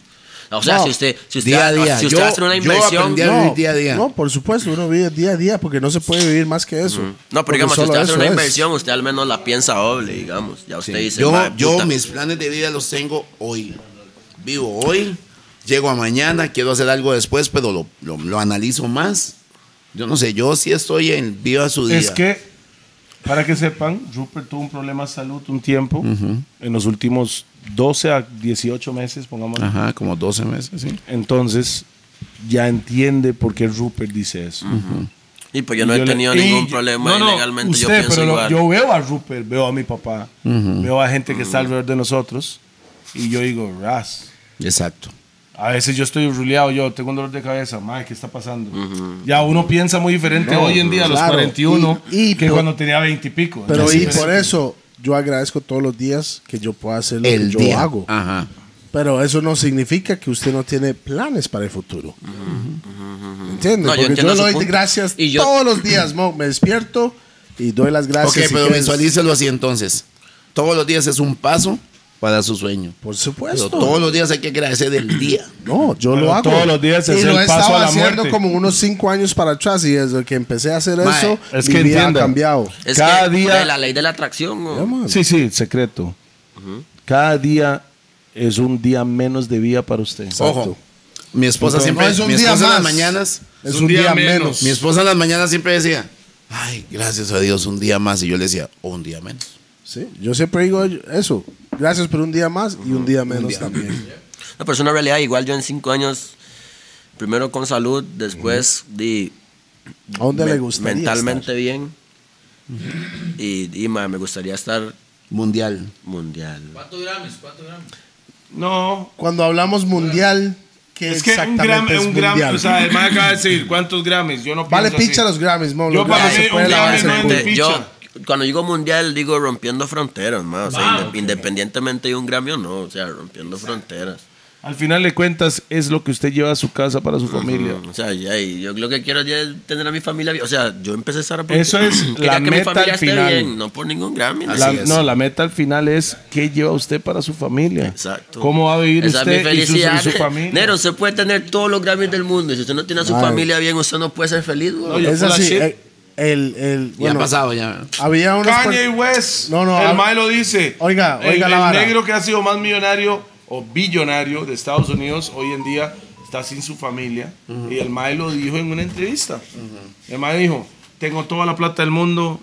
[SPEAKER 4] O sea,
[SPEAKER 3] No,
[SPEAKER 4] si usted, si usted,
[SPEAKER 6] día a día.
[SPEAKER 4] Si usted
[SPEAKER 6] Yo-
[SPEAKER 4] hace una
[SPEAKER 6] yo
[SPEAKER 4] inversión,
[SPEAKER 6] aprendí a- vivir día a día.
[SPEAKER 3] No, por supuesto, uno vive día a día porque no se puede vivir más que eso.
[SPEAKER 4] no,
[SPEAKER 3] Porque
[SPEAKER 4] pero digamos, si
[SPEAKER 3] solo
[SPEAKER 4] usted hace
[SPEAKER 3] eso
[SPEAKER 4] una
[SPEAKER 3] es.
[SPEAKER 4] inversión, usted al menos la piensa doble, digamos. Ya usted dice, "Mae,
[SPEAKER 6] Yo, yo
[SPEAKER 4] puta".
[SPEAKER 6] mis planes de vida los tengo hoy. Vivo hoy, llego a mañana, quiero hacer algo después, pero lo, lo- lo analizo más. Yo no sé, yo sí estoy en viva su día.
[SPEAKER 2] Es que, para que sepan, Rupert tuvo un problema de salud un tiempo, en los últimos 12 a 18 meses, pongamos.
[SPEAKER 6] Ajá, como 12 meses, sí.
[SPEAKER 2] Entonces, ya entiende por qué Rupert dice eso.
[SPEAKER 4] Y pues yo no
[SPEAKER 2] Y
[SPEAKER 4] he
[SPEAKER 2] le-
[SPEAKER 4] tenido
[SPEAKER 2] y
[SPEAKER 4] ningún
[SPEAKER 2] yo-
[SPEAKER 4] problema
[SPEAKER 2] no, no,
[SPEAKER 4] legalmente, yo
[SPEAKER 2] usted,
[SPEAKER 4] pienso
[SPEAKER 2] pero lo-
[SPEAKER 4] igual.
[SPEAKER 2] yo veo a Rupert, veo a mi papá, veo a gente que está alrededor de nosotros y yo digo, Ras.
[SPEAKER 6] Exacto.
[SPEAKER 2] A veces yo estoy ruleado, yo tengo un dolor de cabeza, madre, ¿qué está pasando? Ya uno piensa muy diferente hoy en día a los
[SPEAKER 3] claro.
[SPEAKER 2] 41
[SPEAKER 3] Y- y
[SPEAKER 2] que
[SPEAKER 3] por-
[SPEAKER 2] cuando tenía 20 y pico.
[SPEAKER 3] Pero
[SPEAKER 2] Así
[SPEAKER 3] y
[SPEAKER 2] es.
[SPEAKER 3] por eso yo agradezco todos los días que yo pueda hacer lo
[SPEAKER 6] El
[SPEAKER 3] que yo
[SPEAKER 6] día.
[SPEAKER 3] hago.
[SPEAKER 6] Ajá.
[SPEAKER 3] Pero eso no significa que usted no tiene planes para el futuro. ¿Entiendes?
[SPEAKER 4] No,
[SPEAKER 3] Porque
[SPEAKER 4] yo
[SPEAKER 3] yo,
[SPEAKER 4] entiendo
[SPEAKER 3] le
[SPEAKER 4] su
[SPEAKER 3] doy
[SPEAKER 4] punto.
[SPEAKER 3] gracias
[SPEAKER 4] Y yo-
[SPEAKER 3] todos los días, mo. Me despierto y doy las
[SPEAKER 6] Ok,
[SPEAKER 3] gracias. y
[SPEAKER 6] pero
[SPEAKER 3] que-
[SPEAKER 6] visualícelo así entonces. Todos los días es un paso para su sueño.
[SPEAKER 3] Por
[SPEAKER 6] Pero
[SPEAKER 3] supuesto.
[SPEAKER 6] todos los días hay que agradecer el día.
[SPEAKER 3] No, yo
[SPEAKER 2] Pero
[SPEAKER 3] lo hago.
[SPEAKER 2] todos los días es
[SPEAKER 3] y lo
[SPEAKER 2] el
[SPEAKER 3] he
[SPEAKER 2] paso
[SPEAKER 3] estado
[SPEAKER 2] a la
[SPEAKER 3] haciendo
[SPEAKER 2] muerte.
[SPEAKER 3] como unos cinco años para atrás y desde que empecé a hacer
[SPEAKER 6] Mae,
[SPEAKER 3] eso,
[SPEAKER 2] es
[SPEAKER 3] mi
[SPEAKER 2] que
[SPEAKER 3] vida ha
[SPEAKER 2] entienda.
[SPEAKER 3] cambiado.
[SPEAKER 4] es
[SPEAKER 2] cada
[SPEAKER 4] que
[SPEAKER 2] día-
[SPEAKER 4] de la ley de la atracción, güey.
[SPEAKER 3] Ya, man.
[SPEAKER 2] Sí, sí, secreto. Cada día es un día menos de vida para usted.
[SPEAKER 6] Ojo. Mi esposa
[SPEAKER 3] Entonces,
[SPEAKER 6] siempre.
[SPEAKER 3] no es un
[SPEAKER 6] mi
[SPEAKER 3] día
[SPEAKER 6] esposa en las
[SPEAKER 3] más.
[SPEAKER 6] mañanas.
[SPEAKER 3] Es un, día, menos.
[SPEAKER 6] Mi esposa en las mañanas siempre decía, ay, gracias a Dios, un día más. Y yo le decía, "Oh, un día menos.
[SPEAKER 3] Sí, yo siempre digo eso. Gracias por un día más y un día menos también.
[SPEAKER 4] No, pero es una realidad. Igual yo en cinco años, primero con salud, después di
[SPEAKER 3] ¿A dónde le
[SPEAKER 4] men-
[SPEAKER 3] gustaría
[SPEAKER 4] mentalmente bien. Y, y ma, me gustaría estar
[SPEAKER 6] Mundial.
[SPEAKER 4] mundial.
[SPEAKER 2] No,
[SPEAKER 3] estar? Cuando hablamos mundial, ¿qué
[SPEAKER 2] es que un
[SPEAKER 3] exactamente
[SPEAKER 2] gram,
[SPEAKER 3] es
[SPEAKER 2] un gram,
[SPEAKER 3] mundial?
[SPEAKER 2] o sea, además acaba de decir cuántos gramos. Yo no
[SPEAKER 3] vale
[SPEAKER 2] pienso así.
[SPEAKER 3] picha los Grammys, mo.
[SPEAKER 2] Yo
[SPEAKER 3] Los
[SPEAKER 2] para
[SPEAKER 3] Grammys
[SPEAKER 2] mí
[SPEAKER 3] se
[SPEAKER 2] un
[SPEAKER 3] puede
[SPEAKER 2] Grammy
[SPEAKER 3] lavarse
[SPEAKER 2] no
[SPEAKER 3] el
[SPEAKER 2] es
[SPEAKER 3] culo.
[SPEAKER 2] de
[SPEAKER 4] Realmente, yo, cuando digo mundial, digo rompiendo fronteras, ma, o sea, inde- independientemente de un Grammy o no, o sea, rompiendo fronteras.
[SPEAKER 2] Al final de cuentas, es lo que usted lleva a su casa para su familia.
[SPEAKER 4] O sea, ya, y yo lo que quiero ya es tener a mi familia bien. O sea, yo empecé a estar porque
[SPEAKER 2] Eso es
[SPEAKER 4] *clears throat* quería
[SPEAKER 2] la
[SPEAKER 4] que mi
[SPEAKER 2] meta al
[SPEAKER 4] familia esté
[SPEAKER 2] final.
[SPEAKER 4] bien, no por ningún Grammy.
[SPEAKER 2] La-
[SPEAKER 4] Así es.
[SPEAKER 2] no, la meta al final es qué lleva usted para su familia.
[SPEAKER 4] Exacto.
[SPEAKER 2] ¿Cómo va a vivir
[SPEAKER 4] Esa
[SPEAKER 2] usted
[SPEAKER 4] es mi
[SPEAKER 2] y su, y su
[SPEAKER 4] felicidad.
[SPEAKER 2] familia?
[SPEAKER 4] Nero, usted puede tener todos los Grammys del mundo. y Si usted no tiene a su
[SPEAKER 3] Ay.
[SPEAKER 4] familia bien, usted no puede ser feliz. güey.
[SPEAKER 2] No, yo-
[SPEAKER 3] Es
[SPEAKER 2] full of
[SPEAKER 3] así.
[SPEAKER 2] shit.
[SPEAKER 3] eh, El, el, bueno,
[SPEAKER 6] ya ha pasado, ya.
[SPEAKER 3] había unos...
[SPEAKER 2] Kanye
[SPEAKER 3] puer-
[SPEAKER 2] West.
[SPEAKER 3] No, no,
[SPEAKER 2] El
[SPEAKER 3] hab-
[SPEAKER 2] Mae lo dice.
[SPEAKER 3] Oiga,
[SPEAKER 2] El-
[SPEAKER 3] oiga
[SPEAKER 2] el,
[SPEAKER 3] la vara.
[SPEAKER 2] negro que ha sido más millonario o billonario de Estados Unidos hoy en día está sin su familia. Y el Mae lo dijo en una entrevista. El Mae dijo: Tengo toda la plata del mundo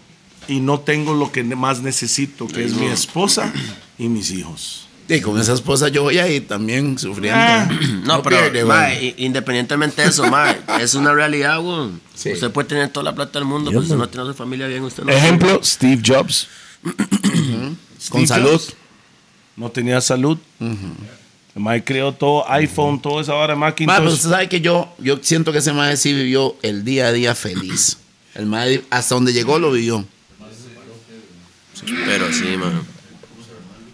[SPEAKER 2] y no tengo lo que ne- más necesito, que es mi esposa y mis hijos.
[SPEAKER 6] Y con esa esposa yo voy ahí también sufriendo. *clears throat*
[SPEAKER 2] Ah.
[SPEAKER 4] No, pero
[SPEAKER 6] pierde,
[SPEAKER 4] ma,
[SPEAKER 6] güey.
[SPEAKER 4] i- independientemente de eso, ma, es una realidad, güey. Usted puede tener toda la plata del mundo, pero si no tiene a su familia bien, usted no.
[SPEAKER 2] Steve Jobs.
[SPEAKER 6] Con salud.
[SPEAKER 2] no tenía salud. El mae creó todo, iPhone, toda esa vara,
[SPEAKER 6] Ma, pero
[SPEAKER 2] Macintosh.
[SPEAKER 6] usted sabe que yo, yo siento que ese mae sí vivió el día a día feliz. El mae hasta donde llegó lo vivió.
[SPEAKER 4] Pero sí, mano.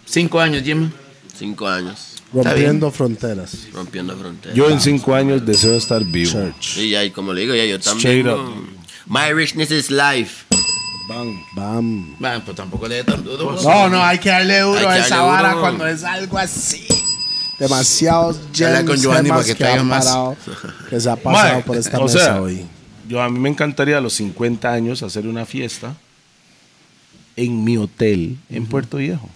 [SPEAKER 6] Cinco años, Jim.
[SPEAKER 4] Cinco años
[SPEAKER 3] Rompiendo fronteras.
[SPEAKER 4] rompiendo fronteras.
[SPEAKER 2] Yo en cinco años deseo estar vivo.
[SPEAKER 3] Church.
[SPEAKER 4] Y ahí, como le digo, ya yo
[SPEAKER 2] Straight
[SPEAKER 4] también. ¿no? My richness is life.
[SPEAKER 2] Bang.
[SPEAKER 3] Bam.
[SPEAKER 6] Bueno, pues tampoco le dé tan duro.
[SPEAKER 3] No, no, hay que darle duro
[SPEAKER 4] Hay que
[SPEAKER 3] a esa
[SPEAKER 4] darle
[SPEAKER 3] vara
[SPEAKER 4] duro.
[SPEAKER 3] cuando es algo así. Demasiados
[SPEAKER 6] Habla
[SPEAKER 3] gems
[SPEAKER 6] con Giovanni
[SPEAKER 3] gemas
[SPEAKER 6] para que
[SPEAKER 3] que,
[SPEAKER 6] traiga
[SPEAKER 3] han
[SPEAKER 6] más.
[SPEAKER 3] parado, que se ha pasado
[SPEAKER 2] Mae,
[SPEAKER 3] por esta
[SPEAKER 2] o
[SPEAKER 3] mesa
[SPEAKER 2] sea,
[SPEAKER 3] hoy.
[SPEAKER 2] Yo a mí me encantaría a los 50 años hacer una fiesta en mi hotel en Puerto Viejo.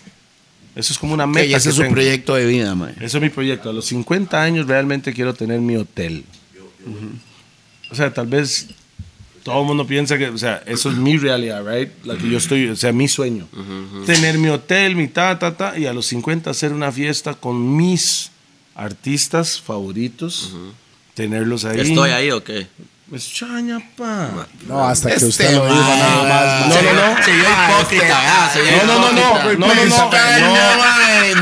[SPEAKER 2] Eso es como una meta.
[SPEAKER 6] Que ese
[SPEAKER 2] que
[SPEAKER 6] es su
[SPEAKER 2] tengo.
[SPEAKER 6] proyecto de vida, mae.
[SPEAKER 2] Eso es mi proyecto. A los 50 años realmente quiero tener mi hotel. O sea, tal vez todo el mundo piensa que, o sea, eso es mi realidad, right? La que yo estoy, o sea, mi sueño. Tener mi hotel, mi ta, ta, ta, y a los 50 hacer una fiesta con mis artistas favoritos, tenerlos ahí.
[SPEAKER 4] ¿Estoy ahí o qué?
[SPEAKER 2] Pues chaña, pa.
[SPEAKER 3] No, hasta que
[SPEAKER 6] Este
[SPEAKER 3] usted lo dijo
[SPEAKER 6] mae,
[SPEAKER 3] nada más.
[SPEAKER 2] No,
[SPEAKER 3] mae.
[SPEAKER 2] no, no.
[SPEAKER 4] Soy yo hipócrita, ah, soy
[SPEAKER 2] No,
[SPEAKER 4] yo
[SPEAKER 2] no, no, no,
[SPEAKER 4] hipócrita.
[SPEAKER 2] no, no, no,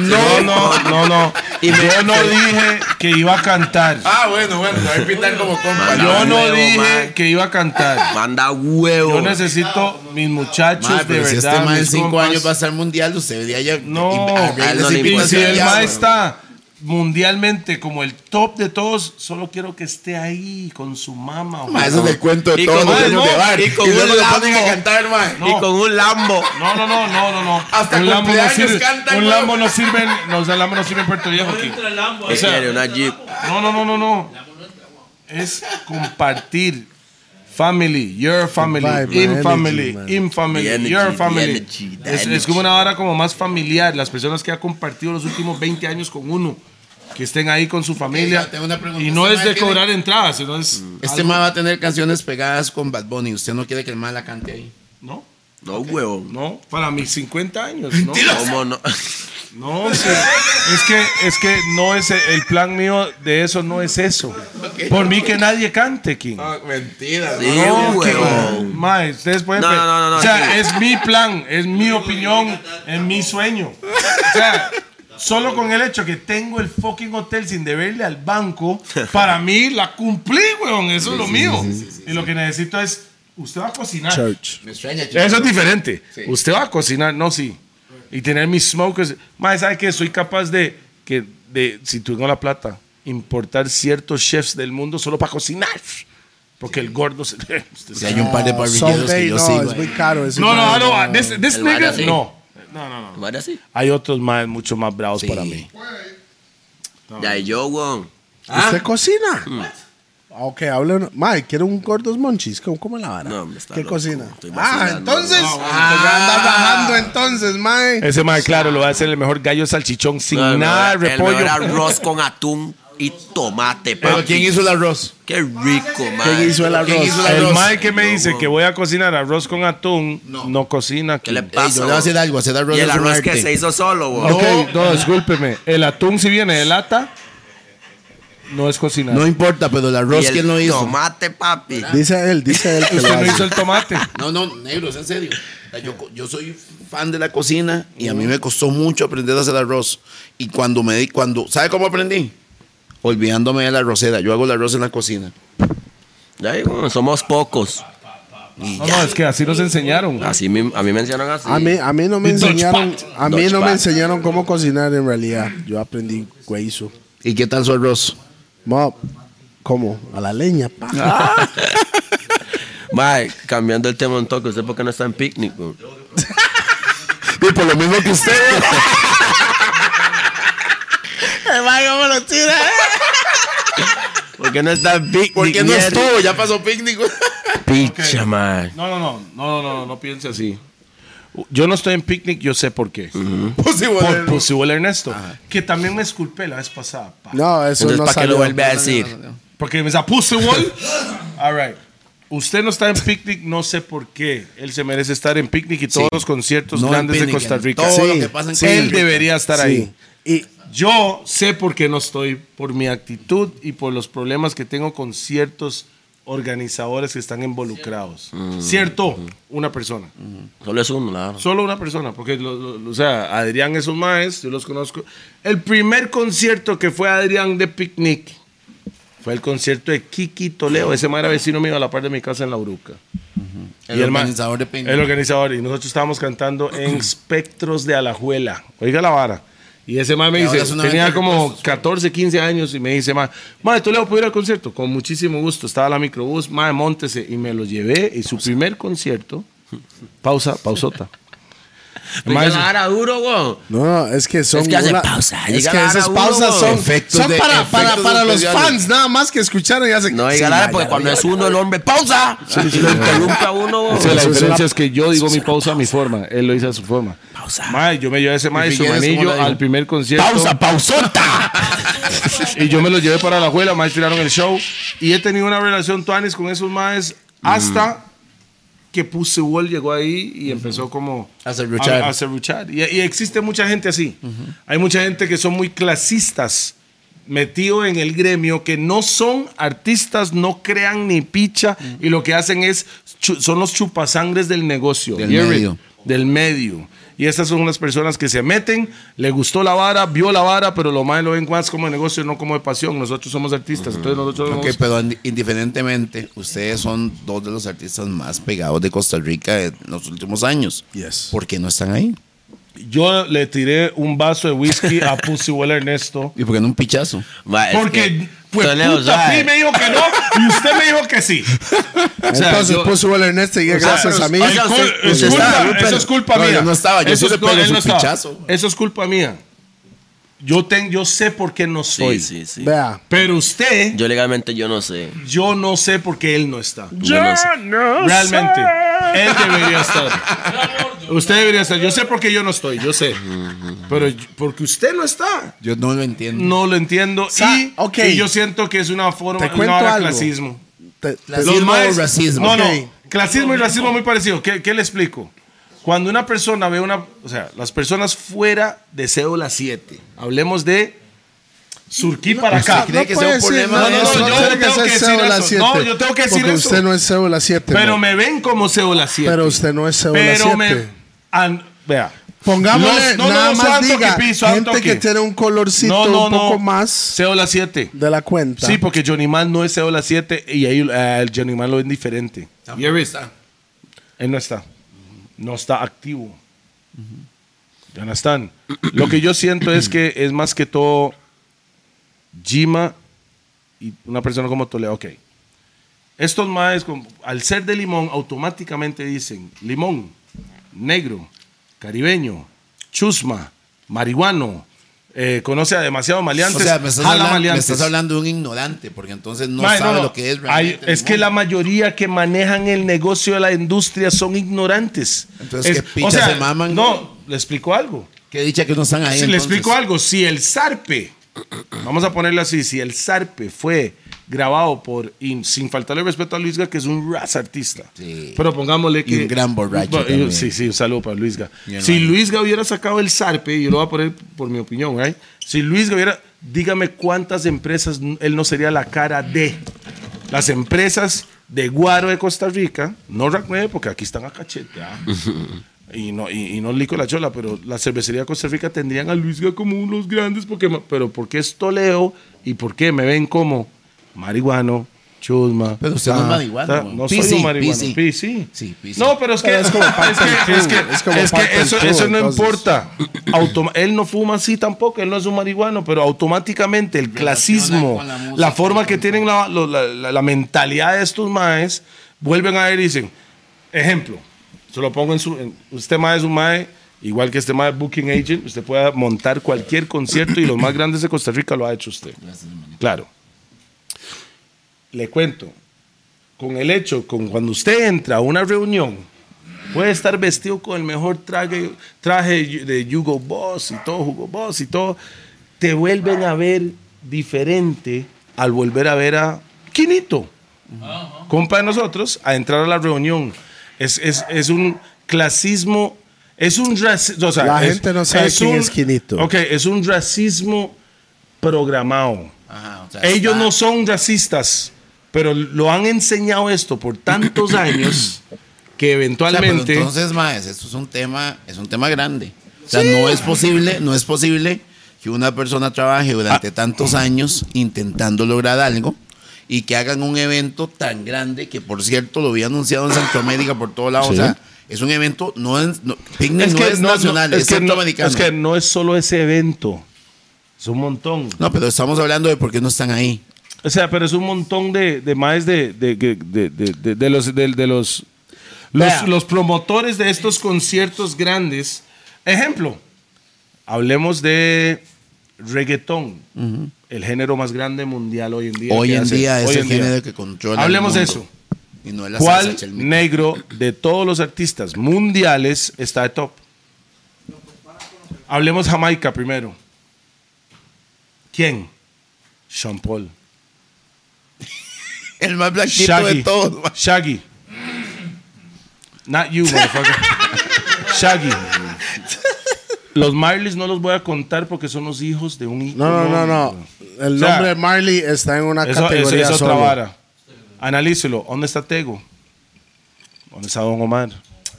[SPEAKER 2] no, no, no, no, no. Yo no dije que iba a cantar.
[SPEAKER 5] Ah, bueno, bueno, te voy a pintar como compa.
[SPEAKER 4] Manda
[SPEAKER 2] Yo no
[SPEAKER 4] huevo,
[SPEAKER 2] dije
[SPEAKER 4] man.
[SPEAKER 2] que iba a cantar.
[SPEAKER 4] Manda huevo.
[SPEAKER 2] Yo necesito mis muchachos
[SPEAKER 6] Mae,
[SPEAKER 2] de
[SPEAKER 6] pero
[SPEAKER 2] verdad.
[SPEAKER 6] si este mae en
[SPEAKER 2] mis
[SPEAKER 6] cinco
[SPEAKER 2] compas.
[SPEAKER 6] años va a estar mundial, usted debería ya.
[SPEAKER 2] No,
[SPEAKER 6] y-
[SPEAKER 4] a él
[SPEAKER 6] arregle
[SPEAKER 4] no le
[SPEAKER 6] esa
[SPEAKER 2] y si
[SPEAKER 6] invitación
[SPEAKER 2] el
[SPEAKER 6] ya,
[SPEAKER 2] mae
[SPEAKER 6] mae.
[SPEAKER 2] está mundialmente como el top de todos, solo quiero que esté ahí con su mamá.
[SPEAKER 6] Mae,
[SPEAKER 2] güey.
[SPEAKER 6] ese es el cuento de
[SPEAKER 4] Y
[SPEAKER 6] todos
[SPEAKER 4] con
[SPEAKER 6] los
[SPEAKER 2] un-
[SPEAKER 6] niños de bar.
[SPEAKER 4] y
[SPEAKER 6] Y
[SPEAKER 4] con
[SPEAKER 6] luego
[SPEAKER 4] un
[SPEAKER 6] le ponen a
[SPEAKER 4] lambo.
[SPEAKER 6] cantar, mae.
[SPEAKER 2] No.
[SPEAKER 4] Y con un Lambo.
[SPEAKER 2] No, no, no, no, no, no.
[SPEAKER 6] Hasta
[SPEAKER 2] un lambo no
[SPEAKER 6] cumpleaños
[SPEAKER 2] sirve,
[SPEAKER 6] cantan,
[SPEAKER 2] un
[SPEAKER 6] güey.
[SPEAKER 2] lambo no sirve, en- no, o sea, el lambo no sirve en Puerto Viejo aquí.
[SPEAKER 4] O sea, una Jeep.
[SPEAKER 2] No, no, no, no, no. Es compartir. Family, your family,
[SPEAKER 3] vibe,
[SPEAKER 2] in
[SPEAKER 3] man,
[SPEAKER 2] family,
[SPEAKER 3] energy, man.
[SPEAKER 2] in family,
[SPEAKER 4] The energy,
[SPEAKER 2] your
[SPEAKER 4] the
[SPEAKER 2] family.
[SPEAKER 4] energy, the
[SPEAKER 2] es, es
[SPEAKER 4] energy.
[SPEAKER 2] como una hora como más familiar. Las personas que ha compartido los últimos 20 años con uno, que estén ahí con su familia.
[SPEAKER 6] ya tengo una pregunta.
[SPEAKER 2] Y no
[SPEAKER 6] ¿Usted
[SPEAKER 2] es de
[SPEAKER 6] sabe qué le-
[SPEAKER 2] cobrar entradas, sino es.
[SPEAKER 6] Este mae va a tener canciones pegadas con Bad Bunny. Usted no quiere que el mae la cante ahí.
[SPEAKER 2] No,
[SPEAKER 4] No huevo.
[SPEAKER 2] no, para mis 50 años. No,
[SPEAKER 4] ¿Cómo no?
[SPEAKER 2] no sí. es, que, es que no es el- el plan mío de eso, no es eso. Por mí que nadie cante, King.
[SPEAKER 5] Ah, mentira.
[SPEAKER 4] Sí,
[SPEAKER 2] No, que-
[SPEAKER 4] huevo.
[SPEAKER 2] Mae, ustedes pueden.
[SPEAKER 4] No,
[SPEAKER 2] pe-
[SPEAKER 4] no, no, no,
[SPEAKER 2] o sea,
[SPEAKER 4] sí.
[SPEAKER 2] es mi plan, es mi opinión, es mi sueño. O sea, solo con el hecho que tengo el fucking hotel sin deberle al banco, para mí la cumplí, weón. Eso es lo mío. y lo que necesito es. Usted va a cocinar.
[SPEAKER 3] Church.
[SPEAKER 6] Me extraña, chico.
[SPEAKER 2] Eso es diferente. Usted va a cocinar, no, sí. Y tener mis smokers. Mae, ¿sabe qué? Soy capaz de. que de Si tengo la plata, importar ciertos chefs del mundo solo para cocinar. Porque el gordo se. *laughs* Usted
[SPEAKER 6] Si hay un Este par de parrilleros que
[SPEAKER 3] Someday,
[SPEAKER 6] yo
[SPEAKER 3] no,
[SPEAKER 6] sigo.
[SPEAKER 3] es
[SPEAKER 6] ahí.
[SPEAKER 3] muy caro. ese
[SPEAKER 2] No, no,
[SPEAKER 3] mae,
[SPEAKER 2] no, this, this
[SPEAKER 4] El Mara
[SPEAKER 2] nigga,
[SPEAKER 4] sí.
[SPEAKER 2] no. No, no, no.
[SPEAKER 4] ¿Cómo era así?
[SPEAKER 2] Hay otros más, mucho más bravos
[SPEAKER 6] Sí.
[SPEAKER 2] para mí.
[SPEAKER 4] Ya, y yo, huevón.
[SPEAKER 3] ¿Usted cocina? Ah, Ok, hable. uno- Mae, ¿quiere un gordos monchis? ¿Cómo, cómo la vara?
[SPEAKER 4] No, hombre, está
[SPEAKER 3] ¿Qué
[SPEAKER 4] loco.
[SPEAKER 3] cocina?
[SPEAKER 4] Estoy
[SPEAKER 3] Ah,
[SPEAKER 4] vacilando.
[SPEAKER 3] entonces.
[SPEAKER 4] No,
[SPEAKER 3] te va a andar bajando entonces, mae.
[SPEAKER 2] Ese más, claro, lo va a hacer el mejor gallo salchichón sin
[SPEAKER 4] No, el
[SPEAKER 2] nada
[SPEAKER 4] mejor-
[SPEAKER 2] de
[SPEAKER 4] el mejor
[SPEAKER 2] repollo.
[SPEAKER 4] arroz con atún y tomate,
[SPEAKER 6] Pero ¿quién
[SPEAKER 4] papi.
[SPEAKER 6] hizo el arroz?
[SPEAKER 4] Qué rico, man.
[SPEAKER 3] ¿Quién hizo el
[SPEAKER 6] ¿Quién hizo
[SPEAKER 3] arroz?
[SPEAKER 6] el
[SPEAKER 2] *laughs* El
[SPEAKER 6] arroz?
[SPEAKER 2] mae que me dice que voy a cocinar arroz con atún, no, cocina.
[SPEAKER 4] ¿Qué le
[SPEAKER 2] aquí.
[SPEAKER 6] Ey, yo
[SPEAKER 4] pasa?
[SPEAKER 6] le voy a
[SPEAKER 4] huevón?
[SPEAKER 6] hacer algo, hacer arroz
[SPEAKER 4] Y el
[SPEAKER 6] es un
[SPEAKER 4] arroz que
[SPEAKER 6] arte.
[SPEAKER 4] se hizo solo,
[SPEAKER 2] No,
[SPEAKER 4] huevón.
[SPEAKER 2] no, discúlpeme. El atún si viene de lata, no es cocinar.
[SPEAKER 6] No importa, pero el
[SPEAKER 4] Y
[SPEAKER 6] arroz
[SPEAKER 4] el
[SPEAKER 6] quién lo hizo.
[SPEAKER 4] Tomate, papi.
[SPEAKER 3] Dice él, dice él que lo
[SPEAKER 2] Usted no
[SPEAKER 3] hace.
[SPEAKER 2] hizo el tomate.
[SPEAKER 6] No, no, negros, en serio. O sea, Yo, yo soy fan de la cocina y a mí me costó mucho aprender a hacer arroz. Y cuando me di, cuando, ¿sabe cómo aprendí? Olvidándome de la arrocera. Yo hago el arroz en la cocina.
[SPEAKER 4] Ya, huevón, somos pocos.
[SPEAKER 2] No, no, es que así nos enseñaron.
[SPEAKER 4] Así mi- a mí me enseñaron así.
[SPEAKER 3] A mí, a mí no me
[SPEAKER 2] Y Dutch
[SPEAKER 3] enseñaron,
[SPEAKER 2] Pat.
[SPEAKER 3] a mí
[SPEAKER 4] Dutch
[SPEAKER 3] no me
[SPEAKER 4] Pat.
[SPEAKER 3] enseñaron cómo cocinar en realidad. Yo aprendí gueizo.
[SPEAKER 6] ¿Y qué tal su arroz?
[SPEAKER 3] Mop, ¿cómo? A la leña, pa.
[SPEAKER 2] Ah.
[SPEAKER 4] Mae, cambiando el tema un toque, ¿usted por qué no está en picnic? güey?
[SPEAKER 6] *laughs* Y por lo mismo que usted.
[SPEAKER 4] *laughs* ¿Por qué no está en picnic?
[SPEAKER 6] ¿Por qué no
[SPEAKER 4] mierda?
[SPEAKER 6] estuvo? Ya pasó picnic. *laughs*
[SPEAKER 4] Picha, mae.
[SPEAKER 2] No, no, no, no, no, no, no piense así. Yo no estoy en picnic, yo sé por qué. Por posible Ernesto. Que también me esculpé la vez pasada. pa.
[SPEAKER 3] No, eso
[SPEAKER 4] Entonces,
[SPEAKER 3] no
[SPEAKER 4] ¿para qué
[SPEAKER 3] salió.
[SPEAKER 4] lo vuelve a decir?
[SPEAKER 2] Porque me dice, puse wall. All right. Usted no está en picnic, no sé por qué. Él se merece estar en picnic y todos los conciertos
[SPEAKER 6] No en
[SPEAKER 2] grandes de
[SPEAKER 6] picnic,
[SPEAKER 2] Costa
[SPEAKER 6] en
[SPEAKER 2] Rica.
[SPEAKER 6] todo
[SPEAKER 3] lo que
[SPEAKER 6] pasa en
[SPEAKER 2] Sí,
[SPEAKER 6] Costa
[SPEAKER 2] Él
[SPEAKER 6] Rica.
[SPEAKER 2] debería estar
[SPEAKER 3] Sí.
[SPEAKER 2] ahí.
[SPEAKER 3] Y
[SPEAKER 2] Yo sé por qué no estoy, por mi actitud y por los problemas que tengo con ciertos organizadores que están involucrados. Cierto, una persona.
[SPEAKER 4] Solo es uno, la verdad.
[SPEAKER 2] Solo una persona, porque lo- lo- lo- o sea, Adrián es un maes, yo los conozco. El primer concierto que fue Adrián de Picnic fue el concierto de Kiki Toledo. Ese mae era vecino mío a la par de mi casa en La Uruca.
[SPEAKER 6] El
[SPEAKER 2] ma-
[SPEAKER 6] organizador de Picnic.
[SPEAKER 2] El organizador. Y nosotros estábamos cantando
[SPEAKER 6] *clears throat*
[SPEAKER 2] en Espectros de Alajuela. Oiga la vara. Y ese mae me
[SPEAKER 6] Que ahora
[SPEAKER 2] dice,
[SPEAKER 6] es una venta
[SPEAKER 2] tenía
[SPEAKER 6] de
[SPEAKER 2] como
[SPEAKER 6] repuestos.
[SPEAKER 2] 14, 15 años y me dice, mae, mae, Toledo, ¿puedo ir al concierto? Con muchísimo gusto. Estaba la microbús, mae, montese. Y me lo llevé y su primer concierto, pausa,
[SPEAKER 6] *laughs*
[SPEAKER 2] pausota. El mae
[SPEAKER 4] Mae,
[SPEAKER 2] dice,
[SPEAKER 4] la vara duro, weón.
[SPEAKER 3] No, no, es que son.
[SPEAKER 4] Es que hace pausa,
[SPEAKER 3] Es
[SPEAKER 4] llega
[SPEAKER 3] que
[SPEAKER 4] a la
[SPEAKER 3] esas
[SPEAKER 4] uno,
[SPEAKER 3] pausas son,
[SPEAKER 6] efectos
[SPEAKER 3] son
[SPEAKER 6] de-
[SPEAKER 3] para, para,
[SPEAKER 6] efectos
[SPEAKER 3] para los
[SPEAKER 6] especiales.
[SPEAKER 3] fans, nada más que escucharon y hacen.
[SPEAKER 4] No diga
[SPEAKER 3] Sí,
[SPEAKER 4] nada,
[SPEAKER 3] ya,
[SPEAKER 4] porque
[SPEAKER 3] ya,
[SPEAKER 4] cuando
[SPEAKER 3] ya.
[SPEAKER 4] es uno el hombre, ¡pausa! Lo interrumpe a uno, weón.
[SPEAKER 2] O sea, la
[SPEAKER 3] Eso es
[SPEAKER 2] diferencia
[SPEAKER 3] una-
[SPEAKER 2] es que yo digo mi pausa a mi forma. Él lo hizo a su forma.
[SPEAKER 4] Pausa.
[SPEAKER 2] Mae, yo me llevé a ese mae
[SPEAKER 6] Y
[SPEAKER 2] y su
[SPEAKER 6] Figueres, ¿cómo
[SPEAKER 2] manillo
[SPEAKER 6] la dijo?
[SPEAKER 2] al primer concierto.
[SPEAKER 6] pausota.
[SPEAKER 2] *laughs* Y yo me lo llevé para la abuela, mae, tiraron el show. Y he tenido una relación tuanis con esos maes hasta que Pussy Wall llegó ahí y empezó como...
[SPEAKER 6] A serruchar.
[SPEAKER 2] A, a serruchar. Y, y existe mucha gente así. Hay mucha gente que son muy clasistas metido en el gremio que no son artistas, no crean ni picha
[SPEAKER 6] Mm.
[SPEAKER 2] y lo que hacen es chu- son los chupasangres del negocio,
[SPEAKER 6] Del
[SPEAKER 2] Hear it.
[SPEAKER 6] medio.
[SPEAKER 2] del medio. Y estas son unas personas que se meten, le gustó la vara, vio la vara, pero lo más lo ven más como de negocio, no como de pasión. Nosotros somos artistas, entonces nosotros
[SPEAKER 6] Ok,
[SPEAKER 2] somos-
[SPEAKER 6] pero ind- indiferentemente, ustedes son dos de los artistas más pegados de Costa Rica en los últimos años.
[SPEAKER 3] Yes.
[SPEAKER 6] ¿Por qué no están ahí?
[SPEAKER 2] Yo le tiré un vaso de whisky *laughs* a Pussy Well Ernesto.
[SPEAKER 6] ¿Y por qué no un pichazo?
[SPEAKER 4] Mae, es
[SPEAKER 2] Porque
[SPEAKER 4] que-
[SPEAKER 2] pues,
[SPEAKER 4] Toledo,
[SPEAKER 2] puta,
[SPEAKER 4] ¿sabe?
[SPEAKER 2] Pi me dijo que no y usted me dijo que sí.
[SPEAKER 3] Entonces
[SPEAKER 4] yo-
[SPEAKER 3] puso el Ernesto y gracias a mí.
[SPEAKER 4] o sea,
[SPEAKER 2] Cul-
[SPEAKER 4] usted-
[SPEAKER 2] es
[SPEAKER 4] usted
[SPEAKER 2] culpa-
[SPEAKER 4] estaba-
[SPEAKER 2] eso es culpa
[SPEAKER 6] No,
[SPEAKER 2] mía.
[SPEAKER 6] yo no estaba, yo
[SPEAKER 2] eso
[SPEAKER 6] sí
[SPEAKER 2] es-
[SPEAKER 6] le pego
[SPEAKER 2] él
[SPEAKER 6] su
[SPEAKER 2] estaba.
[SPEAKER 6] pichazo.
[SPEAKER 2] Eso es culpa mía. Yo, ten, yo sé por qué no estoy.
[SPEAKER 4] Sí, sí, sí.
[SPEAKER 3] Vea.
[SPEAKER 2] Pero usted, yo,
[SPEAKER 4] Yo legalmente yo no sé.
[SPEAKER 2] no sé por qué él no está.
[SPEAKER 4] Yo no sé.
[SPEAKER 2] Realmente. Él debería estar. usted debería estar. Yo sé por qué yo no estoy. Yo sé. Pero yo- porque usted no está.
[SPEAKER 6] Yo no lo entiendo.
[SPEAKER 2] No lo entiendo.
[SPEAKER 3] Sa-
[SPEAKER 2] y,
[SPEAKER 3] ok.
[SPEAKER 2] y yo siento que es una forma
[SPEAKER 3] Te
[SPEAKER 2] una
[SPEAKER 3] cuento
[SPEAKER 2] hora de
[SPEAKER 3] algo.
[SPEAKER 2] clasismo.
[SPEAKER 3] Te- te-
[SPEAKER 6] Las- Clasismo
[SPEAKER 2] maes-
[SPEAKER 6] o racismo.
[SPEAKER 2] No,
[SPEAKER 3] Ok.
[SPEAKER 2] no. Clasismo y racismo muy parecido. ¿Qué, qué le explico? Cuando una persona ve una. O sea, las personas fuera de cédula 7. Hablemos de. Surquí para acá.
[SPEAKER 6] cree que sea un problema
[SPEAKER 2] de eso? No, yo
[SPEAKER 3] tiene
[SPEAKER 2] tengo
[SPEAKER 3] ser
[SPEAKER 2] que decir
[SPEAKER 3] cédula
[SPEAKER 2] eso.
[SPEAKER 3] 7,
[SPEAKER 2] No, yo tengo que decir
[SPEAKER 3] porque
[SPEAKER 2] eso.
[SPEAKER 3] usted no es cédula 7.
[SPEAKER 2] Pero
[SPEAKER 3] mo.
[SPEAKER 2] me ven como cédula 7.
[SPEAKER 3] Pero usted no es cédula
[SPEAKER 2] Pero
[SPEAKER 3] 7.
[SPEAKER 2] me. an- vea.
[SPEAKER 3] Pongámosle
[SPEAKER 2] Los- no, no,
[SPEAKER 3] nada
[SPEAKER 2] no,
[SPEAKER 3] más
[SPEAKER 2] santo que
[SPEAKER 3] diga
[SPEAKER 2] piso, santo
[SPEAKER 3] gente que
[SPEAKER 2] que-
[SPEAKER 3] tiene un colorcito
[SPEAKER 2] No, no,
[SPEAKER 3] un poco
[SPEAKER 2] no.
[SPEAKER 3] más
[SPEAKER 2] Cédula 7.
[SPEAKER 3] de la cuenta.
[SPEAKER 2] Sí, porque Johnny Man no es cédula 7 y ahí eh, el Johnny Man lo ven diferente. Él no está. No está activo. Ya no están. Lo que yo siento es que es más que todo Jima y una persona como Toledo. Ok. Estos maes, con- al ser de limón, automáticamente dicen limón, negro, caribeño, chusma, marihuano. eh, conoce a demasiado
[SPEAKER 6] O
[SPEAKER 2] maleantes.
[SPEAKER 6] sea, me estás,
[SPEAKER 2] jala
[SPEAKER 6] hablando, me
[SPEAKER 2] maleantes.
[SPEAKER 6] estás hablando de un ignorante, porque entonces no
[SPEAKER 2] Mae,
[SPEAKER 6] sabe
[SPEAKER 2] no, no.
[SPEAKER 6] lo que es
[SPEAKER 2] Hay-
[SPEAKER 6] realmente.
[SPEAKER 2] es
[SPEAKER 6] el
[SPEAKER 2] que la
[SPEAKER 6] mundo.
[SPEAKER 2] mayoría que manejan el negocio de la industria son ignorantes.
[SPEAKER 6] Entonces,
[SPEAKER 2] Es-
[SPEAKER 6] ¿qué pichas se maman?
[SPEAKER 2] No, le explico algo.
[SPEAKER 6] Qué dicha que no están ahí.
[SPEAKER 2] Si le
[SPEAKER 6] entonces.
[SPEAKER 2] explico algo, si el zarpe, vamos a ponerlo así, si el zarpe fue grabado por, y sin faltarle respeto a Luisga, que es un ras artista,
[SPEAKER 6] Sí.
[SPEAKER 2] pero pongámosle que...
[SPEAKER 6] un gran borracho
[SPEAKER 2] Bueno,
[SPEAKER 6] también.
[SPEAKER 2] Sí, sí, un saludo para Luisga.
[SPEAKER 6] Mi hermano.
[SPEAKER 2] Si Luisga hubiera sacado el zarpe, yo lo voy a poner por mi opinión, right? si Luisga hubiera, dígame cuántas empresas n- él no sería la cara de las empresas de Guaro de Costa Rica, no Rack 9, porque aquí están a cachete. ah. Y no, y, y no lico la chola, pero la cervecería de Costa Rica tendrían a Luisga como unos grandes, porque, ma- pero ¿por qué es Toleo y por qué me ven como marihuano, chusma?
[SPEAKER 6] Pero usted no es marihuano,
[SPEAKER 2] ta-
[SPEAKER 6] güey.
[SPEAKER 2] No
[SPEAKER 6] PC,
[SPEAKER 2] soy un marihuano.
[SPEAKER 6] PC.
[SPEAKER 2] PC.
[SPEAKER 6] Sí, PC.
[SPEAKER 2] No, pero es que,
[SPEAKER 3] Pero
[SPEAKER 2] *laughs*
[SPEAKER 3] es como parte
[SPEAKER 2] es que-
[SPEAKER 3] del crew,
[SPEAKER 2] es que-
[SPEAKER 3] es como
[SPEAKER 2] es que
[SPEAKER 3] parte del
[SPEAKER 2] eso,
[SPEAKER 3] crew,
[SPEAKER 2] eso no
[SPEAKER 3] entonces.
[SPEAKER 6] *clears throat*
[SPEAKER 2] importa. Automa- él no fuma así tampoco, él no es un marihuano, pero automáticamente el clasismo,
[SPEAKER 6] con la
[SPEAKER 2] la,
[SPEAKER 6] música y
[SPEAKER 2] forma que
[SPEAKER 6] con
[SPEAKER 2] tienen la, lo- la- la- la mentalidad de estos maes, vuelven a ver y dicen, ejemplo, se lo pongo en su... en- usted mae es un mae, igual que este mae Booking Agent, usted puede montar cualquier concierto y los más grandes de Costa Rica lo ha hecho usted. Claro. Le cuento, con el hecho, con cuando usted entra a una reunión, puede estar vestido con el mejor traje, traje de Hugo Boss y todo, Hugo Boss y todo, te vuelven a ver diferente al volver a ver a Quinito, compa de nosotros, a entrar a la reunión. Es, es- es un clasismo, es un racismo.
[SPEAKER 3] La gente no sabe quién es Quinito.
[SPEAKER 2] Ok, es un racismo programado.
[SPEAKER 6] Ajá, o sea,
[SPEAKER 2] Ellos
[SPEAKER 6] está-
[SPEAKER 2] no son racistas. Pero lo han enseñado esto por
[SPEAKER 6] *coughs*
[SPEAKER 2] tantos años que
[SPEAKER 6] O sea, pero
[SPEAKER 2] eventualmente.
[SPEAKER 6] entonces, maes, esto es un tema, es un tema grande. O sea, no es posible, no es posible que una persona trabaje durante
[SPEAKER 2] Ah.
[SPEAKER 6] tantos años intentando lograr algo y que hagan un evento tan grande que, por cierto, lo había anunciado en Centroamérica por todos lados. O sea, es un evento no es, no, picnic no es nacional, es,
[SPEAKER 2] que no-
[SPEAKER 6] centroamericano.
[SPEAKER 2] es que no es solo ese evento. Es un montón.
[SPEAKER 6] no, pero estamos hablando de por qué no están ahí.
[SPEAKER 2] O sea, pero es un montón de, de más de, de, de, de- de- de- de los de, de los los,
[SPEAKER 6] Vea.
[SPEAKER 2] los promotores de estos conciertos grandes. Ejemplo, hablemos de reggaetón, el género más grande mundial hoy en día.
[SPEAKER 6] Hoy
[SPEAKER 2] que
[SPEAKER 6] en
[SPEAKER 2] hace-
[SPEAKER 6] día es
[SPEAKER 2] hoy
[SPEAKER 6] el
[SPEAKER 2] en día.
[SPEAKER 6] género que controla. el
[SPEAKER 2] Hablemos de
[SPEAKER 6] mundo.
[SPEAKER 2] eso.
[SPEAKER 6] Y no es la
[SPEAKER 2] ¿Cuál
[SPEAKER 6] salsa, Chelmita.
[SPEAKER 2] negro de todos los artistas mundiales está de top? Hablemos Jamaica primero. ¿Quién? Sean Paul.
[SPEAKER 6] El más blanquito de
[SPEAKER 2] Shaggy.
[SPEAKER 6] todos. maes.
[SPEAKER 2] Shaggy. Not you, motherfucker. Shaggy. Los Marleys no los voy a contar porque son los hijos de un hijo.
[SPEAKER 3] No, no, no, no. El
[SPEAKER 2] O sea,
[SPEAKER 3] nombre de Marley está en una
[SPEAKER 2] Eso, eso-
[SPEAKER 3] categoría
[SPEAKER 2] eso es otra
[SPEAKER 3] solo.
[SPEAKER 2] vara. Analícelo. ¿Dónde está Tego? ¿Dónde está Don Omar?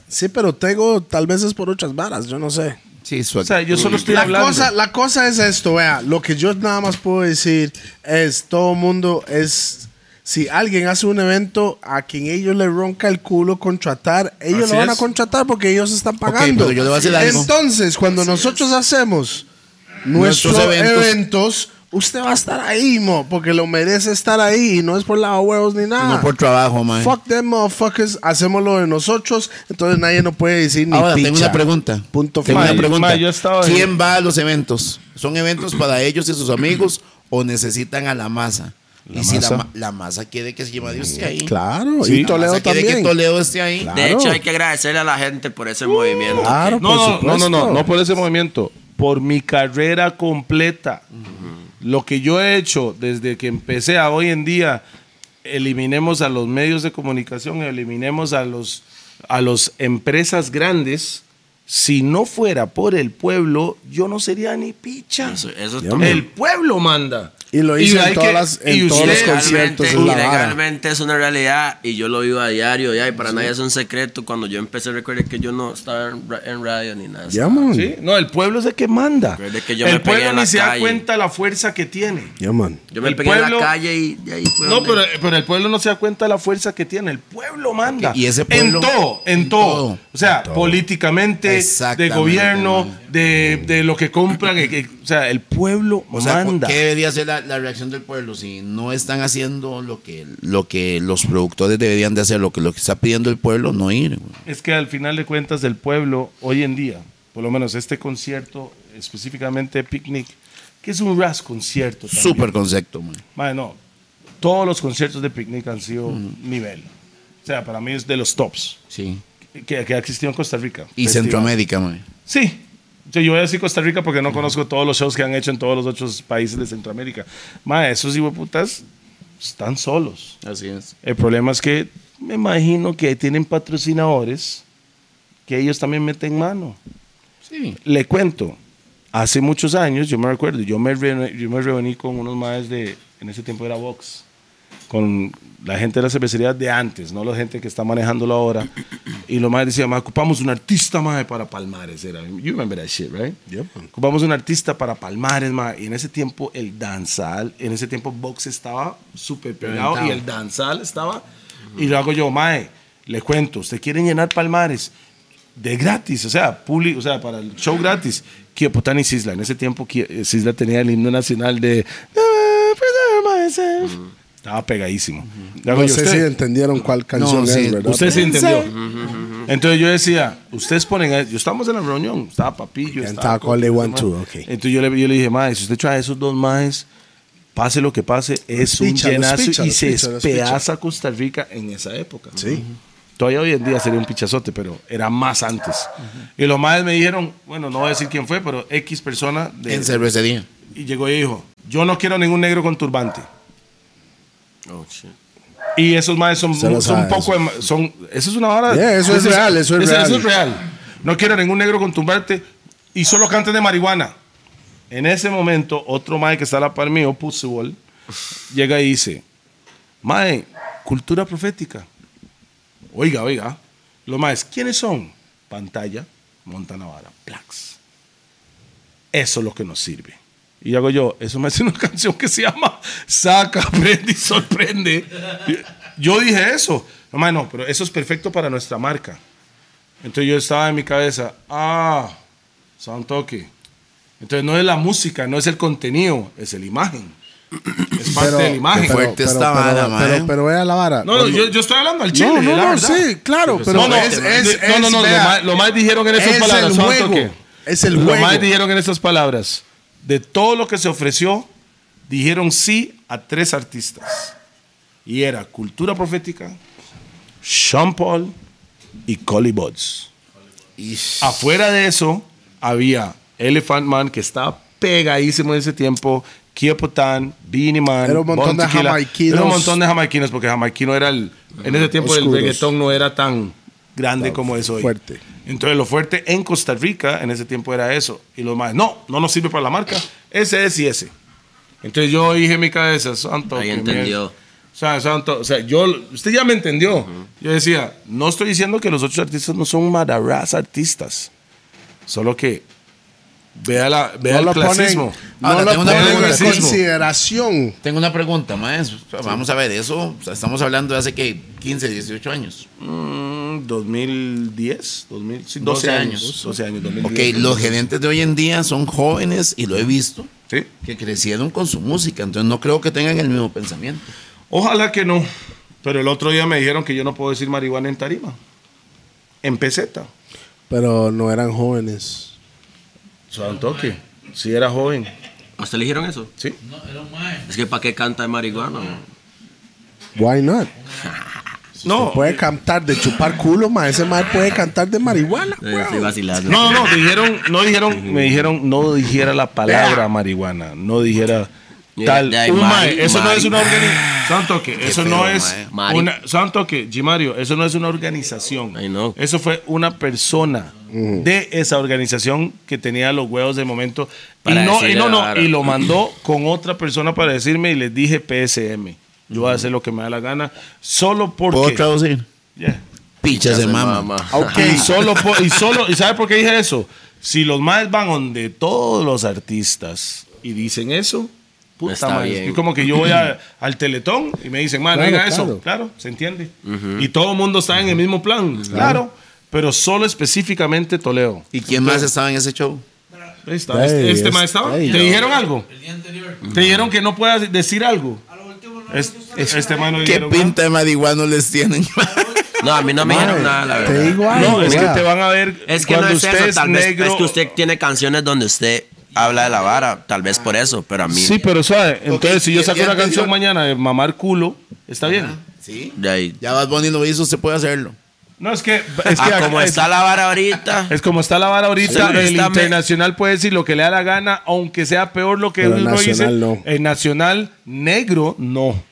[SPEAKER 3] Sí, pero Tego tal vez es por otras varas, yo no sé.
[SPEAKER 6] Sí, su
[SPEAKER 2] O sea, yo
[SPEAKER 6] actitud.
[SPEAKER 2] solo estoy
[SPEAKER 3] La
[SPEAKER 2] hablando.
[SPEAKER 3] cosa, la cosa es esto, vea. Lo que yo nada más puedo decir es, todo mundo es... Si alguien hace un evento a quien ellos le ronca el culo contratar, ellos
[SPEAKER 2] Así
[SPEAKER 3] lo van a
[SPEAKER 2] es.
[SPEAKER 3] contratar porque ellos están pagando.
[SPEAKER 6] pero yo le voy a decir algo.
[SPEAKER 3] Entonces, cuando nosotros hacemos nuestros,
[SPEAKER 6] Nuestros
[SPEAKER 3] eventos,
[SPEAKER 6] eventos.
[SPEAKER 3] usted va a estar ahí, mo, porque lo merece estar ahí y no es por la huevos ni nada.
[SPEAKER 6] No por trabajo, man.
[SPEAKER 3] Fuck them motherfuckers, hacemos lo de nosotros, entonces nadie nos puede decir ni
[SPEAKER 6] Ahora, tengo
[SPEAKER 3] picha.
[SPEAKER 6] una pregunta.
[SPEAKER 3] Punto
[SPEAKER 6] Tengo
[SPEAKER 2] Ma,
[SPEAKER 6] una
[SPEAKER 2] yo-
[SPEAKER 6] pregunta.
[SPEAKER 2] ma, yo estaba en-
[SPEAKER 6] ¿Quién va a los eventos? ¿Son eventos para ellos y sus amigos o necesitan a la masa? y si la,
[SPEAKER 2] masa?
[SPEAKER 6] ma- la masa quiere que se lleve a Dios esté ahí.
[SPEAKER 3] Claro,
[SPEAKER 2] Sí.
[SPEAKER 3] y
[SPEAKER 6] La
[SPEAKER 3] Toledo
[SPEAKER 6] masa quiere
[SPEAKER 3] también.
[SPEAKER 6] que Toledo esté ahí.
[SPEAKER 4] De hecho, hay que agradecerle a la gente por ese movimiento.
[SPEAKER 3] Claro,
[SPEAKER 2] No, no,
[SPEAKER 3] por
[SPEAKER 2] no, no, no,
[SPEAKER 3] supuesto.
[SPEAKER 2] no por ese movimiento, por mi carrera completa. Lo que yo he hecho desde que empecé a hoy en día, eliminemos a los medios de comunicación, eliminemos a los a las empresas grandes. Si no fuera por el pueblo, yo no sería ni picha.
[SPEAKER 4] Eso, eso es
[SPEAKER 2] El pueblo manda.
[SPEAKER 3] Y lo hice en
[SPEAKER 2] hay
[SPEAKER 3] todas las- en
[SPEAKER 2] y
[SPEAKER 3] todos los
[SPEAKER 2] usted-
[SPEAKER 3] conciertos. es la vara.
[SPEAKER 4] legalmente es una realidad y yo lo vivo a diario ya, y para nadie es un secreto. Cuando yo empecé, recuerde que yo no estaba en, ra- en radio ni nada.
[SPEAKER 3] Ya, man.
[SPEAKER 2] Sí, No, el pueblo es el que manda.
[SPEAKER 4] Desde que yo me
[SPEAKER 2] El
[SPEAKER 4] pegué
[SPEAKER 2] pueblo
[SPEAKER 4] en la
[SPEAKER 2] ni se da
[SPEAKER 4] calle.
[SPEAKER 2] cuenta la fuerza que tiene.
[SPEAKER 3] Ya, man.
[SPEAKER 4] Yo me
[SPEAKER 2] El
[SPEAKER 4] pegué en
[SPEAKER 2] pueblo-
[SPEAKER 4] la calle y de ahí fue
[SPEAKER 2] No,
[SPEAKER 4] donde-
[SPEAKER 2] pero, pero el pueblo no se da cuenta de la fuerza que tiene. El pueblo manda.
[SPEAKER 6] Ok, y ese pueblo-
[SPEAKER 2] En todo, en,
[SPEAKER 6] en
[SPEAKER 2] todo.
[SPEAKER 6] todo.
[SPEAKER 2] O sea, políticamente, de
[SPEAKER 6] Exactamente,
[SPEAKER 2] gobierno,
[SPEAKER 6] man.
[SPEAKER 2] de, de lo que compran. eh, eh, o sea, el pueblo
[SPEAKER 6] O sea,
[SPEAKER 2] manda.
[SPEAKER 6] ¿qué debería ser la, la reacción del pueblo si no están haciendo lo que, lo que los productores deberían de hacer, lo que, lo que está pidiendo el pueblo, no ir? güey?
[SPEAKER 2] Es que al final de cuentas, el pueblo, hoy en día, por lo menos este concierto, específicamente Picnic, que es un ras concierto. también.
[SPEAKER 6] Súper concepto, man.
[SPEAKER 2] Mae, no. Todos los conciertos de Picnic han sido nivel. O sea, para mí es de los tops
[SPEAKER 6] Sí.
[SPEAKER 2] que, que ha existido en Costa Rica.
[SPEAKER 6] Y
[SPEAKER 2] Festival.
[SPEAKER 6] Centroamérica, man.
[SPEAKER 2] Sí. Yo, yo voy a decir Costa Rica porque no conozco todos los shows que han hecho en todos los otros países de Centroamérica. Mae, esos putas están solos.
[SPEAKER 6] Así es.
[SPEAKER 2] El problema es que me imagino que tienen patrocinadores que ellos también meten mano.
[SPEAKER 6] Sí.
[SPEAKER 2] Le cuento, hace muchos años, yo me recuerdo, yo me, reuní, yo me reuní con unos maes de, en ese tiempo era Vox, con la gente de la cervecería de antes, no la gente que está manejándolo ahora. Y los maes decían, "Ma, ocupamos un artista más para Palmares. Era, you remember that shit, right? Ocupamos un artista para Palmares, ma. Y en ese tiempo el danzal, en ese tiempo Vox estaba súper pegado y el danzal estaba. Y lo hago yo, mae, le cuento, ¿usted quieren llenar Palmares? de gratis, o sea, publi- o sea, para el show gratis. Kiepután y Sisla. En ese tiempo Kie- eh, Sisla tenía el himno nacional de "Never Preserve Myself". Estaba pegadísimo. Le hago
[SPEAKER 3] No
[SPEAKER 2] yo,
[SPEAKER 3] sé si
[SPEAKER 2] usted,
[SPEAKER 3] entendieron cuál canción
[SPEAKER 6] No,
[SPEAKER 3] es,
[SPEAKER 6] sí.
[SPEAKER 3] ¿verdad?
[SPEAKER 2] usted sí entendió. Entonces yo decía, ustedes ponen, a- yo estamos en la reunión, estaba Papillo,
[SPEAKER 3] estaba
[SPEAKER 2] estaba
[SPEAKER 3] con Only One,
[SPEAKER 2] ese man.
[SPEAKER 3] Two, ok.
[SPEAKER 2] Entonces yo le, yo le dije, mae, si usted trae esos dos maes, pase lo que pase, es un
[SPEAKER 3] Píchalos,
[SPEAKER 2] llenazo y
[SPEAKER 3] píchalos,
[SPEAKER 2] se
[SPEAKER 3] píchalos, píchalos.
[SPEAKER 2] espeaza Costa Rica en esa época.
[SPEAKER 3] Sí.
[SPEAKER 2] Todavía hoy en día sería un pichazote, pero era más antes. Y los madres me dijeron, bueno, no voy a decir quién fue, pero X persona. de-
[SPEAKER 6] En cervecería.
[SPEAKER 2] y llegó y dijo, yo no quiero ningún negro con turbante.
[SPEAKER 4] Oh, shit.
[SPEAKER 2] Y esos madres son,
[SPEAKER 3] Se lo
[SPEAKER 2] son un
[SPEAKER 3] sabe,
[SPEAKER 2] poco... de ma- son, eso es una vara...
[SPEAKER 3] Yeah, eso es real, eso es real.
[SPEAKER 2] Eso es real. No quiero ningún negro con turbante y solo canten de marihuana. En ese momento, otro madre que está a la par mío, Pussywall, llega y dice, Mae, cultura profética. Oiga, oiga. Lo más, ¿quiénes son? Pantalla, Montanavara, Plax. Eso es lo que nos sirve. Y hago yo, eso me hace una *laughs* canción que se llama Saca, prende y sorprende. Yo dije eso. No, mae, no, pero eso es perfecto para nuestra marca. Entonces yo estaba en mi cabeza, ah, Sound Toque. Entonces no es la música, no es el contenido, es la imagen. Es parte de la imagen.
[SPEAKER 6] pero- fuerte esta vara,
[SPEAKER 3] pero,
[SPEAKER 6] mae.
[SPEAKER 3] pero, pero vea la vara.
[SPEAKER 2] No, no, yo, yo estoy hablando al chile.
[SPEAKER 3] no, no,
[SPEAKER 2] la
[SPEAKER 3] no,
[SPEAKER 2] verdad.
[SPEAKER 3] sí, claro, pero
[SPEAKER 2] no, no,
[SPEAKER 3] es, es-
[SPEAKER 2] no, no, no,
[SPEAKER 3] es-
[SPEAKER 2] lo
[SPEAKER 3] vea,
[SPEAKER 2] más, lo más dijeron en esas
[SPEAKER 3] es
[SPEAKER 2] palabras.
[SPEAKER 3] el
[SPEAKER 2] Santo
[SPEAKER 3] juego,
[SPEAKER 2] que-
[SPEAKER 3] es el
[SPEAKER 2] lo
[SPEAKER 3] juego.
[SPEAKER 2] más dijeron en esas palabras. De todo lo que se ofreció, dijeron sí a tres artistas. Y era Cultura Profética, Sean Paul y Collie Buds. Afuera de eso, había Elephant Man, que estaba pegadísimo en ese tiempo, Kiepotan, Beanie Man,
[SPEAKER 3] Era un montón
[SPEAKER 2] Bon
[SPEAKER 3] de
[SPEAKER 2] Tequila.
[SPEAKER 3] jamaiquinos.
[SPEAKER 2] Era un montón de jamaiquinos, porque jamaiquino era el... En ese tiempo
[SPEAKER 3] Oscuros.
[SPEAKER 2] el reggaetón no era tan grande como es hoy.
[SPEAKER 3] fuerte.
[SPEAKER 2] Entonces lo fuerte en Costa Rica en ese tiempo era eso. Y los más, no, no nos sirve para la marca. Ese es y ese. Entonces yo dije en mi cabeza, santo.
[SPEAKER 4] Ahí
[SPEAKER 2] que
[SPEAKER 4] entendió.
[SPEAKER 2] mier- O sea, santo, o sea, yo, usted ya me entendió. Yo decía, no estoy diciendo que los otros artistas no son madarás artistas. Solo que vea, la, vea
[SPEAKER 3] no
[SPEAKER 2] el
[SPEAKER 3] lo ponen,
[SPEAKER 2] clasismo.
[SPEAKER 3] no
[SPEAKER 6] Ahora,
[SPEAKER 3] lo
[SPEAKER 6] tengo una
[SPEAKER 3] ponen en
[SPEAKER 2] pregunta.
[SPEAKER 3] consideración.
[SPEAKER 6] Tengo una pregunta, maestro. Vamos a ver, eso o sea, estamos hablando de hace que 15, 18 años.
[SPEAKER 2] Mm, 2010, 2000, sí, 12,
[SPEAKER 6] 12
[SPEAKER 2] años.
[SPEAKER 6] años.
[SPEAKER 2] 12 años, 2010.
[SPEAKER 6] Ok, los gerentes de hoy en día son jóvenes y lo he visto,
[SPEAKER 2] Sí.
[SPEAKER 6] que crecieron con su música, entonces no creo que tengan el mismo pensamiento.
[SPEAKER 2] Ojalá que no. Pero el otro día me dijeron que yo no puedo decir marihuana en tarima. En peseta.
[SPEAKER 3] Pero no eran jóvenes.
[SPEAKER 2] San toque. Si era joven.
[SPEAKER 4] ¿A usted le dijeron eso?
[SPEAKER 2] Sí.
[SPEAKER 4] Es que ¿para qué canta de marihuana? man?
[SPEAKER 3] Why not?
[SPEAKER 2] No.
[SPEAKER 3] Puede cantar de chupar culo, ma. Ese ma puede cantar de marihuana,
[SPEAKER 4] Eh, Estoy
[SPEAKER 3] weón.
[SPEAKER 4] vacilando.
[SPEAKER 2] No, no,
[SPEAKER 4] *laughs*
[SPEAKER 2] no, dijeron, no dijeron, me dijeron, no dijera la palabra marihuana, no dijera
[SPEAKER 4] Yeah,
[SPEAKER 2] tal.
[SPEAKER 4] yeah,
[SPEAKER 2] un
[SPEAKER 4] mari-
[SPEAKER 2] mae, eso no es una
[SPEAKER 4] mari-
[SPEAKER 2] organización. Santo que, eso no
[SPEAKER 6] feo,
[SPEAKER 2] es
[SPEAKER 4] Ah, mae.
[SPEAKER 2] una, santo que, Gimario, eso no es una organización.
[SPEAKER 4] I know.
[SPEAKER 2] Eso fue una persona de esa organización que tenía los huevos de momento.
[SPEAKER 4] Para
[SPEAKER 2] y no, y
[SPEAKER 4] decirle
[SPEAKER 2] no,
[SPEAKER 4] la
[SPEAKER 2] no,
[SPEAKER 4] vara.
[SPEAKER 2] y lo mandó con otra persona para decirme y les dije PSM. Yo voy a hacer lo que me da la gana, solo
[SPEAKER 6] ¿Puedo
[SPEAKER 2] porque.
[SPEAKER 6] traducir?
[SPEAKER 2] Yeah.
[SPEAKER 6] Pichas de
[SPEAKER 4] Se
[SPEAKER 6] mama.
[SPEAKER 4] mama.
[SPEAKER 2] Y solo, po- y solo, ¿y sabe por qué dije eso? Si los más van donde todos los artistas y dicen eso, puta
[SPEAKER 4] Está
[SPEAKER 2] madre,
[SPEAKER 4] bien.
[SPEAKER 2] Es como que yo voy a- al teletón y me dicen, man,
[SPEAKER 3] Claro,
[SPEAKER 2] diga
[SPEAKER 3] claro.
[SPEAKER 2] eso. Claro, se entiende. Y todo el mundo está en el mismo plan. Claro. pero solo específicamente Toleo.
[SPEAKER 6] ¿Y quién más estaba en ese show?
[SPEAKER 2] Ahí está, este
[SPEAKER 3] Ey,
[SPEAKER 2] este
[SPEAKER 3] es-
[SPEAKER 2] man estaba.
[SPEAKER 3] ey.
[SPEAKER 2] ¿Te dijeron algo? ¿Te dijeron que no puedas decir algo? Es- este man no
[SPEAKER 6] ¿Qué
[SPEAKER 2] dijeron nada.
[SPEAKER 6] pinta de marihuana les tienen?
[SPEAKER 4] *laughs* No, a mí no me dijeron nada, la
[SPEAKER 3] Te
[SPEAKER 4] verdad.
[SPEAKER 3] digo algo,
[SPEAKER 2] No, es que
[SPEAKER 3] wea.
[SPEAKER 2] te van a ver
[SPEAKER 4] Es que
[SPEAKER 2] cuando
[SPEAKER 4] no es
[SPEAKER 2] usted
[SPEAKER 4] eso,
[SPEAKER 2] es
[SPEAKER 4] tal
[SPEAKER 2] negro.
[SPEAKER 4] vez es que usted tiene canciones donde usted habla de la vara, tal vez por eso, pero a mí
[SPEAKER 2] Sí, pero suave. Entonces, si yo
[SPEAKER 6] ya-
[SPEAKER 2] saco
[SPEAKER 6] ya
[SPEAKER 2] una
[SPEAKER 6] entendió.
[SPEAKER 2] canción mañana de mamar culo, ¿está bien?
[SPEAKER 6] *laughs* Sí.
[SPEAKER 4] de ahí.
[SPEAKER 6] Ya Bad Bunny lo hizo, usted puede hacerlo.
[SPEAKER 2] No, es que. Es
[SPEAKER 4] Ah,
[SPEAKER 2] que
[SPEAKER 4] como
[SPEAKER 2] es,
[SPEAKER 4] está la vara ahorita.
[SPEAKER 2] *laughs* es como está la vara ahorita.
[SPEAKER 4] Sí,
[SPEAKER 2] el
[SPEAKER 4] está me-
[SPEAKER 2] internacional puede decir lo que le da la gana, aunque sea peor lo que
[SPEAKER 3] Pero
[SPEAKER 2] uno dice.
[SPEAKER 3] nacional no.
[SPEAKER 2] El nacional negro, no.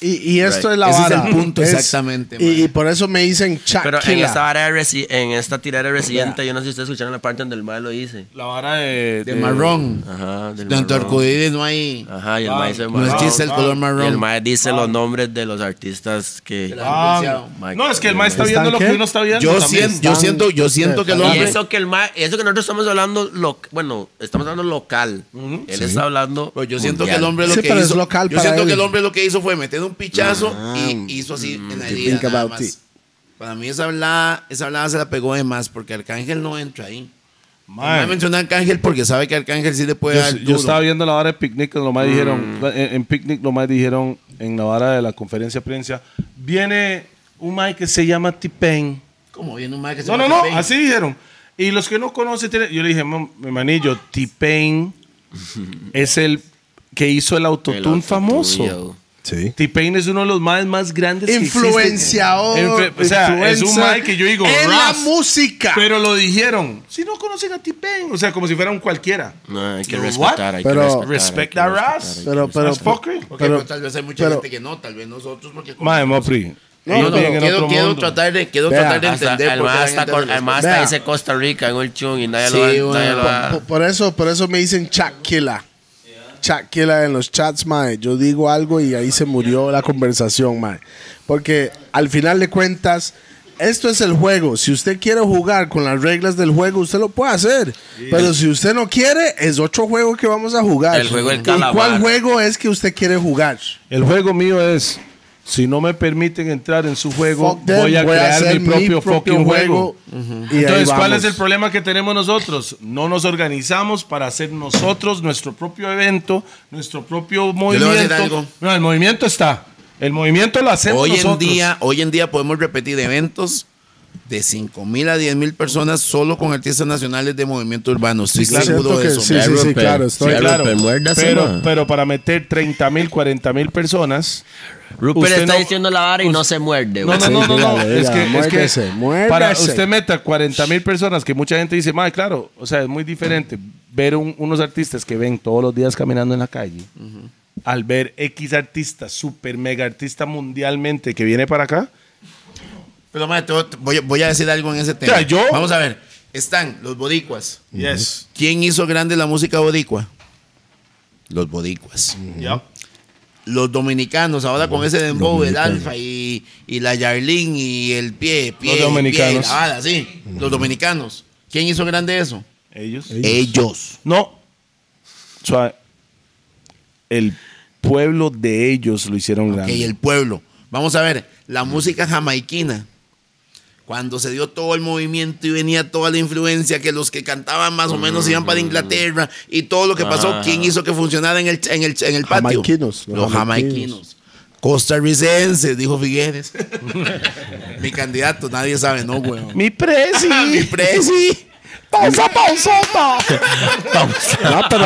[SPEAKER 3] Y, y esto
[SPEAKER 4] Right.
[SPEAKER 3] es la
[SPEAKER 6] Ese es
[SPEAKER 3] vara.
[SPEAKER 6] el punto exactamente,
[SPEAKER 3] Y,
[SPEAKER 6] ma.
[SPEAKER 3] y por eso me dicen
[SPEAKER 4] Pero en
[SPEAKER 3] Shakira.
[SPEAKER 4] esta área de Resi- en esta tirada de residente, yo no sé si ustedes escucharon la parte donde el mal lo dice.
[SPEAKER 2] La vara de.
[SPEAKER 6] De marrón.
[SPEAKER 4] Ajá, del
[SPEAKER 6] Tanto
[SPEAKER 4] Ah, marrón.
[SPEAKER 6] arcoíris no hay.
[SPEAKER 4] Ajá, y el
[SPEAKER 2] Ah,
[SPEAKER 4] maíz es
[SPEAKER 6] No
[SPEAKER 4] marrón.
[SPEAKER 6] existe el color
[SPEAKER 4] Y el
[SPEAKER 6] marrón.
[SPEAKER 4] maíz dice los nombres de los artistas que.
[SPEAKER 2] Ah,
[SPEAKER 4] Mike.
[SPEAKER 2] no, es que el maestro está
[SPEAKER 3] ¿Están
[SPEAKER 2] viendo lo
[SPEAKER 3] qué?
[SPEAKER 2] que uno está viendo.
[SPEAKER 6] Yo
[SPEAKER 2] también.
[SPEAKER 6] siento, yo
[SPEAKER 3] están-
[SPEAKER 6] siento, yo siento que el
[SPEAKER 3] Y
[SPEAKER 4] Y
[SPEAKER 6] hombre.
[SPEAKER 4] eso que el ma- eso que nosotros estamos hablando, lo- bueno, estamos hablando local. Él está hablando.
[SPEAKER 6] Pero Pues yo siento
[SPEAKER 4] mundial.
[SPEAKER 6] que el hombre lo
[SPEAKER 3] Sí,
[SPEAKER 6] que
[SPEAKER 3] pero es
[SPEAKER 6] hizo.
[SPEAKER 3] local
[SPEAKER 6] yo
[SPEAKER 3] para
[SPEAKER 6] siento
[SPEAKER 3] él.
[SPEAKER 6] que el hombre lo que hizo fue meter un pichazo
[SPEAKER 4] Ah, mm,
[SPEAKER 6] y hizo así en la herida.
[SPEAKER 3] think
[SPEAKER 6] nada
[SPEAKER 3] about
[SPEAKER 6] más.
[SPEAKER 3] it.
[SPEAKER 6] Para mí esa hablada, esa hablada se la pegó de más porque Arcángel no entra ahí.
[SPEAKER 2] Mae.
[SPEAKER 6] Me menciona Arcángel porque sabe que Arcángel sí le puede
[SPEAKER 2] Yo,
[SPEAKER 6] dar.
[SPEAKER 2] yo
[SPEAKER 6] duro.
[SPEAKER 2] estaba viendo la vara de picnic, lo más dijeron,
[SPEAKER 4] Mm.
[SPEAKER 2] en, en picnic lo más dijeron en la vara de la conferencia de prensa, viene un Mike que se llama Tipen.
[SPEAKER 6] Como viene un mae que se
[SPEAKER 2] No, no,
[SPEAKER 6] llama
[SPEAKER 2] no,
[SPEAKER 6] T-Pain.
[SPEAKER 2] así dijeron. Y los que no conocen, tienen- yo le dije, "Mam, mi manillo, T-Pain es el que hizo el
[SPEAKER 4] El
[SPEAKER 2] autotune
[SPEAKER 4] otro
[SPEAKER 2] famoso.
[SPEAKER 4] tuyo.
[SPEAKER 3] Sí.
[SPEAKER 2] T-Pain es uno de los más, más grandes que existen.
[SPEAKER 3] Influenciador.
[SPEAKER 2] Influ- o sea, es un
[SPEAKER 3] influencer
[SPEAKER 2] mae que yo digo,
[SPEAKER 3] En la
[SPEAKER 2] "Ras",
[SPEAKER 3] música.
[SPEAKER 2] Pero lo dijeron. Si no conocen a T-Pain, o sea, como si fuera un cualquiera.
[SPEAKER 4] No, hay que
[SPEAKER 2] What?
[SPEAKER 4] respetar, hay
[SPEAKER 3] Pero-
[SPEAKER 4] que respetar.
[SPEAKER 2] Respect
[SPEAKER 4] hay
[SPEAKER 2] that
[SPEAKER 4] que respetar,
[SPEAKER 2] ras.
[SPEAKER 4] hay que
[SPEAKER 3] Pero, pero,
[SPEAKER 2] That's fuckery.
[SPEAKER 6] Ok,
[SPEAKER 3] pero-
[SPEAKER 6] pero pues, tal vez hay mucha
[SPEAKER 3] pero-
[SPEAKER 6] gente que no, tal vez nosotros porque.
[SPEAKER 2] Madre Mopri.
[SPEAKER 6] No,
[SPEAKER 2] ellos
[SPEAKER 6] no,
[SPEAKER 2] viven en
[SPEAKER 6] quiero,
[SPEAKER 2] otro
[SPEAKER 6] quiero
[SPEAKER 2] mundo.
[SPEAKER 6] tratar de, quiero
[SPEAKER 3] Vea,
[SPEAKER 6] tratar de
[SPEAKER 4] Hasta
[SPEAKER 6] entender.
[SPEAKER 4] el
[SPEAKER 6] por qué
[SPEAKER 4] más
[SPEAKER 6] la
[SPEAKER 4] está,
[SPEAKER 6] gente
[SPEAKER 4] con-
[SPEAKER 6] hace las
[SPEAKER 4] el más
[SPEAKER 6] cosas.
[SPEAKER 4] está
[SPEAKER 3] Vea.
[SPEAKER 4] dice Costa Rica en el chung y nadie
[SPEAKER 6] Sí,
[SPEAKER 4] lo va,
[SPEAKER 6] bueno.
[SPEAKER 4] nadie lo va-
[SPEAKER 3] Po- Por eso, por eso me dicen Shakira. chaquila en los chats, mae. Yo digo algo y ahí se murió la conversación, mae. Porque al final de cuentas, esto es el juego. Si usted quiere jugar con las reglas del juego, usted lo puede hacer. Pero si usted no quiere, es otro juego que vamos a jugar.
[SPEAKER 4] El juego del
[SPEAKER 3] ¿Y
[SPEAKER 4] calamar.
[SPEAKER 3] ¿Cuál juego es que usted quiere jugar?
[SPEAKER 2] El juego mío es, si no me permiten entrar en su juego,
[SPEAKER 3] Fuck them,
[SPEAKER 2] voy a crear mi propio, fucking juego.
[SPEAKER 3] y ahí
[SPEAKER 2] Entonces, ¿cuál
[SPEAKER 3] vamos.
[SPEAKER 2] es el problema que tenemos nosotros? No nos organizamos para hacer nosotros nuestro propio evento, nuestro propio
[SPEAKER 6] voy a decir
[SPEAKER 2] movimiento.
[SPEAKER 6] algo.
[SPEAKER 2] No, el movimiento está. El movimiento lo hacemos
[SPEAKER 6] Hoy en,
[SPEAKER 2] nosotros.
[SPEAKER 6] día, hoy en día podemos repetir eventos de 5 mil a 10 mil personas solo con artistas nacionales de movimiento urbano. Estoy
[SPEAKER 3] Claro,
[SPEAKER 6] seguro
[SPEAKER 3] siento
[SPEAKER 6] de
[SPEAKER 3] que
[SPEAKER 6] eso.
[SPEAKER 3] sí, sí, sí, claro, estoy
[SPEAKER 2] Sí, claro.
[SPEAKER 8] Rupert, muérdase,
[SPEAKER 2] Pero,
[SPEAKER 8] ma.
[SPEAKER 2] pero para meter 30 mil, 40 mil personas.
[SPEAKER 4] Rupert
[SPEAKER 2] usted
[SPEAKER 4] está
[SPEAKER 2] no-
[SPEAKER 4] diciendo la vara y no se muerde,
[SPEAKER 2] No,
[SPEAKER 4] güey.
[SPEAKER 2] no, no, no, no.
[SPEAKER 3] Venga,
[SPEAKER 2] Es que,
[SPEAKER 3] venga,
[SPEAKER 2] es que
[SPEAKER 3] muérdese, muérdese.
[SPEAKER 2] para usted meta 40 mil personas, que mucha gente dice, madre, claro, o sea, es muy diferente ver un- unos artistas que ven todos los días caminando en la calle, al ver X artista, super mega artista mundialmente que viene para acá.
[SPEAKER 6] Pero, mae, te voy- te voy, a- voy a decir algo en ese tema.
[SPEAKER 2] sea, yo-
[SPEAKER 6] Vamos a ver. Están los bodicuas.
[SPEAKER 2] Yes.
[SPEAKER 6] ¿Quién hizo grande la música boricua? Los bodicuas. Los dominicanos, ahora con ese dembow, el Alfa y, y la Yarlin y el pie, pie, y pie,
[SPEAKER 2] dominicanos.
[SPEAKER 6] y la bala, sí. Los dominicanos. ¿Quién hizo grande eso?
[SPEAKER 2] Ellos.
[SPEAKER 6] Ellos.
[SPEAKER 2] No. Suave. el pueblo de ellos lo hicieron
[SPEAKER 6] Ok,
[SPEAKER 2] grande.
[SPEAKER 6] el pueblo. Vamos a ver, la música jamaiquina. Cuando se dio todo el movimiento y venía toda la influencia, que los que cantaban más o menos iban para Inglaterra y todo lo que pasó, ¿quién hizo que funcionara en el, en el, en el patio?
[SPEAKER 3] Jamaiquinos, los
[SPEAKER 6] Los jamaiquinos. Costarricenses, dijo
[SPEAKER 3] *laughs*
[SPEAKER 6] Figueres. Mi candidato, nadie sabe, no, güey.
[SPEAKER 2] Mi presi.
[SPEAKER 6] Mi presi.
[SPEAKER 2] pausa, pausota.
[SPEAKER 3] *laughs* No,
[SPEAKER 6] *laughs*
[SPEAKER 3] pero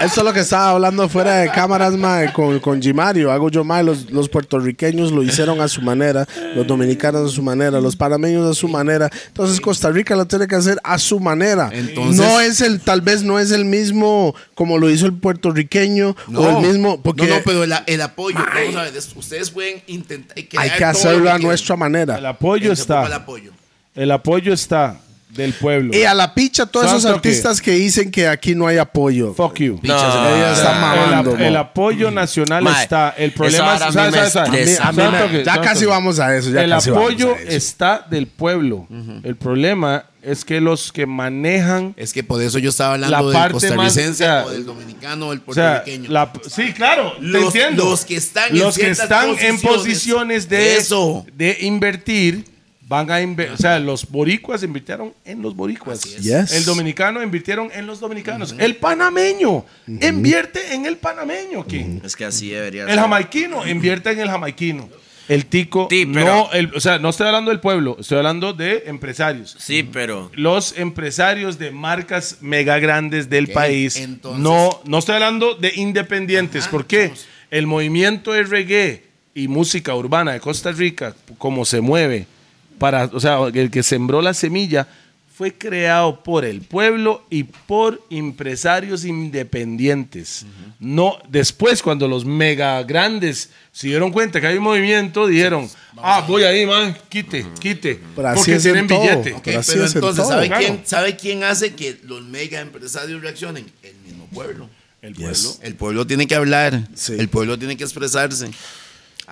[SPEAKER 3] eso es lo que estaba hablando fuera de cámaras, mae, con, con Gimario. Hago yo, mae, los, los puertorriqueños lo hicieron a su manera, los dominicanos a su manera, los panameños a su manera. Entonces Costa Rica lo tiene que hacer a su manera.
[SPEAKER 6] Entonces-
[SPEAKER 3] no es el, tal vez no es el mismo como lo hizo el puertorriqueño o el mismo, porque
[SPEAKER 6] no, no, pero el, el apoyo. Vamos a ver, es- ustedes pueden intentar.
[SPEAKER 3] hay
[SPEAKER 6] crear
[SPEAKER 3] que
[SPEAKER 6] todo lo
[SPEAKER 3] hacerlo a
[SPEAKER 6] quieran.
[SPEAKER 3] nuestra
[SPEAKER 2] El
[SPEAKER 3] manera.
[SPEAKER 2] apoyo
[SPEAKER 6] Se ocupa el
[SPEAKER 2] está.
[SPEAKER 6] apoyo.
[SPEAKER 2] El apoyo está del pueblo.
[SPEAKER 3] Y a la picha todos esos
[SPEAKER 2] Santo
[SPEAKER 3] artistas que dicen que aquí no hay apoyo.
[SPEAKER 2] Fuck you.
[SPEAKER 3] Ella está
[SPEAKER 2] El,
[SPEAKER 3] mamando.
[SPEAKER 2] ap- el
[SPEAKER 3] mo.
[SPEAKER 2] apoyo nacional
[SPEAKER 4] Mae,
[SPEAKER 2] está. El
[SPEAKER 4] esa
[SPEAKER 2] problema
[SPEAKER 4] vara a
[SPEAKER 2] es.
[SPEAKER 4] mí
[SPEAKER 2] ¿sabes,
[SPEAKER 4] me
[SPEAKER 2] sabes, sabes?
[SPEAKER 4] estresa.
[SPEAKER 3] A mí
[SPEAKER 2] Santo
[SPEAKER 3] me-
[SPEAKER 2] que-
[SPEAKER 3] ya
[SPEAKER 2] santo
[SPEAKER 3] casi
[SPEAKER 2] que-
[SPEAKER 3] vamos a eso. Ya
[SPEAKER 2] el
[SPEAKER 3] casi vamos
[SPEAKER 2] apoyo
[SPEAKER 3] a eso.
[SPEAKER 2] está del pueblo. El problema es que los que manejan.
[SPEAKER 6] Es que por eso yo estaba
[SPEAKER 2] La
[SPEAKER 6] hablando del
[SPEAKER 2] parte
[SPEAKER 6] costarricense
[SPEAKER 2] más- o sea,
[SPEAKER 6] o del dominicano o del
[SPEAKER 2] O sea,
[SPEAKER 6] puertorriqueño.
[SPEAKER 2] la- sí, claro, te
[SPEAKER 6] Los-
[SPEAKER 2] entiendo.
[SPEAKER 6] los que están en
[SPEAKER 2] Los que
[SPEAKER 6] ciertas
[SPEAKER 2] están en
[SPEAKER 6] posiciones.
[SPEAKER 2] posiciones de,
[SPEAKER 6] Eso.
[SPEAKER 2] de invertir van a invertir. O sea, los boricuas invirtieron en los boricuas.
[SPEAKER 3] Yes.
[SPEAKER 2] El dominicano invirtieron en los dominicanos. El panameño invierte en el panameño. King.
[SPEAKER 4] Es que así debería
[SPEAKER 2] El jamaiquino, invierte en el jamaiquino. El tico,
[SPEAKER 4] Sí, pero-
[SPEAKER 2] no, el- o sea, no estoy hablando del pueblo, estoy hablando de empresarios.
[SPEAKER 4] Sí, pero
[SPEAKER 2] Los empresarios de marcas mega grandes del
[SPEAKER 6] Ok,
[SPEAKER 2] país.
[SPEAKER 6] entonces-
[SPEAKER 2] no, no estoy hablando de independientes,
[SPEAKER 6] Ajá,
[SPEAKER 2] porque
[SPEAKER 6] vamos.
[SPEAKER 2] el movimiento de reggae y música urbana de Costa Rica, como se mueve, para, o sea, el que sembró la semilla, fue creado por el pueblo y por empresarios independientes. No, después cuando los mega grandes se dieron cuenta que hay un movimiento, dijeron, ah, voy ahí, man, quite, quite,
[SPEAKER 3] Pero así
[SPEAKER 2] porque
[SPEAKER 3] es en
[SPEAKER 2] tienen
[SPEAKER 3] todo.
[SPEAKER 2] billete.
[SPEAKER 6] Ok,
[SPEAKER 3] Pero así
[SPEAKER 6] pero
[SPEAKER 3] es en
[SPEAKER 6] entonces,
[SPEAKER 3] todo,
[SPEAKER 6] ¿sabe,
[SPEAKER 2] claro.
[SPEAKER 6] quién, ¿sabe quién hace que los mega empresarios reaccionen? El mismo pueblo.
[SPEAKER 2] El
[SPEAKER 3] Yes.
[SPEAKER 6] El pueblo tiene que hablar.
[SPEAKER 3] Sí.
[SPEAKER 6] El pueblo tiene que expresarse.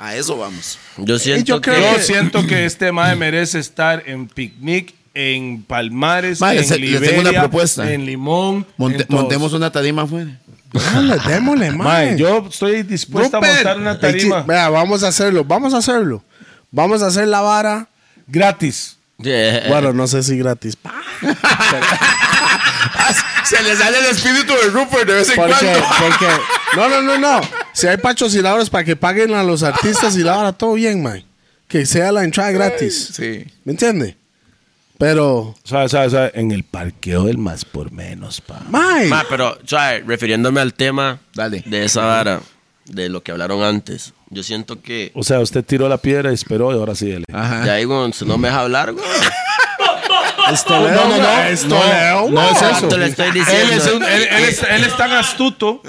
[SPEAKER 6] A eso vamos.
[SPEAKER 4] yo siento
[SPEAKER 3] yo
[SPEAKER 4] que...
[SPEAKER 3] creo
[SPEAKER 2] Yo
[SPEAKER 3] que-
[SPEAKER 2] siento que este mae merece estar en picnic, en Palmares,
[SPEAKER 6] Mae,
[SPEAKER 2] en
[SPEAKER 6] se- le tengo
[SPEAKER 2] Liberia,
[SPEAKER 6] una propuesta.
[SPEAKER 2] en Limón.
[SPEAKER 6] Monte-
[SPEAKER 2] en todos.
[SPEAKER 6] montemos una tarima afuera.
[SPEAKER 3] Démosle,
[SPEAKER 2] *laughs*
[SPEAKER 3] démosle,
[SPEAKER 2] Mae,
[SPEAKER 3] mae.
[SPEAKER 2] yo estoy dispuesto
[SPEAKER 3] Rupert,
[SPEAKER 2] a montar una
[SPEAKER 3] el
[SPEAKER 2] tarima
[SPEAKER 3] chi- Vea, vamos a hacerlo, vamos a hacerlo. Vamos a hacer la vara.
[SPEAKER 2] gratis.
[SPEAKER 4] Yeah.
[SPEAKER 3] Eh. Bueno, no sé si gratis. Pa.
[SPEAKER 6] se le sale el espíritu de Rupert de vez en
[SPEAKER 3] ¿Por qué? ¿Por qué? No, no, no, no. Si hay patrocinadores para que paguen a los artistas y la vara, todo bien, mae. Que sea la entrada gratis.
[SPEAKER 5] Sí.
[SPEAKER 3] ¿Me entiende? Pero,
[SPEAKER 2] O sea, o sea, o sea, en el parqueo del más por menos, pa.
[SPEAKER 3] mae.
[SPEAKER 4] Ma, pero, suave, refiriéndome al tema
[SPEAKER 6] Dale.
[SPEAKER 4] de esa vara, de lo que hablaron antes, yo siento que...
[SPEAKER 2] O sea, usted tiró la piedra y esperó y ahora sí. dele.
[SPEAKER 4] Ya digo, si no me deja hablar, güey.
[SPEAKER 3] Esto leo,
[SPEAKER 2] no, no, no.
[SPEAKER 3] mae, esto leo,
[SPEAKER 2] No
[SPEAKER 3] mae.
[SPEAKER 2] es eso.
[SPEAKER 4] Tanto le estoy diciendo.
[SPEAKER 2] Él es, un- él- él es- él es tan astuto.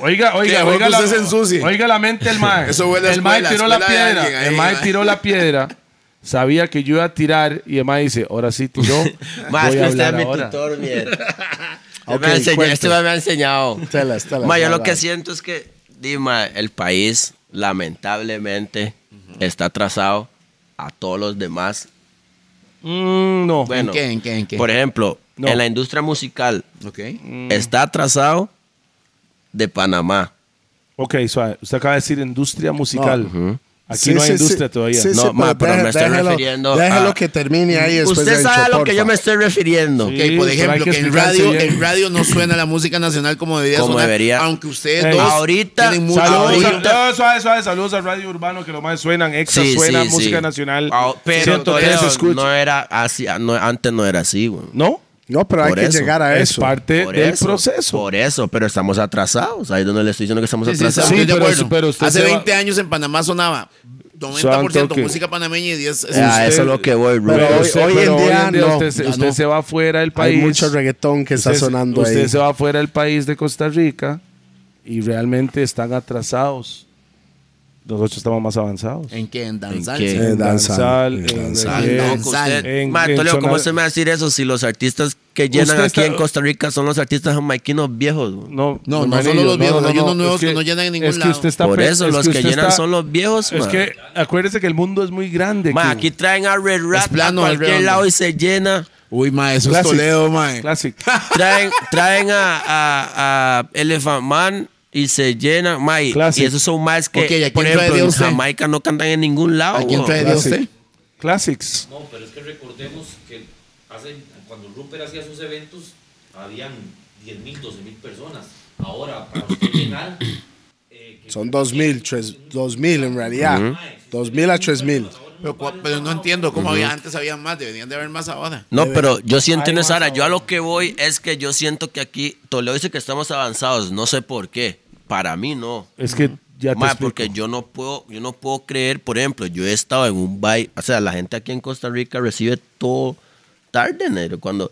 [SPEAKER 2] Oiga, oiga,
[SPEAKER 6] Que pues
[SPEAKER 2] oiga
[SPEAKER 6] usted
[SPEAKER 2] la,
[SPEAKER 6] se ensucie.
[SPEAKER 2] oiga la mente del mae.
[SPEAKER 6] Eso huele a
[SPEAKER 2] el mae
[SPEAKER 6] escuela,
[SPEAKER 2] tiró la
[SPEAKER 6] escuela de
[SPEAKER 2] piedra.
[SPEAKER 6] alguien ahí,
[SPEAKER 2] el mae
[SPEAKER 6] mae.
[SPEAKER 2] tiró la piedra. Sabía que yo
[SPEAKER 4] *laughs*
[SPEAKER 2] iba a tirar y el mae dice, ahora sí tiró.
[SPEAKER 4] Más
[SPEAKER 2] voy
[SPEAKER 4] que
[SPEAKER 2] a
[SPEAKER 4] usted es
[SPEAKER 2] hablar
[SPEAKER 4] mi
[SPEAKER 2] ahora.
[SPEAKER 4] tutor, mierda. Él *laughs* me ha enseñado, este mae me ha enseñado.
[SPEAKER 3] Telas, telas,
[SPEAKER 4] Ma, yo
[SPEAKER 3] va,
[SPEAKER 4] lo
[SPEAKER 3] va.
[SPEAKER 4] que siento es que, Dima, el país lamentablemente está atrasado a todos los demás.
[SPEAKER 2] Mm, no.
[SPEAKER 4] Bueno,
[SPEAKER 6] qué, en qué, en qué?
[SPEAKER 4] por ejemplo,
[SPEAKER 2] No.
[SPEAKER 4] en la industria musical
[SPEAKER 6] Ok.
[SPEAKER 4] está atrasado de Panamá.
[SPEAKER 2] Ok, suave. Usted acaba de decir industria musical. Aquí no hay industria todavía.
[SPEAKER 4] No, ma, pero me estoy
[SPEAKER 3] déjelo,
[SPEAKER 4] refiriendo
[SPEAKER 3] Déjelo
[SPEAKER 4] a- Mm,
[SPEAKER 3] que termine ahí después
[SPEAKER 4] Usted
[SPEAKER 3] del
[SPEAKER 4] sabe a lo que
[SPEAKER 3] choporfa.
[SPEAKER 4] yo me estoy refiriendo.
[SPEAKER 2] Sí.
[SPEAKER 6] Ok, por
[SPEAKER 2] pero hay
[SPEAKER 6] ejemplo,
[SPEAKER 2] que
[SPEAKER 6] que en
[SPEAKER 2] explicarse
[SPEAKER 6] radio,
[SPEAKER 2] bien.
[SPEAKER 6] en radio no suena la música nacional como debería
[SPEAKER 4] Como
[SPEAKER 6] sonar.
[SPEAKER 4] debería.
[SPEAKER 6] Aunque ustedes
[SPEAKER 2] Ey.
[SPEAKER 6] dos
[SPEAKER 4] Ahorita-
[SPEAKER 6] tienen mucho
[SPEAKER 2] Saludos,
[SPEAKER 6] oído.
[SPEAKER 2] a, no, suave, suave, saludos a Radio Urbano, que lo más suenan, extra
[SPEAKER 4] Sí,
[SPEAKER 2] suena,
[SPEAKER 4] sí,
[SPEAKER 2] música
[SPEAKER 4] sí.
[SPEAKER 2] nacional.
[SPEAKER 4] Ah, pero
[SPEAKER 2] Siento que
[SPEAKER 4] Toledo,
[SPEAKER 2] se escucha.
[SPEAKER 4] no era así, no, antes no era así, güey.
[SPEAKER 2] ¿No?
[SPEAKER 3] No, pero hay
[SPEAKER 4] Por
[SPEAKER 3] que
[SPEAKER 4] eso.
[SPEAKER 3] llegar a
[SPEAKER 2] Es
[SPEAKER 3] eso.
[SPEAKER 2] parte
[SPEAKER 4] Por
[SPEAKER 2] del
[SPEAKER 4] eso,
[SPEAKER 2] proceso.
[SPEAKER 4] Por eso, pero estamos atrasados. Ahí es donde le estoy diciendo que estamos
[SPEAKER 6] Sí, sí,
[SPEAKER 4] atrasados.
[SPEAKER 6] sí,
[SPEAKER 2] Sí,
[SPEAKER 6] estoy de
[SPEAKER 2] pero-
[SPEAKER 6] acuerdo.
[SPEAKER 2] pero usted se
[SPEAKER 6] Hace
[SPEAKER 2] va-
[SPEAKER 6] 20 años en Panamá sonaba 90%
[SPEAKER 2] Santo Ah,
[SPEAKER 6] música panameña y 10
[SPEAKER 4] Eh, a eso es lo que voy, Rubén.
[SPEAKER 3] Pero hoy-
[SPEAKER 2] usted-
[SPEAKER 3] hoy en día no,
[SPEAKER 2] usted, se-
[SPEAKER 6] ya
[SPEAKER 2] usted
[SPEAKER 6] no.
[SPEAKER 2] se va fuera del
[SPEAKER 3] Hay
[SPEAKER 2] país.
[SPEAKER 3] mucho reggaetón que está
[SPEAKER 2] Usted se-
[SPEAKER 3] sonando
[SPEAKER 2] usted
[SPEAKER 3] ahí.
[SPEAKER 2] se va fuera del país de Costa Rica y realmente están atrasados. Nosotros estamos más avanzados.
[SPEAKER 6] ¿En qué? ¿En danzar?
[SPEAKER 4] qué?
[SPEAKER 6] sí.
[SPEAKER 3] Eh,
[SPEAKER 2] eh. En danzal,
[SPEAKER 3] danzal,
[SPEAKER 2] en
[SPEAKER 6] danzal.
[SPEAKER 2] reggae.
[SPEAKER 6] No,
[SPEAKER 4] Loco, usted-
[SPEAKER 2] En-
[SPEAKER 4] Ma,
[SPEAKER 2] en
[SPEAKER 4] Toledo,
[SPEAKER 2] sonar-
[SPEAKER 4] ¿cómo se me va a decir eso si los artistas que llenan
[SPEAKER 2] Usted
[SPEAKER 4] aquí
[SPEAKER 2] está-
[SPEAKER 4] en Costa Rica son los artistas jamaiquinos viejos? güey?
[SPEAKER 2] No,
[SPEAKER 6] No, no
[SPEAKER 2] Manillo,
[SPEAKER 6] solo los viejos, hay unos nuevos que no llenan en ningún
[SPEAKER 2] es
[SPEAKER 6] lado.
[SPEAKER 2] usted está
[SPEAKER 4] Por
[SPEAKER 2] pe-
[SPEAKER 4] eso,
[SPEAKER 2] es
[SPEAKER 4] los que,
[SPEAKER 2] usted
[SPEAKER 4] llenan
[SPEAKER 2] está-
[SPEAKER 4] son los viejos,
[SPEAKER 2] Es
[SPEAKER 4] ma.
[SPEAKER 2] que acuérdese que el mundo es muy grande.
[SPEAKER 4] Ma,
[SPEAKER 2] King. *laughs*
[SPEAKER 4] aquí traen a Red Rat
[SPEAKER 6] plano,
[SPEAKER 4] a
[SPEAKER 6] es
[SPEAKER 4] cualquier
[SPEAKER 6] redondo.
[SPEAKER 4] lado y se llena.
[SPEAKER 6] Uy, ma, eso
[SPEAKER 2] Classic.
[SPEAKER 6] es Toledo, ma.
[SPEAKER 2] Classic.
[SPEAKER 4] *laughs* Traen, traen a, a, a Elephant Man y se llena. Ma, y,
[SPEAKER 2] Clásico.
[SPEAKER 4] y esos son más que,
[SPEAKER 6] Ok, ¿y a
[SPEAKER 4] por
[SPEAKER 6] quién trae
[SPEAKER 4] ejemplo,
[SPEAKER 6] de
[SPEAKER 4] en
[SPEAKER 6] usted?
[SPEAKER 4] Jamaica no cantan en ningún lado.
[SPEAKER 6] ¿A quién
[SPEAKER 4] güey.
[SPEAKER 6] trae de usted?
[SPEAKER 2] Classics.
[SPEAKER 8] No, pero es que recordemos que hace, cuando Rupert hacía sus eventos, habían 10.000, 12.000 personas. Ahora, para usted llenar, eh, que-
[SPEAKER 3] Son 2000, 3000 2000 en realidad. 2000 a 3000.
[SPEAKER 6] Pero, cua- pero no entiendo cómo había, antes había más, deberían de haber más ahora.
[SPEAKER 4] No, pero yo sí entiendo esa área. Yo a lo que voy es que yo siento que aquí Toledo dice que estamos avanzados. No sé por qué. Para mí no.
[SPEAKER 2] Es que ya te
[SPEAKER 4] Ma,
[SPEAKER 2] explico.
[SPEAKER 4] porque yo no puedo, yo no puedo creer, por ejemplo, yo he estado en un baile, o sea, la gente aquí en Costa Rica recibe todo tarde, negro. Cuando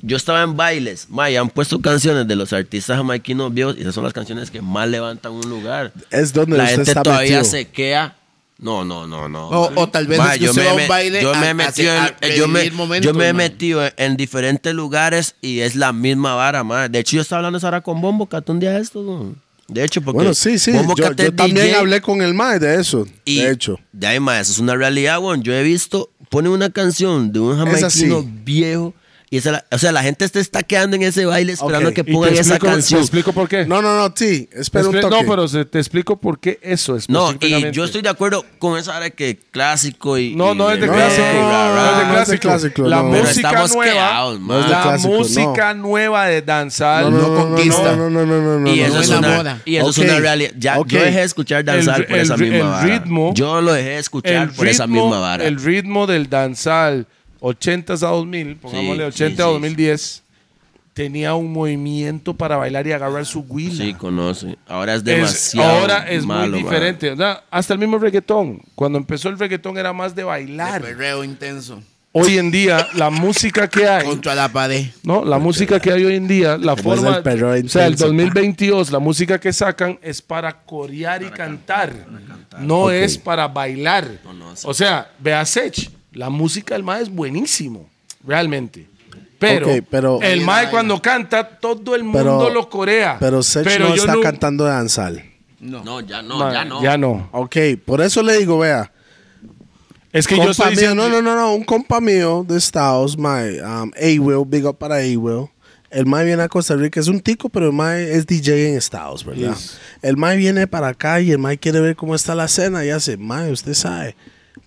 [SPEAKER 4] yo estaba en bailes, ma, y han puesto canciones de los artistas jamaiquinos viejos y esas son las canciones que más levantan un lugar.
[SPEAKER 3] Es donde
[SPEAKER 4] la
[SPEAKER 3] usted
[SPEAKER 4] gente
[SPEAKER 3] está
[SPEAKER 4] todavía
[SPEAKER 3] metido.
[SPEAKER 4] se queda. No, no, no, no.
[SPEAKER 6] O- o tal vez es que usted va a un
[SPEAKER 4] me-
[SPEAKER 6] baile
[SPEAKER 4] yo
[SPEAKER 6] a-
[SPEAKER 4] me he
[SPEAKER 6] a-
[SPEAKER 4] metido
[SPEAKER 6] a
[SPEAKER 4] en- eh, yo me-
[SPEAKER 6] revivir momentos,
[SPEAKER 4] yo me he
[SPEAKER 6] man.
[SPEAKER 4] metido en- en diferentes lugares y es la misma vara, ma. De hecho, yo estaba hablando ahora con Bombo Cat un día de esto, ¿no? De hecho, porque
[SPEAKER 3] Bueno, sí, sí.
[SPEAKER 4] Bombo
[SPEAKER 3] Yo,
[SPEAKER 4] Cat
[SPEAKER 3] yo
[SPEAKER 4] es
[SPEAKER 3] también
[SPEAKER 4] DJ,
[SPEAKER 3] hablé con el MAE de eso.
[SPEAKER 4] y
[SPEAKER 3] de hecho.
[SPEAKER 4] De ahí, ma, eso es una realidad, weón. Yo he visto, pone una canción de un
[SPEAKER 3] Es así.
[SPEAKER 4] jamaiquino viejo. Y esa la- o sea, la gente se está quedando en ese baile esperando
[SPEAKER 3] Ok.
[SPEAKER 4] que
[SPEAKER 2] Y te
[SPEAKER 4] pongan esa
[SPEAKER 2] explico-
[SPEAKER 4] canción.
[SPEAKER 2] Te explico por qué.
[SPEAKER 3] No, no, no, sí. Espera un
[SPEAKER 2] Espe-
[SPEAKER 3] toque.
[SPEAKER 2] no, pero se- te explico por qué eso es.
[SPEAKER 4] No, y yo estoy de acuerdo con esa área que clásico y.
[SPEAKER 2] No, no
[SPEAKER 4] y
[SPEAKER 2] es de
[SPEAKER 3] No,
[SPEAKER 4] reggae,
[SPEAKER 2] clásico.
[SPEAKER 3] no,
[SPEAKER 4] ra, ra.
[SPEAKER 2] No es de
[SPEAKER 3] no es de
[SPEAKER 2] clásico.
[SPEAKER 3] clásico,
[SPEAKER 2] La
[SPEAKER 3] no.
[SPEAKER 4] Pero
[SPEAKER 2] música
[SPEAKER 4] estamos
[SPEAKER 2] nueva.
[SPEAKER 4] quedados,
[SPEAKER 3] No es de
[SPEAKER 2] La
[SPEAKER 3] clásico, no.
[SPEAKER 2] música nueva de danzal.
[SPEAKER 3] no, no,
[SPEAKER 6] no
[SPEAKER 3] no, no,
[SPEAKER 6] conquista.
[SPEAKER 3] No, no, no, no, no,
[SPEAKER 4] y
[SPEAKER 3] no,
[SPEAKER 4] eso,
[SPEAKER 3] no,
[SPEAKER 4] es
[SPEAKER 3] no,
[SPEAKER 6] enamora.
[SPEAKER 4] una, y eso
[SPEAKER 3] Ok,
[SPEAKER 4] es una realidad. Ya,
[SPEAKER 3] ok.
[SPEAKER 4] Yo dejé de escuchar danzar
[SPEAKER 2] El-
[SPEAKER 4] por
[SPEAKER 2] el
[SPEAKER 4] esa
[SPEAKER 2] ri-
[SPEAKER 4] misma
[SPEAKER 2] el
[SPEAKER 4] vara.
[SPEAKER 2] ritmo-
[SPEAKER 4] yo lo dejé de escuchar
[SPEAKER 2] el
[SPEAKER 4] por esa
[SPEAKER 2] ritmo-
[SPEAKER 4] misma vara.
[SPEAKER 2] El ritmo del danzal 80 a 2000, pongámosle
[SPEAKER 4] sí,
[SPEAKER 2] 80 a
[SPEAKER 4] sí,
[SPEAKER 2] 2010, tenía un movimiento para bailar y agarrar su huila.
[SPEAKER 4] sí, conoce. Ahora es
[SPEAKER 2] Es-
[SPEAKER 4] demasiado.
[SPEAKER 2] ahora es
[SPEAKER 4] malo,
[SPEAKER 2] muy
[SPEAKER 4] man.
[SPEAKER 2] diferente. O sea, hasta el mismo reggaetón. Cuando empezó el reggaetón era más de
[SPEAKER 6] De
[SPEAKER 2] bailar.
[SPEAKER 6] perreo intenso.
[SPEAKER 2] Hoy en día, la música que hay,
[SPEAKER 6] Contra la pared.
[SPEAKER 2] ¿no? La música que hay hoy en día, la
[SPEAKER 3] Después
[SPEAKER 2] forma.
[SPEAKER 3] del perreo
[SPEAKER 2] O sea, el
[SPEAKER 3] intenso.
[SPEAKER 2] 2022, la música que sacan es para corear y cantar. No es para bailar. O sea, vea Sech, la música del MAE es buenísimo, realmente. Pero,
[SPEAKER 3] Ok, pero-
[SPEAKER 2] el MAE cuando canta, todo el
[SPEAKER 3] pero-
[SPEAKER 2] mundo lo corea.
[SPEAKER 3] Pero Sech no
[SPEAKER 2] yo
[SPEAKER 3] está
[SPEAKER 2] nu-
[SPEAKER 3] cantando de danzal.
[SPEAKER 4] No, ya no,
[SPEAKER 2] Ma,
[SPEAKER 4] ya no.
[SPEAKER 2] Ya no.
[SPEAKER 3] Ok, por eso le digo, vea.
[SPEAKER 2] Es que yo
[SPEAKER 3] compa
[SPEAKER 2] estoy
[SPEAKER 3] mío, no,
[SPEAKER 2] diciendo-
[SPEAKER 3] no, no, no, un compa mío de Estados, my um, A-Will, big up para A-Will. El Mae viene a Costa Rica, es un tico, pero el Mae es DJ en Estados, ¿verdad? El Mae viene para acá y el Mae quiere ver cómo está la cena y hace, Mae, usted sabe,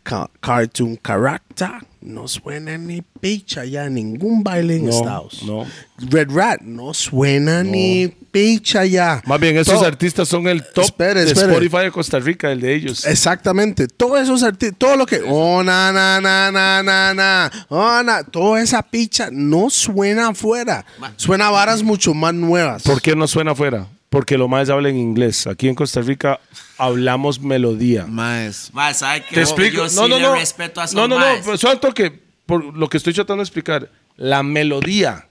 [SPEAKER 3] ca- cartoon character no suena ni picha ya, ningún baile en
[SPEAKER 2] No,
[SPEAKER 3] Estados.
[SPEAKER 2] no.
[SPEAKER 3] Red Rat no suena ni picha ya.
[SPEAKER 2] Más bien, esos
[SPEAKER 3] Todo-
[SPEAKER 2] artistas son el top
[SPEAKER 3] Espere,
[SPEAKER 2] de
[SPEAKER 3] espere.
[SPEAKER 2] Spotify de Costa Rica, el de ellos.
[SPEAKER 3] Exactamente. Todos esos artistas, todo lo que. Oh, na, na, na, na, na, na. Oh, na. Toda esa picha no suena afuera. Suena a varas mucho más nuevas.
[SPEAKER 2] ¿Por qué no suena afuera? Porque lo más habla en inglés. Aquí en Costa Rica hablamos melodía.
[SPEAKER 6] Más.
[SPEAKER 4] Ma, ¿sabe qué?
[SPEAKER 2] Te explico.
[SPEAKER 4] Yo
[SPEAKER 2] no,
[SPEAKER 4] sí
[SPEAKER 2] no,
[SPEAKER 4] le
[SPEAKER 2] no.
[SPEAKER 4] respeto a esos
[SPEAKER 2] no, pues, no,
[SPEAKER 4] maes.
[SPEAKER 2] no. Suelto que por lo que estoy tratando de explicar, la melodía,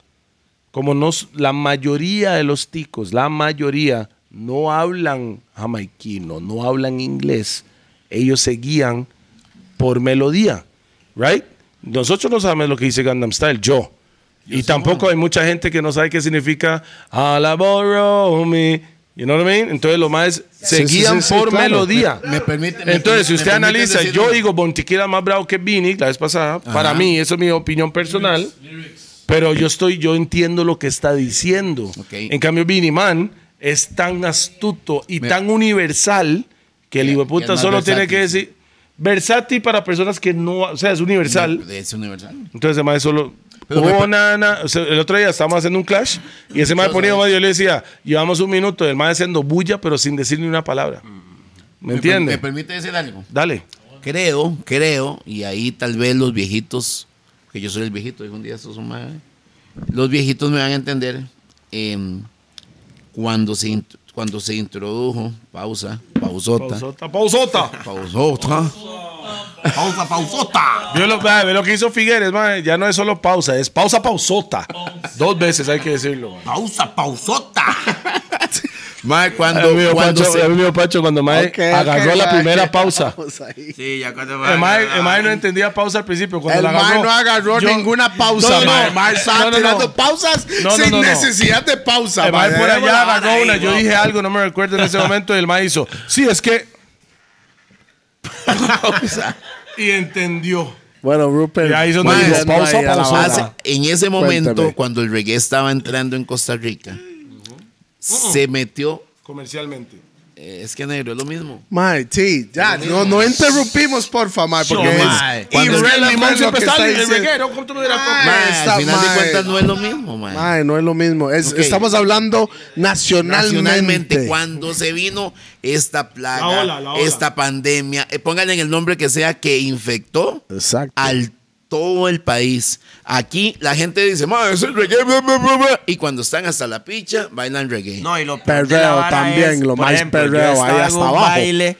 [SPEAKER 2] como nos, la mayoría de los ticos, la mayoría no hablan jamaiquino, no hablan inglés. Ellos se guían por melodía, right? Nosotros no sabemos lo que dice Gangnam Style, yo. Y tampoco hay mucha gente que no sabe qué significa All About Romy. You know what I mean? Entonces los más
[SPEAKER 3] Sí,
[SPEAKER 2] se
[SPEAKER 3] sí,
[SPEAKER 2] guían
[SPEAKER 3] sí, sí,
[SPEAKER 2] por
[SPEAKER 3] claro.
[SPEAKER 2] melodía.
[SPEAKER 6] Me permite. me
[SPEAKER 2] Entonces, si
[SPEAKER 6] permite-
[SPEAKER 2] usted
[SPEAKER 6] me permite
[SPEAKER 2] analiza,
[SPEAKER 6] decir-
[SPEAKER 2] yo digo Bontiquera más bravo que Vini la vez pasada. Para mí, eso es mi opinión personal. Pero yo estoy, yo entiendo lo que está diciendo.
[SPEAKER 6] Ok.
[SPEAKER 2] En cambio, Vini Man es tan astuto y
[SPEAKER 6] Me-
[SPEAKER 2] tan universal que el
[SPEAKER 6] Que-
[SPEAKER 2] hijo de
[SPEAKER 6] que
[SPEAKER 2] puta
[SPEAKER 6] es más
[SPEAKER 2] solo tiene que
[SPEAKER 6] versátil.
[SPEAKER 2] decir versátil para personas que no, o sea, es universal.
[SPEAKER 6] Es universal.
[SPEAKER 2] Entonces, además, solo.
[SPEAKER 6] Pero
[SPEAKER 2] Oh,
[SPEAKER 6] me-
[SPEAKER 2] na, na. O sea, el otro día estábamos haciendo un clash y ese mae ponía más. Yo le decía, llevamos un minuto, el mae haciendo bulla, pero sin decir ni una palabra. ¿Me
[SPEAKER 6] per-
[SPEAKER 2] entiende?
[SPEAKER 6] ¿Me permite decir algo?
[SPEAKER 2] Dale.
[SPEAKER 6] Creo, creo, y ahí tal vez los viejitos, que yo soy el viejito, y un día sos un madre, los viejitos me van a entender. em, cuando, se, int- cuando se introdujo, pausa, pausota,
[SPEAKER 2] Pausota,
[SPEAKER 3] *laughs*
[SPEAKER 2] pausota.
[SPEAKER 6] pausota,
[SPEAKER 2] *laughs*
[SPEAKER 6] pausa, pausota.
[SPEAKER 2] Vio lo, mae, ve lo que hizo Figueres, mae, ya no es solo pausa, es pausa pausota. Dos veces hay que decirlo. mae.
[SPEAKER 6] Pausa, pausota. Mae, cuando,
[SPEAKER 2] A mí me dio
[SPEAKER 6] cuando
[SPEAKER 2] Pacho-
[SPEAKER 6] se-
[SPEAKER 2] a mí me dio Pacho cuando mae
[SPEAKER 3] Ok,
[SPEAKER 2] agarró
[SPEAKER 3] ok,
[SPEAKER 2] la
[SPEAKER 3] ok.
[SPEAKER 2] primera
[SPEAKER 3] *laughs*
[SPEAKER 2] pausa.
[SPEAKER 3] Vamos ahí.
[SPEAKER 4] Sí, ya cuando
[SPEAKER 2] El mae, el mae no entendía pausa al principio. Cuando
[SPEAKER 3] El
[SPEAKER 2] la
[SPEAKER 3] mae no agarró
[SPEAKER 2] yo-
[SPEAKER 3] ninguna pausa,
[SPEAKER 2] No, no, no.
[SPEAKER 3] mae. El mae estaba
[SPEAKER 2] No, no, no.
[SPEAKER 3] tirando pausas
[SPEAKER 2] No, no,
[SPEAKER 3] sin
[SPEAKER 2] no, no.
[SPEAKER 3] necesidad de pausa,
[SPEAKER 2] El mae
[SPEAKER 3] mae.
[SPEAKER 2] por allá
[SPEAKER 4] Démosla
[SPEAKER 2] agarró
[SPEAKER 4] ahí,
[SPEAKER 2] una. Yo
[SPEAKER 4] guapo.
[SPEAKER 2] dije algo, no me recuerdo en
[SPEAKER 3] *laughs*
[SPEAKER 2] ese momento. Y el mae hizo, sí, es que. y entendió.
[SPEAKER 3] Bueno, Rupert.
[SPEAKER 2] Y ahí es donde
[SPEAKER 3] mae,
[SPEAKER 2] dijo,
[SPEAKER 3] ya no
[SPEAKER 2] pausa,
[SPEAKER 3] hay a la
[SPEAKER 2] pausa.
[SPEAKER 3] vara.
[SPEAKER 6] Hace- en ese momento,
[SPEAKER 3] Cuéntame.
[SPEAKER 6] cuando el reggae estaba entrando en Costa Rica, se metió.
[SPEAKER 2] Comercialmente.
[SPEAKER 6] eh, es que negro es lo mismo.
[SPEAKER 3] Mae, sí, ya, no, no interrumpimos, porfa, mae, porque
[SPEAKER 6] Yo,
[SPEAKER 3] es
[SPEAKER 6] mae. Cuando
[SPEAKER 3] irrelevant
[SPEAKER 2] El limón
[SPEAKER 3] lo que
[SPEAKER 2] siempre
[SPEAKER 3] está
[SPEAKER 2] está el
[SPEAKER 3] diciendo.
[SPEAKER 2] reguero. ¿Cómo tú me dirás?
[SPEAKER 3] Mae,
[SPEAKER 6] Mae,
[SPEAKER 3] está-
[SPEAKER 6] al final
[SPEAKER 3] mae.
[SPEAKER 6] de cuentas no es lo mismo, mae.
[SPEAKER 3] Mae, no es lo mismo. Es-
[SPEAKER 6] Ok.
[SPEAKER 3] Estamos hablando nacionalmente.
[SPEAKER 6] Nacionalmente, cuando se vino esta plaga,
[SPEAKER 2] La ola, la ola.
[SPEAKER 6] esta pandemia, eh, pónganle en el nombre que sea que infectó
[SPEAKER 3] Exacto.
[SPEAKER 6] al todo el país. Aquí la gente dice, "Ma, es el reggae, bla, bla, bla, bla", y cuando están hasta la picha, bailan reggae.
[SPEAKER 4] No, y lo peor de la
[SPEAKER 3] Perreo
[SPEAKER 4] vara
[SPEAKER 3] también,
[SPEAKER 4] es,
[SPEAKER 3] lo
[SPEAKER 4] por
[SPEAKER 3] más
[SPEAKER 4] ejemplo, yo
[SPEAKER 3] perreo, ahí
[SPEAKER 4] estaba en
[SPEAKER 3] hasta
[SPEAKER 4] un
[SPEAKER 3] abajo.
[SPEAKER 4] baile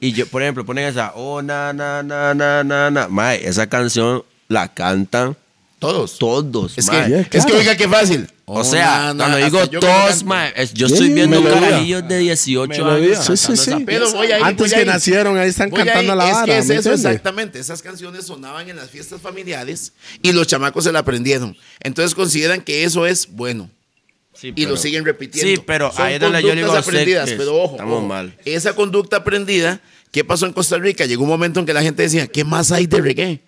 [SPEAKER 4] y yo, por ejemplo, ponen esa, oh, na, na, na, na, na, na. Mae, esa canción la cantan
[SPEAKER 6] Todos.
[SPEAKER 4] todos,
[SPEAKER 6] Es
[SPEAKER 4] mae.
[SPEAKER 6] que,
[SPEAKER 3] Yeah,
[SPEAKER 6] es que
[SPEAKER 3] claro.
[SPEAKER 6] oiga qué fácil.
[SPEAKER 4] O sea,
[SPEAKER 6] no
[SPEAKER 4] cuando digo todos, mae, es- yo estoy
[SPEAKER 3] Yeah,
[SPEAKER 4] viendo
[SPEAKER 3] melodía.
[SPEAKER 4] carajillos de 18
[SPEAKER 2] Melodía.
[SPEAKER 4] años.
[SPEAKER 3] Sí, sí,
[SPEAKER 4] cantando
[SPEAKER 3] sí.
[SPEAKER 4] esa *laughs*
[SPEAKER 6] Pero voy a ir,
[SPEAKER 3] Antes
[SPEAKER 6] voy a
[SPEAKER 3] que
[SPEAKER 6] ir.
[SPEAKER 3] nacieron, ahí están
[SPEAKER 6] Voy a
[SPEAKER 3] cantando
[SPEAKER 6] ir.
[SPEAKER 3] la
[SPEAKER 6] Es
[SPEAKER 3] vara.
[SPEAKER 6] que es
[SPEAKER 3] ¿me
[SPEAKER 6] eso,
[SPEAKER 3] entiende?
[SPEAKER 6] exactamente. Esas canciones sonaban en las fiestas familiares y los chamacos se la aprendieron. Entonces consideran que eso es bueno.
[SPEAKER 4] Sí,
[SPEAKER 6] y lo
[SPEAKER 4] pero-
[SPEAKER 6] siguen repitiendo.
[SPEAKER 4] Sí, pero
[SPEAKER 6] Son
[SPEAKER 4] ahí es donde yo le digo a
[SPEAKER 6] conductas
[SPEAKER 4] usted
[SPEAKER 6] aprendidas,
[SPEAKER 4] que
[SPEAKER 6] pero ojo,
[SPEAKER 4] estamos
[SPEAKER 6] ojo.
[SPEAKER 4] mal.
[SPEAKER 6] Esa conducta aprendida, ¿qué pasó en Costa Rica? Llegó un momento en que la gente decía, ¿qué más hay de reggae?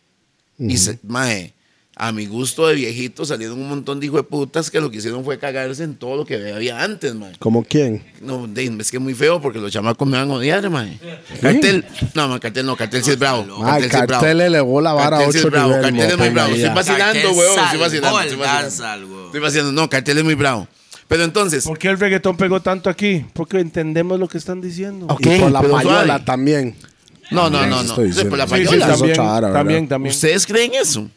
[SPEAKER 6] Y se- mae, a mi gusto de viejito salieron un montón de hijos de putas que lo que hicieron fue cagarse en todo lo que había antes, mae.
[SPEAKER 3] ¿Como quién?
[SPEAKER 6] No, de- es que es muy feo porque los chamacos me van a odiar, mae. Cartel, no, mae, cartel no, cartel sí es bravo.
[SPEAKER 3] Ah, el
[SPEAKER 6] sí es bravo.
[SPEAKER 3] cartel elevó la vara a
[SPEAKER 6] Cartel sí es
[SPEAKER 3] 8
[SPEAKER 6] bravo,
[SPEAKER 3] niveles.
[SPEAKER 6] cartel es muy
[SPEAKER 3] mo,
[SPEAKER 6] bravo.
[SPEAKER 3] ponga
[SPEAKER 6] Estoy
[SPEAKER 3] ya.
[SPEAKER 6] vacilando,
[SPEAKER 4] Cartel
[SPEAKER 6] weón. Estoy
[SPEAKER 4] salvó
[SPEAKER 6] vacilando.
[SPEAKER 4] el
[SPEAKER 6] Estoy vacilando.
[SPEAKER 4] dancehall, weón.
[SPEAKER 6] Estoy vacilando. No, cartel es muy bravo. Pero entonces,
[SPEAKER 2] ¿Por qué el reggaetón pegó tanto aquí? Porque entendemos lo que están diciendo.
[SPEAKER 6] Ok,
[SPEAKER 3] y por la
[SPEAKER 6] pero
[SPEAKER 3] payola
[SPEAKER 6] suave.
[SPEAKER 3] también.
[SPEAKER 6] No, no, no, no.
[SPEAKER 3] Estoy
[SPEAKER 6] Eso es por la
[SPEAKER 2] Sí, sí,
[SPEAKER 6] payola.
[SPEAKER 3] Eso es
[SPEAKER 2] también,
[SPEAKER 3] otra vara, ¿verdad?
[SPEAKER 2] también, también.
[SPEAKER 6] ¿Ustedes creen eso?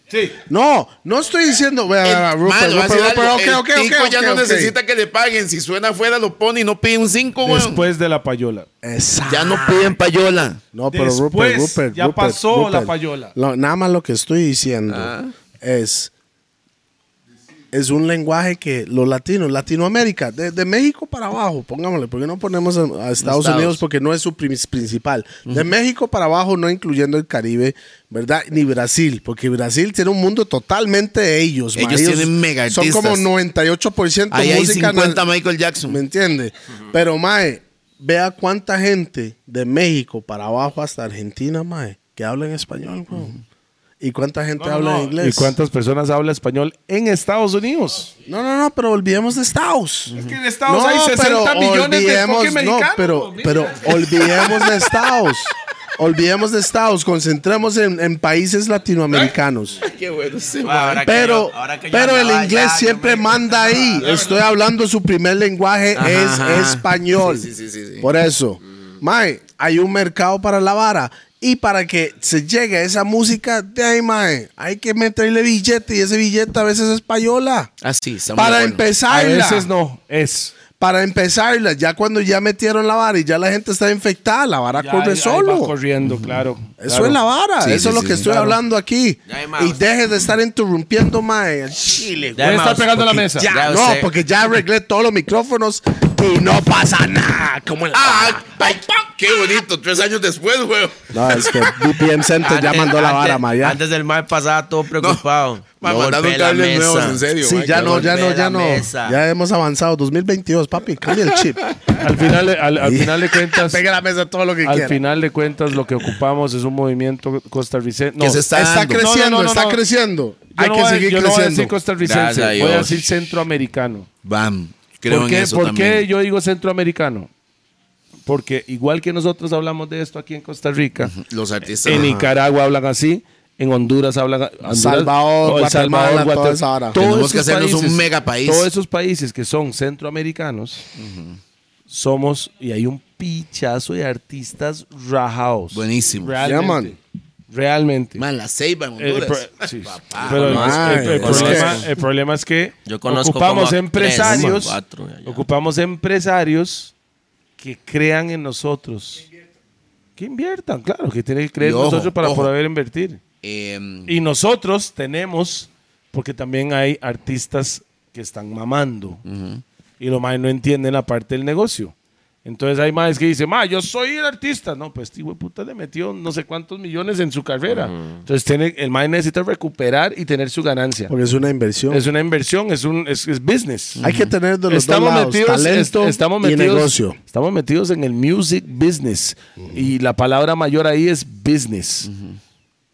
[SPEAKER 3] No, no estoy diciendo. Vea,
[SPEAKER 6] El-
[SPEAKER 3] vea, Rupert,
[SPEAKER 6] Mano, va a
[SPEAKER 3] Rupert,
[SPEAKER 6] ser
[SPEAKER 3] Rupert,
[SPEAKER 6] algo.
[SPEAKER 3] ok,
[SPEAKER 6] El
[SPEAKER 3] ok,
[SPEAKER 6] tico
[SPEAKER 3] ok,
[SPEAKER 6] ya no
[SPEAKER 3] ok.
[SPEAKER 6] necesita que le paguen. Si suena afuera, lo pone y no pide un 5, weón.
[SPEAKER 2] Después de la payola.
[SPEAKER 3] Exacto.
[SPEAKER 6] Ya no piden payola.
[SPEAKER 3] No, pero
[SPEAKER 2] Después,
[SPEAKER 3] Rupert, Rupert,
[SPEAKER 2] ya
[SPEAKER 3] Rupert,
[SPEAKER 2] pasó
[SPEAKER 3] Rupert.
[SPEAKER 2] la payola.
[SPEAKER 3] Lo- nada más lo que estoy diciendo
[SPEAKER 6] Ah.
[SPEAKER 3] es es un lenguaje que los latinos, Latinoamérica, de, de México para abajo, pongámosle, porque no ponemos a, a Estados
[SPEAKER 6] Estados.
[SPEAKER 3] Unidos porque no es su prim- principal. De México para abajo, no incluyendo el Caribe, ¿verdad? Ni Brasil, porque Brasil tiene un mundo totalmente de ellos. ma.
[SPEAKER 6] Ellos tienen mega
[SPEAKER 3] Son como
[SPEAKER 6] artistas.
[SPEAKER 3] 98%
[SPEAKER 6] Ahí hay
[SPEAKER 3] música
[SPEAKER 6] 50
[SPEAKER 3] na-
[SPEAKER 6] Michael
[SPEAKER 3] *laughs* ¿Me
[SPEAKER 6] Jackson.
[SPEAKER 3] entiende? Pero, mae, vea cuánta gente de México para abajo hasta Argentina, mae, que habla en español, bro. Y cuánta gente habla en
[SPEAKER 2] ¿Y
[SPEAKER 3] inglés.
[SPEAKER 2] cuántas personas hablan español en Estados Unidos?
[SPEAKER 3] No, no, no, pero olvidemos de Estados.
[SPEAKER 2] que en Estados hay 60 millones de fucking
[SPEAKER 3] No,
[SPEAKER 2] mexicanos,
[SPEAKER 3] pero,
[SPEAKER 2] mira.
[SPEAKER 3] pero olvidemos de Estados. Olvidemos de Estados. Concentremos en, en países latinoamericanos.
[SPEAKER 6] Qué bueno. sí.
[SPEAKER 4] Bueno, ahora que
[SPEAKER 3] Pero,
[SPEAKER 4] yo- ahora que yo
[SPEAKER 3] pero el
[SPEAKER 4] andaba
[SPEAKER 3] inglés
[SPEAKER 4] allá, yo
[SPEAKER 3] siempre
[SPEAKER 4] me-
[SPEAKER 3] manda ahí. Estoy hablando, su primer lenguaje
[SPEAKER 6] Ajá,
[SPEAKER 3] es
[SPEAKER 6] ajá.
[SPEAKER 3] español.
[SPEAKER 6] Sí, sí, sí, sí, sí.
[SPEAKER 3] Por eso, Mae, hay un mercado para la vara. Y para que se llegue a esa música, de ahí, Mae, hay que meterle billete. Y ese billete a veces es payola.
[SPEAKER 6] Así, estamos
[SPEAKER 3] Para
[SPEAKER 6] de acuerdo.
[SPEAKER 2] A
[SPEAKER 3] empezarla.
[SPEAKER 2] veces no, es.
[SPEAKER 3] Para empezarla. Ya cuando ya metieron la vara y ya la gente está infectada, la vara
[SPEAKER 2] Ya,
[SPEAKER 3] corre
[SPEAKER 2] ahí- ahí
[SPEAKER 3] solo.
[SPEAKER 2] va corriendo, claro.
[SPEAKER 3] Eso
[SPEAKER 2] claro.
[SPEAKER 3] es la vara,
[SPEAKER 6] Sí,
[SPEAKER 3] eso
[SPEAKER 6] sí,
[SPEAKER 3] es lo
[SPEAKER 6] sí,
[SPEAKER 3] que
[SPEAKER 6] sí,
[SPEAKER 3] estoy
[SPEAKER 6] claro.
[SPEAKER 3] hablando aquí.
[SPEAKER 4] Ya, Emma,
[SPEAKER 3] Y
[SPEAKER 4] usted-
[SPEAKER 3] deje de estar interrumpiendo, mae. al Chile,
[SPEAKER 4] Ya,
[SPEAKER 2] Él
[SPEAKER 4] Emma,
[SPEAKER 2] está pegando la
[SPEAKER 4] porque
[SPEAKER 2] mesa.
[SPEAKER 3] Ya,
[SPEAKER 4] Ya,
[SPEAKER 3] no,
[SPEAKER 4] usted-
[SPEAKER 3] porque ya arreglé todos los micrófonos y no pasa nada. Como en la.
[SPEAKER 6] Ah, ay, ay, Qué bonito, tres años después, güey.
[SPEAKER 3] No, es que BPM Center ya
[SPEAKER 4] Antes-
[SPEAKER 3] mandó la vara,
[SPEAKER 4] antes-
[SPEAKER 3] ma, ya.
[SPEAKER 4] Antes del mal pasaba todo preocupado.
[SPEAKER 5] Ma,
[SPEAKER 4] No
[SPEAKER 5] mandando
[SPEAKER 4] golpeé la
[SPEAKER 5] cables
[SPEAKER 4] mesa.
[SPEAKER 5] nuevos, en serio.
[SPEAKER 3] Sí,
[SPEAKER 5] ma,
[SPEAKER 3] ya
[SPEAKER 5] que
[SPEAKER 3] no, ya no,
[SPEAKER 4] golpee
[SPEAKER 3] ya
[SPEAKER 4] la
[SPEAKER 3] no.
[SPEAKER 4] mesa.
[SPEAKER 3] Ya hemos avanzado. 2022, papi, cambia el chip.
[SPEAKER 2] Al final, le- al, al final de
[SPEAKER 3] *laughs*
[SPEAKER 2] cuentas,
[SPEAKER 3] Pega la mesa todo lo que
[SPEAKER 2] Pues, al
[SPEAKER 3] quiera.
[SPEAKER 2] final de cuentas, lo que ocupamos es un movimiento costarricense. No,
[SPEAKER 6] que se está,
[SPEAKER 3] Está
[SPEAKER 6] dando.
[SPEAKER 2] No,
[SPEAKER 3] creciendo,
[SPEAKER 2] no, no,
[SPEAKER 3] está
[SPEAKER 2] no.
[SPEAKER 3] creciendo.
[SPEAKER 2] yo
[SPEAKER 3] Hay
[SPEAKER 2] no
[SPEAKER 3] que
[SPEAKER 2] voy a-
[SPEAKER 3] seguir
[SPEAKER 2] yo no voy a decir
[SPEAKER 3] creciendo.
[SPEAKER 2] costarricense,
[SPEAKER 6] Gracias a
[SPEAKER 2] voy a
[SPEAKER 6] Dios.
[SPEAKER 2] decir centroamericano.
[SPEAKER 6] Bam. Creo
[SPEAKER 2] ¿Por
[SPEAKER 6] en
[SPEAKER 2] qué,
[SPEAKER 6] eso
[SPEAKER 2] por
[SPEAKER 6] también.
[SPEAKER 2] qué yo digo centroamericano? Porque igual que nosotros hablamos de esto aquí en Costa Rica,
[SPEAKER 6] Los artistas. ah,
[SPEAKER 2] en
[SPEAKER 6] ajá.
[SPEAKER 2] Nicaragua hablan así, en Honduras hablan Honduras-
[SPEAKER 3] Salvador,
[SPEAKER 2] o El
[SPEAKER 3] Guatemala, toda
[SPEAKER 2] Salvador,
[SPEAKER 3] esa
[SPEAKER 2] Guatemala.
[SPEAKER 3] vara.
[SPEAKER 2] Todos
[SPEAKER 6] Tenemos
[SPEAKER 2] esos
[SPEAKER 6] que hacernos un mega país.
[SPEAKER 2] Todos esos países que son centroamericanos, somos, y hay un pichazo de artistas rajados.
[SPEAKER 6] Buenísimo.
[SPEAKER 2] Realmente.
[SPEAKER 3] man.
[SPEAKER 2] Realmente.
[SPEAKER 6] Man, la ceiba en
[SPEAKER 2] El
[SPEAKER 6] Honduras.
[SPEAKER 2] Eh, pro- sí. Pero el-
[SPEAKER 3] man,
[SPEAKER 2] el- el
[SPEAKER 3] es
[SPEAKER 2] problema-
[SPEAKER 3] que-
[SPEAKER 2] el problema es que
[SPEAKER 4] Yo conozco
[SPEAKER 2] ocupamos
[SPEAKER 4] como a
[SPEAKER 2] empresarios,
[SPEAKER 4] tres, cuatro, ya, ya.
[SPEAKER 2] ocupamos empresarios que crean en nosotros. Que inviertan, claro, que tienen que creer
[SPEAKER 6] Y
[SPEAKER 2] en
[SPEAKER 6] ojo,
[SPEAKER 2] nosotros para
[SPEAKER 6] ojo.
[SPEAKER 2] poder invertir.
[SPEAKER 6] Em,
[SPEAKER 2] Y nosotros tenemos, porque también hay artistas que están mamando. Y los más no entienden la parte del negocio. Entonces hay más que dicen, ma, yo soy el artista. No, pues este puta le metió no sé cuántos millones en su carrera. Entonces tiene, el más necesita recuperar y tener su ganancia.
[SPEAKER 3] Porque es una inversión.
[SPEAKER 2] Es una inversión, es un es, es business.
[SPEAKER 3] Hay que tener de los
[SPEAKER 2] Estamos
[SPEAKER 3] dos lados,
[SPEAKER 2] metidos,
[SPEAKER 3] talento
[SPEAKER 2] est- estamos
[SPEAKER 3] y
[SPEAKER 2] metidos,
[SPEAKER 3] negocio.
[SPEAKER 2] Estamos metidos en el music business. Y la palabra mayor ahí es business.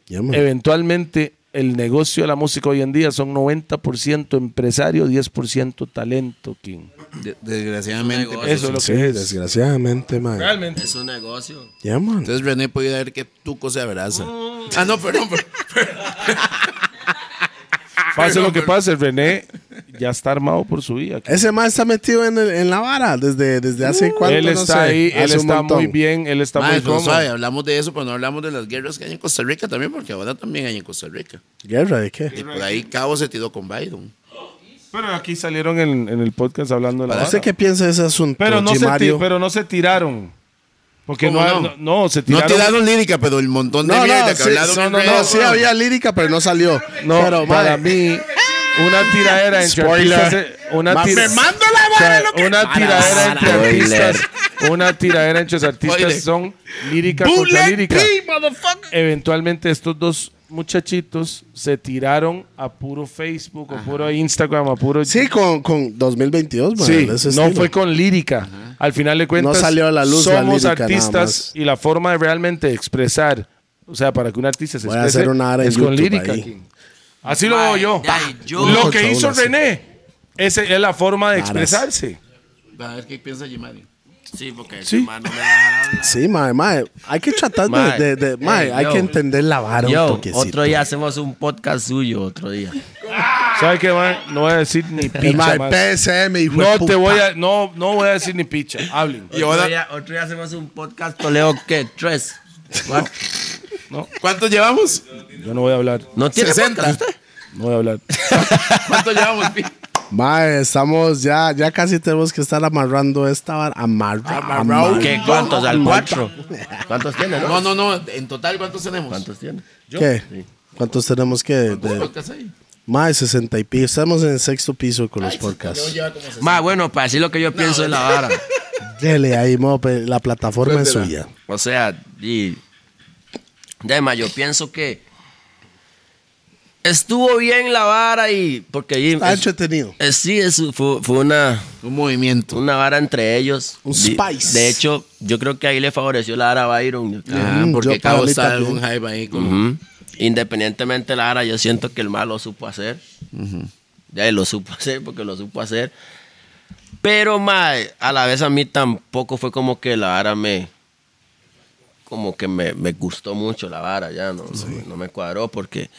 [SPEAKER 3] Ya, man.
[SPEAKER 2] Eventualmente, el negocio de la música hoy en día son 90% empresario, 10% talento, King.
[SPEAKER 6] de- desgraciadamente.
[SPEAKER 4] Eso
[SPEAKER 6] pues,
[SPEAKER 4] es
[SPEAKER 2] Eso es lo
[SPEAKER 3] Sí,
[SPEAKER 2] que es.
[SPEAKER 3] desgraciadamente, man.
[SPEAKER 2] Realmente.
[SPEAKER 4] Es un negocio.
[SPEAKER 3] Ya, man.
[SPEAKER 6] Entonces René puede dar que tuco se abraza.
[SPEAKER 2] Mm.
[SPEAKER 6] Ah, no, perdón. perdón.
[SPEAKER 2] Pase lo que pase, René ya está armado por su vida. King.
[SPEAKER 3] Ese man está metido en, el- en la vara desde, desde hace cuánto,
[SPEAKER 2] Él
[SPEAKER 3] no
[SPEAKER 2] está
[SPEAKER 3] sé,
[SPEAKER 2] ahí, él
[SPEAKER 3] hace un
[SPEAKER 2] está
[SPEAKER 3] montón.
[SPEAKER 2] muy bien, él *laughs* está
[SPEAKER 6] Ma,
[SPEAKER 2] muy
[SPEAKER 6] pero
[SPEAKER 2] cómodo.
[SPEAKER 6] suave, hablamos de eso, pero no hablamos de las guerras que hay en Costa Rica también, porque ahora también hay en Costa Rica.
[SPEAKER 3] ¿Guerra de qué?
[SPEAKER 6] Y por ahí Cabo se tiró con Biden.
[SPEAKER 2] Pero aquí salieron en, en el podcast hablando de la
[SPEAKER 3] No sé
[SPEAKER 2] vara.
[SPEAKER 3] qué piensa de ese asunto,
[SPEAKER 2] Pero no, se ti-
[SPEAKER 3] Chimario.
[SPEAKER 2] pero no se tiraron. Porque
[SPEAKER 6] ¿Cómo
[SPEAKER 2] no, no?
[SPEAKER 6] no?
[SPEAKER 2] no, se
[SPEAKER 6] No
[SPEAKER 2] tiraron.
[SPEAKER 6] tiraron lírica, pero el montón de
[SPEAKER 3] No,
[SPEAKER 6] mierda
[SPEAKER 3] no,
[SPEAKER 6] que
[SPEAKER 3] sí,
[SPEAKER 6] hablaron
[SPEAKER 3] no,
[SPEAKER 6] en
[SPEAKER 3] no, no,
[SPEAKER 6] redes,
[SPEAKER 3] sí
[SPEAKER 6] ma.
[SPEAKER 3] había lírica, pero no salió.
[SPEAKER 2] No,
[SPEAKER 3] pero, mae,
[SPEAKER 2] para mí, una tiradera entre
[SPEAKER 3] Spoiler.
[SPEAKER 2] artistas. Una
[SPEAKER 3] Ma-
[SPEAKER 2] tira-
[SPEAKER 3] me mando la vara,
[SPEAKER 2] O sea,
[SPEAKER 3] lo que-
[SPEAKER 2] Una tiradera entre
[SPEAKER 4] Spoiler.
[SPEAKER 2] artistas. Una tiradera entre los artistas
[SPEAKER 6] Spoiler.
[SPEAKER 2] son lírica contra lírica. Eventualmente, estos dos muchachitos se tiraron a puro Facebook, a puro Instagram, a puro.
[SPEAKER 3] Sí, con, con 2022, man,
[SPEAKER 2] Sí,
[SPEAKER 3] de ese
[SPEAKER 2] no
[SPEAKER 3] estilo.
[SPEAKER 2] fue con lírica. Al final de cuentas,
[SPEAKER 3] No salió a la luz la
[SPEAKER 2] somos
[SPEAKER 3] lírica, nada
[SPEAKER 2] artistas
[SPEAKER 3] más.
[SPEAKER 2] y la forma de realmente expresar, o sea, para que un artista se
[SPEAKER 3] Voy a
[SPEAKER 2] exprese,
[SPEAKER 3] hacer una área en
[SPEAKER 2] es con
[SPEAKER 3] YouTube
[SPEAKER 2] lírica.
[SPEAKER 3] ahí.
[SPEAKER 2] King. Así lo veo yo.
[SPEAKER 4] Ay, yo-
[SPEAKER 2] Lo
[SPEAKER 3] Ocho
[SPEAKER 2] que
[SPEAKER 3] a
[SPEAKER 2] hizo
[SPEAKER 3] una, sí.
[SPEAKER 2] René, esa es la forma de
[SPEAKER 3] Varas.
[SPEAKER 2] expresarse.
[SPEAKER 6] A ver qué piensa Jimmy.
[SPEAKER 4] Sí, porque
[SPEAKER 2] Sí.
[SPEAKER 4] ma, no me va a dejar hablar.
[SPEAKER 3] Sí, mae, mae. Hay que tratar
[SPEAKER 4] Mae.
[SPEAKER 3] de... de, de- mae,
[SPEAKER 4] Ey,
[SPEAKER 3] hay
[SPEAKER 4] yo.
[SPEAKER 3] que entender la vara un
[SPEAKER 4] Yo,
[SPEAKER 3] toquecito.
[SPEAKER 4] otro día hacemos un podcast suyo, otro día.
[SPEAKER 2] ¿Sabes qué, man? No voy a decir ni
[SPEAKER 3] Eh,
[SPEAKER 2] picha.
[SPEAKER 3] mae,
[SPEAKER 2] man.
[SPEAKER 3] PSM, hijo de
[SPEAKER 2] No te
[SPEAKER 3] puta.
[SPEAKER 2] voy a, no, no voy a decir ni picha. Hablen.
[SPEAKER 6] Y ahora-
[SPEAKER 4] Otro día, otro día hacemos un podcast Toledo, ¿qué? ¿Tres? ¿Cuatro?
[SPEAKER 6] ¿Cuánto llevamos?
[SPEAKER 2] Yo no voy a hablar.
[SPEAKER 4] ¿No tiene
[SPEAKER 6] 60.
[SPEAKER 4] podcast usted?
[SPEAKER 2] No voy a hablar.
[SPEAKER 6] ¿Cuánto llevamos? pi?
[SPEAKER 3] Mae, estamos ya... Ya casi tenemos que estar amarrando esta vara. Amarra, amarra.
[SPEAKER 4] ¿Qué? ¿Cuántos? ¿Al cuatro? ¿Cuántos tiene, no?
[SPEAKER 6] No, no, no. En total, ¿cuántos tenemos?
[SPEAKER 4] ¿Cuántos tiene?
[SPEAKER 3] ¿Qué? ¿Cuántos tenemos que...? de-
[SPEAKER 6] podcasts hay?
[SPEAKER 3] Mae, 60 y piso. Estamos en el sexto piso con los
[SPEAKER 6] Yo
[SPEAKER 3] podcasts.
[SPEAKER 6] lleva como 60.
[SPEAKER 4] Ma, bueno, para decir lo que yo pienso de la vara.
[SPEAKER 3] Dele ahí, mope. La plataforma es suya.
[SPEAKER 4] O sea, y. Además, yo pienso que. Estuvo bien la vara y. Porque ahí.
[SPEAKER 3] Está
[SPEAKER 4] es-
[SPEAKER 3] entretenido.
[SPEAKER 4] eh, sí, es- fue, fue una,
[SPEAKER 6] Un movimiento.
[SPEAKER 4] una vara entre ellos.
[SPEAKER 3] Un
[SPEAKER 4] Di-
[SPEAKER 3] spice.
[SPEAKER 4] De hecho, yo creo que ahí le favoreció la vara a Byron. yo creo.
[SPEAKER 6] Ah,
[SPEAKER 3] Mm,
[SPEAKER 6] porque
[SPEAKER 3] yo para
[SPEAKER 6] Cabo
[SPEAKER 3] mí
[SPEAKER 6] está en
[SPEAKER 3] también.
[SPEAKER 6] un hype ahí. como-
[SPEAKER 4] Ujú. Independientemente de la vara, yo siento que el mal lo supo hacer. Ya lo supo *laughs* hacer porque lo supo hacer. Pero, mae, a la vez a mí tampoco fue como que la vara me. Como que me, me gustó mucho la vara, ya no, no me- no me cuadró porque.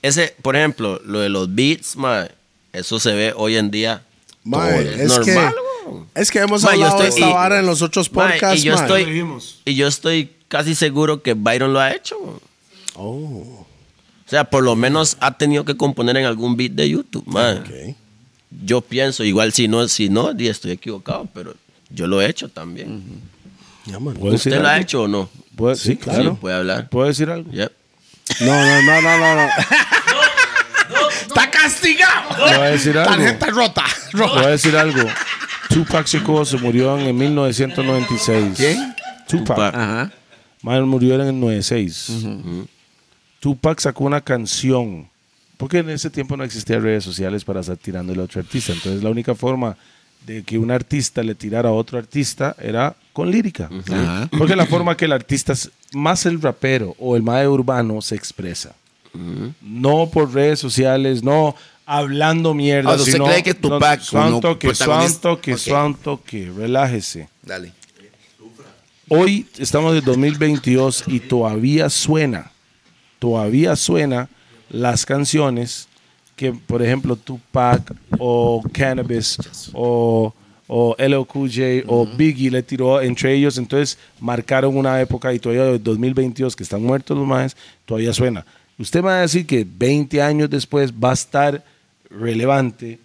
[SPEAKER 4] Ese, por ejemplo, lo de los beats, mae, eso se ve hoy en día.
[SPEAKER 3] Mae,
[SPEAKER 4] todo.
[SPEAKER 3] es,
[SPEAKER 4] normal, weón.
[SPEAKER 3] que, es que hemos
[SPEAKER 4] Ma, yo
[SPEAKER 3] hablado de
[SPEAKER 4] estoy-
[SPEAKER 3] esta
[SPEAKER 4] y-
[SPEAKER 3] vara en los otros
[SPEAKER 4] Ma,
[SPEAKER 3] podcasts.
[SPEAKER 4] y yo
[SPEAKER 3] ma.
[SPEAKER 4] estoy-
[SPEAKER 2] Lo dijimos.
[SPEAKER 4] Y yo estoy casi seguro que Byron lo ha hecho. weón.
[SPEAKER 3] Oh,
[SPEAKER 4] O sea, por lo menos ha tenido que componer en algún beat de YouTube, mae.
[SPEAKER 3] ok.
[SPEAKER 4] yo pienso, igual si no, si no, di, estoy equivocado, pero yo lo he hecho también.
[SPEAKER 3] Ya, man.
[SPEAKER 2] ¿Puedo decir
[SPEAKER 4] ¿Usted lo ha
[SPEAKER 2] algo?
[SPEAKER 4] hecho o no?
[SPEAKER 2] ¿Puedo- Sí,
[SPEAKER 4] Sí,
[SPEAKER 2] Pues claro.
[SPEAKER 4] puede hablar.
[SPEAKER 2] ¿Puedo decir algo?
[SPEAKER 4] Yep.
[SPEAKER 3] No, no, no, no, no. no.
[SPEAKER 6] ¡Está castigado!
[SPEAKER 2] Voy a decir algo.
[SPEAKER 6] rota.
[SPEAKER 2] Te voy a decir algo. Tupac Shakur se murió en 1996. ¿Quién? Tupac.
[SPEAKER 4] Tupac.
[SPEAKER 6] Ajá.
[SPEAKER 2] Madre murió en el 96. Tupac sacó una canción. Porque en ese tiempo no existían redes sociales para estar tirando el otro artista. Entonces la única forma de que un artista le tirara a otro artista era con lírica.
[SPEAKER 6] Ajá.
[SPEAKER 2] Porque la forma que el artista, es- más el rapero o el mae urbano, se expresa. No por redes sociales, no hablando mierda.
[SPEAKER 6] Ahora, Ah, ¿usted
[SPEAKER 2] sino-
[SPEAKER 6] cree que
[SPEAKER 2] no,
[SPEAKER 6] Tupac,
[SPEAKER 2] suan
[SPEAKER 6] uno
[SPEAKER 2] toque, suan
[SPEAKER 6] protagonista-
[SPEAKER 2] toque,
[SPEAKER 6] Ok.
[SPEAKER 2] suan toque, relájese.
[SPEAKER 6] Dale.
[SPEAKER 2] Hoy estamos en 2022 y todavía suena, todavía suena las canciones que, por ejemplo, Tupac o Cannabis o, o LL Cool J o Biggie le tiró entre ellos. Entonces marcaron una época y todavía en 2022, que están muertos los más, todavía suena. Usted me va a decir que 20 años después va a estar relevante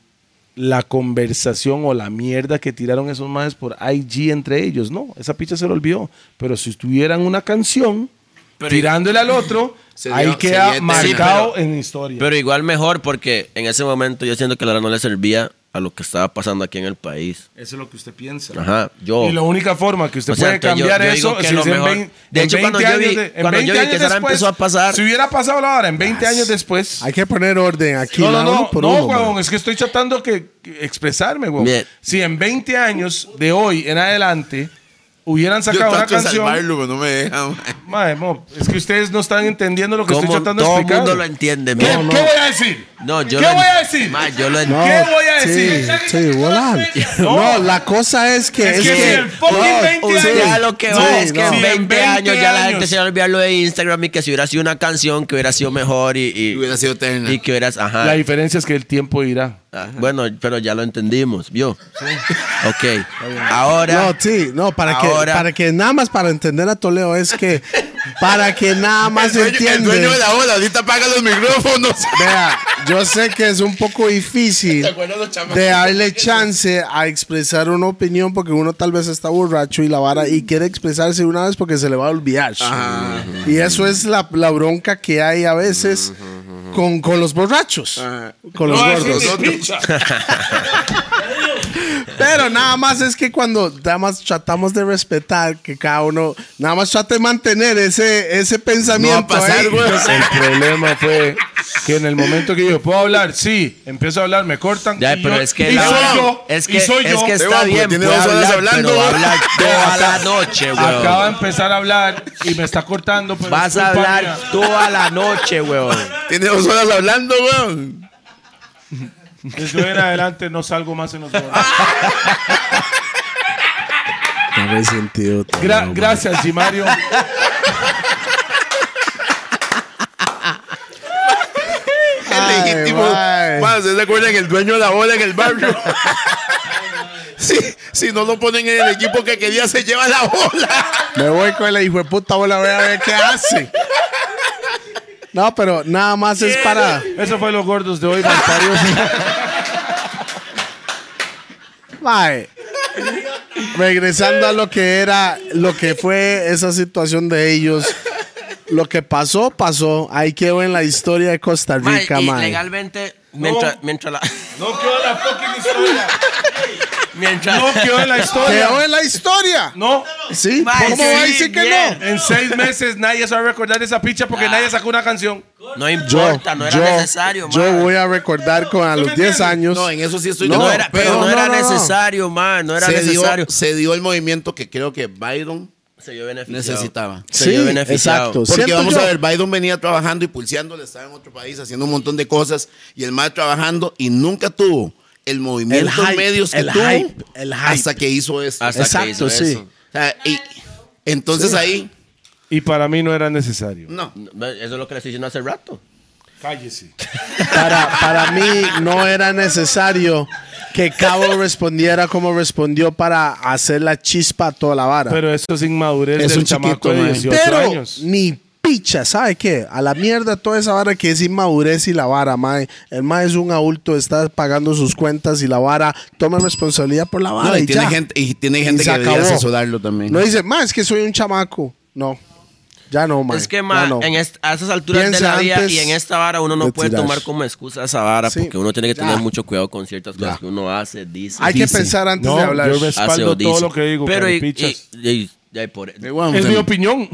[SPEAKER 2] la conversación o la mierda que tiraron esos madres por IG entre ellos. No, esa picha se lo olvidó. Pero si tuvieran una canción
[SPEAKER 4] Pero-
[SPEAKER 2] tirándole al otro,
[SPEAKER 6] Se dio-
[SPEAKER 2] ahí
[SPEAKER 6] se
[SPEAKER 2] queda
[SPEAKER 6] dio
[SPEAKER 2] marcado
[SPEAKER 4] eterna.
[SPEAKER 2] en historia.
[SPEAKER 4] Pero igual mejor porque en ese momento yo siento que la verdad no le servía a lo que estaba pasando aquí en el país.
[SPEAKER 2] Eso es lo que usted piensa.
[SPEAKER 4] Ajá, yo.
[SPEAKER 2] Y la única forma que usted
[SPEAKER 4] O sea,
[SPEAKER 2] puede
[SPEAKER 4] que yo-
[SPEAKER 2] cambiar
[SPEAKER 4] yo digo
[SPEAKER 2] eso
[SPEAKER 4] que
[SPEAKER 2] es
[SPEAKER 4] lo
[SPEAKER 2] si en
[SPEAKER 4] mejor.
[SPEAKER 2] vein-
[SPEAKER 4] De
[SPEAKER 2] en
[SPEAKER 4] hecho,
[SPEAKER 2] 20
[SPEAKER 4] cuando yo
[SPEAKER 2] años
[SPEAKER 4] vi-
[SPEAKER 2] de- en
[SPEAKER 4] cuando yo
[SPEAKER 2] 20
[SPEAKER 4] vi que
[SPEAKER 2] años
[SPEAKER 4] esa hora
[SPEAKER 2] después,
[SPEAKER 4] empezó a pasar- Ah,
[SPEAKER 2] Si hubiera pasado la hora en 20 años después.
[SPEAKER 3] Hay que poner orden aquí.
[SPEAKER 2] No, no,
[SPEAKER 3] la uno
[SPEAKER 2] no,
[SPEAKER 3] por
[SPEAKER 2] no,
[SPEAKER 3] uno,
[SPEAKER 2] huevón,
[SPEAKER 3] mae.
[SPEAKER 2] es que estoy tratando que que expresarme, huevón.
[SPEAKER 4] Bien.
[SPEAKER 2] Si en 20 años de hoy en adelante hubieran sacado una
[SPEAKER 5] trato de
[SPEAKER 2] canción,
[SPEAKER 5] salvarlo, pero no me deja. mae.
[SPEAKER 2] Mae, mo, es que ustedes no están entendiendo lo que estoy
[SPEAKER 4] ¿Cómo?
[SPEAKER 2] tratando de
[SPEAKER 4] Todo el
[SPEAKER 2] explicar.
[SPEAKER 4] mundo lo entiende,
[SPEAKER 2] ¿Qué,
[SPEAKER 4] man.
[SPEAKER 2] qué voy a decir?
[SPEAKER 4] No, yo
[SPEAKER 2] ¿Qué
[SPEAKER 4] lo
[SPEAKER 2] voy
[SPEAKER 4] en-
[SPEAKER 2] a decir?
[SPEAKER 4] Ma, yo lo
[SPEAKER 2] No, ¿Qué voy a
[SPEAKER 3] sí,
[SPEAKER 2] decir?
[SPEAKER 3] Sí, voilà.
[SPEAKER 2] No.
[SPEAKER 3] No. la cosa es que.
[SPEAKER 2] Es que si el fucking
[SPEAKER 3] no,
[SPEAKER 2] 20
[SPEAKER 3] sí,
[SPEAKER 2] años-
[SPEAKER 4] Ya lo que va
[SPEAKER 2] No,
[SPEAKER 4] es que
[SPEAKER 2] no.
[SPEAKER 4] en
[SPEAKER 2] Sí,
[SPEAKER 4] 20,
[SPEAKER 2] en 20
[SPEAKER 4] años ya la gente
[SPEAKER 2] años.
[SPEAKER 4] se va a olvidar lo de Instagram y que si hubiera sido una canción que hubiera sido mejor y, y-
[SPEAKER 6] Y hubiera sido eterna.
[SPEAKER 4] y que hubieras, ajá.
[SPEAKER 2] La diferencia es que el tiempo irá.
[SPEAKER 4] Ah, Bueno, pero ya lo entendimos, ¿vio? Ok. Ahora,
[SPEAKER 3] No, sí, no, para que,
[SPEAKER 4] Ahora-
[SPEAKER 3] para que nada más para entender a Toledo es que para que nada más
[SPEAKER 6] El dueño, el dueño de
[SPEAKER 3] entiende.
[SPEAKER 6] la ola, ahorita apaga los micrófonos.
[SPEAKER 3] Vea, yo sé que es un poco difícil
[SPEAKER 6] *laughs* ¿Te acuerdas los chamacos?
[SPEAKER 3] de darle chance a expresar una opinión porque uno tal vez está borracho y la vara y quiere expresarse una vez porque se le va a olvidar.
[SPEAKER 6] Ajá.
[SPEAKER 3] Y eso es la, la bronca que hay a veces con, con los borrachos,
[SPEAKER 6] Ajá.
[SPEAKER 3] con los gordos.
[SPEAKER 6] Nosotros.
[SPEAKER 3] Pero nada más es que cuando nada más tratamos de respetar que cada uno nada más trate de mantener ese, ese pensamiento. ¿eh?
[SPEAKER 6] No va a pasar,
[SPEAKER 3] ahí.
[SPEAKER 2] El
[SPEAKER 6] güey.
[SPEAKER 2] problema fue que en el momento que yo puedo hablar, sí, empiezo a hablar, me cortan.
[SPEAKER 4] Ya,
[SPEAKER 2] y
[SPEAKER 4] pero
[SPEAKER 2] yo-
[SPEAKER 4] es que
[SPEAKER 2] y
[SPEAKER 4] la-
[SPEAKER 2] soy yo.
[SPEAKER 4] es que,
[SPEAKER 2] y soy
[SPEAKER 4] es
[SPEAKER 2] yo.
[SPEAKER 4] que
[SPEAKER 6] Esteban,
[SPEAKER 4] está
[SPEAKER 6] porque
[SPEAKER 4] bien,
[SPEAKER 6] tiene
[SPEAKER 4] puede
[SPEAKER 6] dos horas
[SPEAKER 4] hablar,
[SPEAKER 6] hablando,
[SPEAKER 4] pero va a
[SPEAKER 6] güey.
[SPEAKER 2] *laughs*
[SPEAKER 4] hablar toda la noche,
[SPEAKER 2] Acaba de
[SPEAKER 4] weón.
[SPEAKER 2] empezar a hablar y me está cortando. pero
[SPEAKER 4] Vas
[SPEAKER 2] es
[SPEAKER 4] a
[SPEAKER 2] culpa
[SPEAKER 4] hablar
[SPEAKER 2] mía.
[SPEAKER 4] toda la noche, weón.
[SPEAKER 6] Tiene dos horas hablando, weón.
[SPEAKER 2] Desde hoy en adelante no salgo más en *laughs* los gordos.
[SPEAKER 3] No me he sentido tan
[SPEAKER 2] Gra-
[SPEAKER 3] mal.
[SPEAKER 2] gracias, Gimario.
[SPEAKER 3] Ay,
[SPEAKER 6] Es legítimo.
[SPEAKER 3] mae.
[SPEAKER 6] Mae, ¿Ustedes se acuerdan el dueño de la ola en
[SPEAKER 3] *laughs*
[SPEAKER 6] el barrio? Sí, si no lo ponen en el equipo que quería, se lleva la ola.
[SPEAKER 3] Me voy con la hijo de puta, voy a ver a ver qué hace. No, pero nada más es para.
[SPEAKER 2] Eso fue los gordos de hoy, Malparios.
[SPEAKER 3] Mae. Regresando a lo que era, lo que fue esa situación de ellos. Lo que pasó, pasó. Ahí quedó en la historia de Costa Rica,
[SPEAKER 4] y
[SPEAKER 3] mae.
[SPEAKER 4] legalmente, mientras, mientras la... *laughs*
[SPEAKER 2] No quedó la fucking historia.
[SPEAKER 4] Mientras...
[SPEAKER 2] No quedó en la
[SPEAKER 3] Quedó
[SPEAKER 2] historia.
[SPEAKER 3] en la historia.
[SPEAKER 2] No.
[SPEAKER 3] Sí,
[SPEAKER 4] Mae,
[SPEAKER 3] ¿cómo va a
[SPEAKER 4] sí,
[SPEAKER 3] decir que
[SPEAKER 4] bien.
[SPEAKER 3] no?
[SPEAKER 2] En seis meses nadie se va a recordar esa picha porque nadie sacó una canción.
[SPEAKER 4] No importa, no era necesario,
[SPEAKER 3] yo
[SPEAKER 4] man.
[SPEAKER 3] voy a recordar con a
[SPEAKER 2] ¿Tú me
[SPEAKER 3] los 10
[SPEAKER 2] entiendes?
[SPEAKER 3] años.
[SPEAKER 6] No, en eso sí estoy
[SPEAKER 4] No,
[SPEAKER 6] de acuerdo,
[SPEAKER 4] era, pero no, era
[SPEAKER 3] no, no.
[SPEAKER 4] necesario, man. No era
[SPEAKER 6] se,
[SPEAKER 4] necesario.
[SPEAKER 6] dio, se dio el movimiento que creo que Byron
[SPEAKER 4] se vio beneficiado.
[SPEAKER 6] necesitaba.
[SPEAKER 4] Se vio beneficiado.
[SPEAKER 3] exacto.
[SPEAKER 6] Porque
[SPEAKER 3] Siento
[SPEAKER 6] vamos
[SPEAKER 3] yo-
[SPEAKER 6] a ver, Biden venía trabajando y pulseando, le estaba en otro país haciendo un montón de cosas y el mal trabajando y nunca tuvo el movimiento
[SPEAKER 3] El hype,
[SPEAKER 6] en medios que
[SPEAKER 3] el
[SPEAKER 6] tuvo
[SPEAKER 3] hype, el hype.
[SPEAKER 6] hasta que hizo esto.
[SPEAKER 4] Hasta que hizo
[SPEAKER 3] Exacto, sí.
[SPEAKER 4] eso.
[SPEAKER 6] O sea, y- entonces ahí,
[SPEAKER 2] Y para mí no era necesario.
[SPEAKER 6] no.
[SPEAKER 4] No, Eso es lo que le estoy diciendo hace rato.
[SPEAKER 2] Cállese.
[SPEAKER 3] Para, para mí no era necesario que Cabo respondiera como respondió para hacer la chispa a toda la vara. Pero,
[SPEAKER 2] Pero eso es inmadurez
[SPEAKER 6] Es
[SPEAKER 2] del
[SPEAKER 6] un
[SPEAKER 2] chamaco
[SPEAKER 6] chiquito,
[SPEAKER 2] de
[SPEAKER 6] man.
[SPEAKER 2] 18 años.
[SPEAKER 3] ni picha, ¿sabe qué? A la mierda toda esa vara que es inmadurez y la vara, mae. El mae es un adulto, está pagando sus cuentas y la vara toma responsabilidad por la vara
[SPEAKER 6] No,
[SPEAKER 3] y,
[SPEAKER 6] y, tiene
[SPEAKER 3] ya.
[SPEAKER 6] gente, y tiene
[SPEAKER 3] Y
[SPEAKER 6] gente
[SPEAKER 3] se
[SPEAKER 6] que debería
[SPEAKER 3] acabó.
[SPEAKER 6] asesorarlo también.
[SPEAKER 3] No dice, mae, es que soy un chamaco. No, ya no, mae.
[SPEAKER 4] Es que, ma,
[SPEAKER 3] Ya no.
[SPEAKER 4] en est- a esas alturas de
[SPEAKER 3] Piensa
[SPEAKER 4] la vida
[SPEAKER 3] antes
[SPEAKER 4] y en esta vara uno no
[SPEAKER 3] de
[SPEAKER 4] puede
[SPEAKER 3] tirar.
[SPEAKER 4] tomar como excusa esa vara
[SPEAKER 3] Sí,
[SPEAKER 4] porque uno tiene que
[SPEAKER 3] ya.
[SPEAKER 4] tener mucho cuidado con ciertas cosas que uno hace, dice.
[SPEAKER 3] Hay que
[SPEAKER 4] dice,
[SPEAKER 3] pensar antes
[SPEAKER 2] No,
[SPEAKER 3] de hablar.
[SPEAKER 2] yo res-
[SPEAKER 4] hace
[SPEAKER 2] respaldo
[SPEAKER 4] o dice.
[SPEAKER 2] todo lo que digo,
[SPEAKER 4] Pero y,
[SPEAKER 2] carepichas.
[SPEAKER 4] y- y Ya, y por,
[SPEAKER 6] Eh, weón,
[SPEAKER 2] Es
[SPEAKER 6] se-
[SPEAKER 2] mi
[SPEAKER 6] *laughs*
[SPEAKER 2] opinión.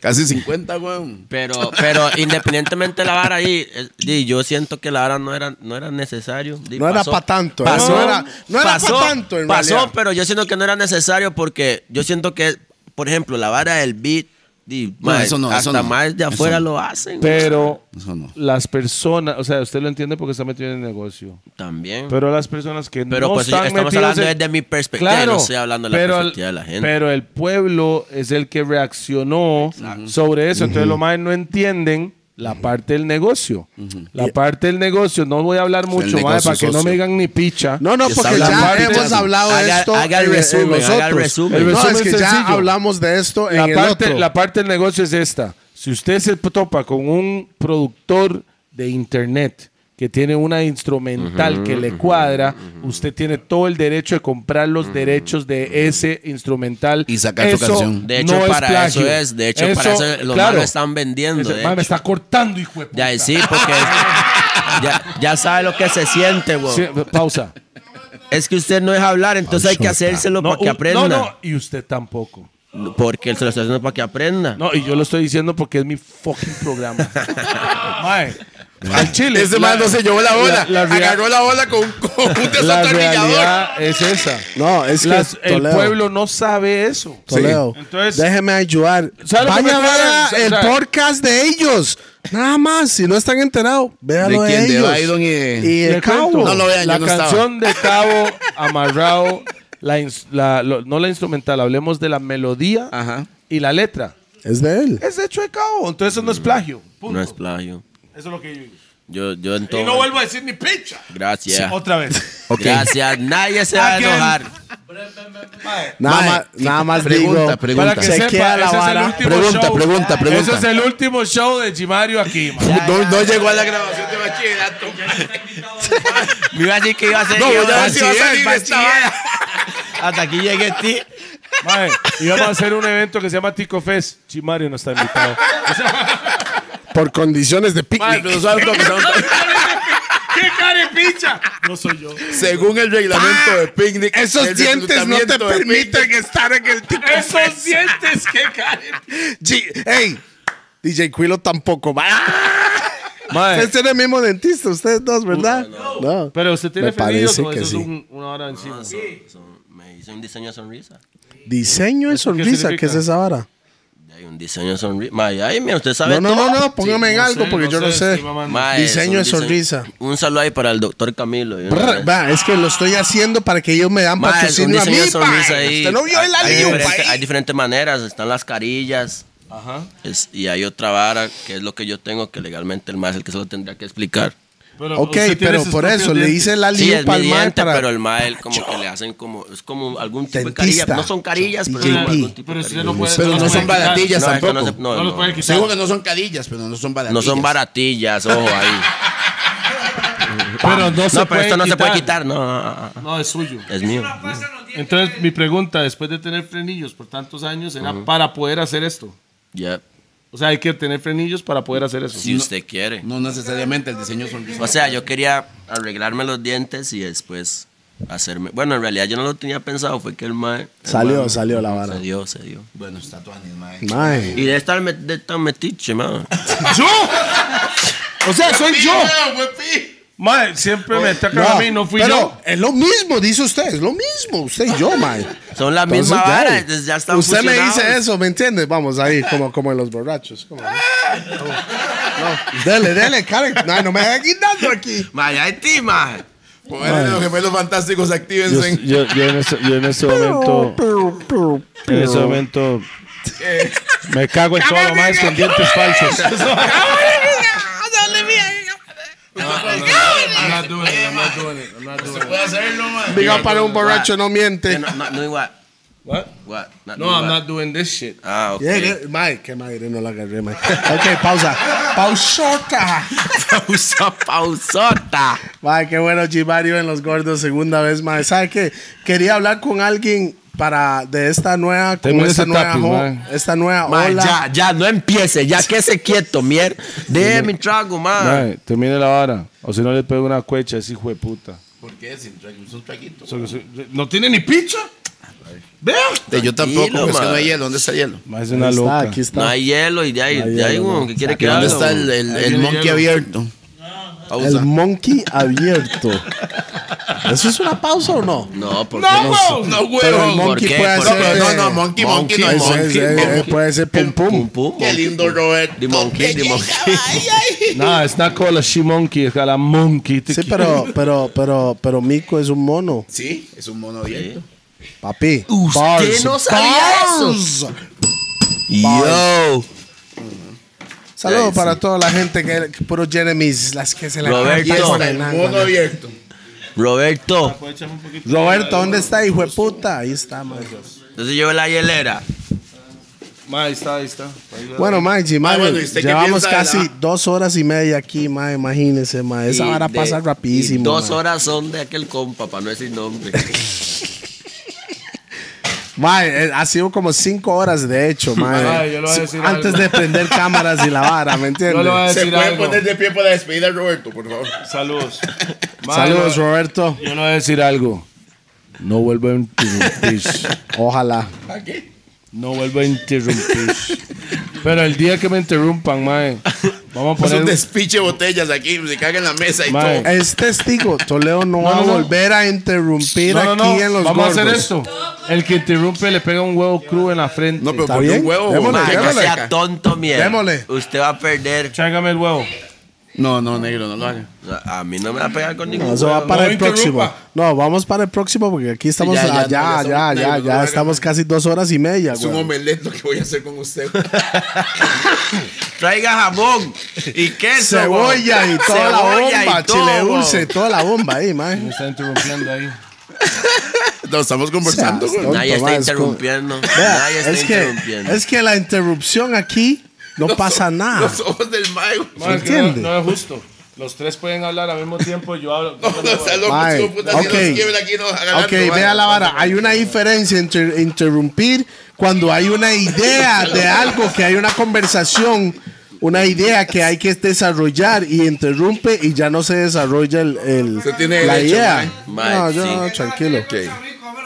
[SPEAKER 6] Casi 50, weón.
[SPEAKER 4] Pero, pero independientemente de la vara ahí, eh, di, yo siento que la vara no era, no era necesario. di,
[SPEAKER 3] No era
[SPEAKER 4] pasó-
[SPEAKER 3] pa' tanto, eh.
[SPEAKER 4] Pasó,
[SPEAKER 3] No era- no era pa'
[SPEAKER 4] pasó,
[SPEAKER 3] tanto, en
[SPEAKER 4] pasó,
[SPEAKER 3] realidad.
[SPEAKER 4] pero yo siento que no era necesario porque yo siento que, por ejemplo, la vara del beat, di, mae,
[SPEAKER 6] eso no, eso
[SPEAKER 4] hasta
[SPEAKER 6] no.
[SPEAKER 4] más de
[SPEAKER 6] Eso
[SPEAKER 4] afuera
[SPEAKER 6] no.
[SPEAKER 4] lo hacen.
[SPEAKER 2] Pero
[SPEAKER 6] Eso no.
[SPEAKER 2] las personas, o sea, usted lo entiende porque está metido en el negocio.
[SPEAKER 4] También.
[SPEAKER 2] Pero las personas que
[SPEAKER 4] Pero,
[SPEAKER 2] no
[SPEAKER 4] pues,
[SPEAKER 2] están
[SPEAKER 4] estamos
[SPEAKER 2] metidas
[SPEAKER 4] hablando
[SPEAKER 2] en-
[SPEAKER 4] desde mi perspectiva,
[SPEAKER 2] Claro,
[SPEAKER 4] no estoy hablando de la
[SPEAKER 2] pero el-
[SPEAKER 4] perspectiva de la gente.
[SPEAKER 2] Pero el pueblo es el que reaccionó sobre eso. Entonces, los más no entienden la parte del negocio. La parte del negocio, no voy a hablar mucho, mae,
[SPEAKER 6] negocio
[SPEAKER 2] para que no
[SPEAKER 6] socio.
[SPEAKER 2] me digan ni picha.
[SPEAKER 3] No, no,
[SPEAKER 6] Que
[SPEAKER 3] porque
[SPEAKER 6] está
[SPEAKER 3] ya
[SPEAKER 2] hablando-
[SPEAKER 3] hemos hablado de
[SPEAKER 4] Haga-
[SPEAKER 3] esto.
[SPEAKER 4] haga el
[SPEAKER 3] en- en
[SPEAKER 4] resumen,
[SPEAKER 3] los
[SPEAKER 4] haga el
[SPEAKER 3] otros.
[SPEAKER 4] resumen.
[SPEAKER 2] El
[SPEAKER 3] No,
[SPEAKER 2] resumen
[SPEAKER 3] es que ya
[SPEAKER 2] sencillo.
[SPEAKER 3] hablamos de esto en
[SPEAKER 2] la
[SPEAKER 3] el
[SPEAKER 2] parte,
[SPEAKER 3] otro.
[SPEAKER 2] la parte del negocio es esta. Si usted se topa con un productor de internet que tiene una instrumental que le cuadra, usted tiene todo el derecho de comprar los derechos de ese instrumental.
[SPEAKER 6] Y sacar su
[SPEAKER 2] Eso
[SPEAKER 6] canción.
[SPEAKER 4] de hecho,
[SPEAKER 2] no
[SPEAKER 4] para
[SPEAKER 2] plagio.
[SPEAKER 4] eso es. De hecho, para eso los
[SPEAKER 2] claro.
[SPEAKER 4] malos están vendiendo.
[SPEAKER 2] Ese-
[SPEAKER 4] de
[SPEAKER 2] mae, me
[SPEAKER 4] hecho.
[SPEAKER 2] está cortando, hijo de
[SPEAKER 4] Ya,
[SPEAKER 2] puta.
[SPEAKER 4] y sí,
[SPEAKER 2] *laughs*
[SPEAKER 4] porque ya, ya sabe lo que se siente, güey.
[SPEAKER 2] Sí,
[SPEAKER 4] *laughs*
[SPEAKER 2] pausa.
[SPEAKER 4] Es que usted no deja hablar, entonces hay que hacérselo para que
[SPEAKER 2] u-
[SPEAKER 4] aprenda.
[SPEAKER 2] no, no, y usted tampoco.
[SPEAKER 4] Porque se lo está haciendo para que aprenda.
[SPEAKER 2] No, y yo lo estoy diciendo porque es mi fucking programa. Mae, al chile.
[SPEAKER 5] Ese man no se llevó la bola.
[SPEAKER 2] la- la rea-
[SPEAKER 5] Agarró la bola con, con un
[SPEAKER 2] La
[SPEAKER 5] desatornillador.
[SPEAKER 2] realidad es esa.
[SPEAKER 3] No, es que
[SPEAKER 2] Las- el
[SPEAKER 3] Toledo.
[SPEAKER 2] pueblo no sabe eso.
[SPEAKER 3] Toledo,
[SPEAKER 2] Entonces-
[SPEAKER 3] déjeme ayudar.
[SPEAKER 2] ¿Sabe lo que
[SPEAKER 3] Vaya
[SPEAKER 2] me
[SPEAKER 3] a ver
[SPEAKER 2] cae? O
[SPEAKER 3] el
[SPEAKER 2] sea-
[SPEAKER 3] podcast de ellos. Nada más, si no están enterados, véanlo
[SPEAKER 6] ¿De
[SPEAKER 3] de,
[SPEAKER 6] quién? ¿De
[SPEAKER 3] ellos.
[SPEAKER 6] Biden y de-
[SPEAKER 3] de
[SPEAKER 2] Le
[SPEAKER 3] Cabo.
[SPEAKER 2] cuento,
[SPEAKER 6] No lo vean,
[SPEAKER 2] La
[SPEAKER 6] yo no estaba.
[SPEAKER 2] canción de Cabo Amarrado, la ins- la- lo- no la instrumental, hablemos de la melodía
[SPEAKER 6] Ajá.
[SPEAKER 2] y la letra.
[SPEAKER 3] Es de él.
[SPEAKER 2] Es hecho de Cabo, entonces eso no es plagio. Punto.
[SPEAKER 4] No es plagio.
[SPEAKER 2] Eso es lo que yo digo.
[SPEAKER 4] Yo, yo en todo-
[SPEAKER 2] Y no vuelvo a decir ni picha.
[SPEAKER 4] Gracias.
[SPEAKER 2] Otra vez.
[SPEAKER 6] Ok.
[SPEAKER 4] Gracias. Nadie se va a
[SPEAKER 2] Again.
[SPEAKER 4] enojar.
[SPEAKER 3] Nada,
[SPEAKER 6] Mae,
[SPEAKER 3] más, nada más
[SPEAKER 6] pregunta,
[SPEAKER 3] digo.
[SPEAKER 6] pregunta.
[SPEAKER 2] Para que
[SPEAKER 3] Se
[SPEAKER 2] sepa,
[SPEAKER 3] queda la
[SPEAKER 2] ese es el
[SPEAKER 3] vara.
[SPEAKER 2] último
[SPEAKER 6] Pregunta,
[SPEAKER 2] show.
[SPEAKER 6] pregunta,
[SPEAKER 2] Ese
[SPEAKER 6] pregunta.
[SPEAKER 2] es el último show de Jimario aquí, man.
[SPEAKER 6] No, no llegó a la
[SPEAKER 5] grabación de bachillerato.
[SPEAKER 4] Me iba a decir que iba a ser.
[SPEAKER 5] No,
[SPEAKER 4] yo,
[SPEAKER 5] ya
[SPEAKER 4] bachiller,
[SPEAKER 5] se iba a salir de esta
[SPEAKER 4] bachiller.
[SPEAKER 5] vara.
[SPEAKER 4] *laughs* Hasta aquí llegué a ti.
[SPEAKER 2] Mae, íbamos a hacer un evento que se llama Tico Fest. Chimario no está invitado.
[SPEAKER 3] Por condiciones de
[SPEAKER 6] Mae,
[SPEAKER 3] picnic.
[SPEAKER 6] pero ¿sabes lo que son?
[SPEAKER 2] ¡Qué carepicha! No soy yo.
[SPEAKER 6] Según el reglamento de picnic,
[SPEAKER 3] Ah, Esos
[SPEAKER 6] el
[SPEAKER 3] dientes no te
[SPEAKER 6] reclutamiento de
[SPEAKER 3] permiten estar en el tico.
[SPEAKER 2] ¡Esos dientes! ¡Qué carepicha!
[SPEAKER 3] G- ¡Ey! DJ Quilo tampoco. va.
[SPEAKER 2] Mae,
[SPEAKER 3] Ustedes tienen el mismo dentista, ustedes dos, ¿verdad? No.
[SPEAKER 2] pero usted tiene
[SPEAKER 3] Me
[SPEAKER 2] feliz
[SPEAKER 3] parece
[SPEAKER 2] o
[SPEAKER 3] que
[SPEAKER 2] eso es
[SPEAKER 3] sí.
[SPEAKER 2] un- una hora encima.
[SPEAKER 4] Me hice un diseño de sonrisa.
[SPEAKER 3] Diseño de
[SPEAKER 2] ¿Eso qué
[SPEAKER 3] sonrisa, ¿qué, es
[SPEAKER 2] significa?
[SPEAKER 3] esa vara?
[SPEAKER 4] Hay un diseño de sonrisa. Mae, ay, mira, usted
[SPEAKER 3] No,
[SPEAKER 4] sabe
[SPEAKER 3] no,
[SPEAKER 4] todo.
[SPEAKER 3] no, no, póngame en algo
[SPEAKER 2] Sí,
[SPEAKER 3] porque yo no sé.
[SPEAKER 2] estoy mamando.
[SPEAKER 4] Mae, es
[SPEAKER 3] Diseño de
[SPEAKER 4] un
[SPEAKER 3] sonrisa.
[SPEAKER 4] Un saludo ahí para el doctor Camilo. yo no sé.
[SPEAKER 3] Brr, va, es que lo estoy haciendo para que ellos me dan
[SPEAKER 4] Mae,
[SPEAKER 3] patrocinio
[SPEAKER 4] un
[SPEAKER 3] a mí,
[SPEAKER 4] diseño de sonrisa
[SPEAKER 3] pa.
[SPEAKER 4] ahí.
[SPEAKER 3] Usted no vio
[SPEAKER 4] Hay-
[SPEAKER 3] el
[SPEAKER 4] hay,
[SPEAKER 3] alivio,
[SPEAKER 4] diferente- hay
[SPEAKER 3] pa.
[SPEAKER 4] diferentes maneras, están las carillas. es- y hay otra vara que es lo que yo tengo que legalmente el más el que se lo tendría que explicar.
[SPEAKER 2] Pero
[SPEAKER 3] Ok,
[SPEAKER 2] usted tiene
[SPEAKER 3] pero
[SPEAKER 2] sus
[SPEAKER 3] por
[SPEAKER 2] propios
[SPEAKER 3] eso le
[SPEAKER 2] dientes.
[SPEAKER 3] hice el
[SPEAKER 4] Sí,
[SPEAKER 3] alivio
[SPEAKER 4] es mi
[SPEAKER 3] pa'l mae
[SPEAKER 4] diente,
[SPEAKER 3] para
[SPEAKER 4] pero el mael como que le hacen como es como algún tipo de carilla,
[SPEAKER 3] Dentista.
[SPEAKER 4] no son carillas, pero
[SPEAKER 3] DJP.
[SPEAKER 4] es como algún tipo
[SPEAKER 2] Pero
[SPEAKER 4] de
[SPEAKER 2] si
[SPEAKER 4] carilla.
[SPEAKER 2] no puede-
[SPEAKER 6] Pero
[SPEAKER 2] los
[SPEAKER 6] no son
[SPEAKER 2] puede quitar.
[SPEAKER 6] baratillas
[SPEAKER 4] No, esto
[SPEAKER 6] tampoco.
[SPEAKER 4] no se-
[SPEAKER 6] No,
[SPEAKER 4] no,
[SPEAKER 2] No los
[SPEAKER 4] no.
[SPEAKER 2] pueden quitar.
[SPEAKER 6] Seguro que no son cadillas, pero no son baratillas.
[SPEAKER 4] No son baratillas, ojo ahí.
[SPEAKER 2] Pero no se
[SPEAKER 4] No, pero
[SPEAKER 2] pueden
[SPEAKER 4] esto no se puede quitar, no,
[SPEAKER 2] No, es suyo.
[SPEAKER 4] es mío.
[SPEAKER 2] Entonces, mi pregunta, después de tener frenillos por tantos años, era para poder hacer esto.
[SPEAKER 4] Ya,
[SPEAKER 2] O sea, hay que tener frenillos para poder hacer eso.
[SPEAKER 4] si usted quiere.
[SPEAKER 6] No necesariamente el diseño sonrisa.
[SPEAKER 4] O sea, yo quería arreglarme los dientes y después hacerme. Bueno, en realidad yo no lo tenía pensado, fue que el mae. el
[SPEAKER 3] Salió,
[SPEAKER 4] mae-
[SPEAKER 3] salió la vara.
[SPEAKER 4] Se dio, se dio.
[SPEAKER 6] Bueno, está tu animal.
[SPEAKER 3] Mae.
[SPEAKER 4] Y de estar, met- de estar metiche, mae.
[SPEAKER 2] ¡Yo! O sea, soy yo. Mae, siempre me atacan a mí, no fui
[SPEAKER 3] pero
[SPEAKER 2] yo.
[SPEAKER 3] es lo mismo, dice usted, es lo mismo, usted y yo, mae.
[SPEAKER 4] Son la
[SPEAKER 3] Entonces,
[SPEAKER 4] misma vara,
[SPEAKER 3] ya,
[SPEAKER 4] entonces ya están
[SPEAKER 3] Usted me
[SPEAKER 4] fusionados.
[SPEAKER 3] dice eso, ¿me entiendes? Vamos ahí, como, como en los borrachos. como- No, dele, dele, Karen. No, no me hagan quitando aquí.
[SPEAKER 4] Mae, ay, ti, mae.
[SPEAKER 5] Poderes de los gemelos fantásticos,
[SPEAKER 2] Yo,
[SPEAKER 5] actívense.
[SPEAKER 2] yo- yo en ese, yo en ese momento. En ese momento. Me cago en todo, más con dientes falsos.
[SPEAKER 3] Diga para un borracho, no miente.
[SPEAKER 4] No, no, no, igual.
[SPEAKER 2] What?
[SPEAKER 4] What? Not
[SPEAKER 2] No,
[SPEAKER 4] doing
[SPEAKER 2] I'm
[SPEAKER 4] what?
[SPEAKER 2] not doing this shit.
[SPEAKER 4] Ah, ok.
[SPEAKER 3] Yeah, yeah, eh, Mae, qué madre, no la agarré, mae. Ok, pausa. Pausota.
[SPEAKER 4] *laughs* Pausa, pausota.
[SPEAKER 3] Mae, qué bueno, Givario en Los Gordos, segunda vez, mae. ¿Sabe qué? Quería hablar con alguien para de esta nueva, como
[SPEAKER 2] Termina
[SPEAKER 3] esta
[SPEAKER 2] ese
[SPEAKER 3] nueva,
[SPEAKER 2] tapiz,
[SPEAKER 3] jo-
[SPEAKER 2] mae.
[SPEAKER 3] esta nueva
[SPEAKER 4] Mae,
[SPEAKER 3] ola.
[SPEAKER 4] ya, ya, no empiece, ya que se quieto, mier. Deje mi trago, mae.
[SPEAKER 2] Mae, termine la vara. O si no le pego una cuecha, ese hijo de puta.
[SPEAKER 6] ¿Por qué? Sin tra- son traguitos.
[SPEAKER 2] So- so- ¿No tiene ni picha?
[SPEAKER 4] Vea.
[SPEAKER 6] Te- Yo tampoco,
[SPEAKER 4] Tranquilo,
[SPEAKER 6] es que no
[SPEAKER 4] mae.
[SPEAKER 6] hay hielo. ¿Dónde está el hielo?
[SPEAKER 2] Mae, Ah, es una
[SPEAKER 3] Ahí está,
[SPEAKER 2] loca.
[SPEAKER 3] aquí
[SPEAKER 4] No
[SPEAKER 3] está.
[SPEAKER 4] hay hielo y de ahí, de ahí, weón, que quiere que
[SPEAKER 6] ¿Dónde
[SPEAKER 4] haga,
[SPEAKER 6] está el,
[SPEAKER 4] weón?
[SPEAKER 6] el, el monkey abierto?
[SPEAKER 3] El monkey abierto. ¿Eso es una pausa o no?
[SPEAKER 4] No, porque
[SPEAKER 6] No,
[SPEAKER 4] no.
[SPEAKER 6] huevón, no, huevón.
[SPEAKER 3] Pero el
[SPEAKER 6] ¿Por
[SPEAKER 3] monkey
[SPEAKER 4] qué?
[SPEAKER 3] puede
[SPEAKER 4] ¿Por
[SPEAKER 3] ser.
[SPEAKER 6] qué? No,
[SPEAKER 3] eh,
[SPEAKER 6] no, monkey, monkey, no,
[SPEAKER 3] ese-
[SPEAKER 6] monkey,
[SPEAKER 3] ese-
[SPEAKER 6] monkey.
[SPEAKER 3] eh, Puede ser pum pum.
[SPEAKER 4] pum,
[SPEAKER 6] Qué lindo, Robert.
[SPEAKER 4] The monkey, the monkey.
[SPEAKER 2] No, it's not called a she monkey, it's called a monkey.
[SPEAKER 3] Sí, pero, pero, pero, pero Mico es un mono,
[SPEAKER 6] Sí, es un mono abierto.
[SPEAKER 3] papi.
[SPEAKER 4] ¿Usted
[SPEAKER 3] Bars,
[SPEAKER 4] no sabía
[SPEAKER 3] bars.
[SPEAKER 4] Yo.
[SPEAKER 3] Saludos
[SPEAKER 4] Ay,
[SPEAKER 3] para toda la gente que, que puro Jeremy's, las que se la
[SPEAKER 4] Roberto.
[SPEAKER 3] cantan con
[SPEAKER 4] Está
[SPEAKER 3] el nana.
[SPEAKER 6] Mono abierto.
[SPEAKER 3] Ah,
[SPEAKER 4] Roberto.
[SPEAKER 3] pues. Roberto, ¿dónde está, hijo de puta? Ahí está, man.
[SPEAKER 4] Entonces llevo la hielera.
[SPEAKER 5] Mae, está, ahí está.
[SPEAKER 3] Bueno, Mike,
[SPEAKER 6] Ah, bueno, ¿y usted qué
[SPEAKER 3] llevamos
[SPEAKER 6] piensa de
[SPEAKER 3] casi
[SPEAKER 6] la-
[SPEAKER 3] dos horas y media aquí, mae, imagínese, mae. Esa
[SPEAKER 4] Y
[SPEAKER 3] hora
[SPEAKER 4] de-
[SPEAKER 3] pasa
[SPEAKER 4] y
[SPEAKER 3] rapidísimo.
[SPEAKER 4] Dos
[SPEAKER 3] mae.
[SPEAKER 4] horas son de aquel compa, para no
[SPEAKER 3] *laughs*
[SPEAKER 4] decir nombre.
[SPEAKER 3] Mae, eh, ha sido como cinco horas, de hecho, mae.
[SPEAKER 2] Mae, yo le voy a
[SPEAKER 3] Sí,
[SPEAKER 2] decir
[SPEAKER 3] Antes
[SPEAKER 2] algo.
[SPEAKER 3] de prender cámaras y la vara, ¿me entiendes?
[SPEAKER 6] Se puede poner de pie para despedir a Roberto, por favor.
[SPEAKER 2] Saludos.
[SPEAKER 3] Saludos, Roberto.
[SPEAKER 2] Yo le voy a decir algo. No vuelvo
[SPEAKER 3] *laughs*
[SPEAKER 2] a interrumpir.
[SPEAKER 3] Ojalá.
[SPEAKER 6] ¿Para qué?
[SPEAKER 2] No vuelvo a interrumpir. *laughs* Pero el día que me interrumpan, mae, vamos a
[SPEAKER 6] Es un
[SPEAKER 2] poner...
[SPEAKER 6] despiche de botellas aquí, se caga en la mesa y
[SPEAKER 2] Mae.
[SPEAKER 6] todo.
[SPEAKER 3] Es testigo. Toledo no, va
[SPEAKER 2] no,
[SPEAKER 3] a
[SPEAKER 2] no.
[SPEAKER 3] volver a interrumpir
[SPEAKER 2] No, no,
[SPEAKER 3] aquí
[SPEAKER 2] no.
[SPEAKER 3] en los
[SPEAKER 2] Vamos a hacer
[SPEAKER 3] gordos.
[SPEAKER 2] esto. El que interrumpe le pega un huevo crudo en la frente.
[SPEAKER 6] No, pero
[SPEAKER 3] ¿Está
[SPEAKER 6] ponle
[SPEAKER 3] bien?
[SPEAKER 6] un huevo.
[SPEAKER 3] Démosle,
[SPEAKER 6] mae.
[SPEAKER 4] Ay, no
[SPEAKER 3] démosle.
[SPEAKER 4] sea tonto, mierda.
[SPEAKER 3] Démosle.
[SPEAKER 4] Usted va a perder.
[SPEAKER 2] Chágame el huevo.
[SPEAKER 6] No, no, negro, no lo haga.
[SPEAKER 4] O sea, A mí no me va a pegar con ningún
[SPEAKER 3] No, eso va
[SPEAKER 4] huevo.
[SPEAKER 3] para
[SPEAKER 5] No
[SPEAKER 3] el próximo.
[SPEAKER 5] interrumpa.
[SPEAKER 3] No, vamos para el próximo porque aquí estamos
[SPEAKER 6] ya, ya,
[SPEAKER 3] allá, ya,
[SPEAKER 6] no, ya
[SPEAKER 3] ya,
[SPEAKER 6] estamos-
[SPEAKER 3] ya,
[SPEAKER 6] no, no,
[SPEAKER 3] estamos
[SPEAKER 6] no.
[SPEAKER 3] casi dos horas y media,
[SPEAKER 6] Es un
[SPEAKER 3] güey.
[SPEAKER 6] omelette lo que voy a hacer con usted.
[SPEAKER 4] Traiga jamón y queso.
[SPEAKER 3] Cebolla
[SPEAKER 4] huevón.
[SPEAKER 3] y toda la
[SPEAKER 4] Cebolla y
[SPEAKER 3] bomba,
[SPEAKER 4] todo,
[SPEAKER 3] chile
[SPEAKER 4] huevón.
[SPEAKER 3] dulce, toda la bomba ahí,
[SPEAKER 2] Me
[SPEAKER 3] man.
[SPEAKER 2] está interrumpiendo ahí.
[SPEAKER 6] No, estamos conversando,
[SPEAKER 3] O sea,
[SPEAKER 6] güey.
[SPEAKER 3] estoy-
[SPEAKER 4] Nadie está
[SPEAKER 3] Tomás,
[SPEAKER 4] interrumpiendo.
[SPEAKER 3] Vea,
[SPEAKER 4] Nadie está
[SPEAKER 3] es que,
[SPEAKER 4] interrumpiendo.
[SPEAKER 3] es que la interrupción aquí no pasa nada.
[SPEAKER 6] Los ojos del mae, güey.
[SPEAKER 2] Mae, es que
[SPEAKER 3] ¿Entiende?
[SPEAKER 2] No, no es justo. Los tres pueden hablar al mismo tiempo. Yo
[SPEAKER 6] *laughs*
[SPEAKER 2] hablo.
[SPEAKER 6] No, no, sea loco,
[SPEAKER 3] Mae,
[SPEAKER 6] su puta, si
[SPEAKER 3] ok.
[SPEAKER 6] nos quiebra aquí, nos agarran,
[SPEAKER 3] Ok,
[SPEAKER 6] mae.
[SPEAKER 3] vea la vara. Hay una diferencia entre interrumpir cuando hay una
[SPEAKER 6] *laughs*
[SPEAKER 3] idea de algo, que hay una conversación, una idea que hay que desarrollar y interrumpe y ya no se desarrolla el, el-
[SPEAKER 6] Se tiene
[SPEAKER 3] la
[SPEAKER 6] derecho,
[SPEAKER 3] idea.
[SPEAKER 4] mae.
[SPEAKER 3] No,
[SPEAKER 4] Mae,
[SPEAKER 3] yo
[SPEAKER 4] sí.
[SPEAKER 3] no, tranquilo.
[SPEAKER 7] Hombre,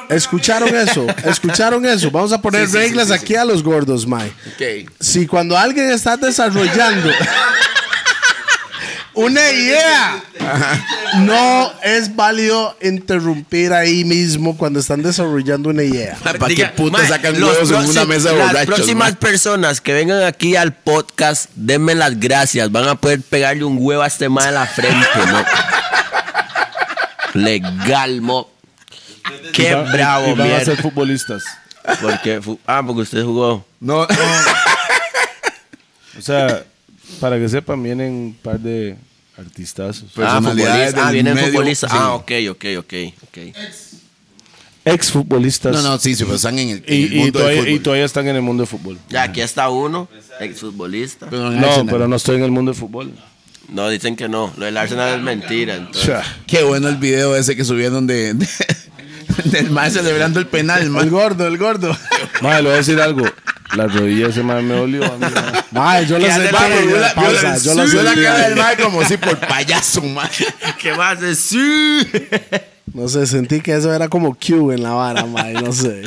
[SPEAKER 3] Escucharon eso, escucharon eso. Vamos a poner
[SPEAKER 6] Sí, sí, sí,
[SPEAKER 3] reglas
[SPEAKER 6] sí, sí.
[SPEAKER 3] aquí a los gordos, Mike.
[SPEAKER 6] Ok.
[SPEAKER 3] Si cuando alguien está desarrollando una idea, no es válido interrumpir ahí mismo cuando están desarrollando una idea.
[SPEAKER 6] ¿Para qué
[SPEAKER 4] Diga,
[SPEAKER 6] puta
[SPEAKER 4] mae,
[SPEAKER 6] sacan
[SPEAKER 4] los
[SPEAKER 6] huevos en
[SPEAKER 4] próxim-
[SPEAKER 6] una mesa de
[SPEAKER 4] Las
[SPEAKER 6] borrachos?
[SPEAKER 4] próximas
[SPEAKER 6] mae?
[SPEAKER 4] personas que vengan aquí al podcast, denme las gracias. Van a poder pegarle un huevo a este mal a la frente, mo. Legal, mo. Qué
[SPEAKER 2] y
[SPEAKER 4] bravo,
[SPEAKER 2] van a ser
[SPEAKER 4] mierda.
[SPEAKER 2] futbolistas.
[SPEAKER 4] Porque, fu- ah, porque usted jugó.
[SPEAKER 6] No,
[SPEAKER 2] O sea, para que sepan, vienen un par de artistazos.
[SPEAKER 4] Ah,
[SPEAKER 6] Personalidades
[SPEAKER 4] futbolista. Ah,
[SPEAKER 6] del
[SPEAKER 4] vienen
[SPEAKER 6] medio,
[SPEAKER 4] futbolistas.
[SPEAKER 6] sí.
[SPEAKER 4] Ah, ok, ok, ok. ok.
[SPEAKER 2] Ex futbolistas.
[SPEAKER 6] no, no, sí, sí, pero están en el, en el
[SPEAKER 2] Y, y
[SPEAKER 6] mundo del
[SPEAKER 2] todavía, y
[SPEAKER 6] fútbol.
[SPEAKER 2] todavía están en el mundo del fútbol.
[SPEAKER 4] Ya, aquí está uno, exfutbolista.
[SPEAKER 6] Pero en
[SPEAKER 2] No,
[SPEAKER 6] Arsenal.
[SPEAKER 2] pero no estoy en el mundo del fútbol.
[SPEAKER 4] No, dicen que no. Lo del Arsenal es mentira. entonces.
[SPEAKER 6] Qué bueno el video ese que subieron *laughs* de, de- del mae celebrando el penal, mae.
[SPEAKER 3] El gordo, el gordo.
[SPEAKER 2] Madre, le voy a decir algo. La rodilla ese madre me dolió. a mí, mae.
[SPEAKER 3] Mae, yo lo
[SPEAKER 6] Que hace
[SPEAKER 3] sé.
[SPEAKER 6] el mae, vio la- vio la-
[SPEAKER 3] Pausa, yo lo
[SPEAKER 6] vio la cara
[SPEAKER 3] sentí.
[SPEAKER 6] del mae como si por payaso, mae.
[SPEAKER 4] ¿Qué más es? Sí. *laughs*
[SPEAKER 3] No sé, sentí que eso era como Q en la vara, mae, no sé.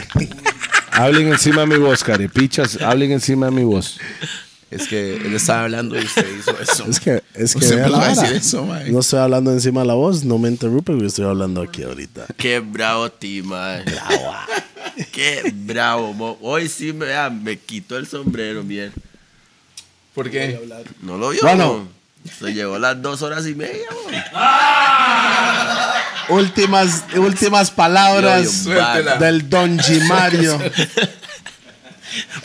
[SPEAKER 2] Hablen encima de mi voz, carepichas. Hablen encima de mi voz.
[SPEAKER 6] *laughs* Es que él estaba hablando y usted hizo eso.
[SPEAKER 3] Es que, es que
[SPEAKER 6] Usted
[SPEAKER 3] vea
[SPEAKER 6] me
[SPEAKER 3] la
[SPEAKER 6] va a
[SPEAKER 3] vara.
[SPEAKER 6] decir eso, mae.
[SPEAKER 3] No estoy hablando encima de la voz, no me interrumpe porque estoy hablando aquí ahorita.
[SPEAKER 4] Qué bravo, ti, mae. Qué bravo, mo. Hoy sí me, ah, me quitó el sombrero, bien.
[SPEAKER 6] ¿Por qué?
[SPEAKER 4] No lo vio.
[SPEAKER 3] Bueno.
[SPEAKER 4] mo. Se llevó las dos horas y media, mo.
[SPEAKER 3] Últimas, últimas palabras
[SPEAKER 4] Yo, yo, Suéltela.
[SPEAKER 3] del Don Gimario.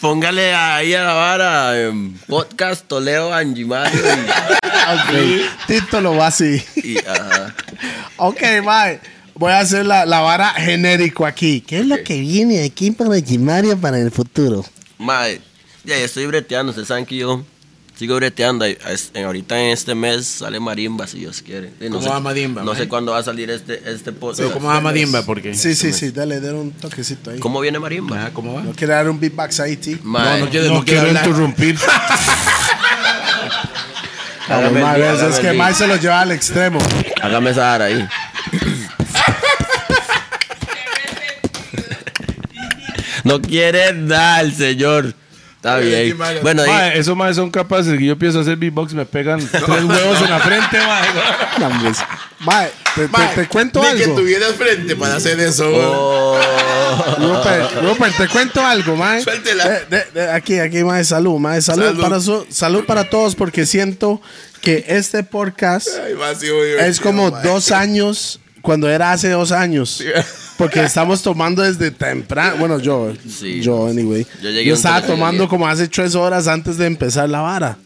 [SPEAKER 4] Póngale ahí a la vara em, podcast Toleo Angimario
[SPEAKER 3] Ok, Título va así.
[SPEAKER 4] y, y, ajá.
[SPEAKER 3] Ok, Mae. Voy a hacer la, la vara genérico aquí. ¿Qué es lo que viene aquí para Gimario para el futuro?
[SPEAKER 4] Mae, ya ya estoy breteando, ustedes saben que yo sigo breteando. Ay, es- en- ahorita en este mes sale Marimba, si Dios quiere. Y
[SPEAKER 6] ¿Cómo va Marimba,
[SPEAKER 4] No
[SPEAKER 6] mae?
[SPEAKER 4] sé cuándo va a salir este, este podcast.
[SPEAKER 6] Pero *laughs* ¿Cómo va Madimba? ¿Por qué?
[SPEAKER 3] Sí, sí, sí. Dale, dale un toquecito ahí.
[SPEAKER 4] ¿Cómo viene Marimba?
[SPEAKER 6] Ah, ¿Cómo va?
[SPEAKER 3] No quiere dar un beatbox ahí, tí.
[SPEAKER 4] Mae,
[SPEAKER 6] No, no quiere, no, quiere hablar.
[SPEAKER 2] interrumpir.
[SPEAKER 3] Mae,
[SPEAKER 4] hágame el
[SPEAKER 3] mae,
[SPEAKER 4] día,
[SPEAKER 3] es-
[SPEAKER 4] hágame
[SPEAKER 3] es
[SPEAKER 4] el
[SPEAKER 3] que
[SPEAKER 4] día.
[SPEAKER 3] Mae se lo lleva al extremo.
[SPEAKER 4] Hágame esa vara ahí. No quiere nada el señor. Está bien. Bueno, ahí-
[SPEAKER 2] Mae, esos maes son capaces que yo pienso hacer beatbox y me pegan tres huevos en la frente, mae.
[SPEAKER 3] Mae, te, te-
[SPEAKER 6] Mae,
[SPEAKER 3] te cuento
[SPEAKER 6] ni que
[SPEAKER 3] algo.
[SPEAKER 6] tuvieras frente para hacer eso.
[SPEAKER 3] Rupert, Rupert, te cuento algo, mae.
[SPEAKER 6] Suéltela.
[SPEAKER 3] De- de- de- aquí, aquí, mae, salud, mae. Salud,
[SPEAKER 6] Salud.
[SPEAKER 3] Para su- salud para todos porque siento que este podcast
[SPEAKER 6] Ay, va, sí, muy
[SPEAKER 3] es
[SPEAKER 6] divertido,
[SPEAKER 3] como
[SPEAKER 6] mae.
[SPEAKER 3] dos años cuando era hace dos años. Porque estamos tomando desde temprano. Bueno, yo,
[SPEAKER 4] Sí.
[SPEAKER 3] yo, anyway. Yo,
[SPEAKER 4] Yo llegué un
[SPEAKER 3] estaba
[SPEAKER 4] tercer día.
[SPEAKER 3] tomando como hace tres horas antes de empezar la vara.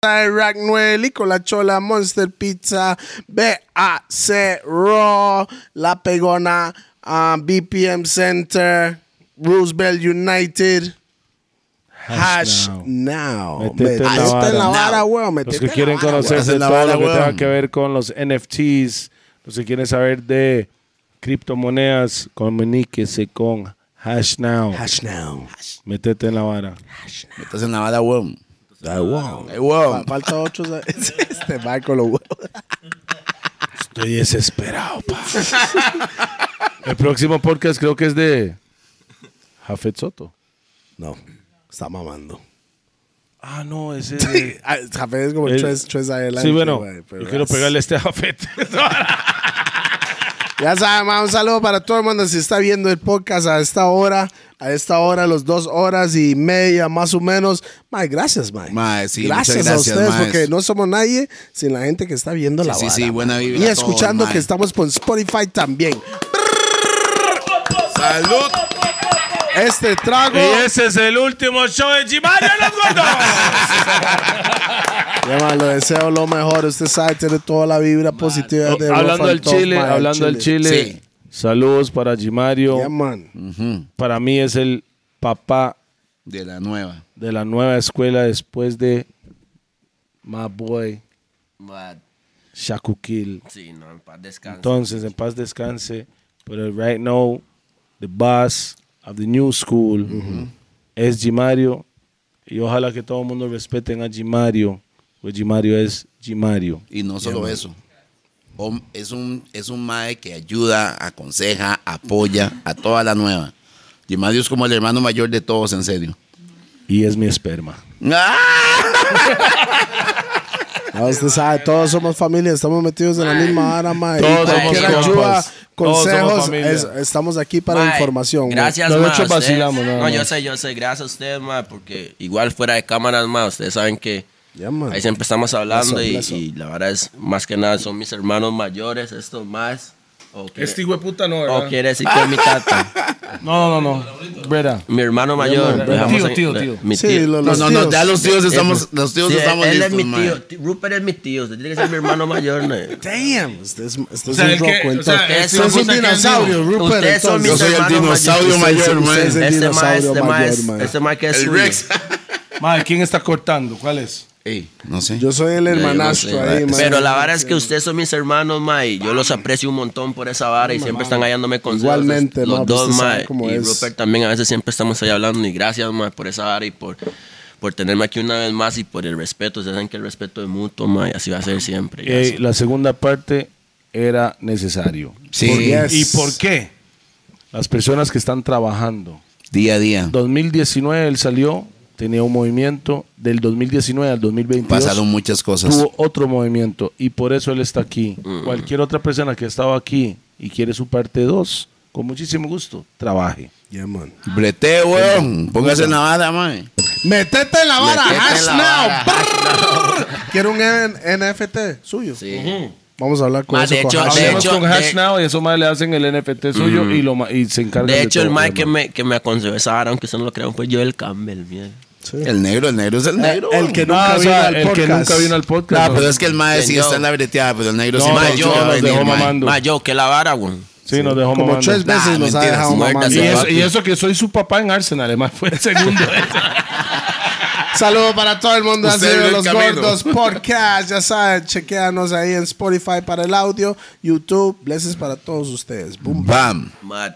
[SPEAKER 3] Pizza de Ragnwell y con la chola Monster Pizza, BAC Raw, La Pegona, ah, BPM Center, Roosevelt United. Hash,
[SPEAKER 2] Hash
[SPEAKER 3] now.
[SPEAKER 2] Métete en la
[SPEAKER 3] Ahí está en la
[SPEAKER 6] vara.
[SPEAKER 3] vara, weón.
[SPEAKER 2] Los
[SPEAKER 3] Métete
[SPEAKER 2] que
[SPEAKER 3] en la
[SPEAKER 2] quieren
[SPEAKER 3] vara,
[SPEAKER 2] conocer
[SPEAKER 6] Hace
[SPEAKER 2] de
[SPEAKER 6] la
[SPEAKER 2] todo
[SPEAKER 6] vara,
[SPEAKER 2] lo que
[SPEAKER 6] weón.
[SPEAKER 2] tenga que ver con los NFTs, los que quieren saber de criptomonedas, comuníquese con HashNow.
[SPEAKER 3] Hash now.
[SPEAKER 2] Métete en la vara.
[SPEAKER 6] Estás en la bala, weón. Ay,
[SPEAKER 3] Fa-
[SPEAKER 6] weón.
[SPEAKER 3] Falta ocho. ¿sabes?
[SPEAKER 6] *laughs*
[SPEAKER 3] Este Michael lo huevo.
[SPEAKER 2] Estoy desesperado, pa. El próximo podcast creo que es de Jafet Soto.
[SPEAKER 3] No, está mamando.
[SPEAKER 2] Ah, no, ese
[SPEAKER 3] Ah, Jafé es como
[SPEAKER 2] El-
[SPEAKER 3] tres, tres adelante.
[SPEAKER 2] Eh, Sí, bueno,
[SPEAKER 3] güey, pero
[SPEAKER 2] yo quiero
[SPEAKER 3] ya-
[SPEAKER 2] pegarle a este Jafet. *laughs*
[SPEAKER 3] Ya saben, ma, un saludo para todo el mundo si está viendo el podcast a esta hora, a esta hora, las dos horas y media más o menos. Ma, gracias, ma.
[SPEAKER 6] Ma, sí,
[SPEAKER 3] gracias,
[SPEAKER 6] muchas gracias,
[SPEAKER 3] a ustedes
[SPEAKER 6] ma.
[SPEAKER 3] porque no somos nadie sin la gente que está viendo la
[SPEAKER 6] Sí, sí,
[SPEAKER 3] vara,
[SPEAKER 6] sí, buena
[SPEAKER 3] ma.
[SPEAKER 6] vibra
[SPEAKER 3] Y
[SPEAKER 6] a todos,
[SPEAKER 3] escuchando
[SPEAKER 6] ma.
[SPEAKER 3] que estamos por Spotify también.
[SPEAKER 6] Salud.
[SPEAKER 3] Este trago.
[SPEAKER 2] y ese es el último show de Chimario
[SPEAKER 3] *laughs*
[SPEAKER 2] los gordos.
[SPEAKER 3] Ya, ma, lo deseo lo mejor. Usted sabe, tiene toda la vibra positiva de
[SPEAKER 2] hablando
[SPEAKER 3] Rough
[SPEAKER 2] del
[SPEAKER 3] and Tough,
[SPEAKER 2] Chile,
[SPEAKER 3] ma, el
[SPEAKER 2] hablando del Chile.
[SPEAKER 6] Sí.
[SPEAKER 2] Saludos para Jimario.
[SPEAKER 3] Ya, man.
[SPEAKER 2] para mí es el papá
[SPEAKER 6] De la nueva.
[SPEAKER 2] de la nueva escuela después de my boy
[SPEAKER 4] But,
[SPEAKER 2] Shakukil.
[SPEAKER 4] sí, no, en paz descanse.
[SPEAKER 2] Entonces, en paz descanse. Pero right now, the boss of the new school es Jimario. Y ojalá que todo el mundo respeten a Jimario. Pues Jimario es Jimario.
[SPEAKER 6] Y no solo eso. Hom- Es un, es un mae que ayuda, aconseja, apoya a toda la nueva. Y Mario es como el hermano mayor de todos, en serio.
[SPEAKER 2] Y es mi esperma.
[SPEAKER 6] ¡Ah!
[SPEAKER 3] Ah, usted sabe, todos somos familia, estamos metidos en la misma vara, mae.
[SPEAKER 2] Todos
[SPEAKER 3] Y cualquier
[SPEAKER 4] somos
[SPEAKER 3] ayuda,
[SPEAKER 2] compas. Todos somos
[SPEAKER 3] consejos,
[SPEAKER 2] familia.
[SPEAKER 3] es- estamos aquí para
[SPEAKER 4] Mae,
[SPEAKER 3] información. mae.
[SPEAKER 4] Gracias,
[SPEAKER 2] Los
[SPEAKER 4] ma,
[SPEAKER 2] ocho
[SPEAKER 4] a ustedes.
[SPEAKER 2] vacilamos, nada
[SPEAKER 4] No, yo
[SPEAKER 2] más.
[SPEAKER 4] sé, yo sé. Gracias a ustedes, ma, porque igual fuera de cámaras, ma, ustedes saben que
[SPEAKER 3] Ya, mae.
[SPEAKER 4] ahí siempre estamos hablando
[SPEAKER 3] Eso,
[SPEAKER 4] y,
[SPEAKER 3] eso.
[SPEAKER 4] y la verdad es, más que nada, son mis hermanos mayores, estos más. O quiere,
[SPEAKER 2] Este
[SPEAKER 3] Este
[SPEAKER 2] puta no,
[SPEAKER 4] o quiere decir que es
[SPEAKER 3] *laughs*
[SPEAKER 4] mi tata.
[SPEAKER 2] No, no, no. Breda.
[SPEAKER 4] Mi hermano mayor. dejamos
[SPEAKER 2] Tío,
[SPEAKER 4] en-
[SPEAKER 2] tío,
[SPEAKER 4] le-
[SPEAKER 2] tío.
[SPEAKER 4] Mi
[SPEAKER 3] Sí,
[SPEAKER 4] tío.
[SPEAKER 3] lo-
[SPEAKER 6] No, no, no, ya los tíos estamos,
[SPEAKER 4] Eh,
[SPEAKER 6] los tíos
[SPEAKER 4] sí,
[SPEAKER 6] estamos
[SPEAKER 4] él, él
[SPEAKER 6] listos,
[SPEAKER 4] es mi
[SPEAKER 6] mae.
[SPEAKER 4] tío. Ti- Rupert es mi tío. usted Tiene que ser mi hermano mayor. ¿no?
[SPEAKER 3] *laughs* Damn, usted es, usted es
[SPEAKER 2] sea, el
[SPEAKER 3] un
[SPEAKER 2] que-
[SPEAKER 3] roco,
[SPEAKER 2] o
[SPEAKER 3] entonces.
[SPEAKER 2] sea,
[SPEAKER 4] ustedes
[SPEAKER 3] usted este es
[SPEAKER 4] son-
[SPEAKER 3] un dinosaurio, Rupert.
[SPEAKER 4] Ustedes
[SPEAKER 3] entonces.
[SPEAKER 4] son
[SPEAKER 6] Yo
[SPEAKER 4] mis
[SPEAKER 6] soy el
[SPEAKER 4] hermanos
[SPEAKER 6] dinosaurio
[SPEAKER 4] mayores.
[SPEAKER 6] mayor,
[SPEAKER 3] Usted es
[SPEAKER 6] mae.
[SPEAKER 3] el
[SPEAKER 4] Este ma
[SPEAKER 3] dinosaurio
[SPEAKER 4] este ma
[SPEAKER 3] mayor,
[SPEAKER 4] es,
[SPEAKER 3] mae.
[SPEAKER 4] este ma que es
[SPEAKER 6] El
[SPEAKER 4] suyo.
[SPEAKER 6] Rex.
[SPEAKER 2] Madre, ¿quién está cortando? ¿Cuál es?
[SPEAKER 6] Ey, no sé.
[SPEAKER 3] Yo soy el
[SPEAKER 4] Ya, yo no
[SPEAKER 3] hermanastro
[SPEAKER 4] sé,
[SPEAKER 3] ahí,
[SPEAKER 4] ma.
[SPEAKER 3] mae.
[SPEAKER 4] Pero la vara es que ustedes son mis hermanos, ma, y yo los aprecio un montón por esa vara y siempre están hallándome consejos.
[SPEAKER 3] Igualmente,
[SPEAKER 4] los
[SPEAKER 3] ma,
[SPEAKER 4] dos,
[SPEAKER 3] usted sabe
[SPEAKER 4] ma,
[SPEAKER 3] cómo
[SPEAKER 4] y
[SPEAKER 3] es.
[SPEAKER 4] Rupert también a veces siempre estamos ahí hablando y gracias, ma, por esa vara y por, por tenerme aquí una vez más y por el respeto. Ustedes saben que el respeto es mutuo, ma, y así va a ser siempre. y
[SPEAKER 2] Eh,
[SPEAKER 4] así.
[SPEAKER 2] la segunda parte era necesario.
[SPEAKER 6] Sí,
[SPEAKER 3] Yes.
[SPEAKER 2] ¿Y por qué? Las personas que están trabajando.
[SPEAKER 6] día a día.
[SPEAKER 2] 2019 él salió, tenía un movimiento. Del 2019 al 2022
[SPEAKER 6] Pasaron muchas cosas.
[SPEAKER 2] tuvo otro movimiento y por eso él está aquí. Cualquier otra persona que ha estado aquí y quiere su parte 2, con muchísimo gusto, trabaje.
[SPEAKER 3] Ya, man.
[SPEAKER 6] Brete, weón. Póngase en la bala, mae.
[SPEAKER 3] Metete en la vara,
[SPEAKER 6] Metete en
[SPEAKER 3] hash
[SPEAKER 6] la
[SPEAKER 3] now.
[SPEAKER 6] vara,
[SPEAKER 3] brrr. Quiero un N- NFT suyo.
[SPEAKER 4] Sí.
[SPEAKER 3] Vamos a hablar con
[SPEAKER 4] Ma,
[SPEAKER 3] eso
[SPEAKER 4] de
[SPEAKER 3] con
[SPEAKER 4] hecho-
[SPEAKER 3] hash now.
[SPEAKER 4] de
[SPEAKER 2] Hablemos
[SPEAKER 4] hecho-
[SPEAKER 2] con Hash
[SPEAKER 4] de-
[SPEAKER 2] Now y eso más le hacen el NFT suyo y, lo, ma- y se encargan
[SPEAKER 4] De hecho, el
[SPEAKER 2] todo,
[SPEAKER 4] Mike que
[SPEAKER 2] hermano.
[SPEAKER 4] me, que me aconsejó esa vara, aunque usted no lo crean, fue Joel Campbell, mierda.
[SPEAKER 6] El negro, el negro es el negro.
[SPEAKER 3] El que
[SPEAKER 6] weón.
[SPEAKER 3] nunca
[SPEAKER 2] Ah, o
[SPEAKER 3] vino
[SPEAKER 2] sea,
[SPEAKER 3] al
[SPEAKER 2] el que
[SPEAKER 3] podcast.
[SPEAKER 2] nunca vino al podcast.
[SPEAKER 6] No,
[SPEAKER 2] ¿no?
[SPEAKER 6] Ah, pero es que el mae sí
[SPEAKER 4] Señor.
[SPEAKER 6] está en la breteada, pero el negro
[SPEAKER 2] No,
[SPEAKER 6] sí
[SPEAKER 2] no,
[SPEAKER 6] mae,
[SPEAKER 2] no,
[SPEAKER 6] yo
[SPEAKER 2] nos
[SPEAKER 6] va a venir,
[SPEAKER 2] dejó
[SPEAKER 6] mae.
[SPEAKER 2] mamando.
[SPEAKER 4] Ma, yo, que la vara, güey.
[SPEAKER 2] Sí, nos dejó
[SPEAKER 3] Como
[SPEAKER 2] mamando.
[SPEAKER 3] tres
[SPEAKER 6] Nah,
[SPEAKER 3] veces nos ha
[SPEAKER 6] mentiras,
[SPEAKER 3] dejado
[SPEAKER 6] muertas,
[SPEAKER 3] mamando.
[SPEAKER 2] Y
[SPEAKER 6] Gracias,
[SPEAKER 2] eso,
[SPEAKER 6] papi.
[SPEAKER 2] y eso que soy su papá en Arsenal, además fue el segundo.
[SPEAKER 3] Saludos para todo el mundo. Ha
[SPEAKER 5] Usted
[SPEAKER 3] sido
[SPEAKER 5] vio el
[SPEAKER 3] Los
[SPEAKER 5] camino.
[SPEAKER 3] Gordos Podcast. Ya saben, chequeanos ahí en Spotify para el audio, YouTube. Blessings para todos ustedes. Boom.
[SPEAKER 6] Bam.
[SPEAKER 4] Ma,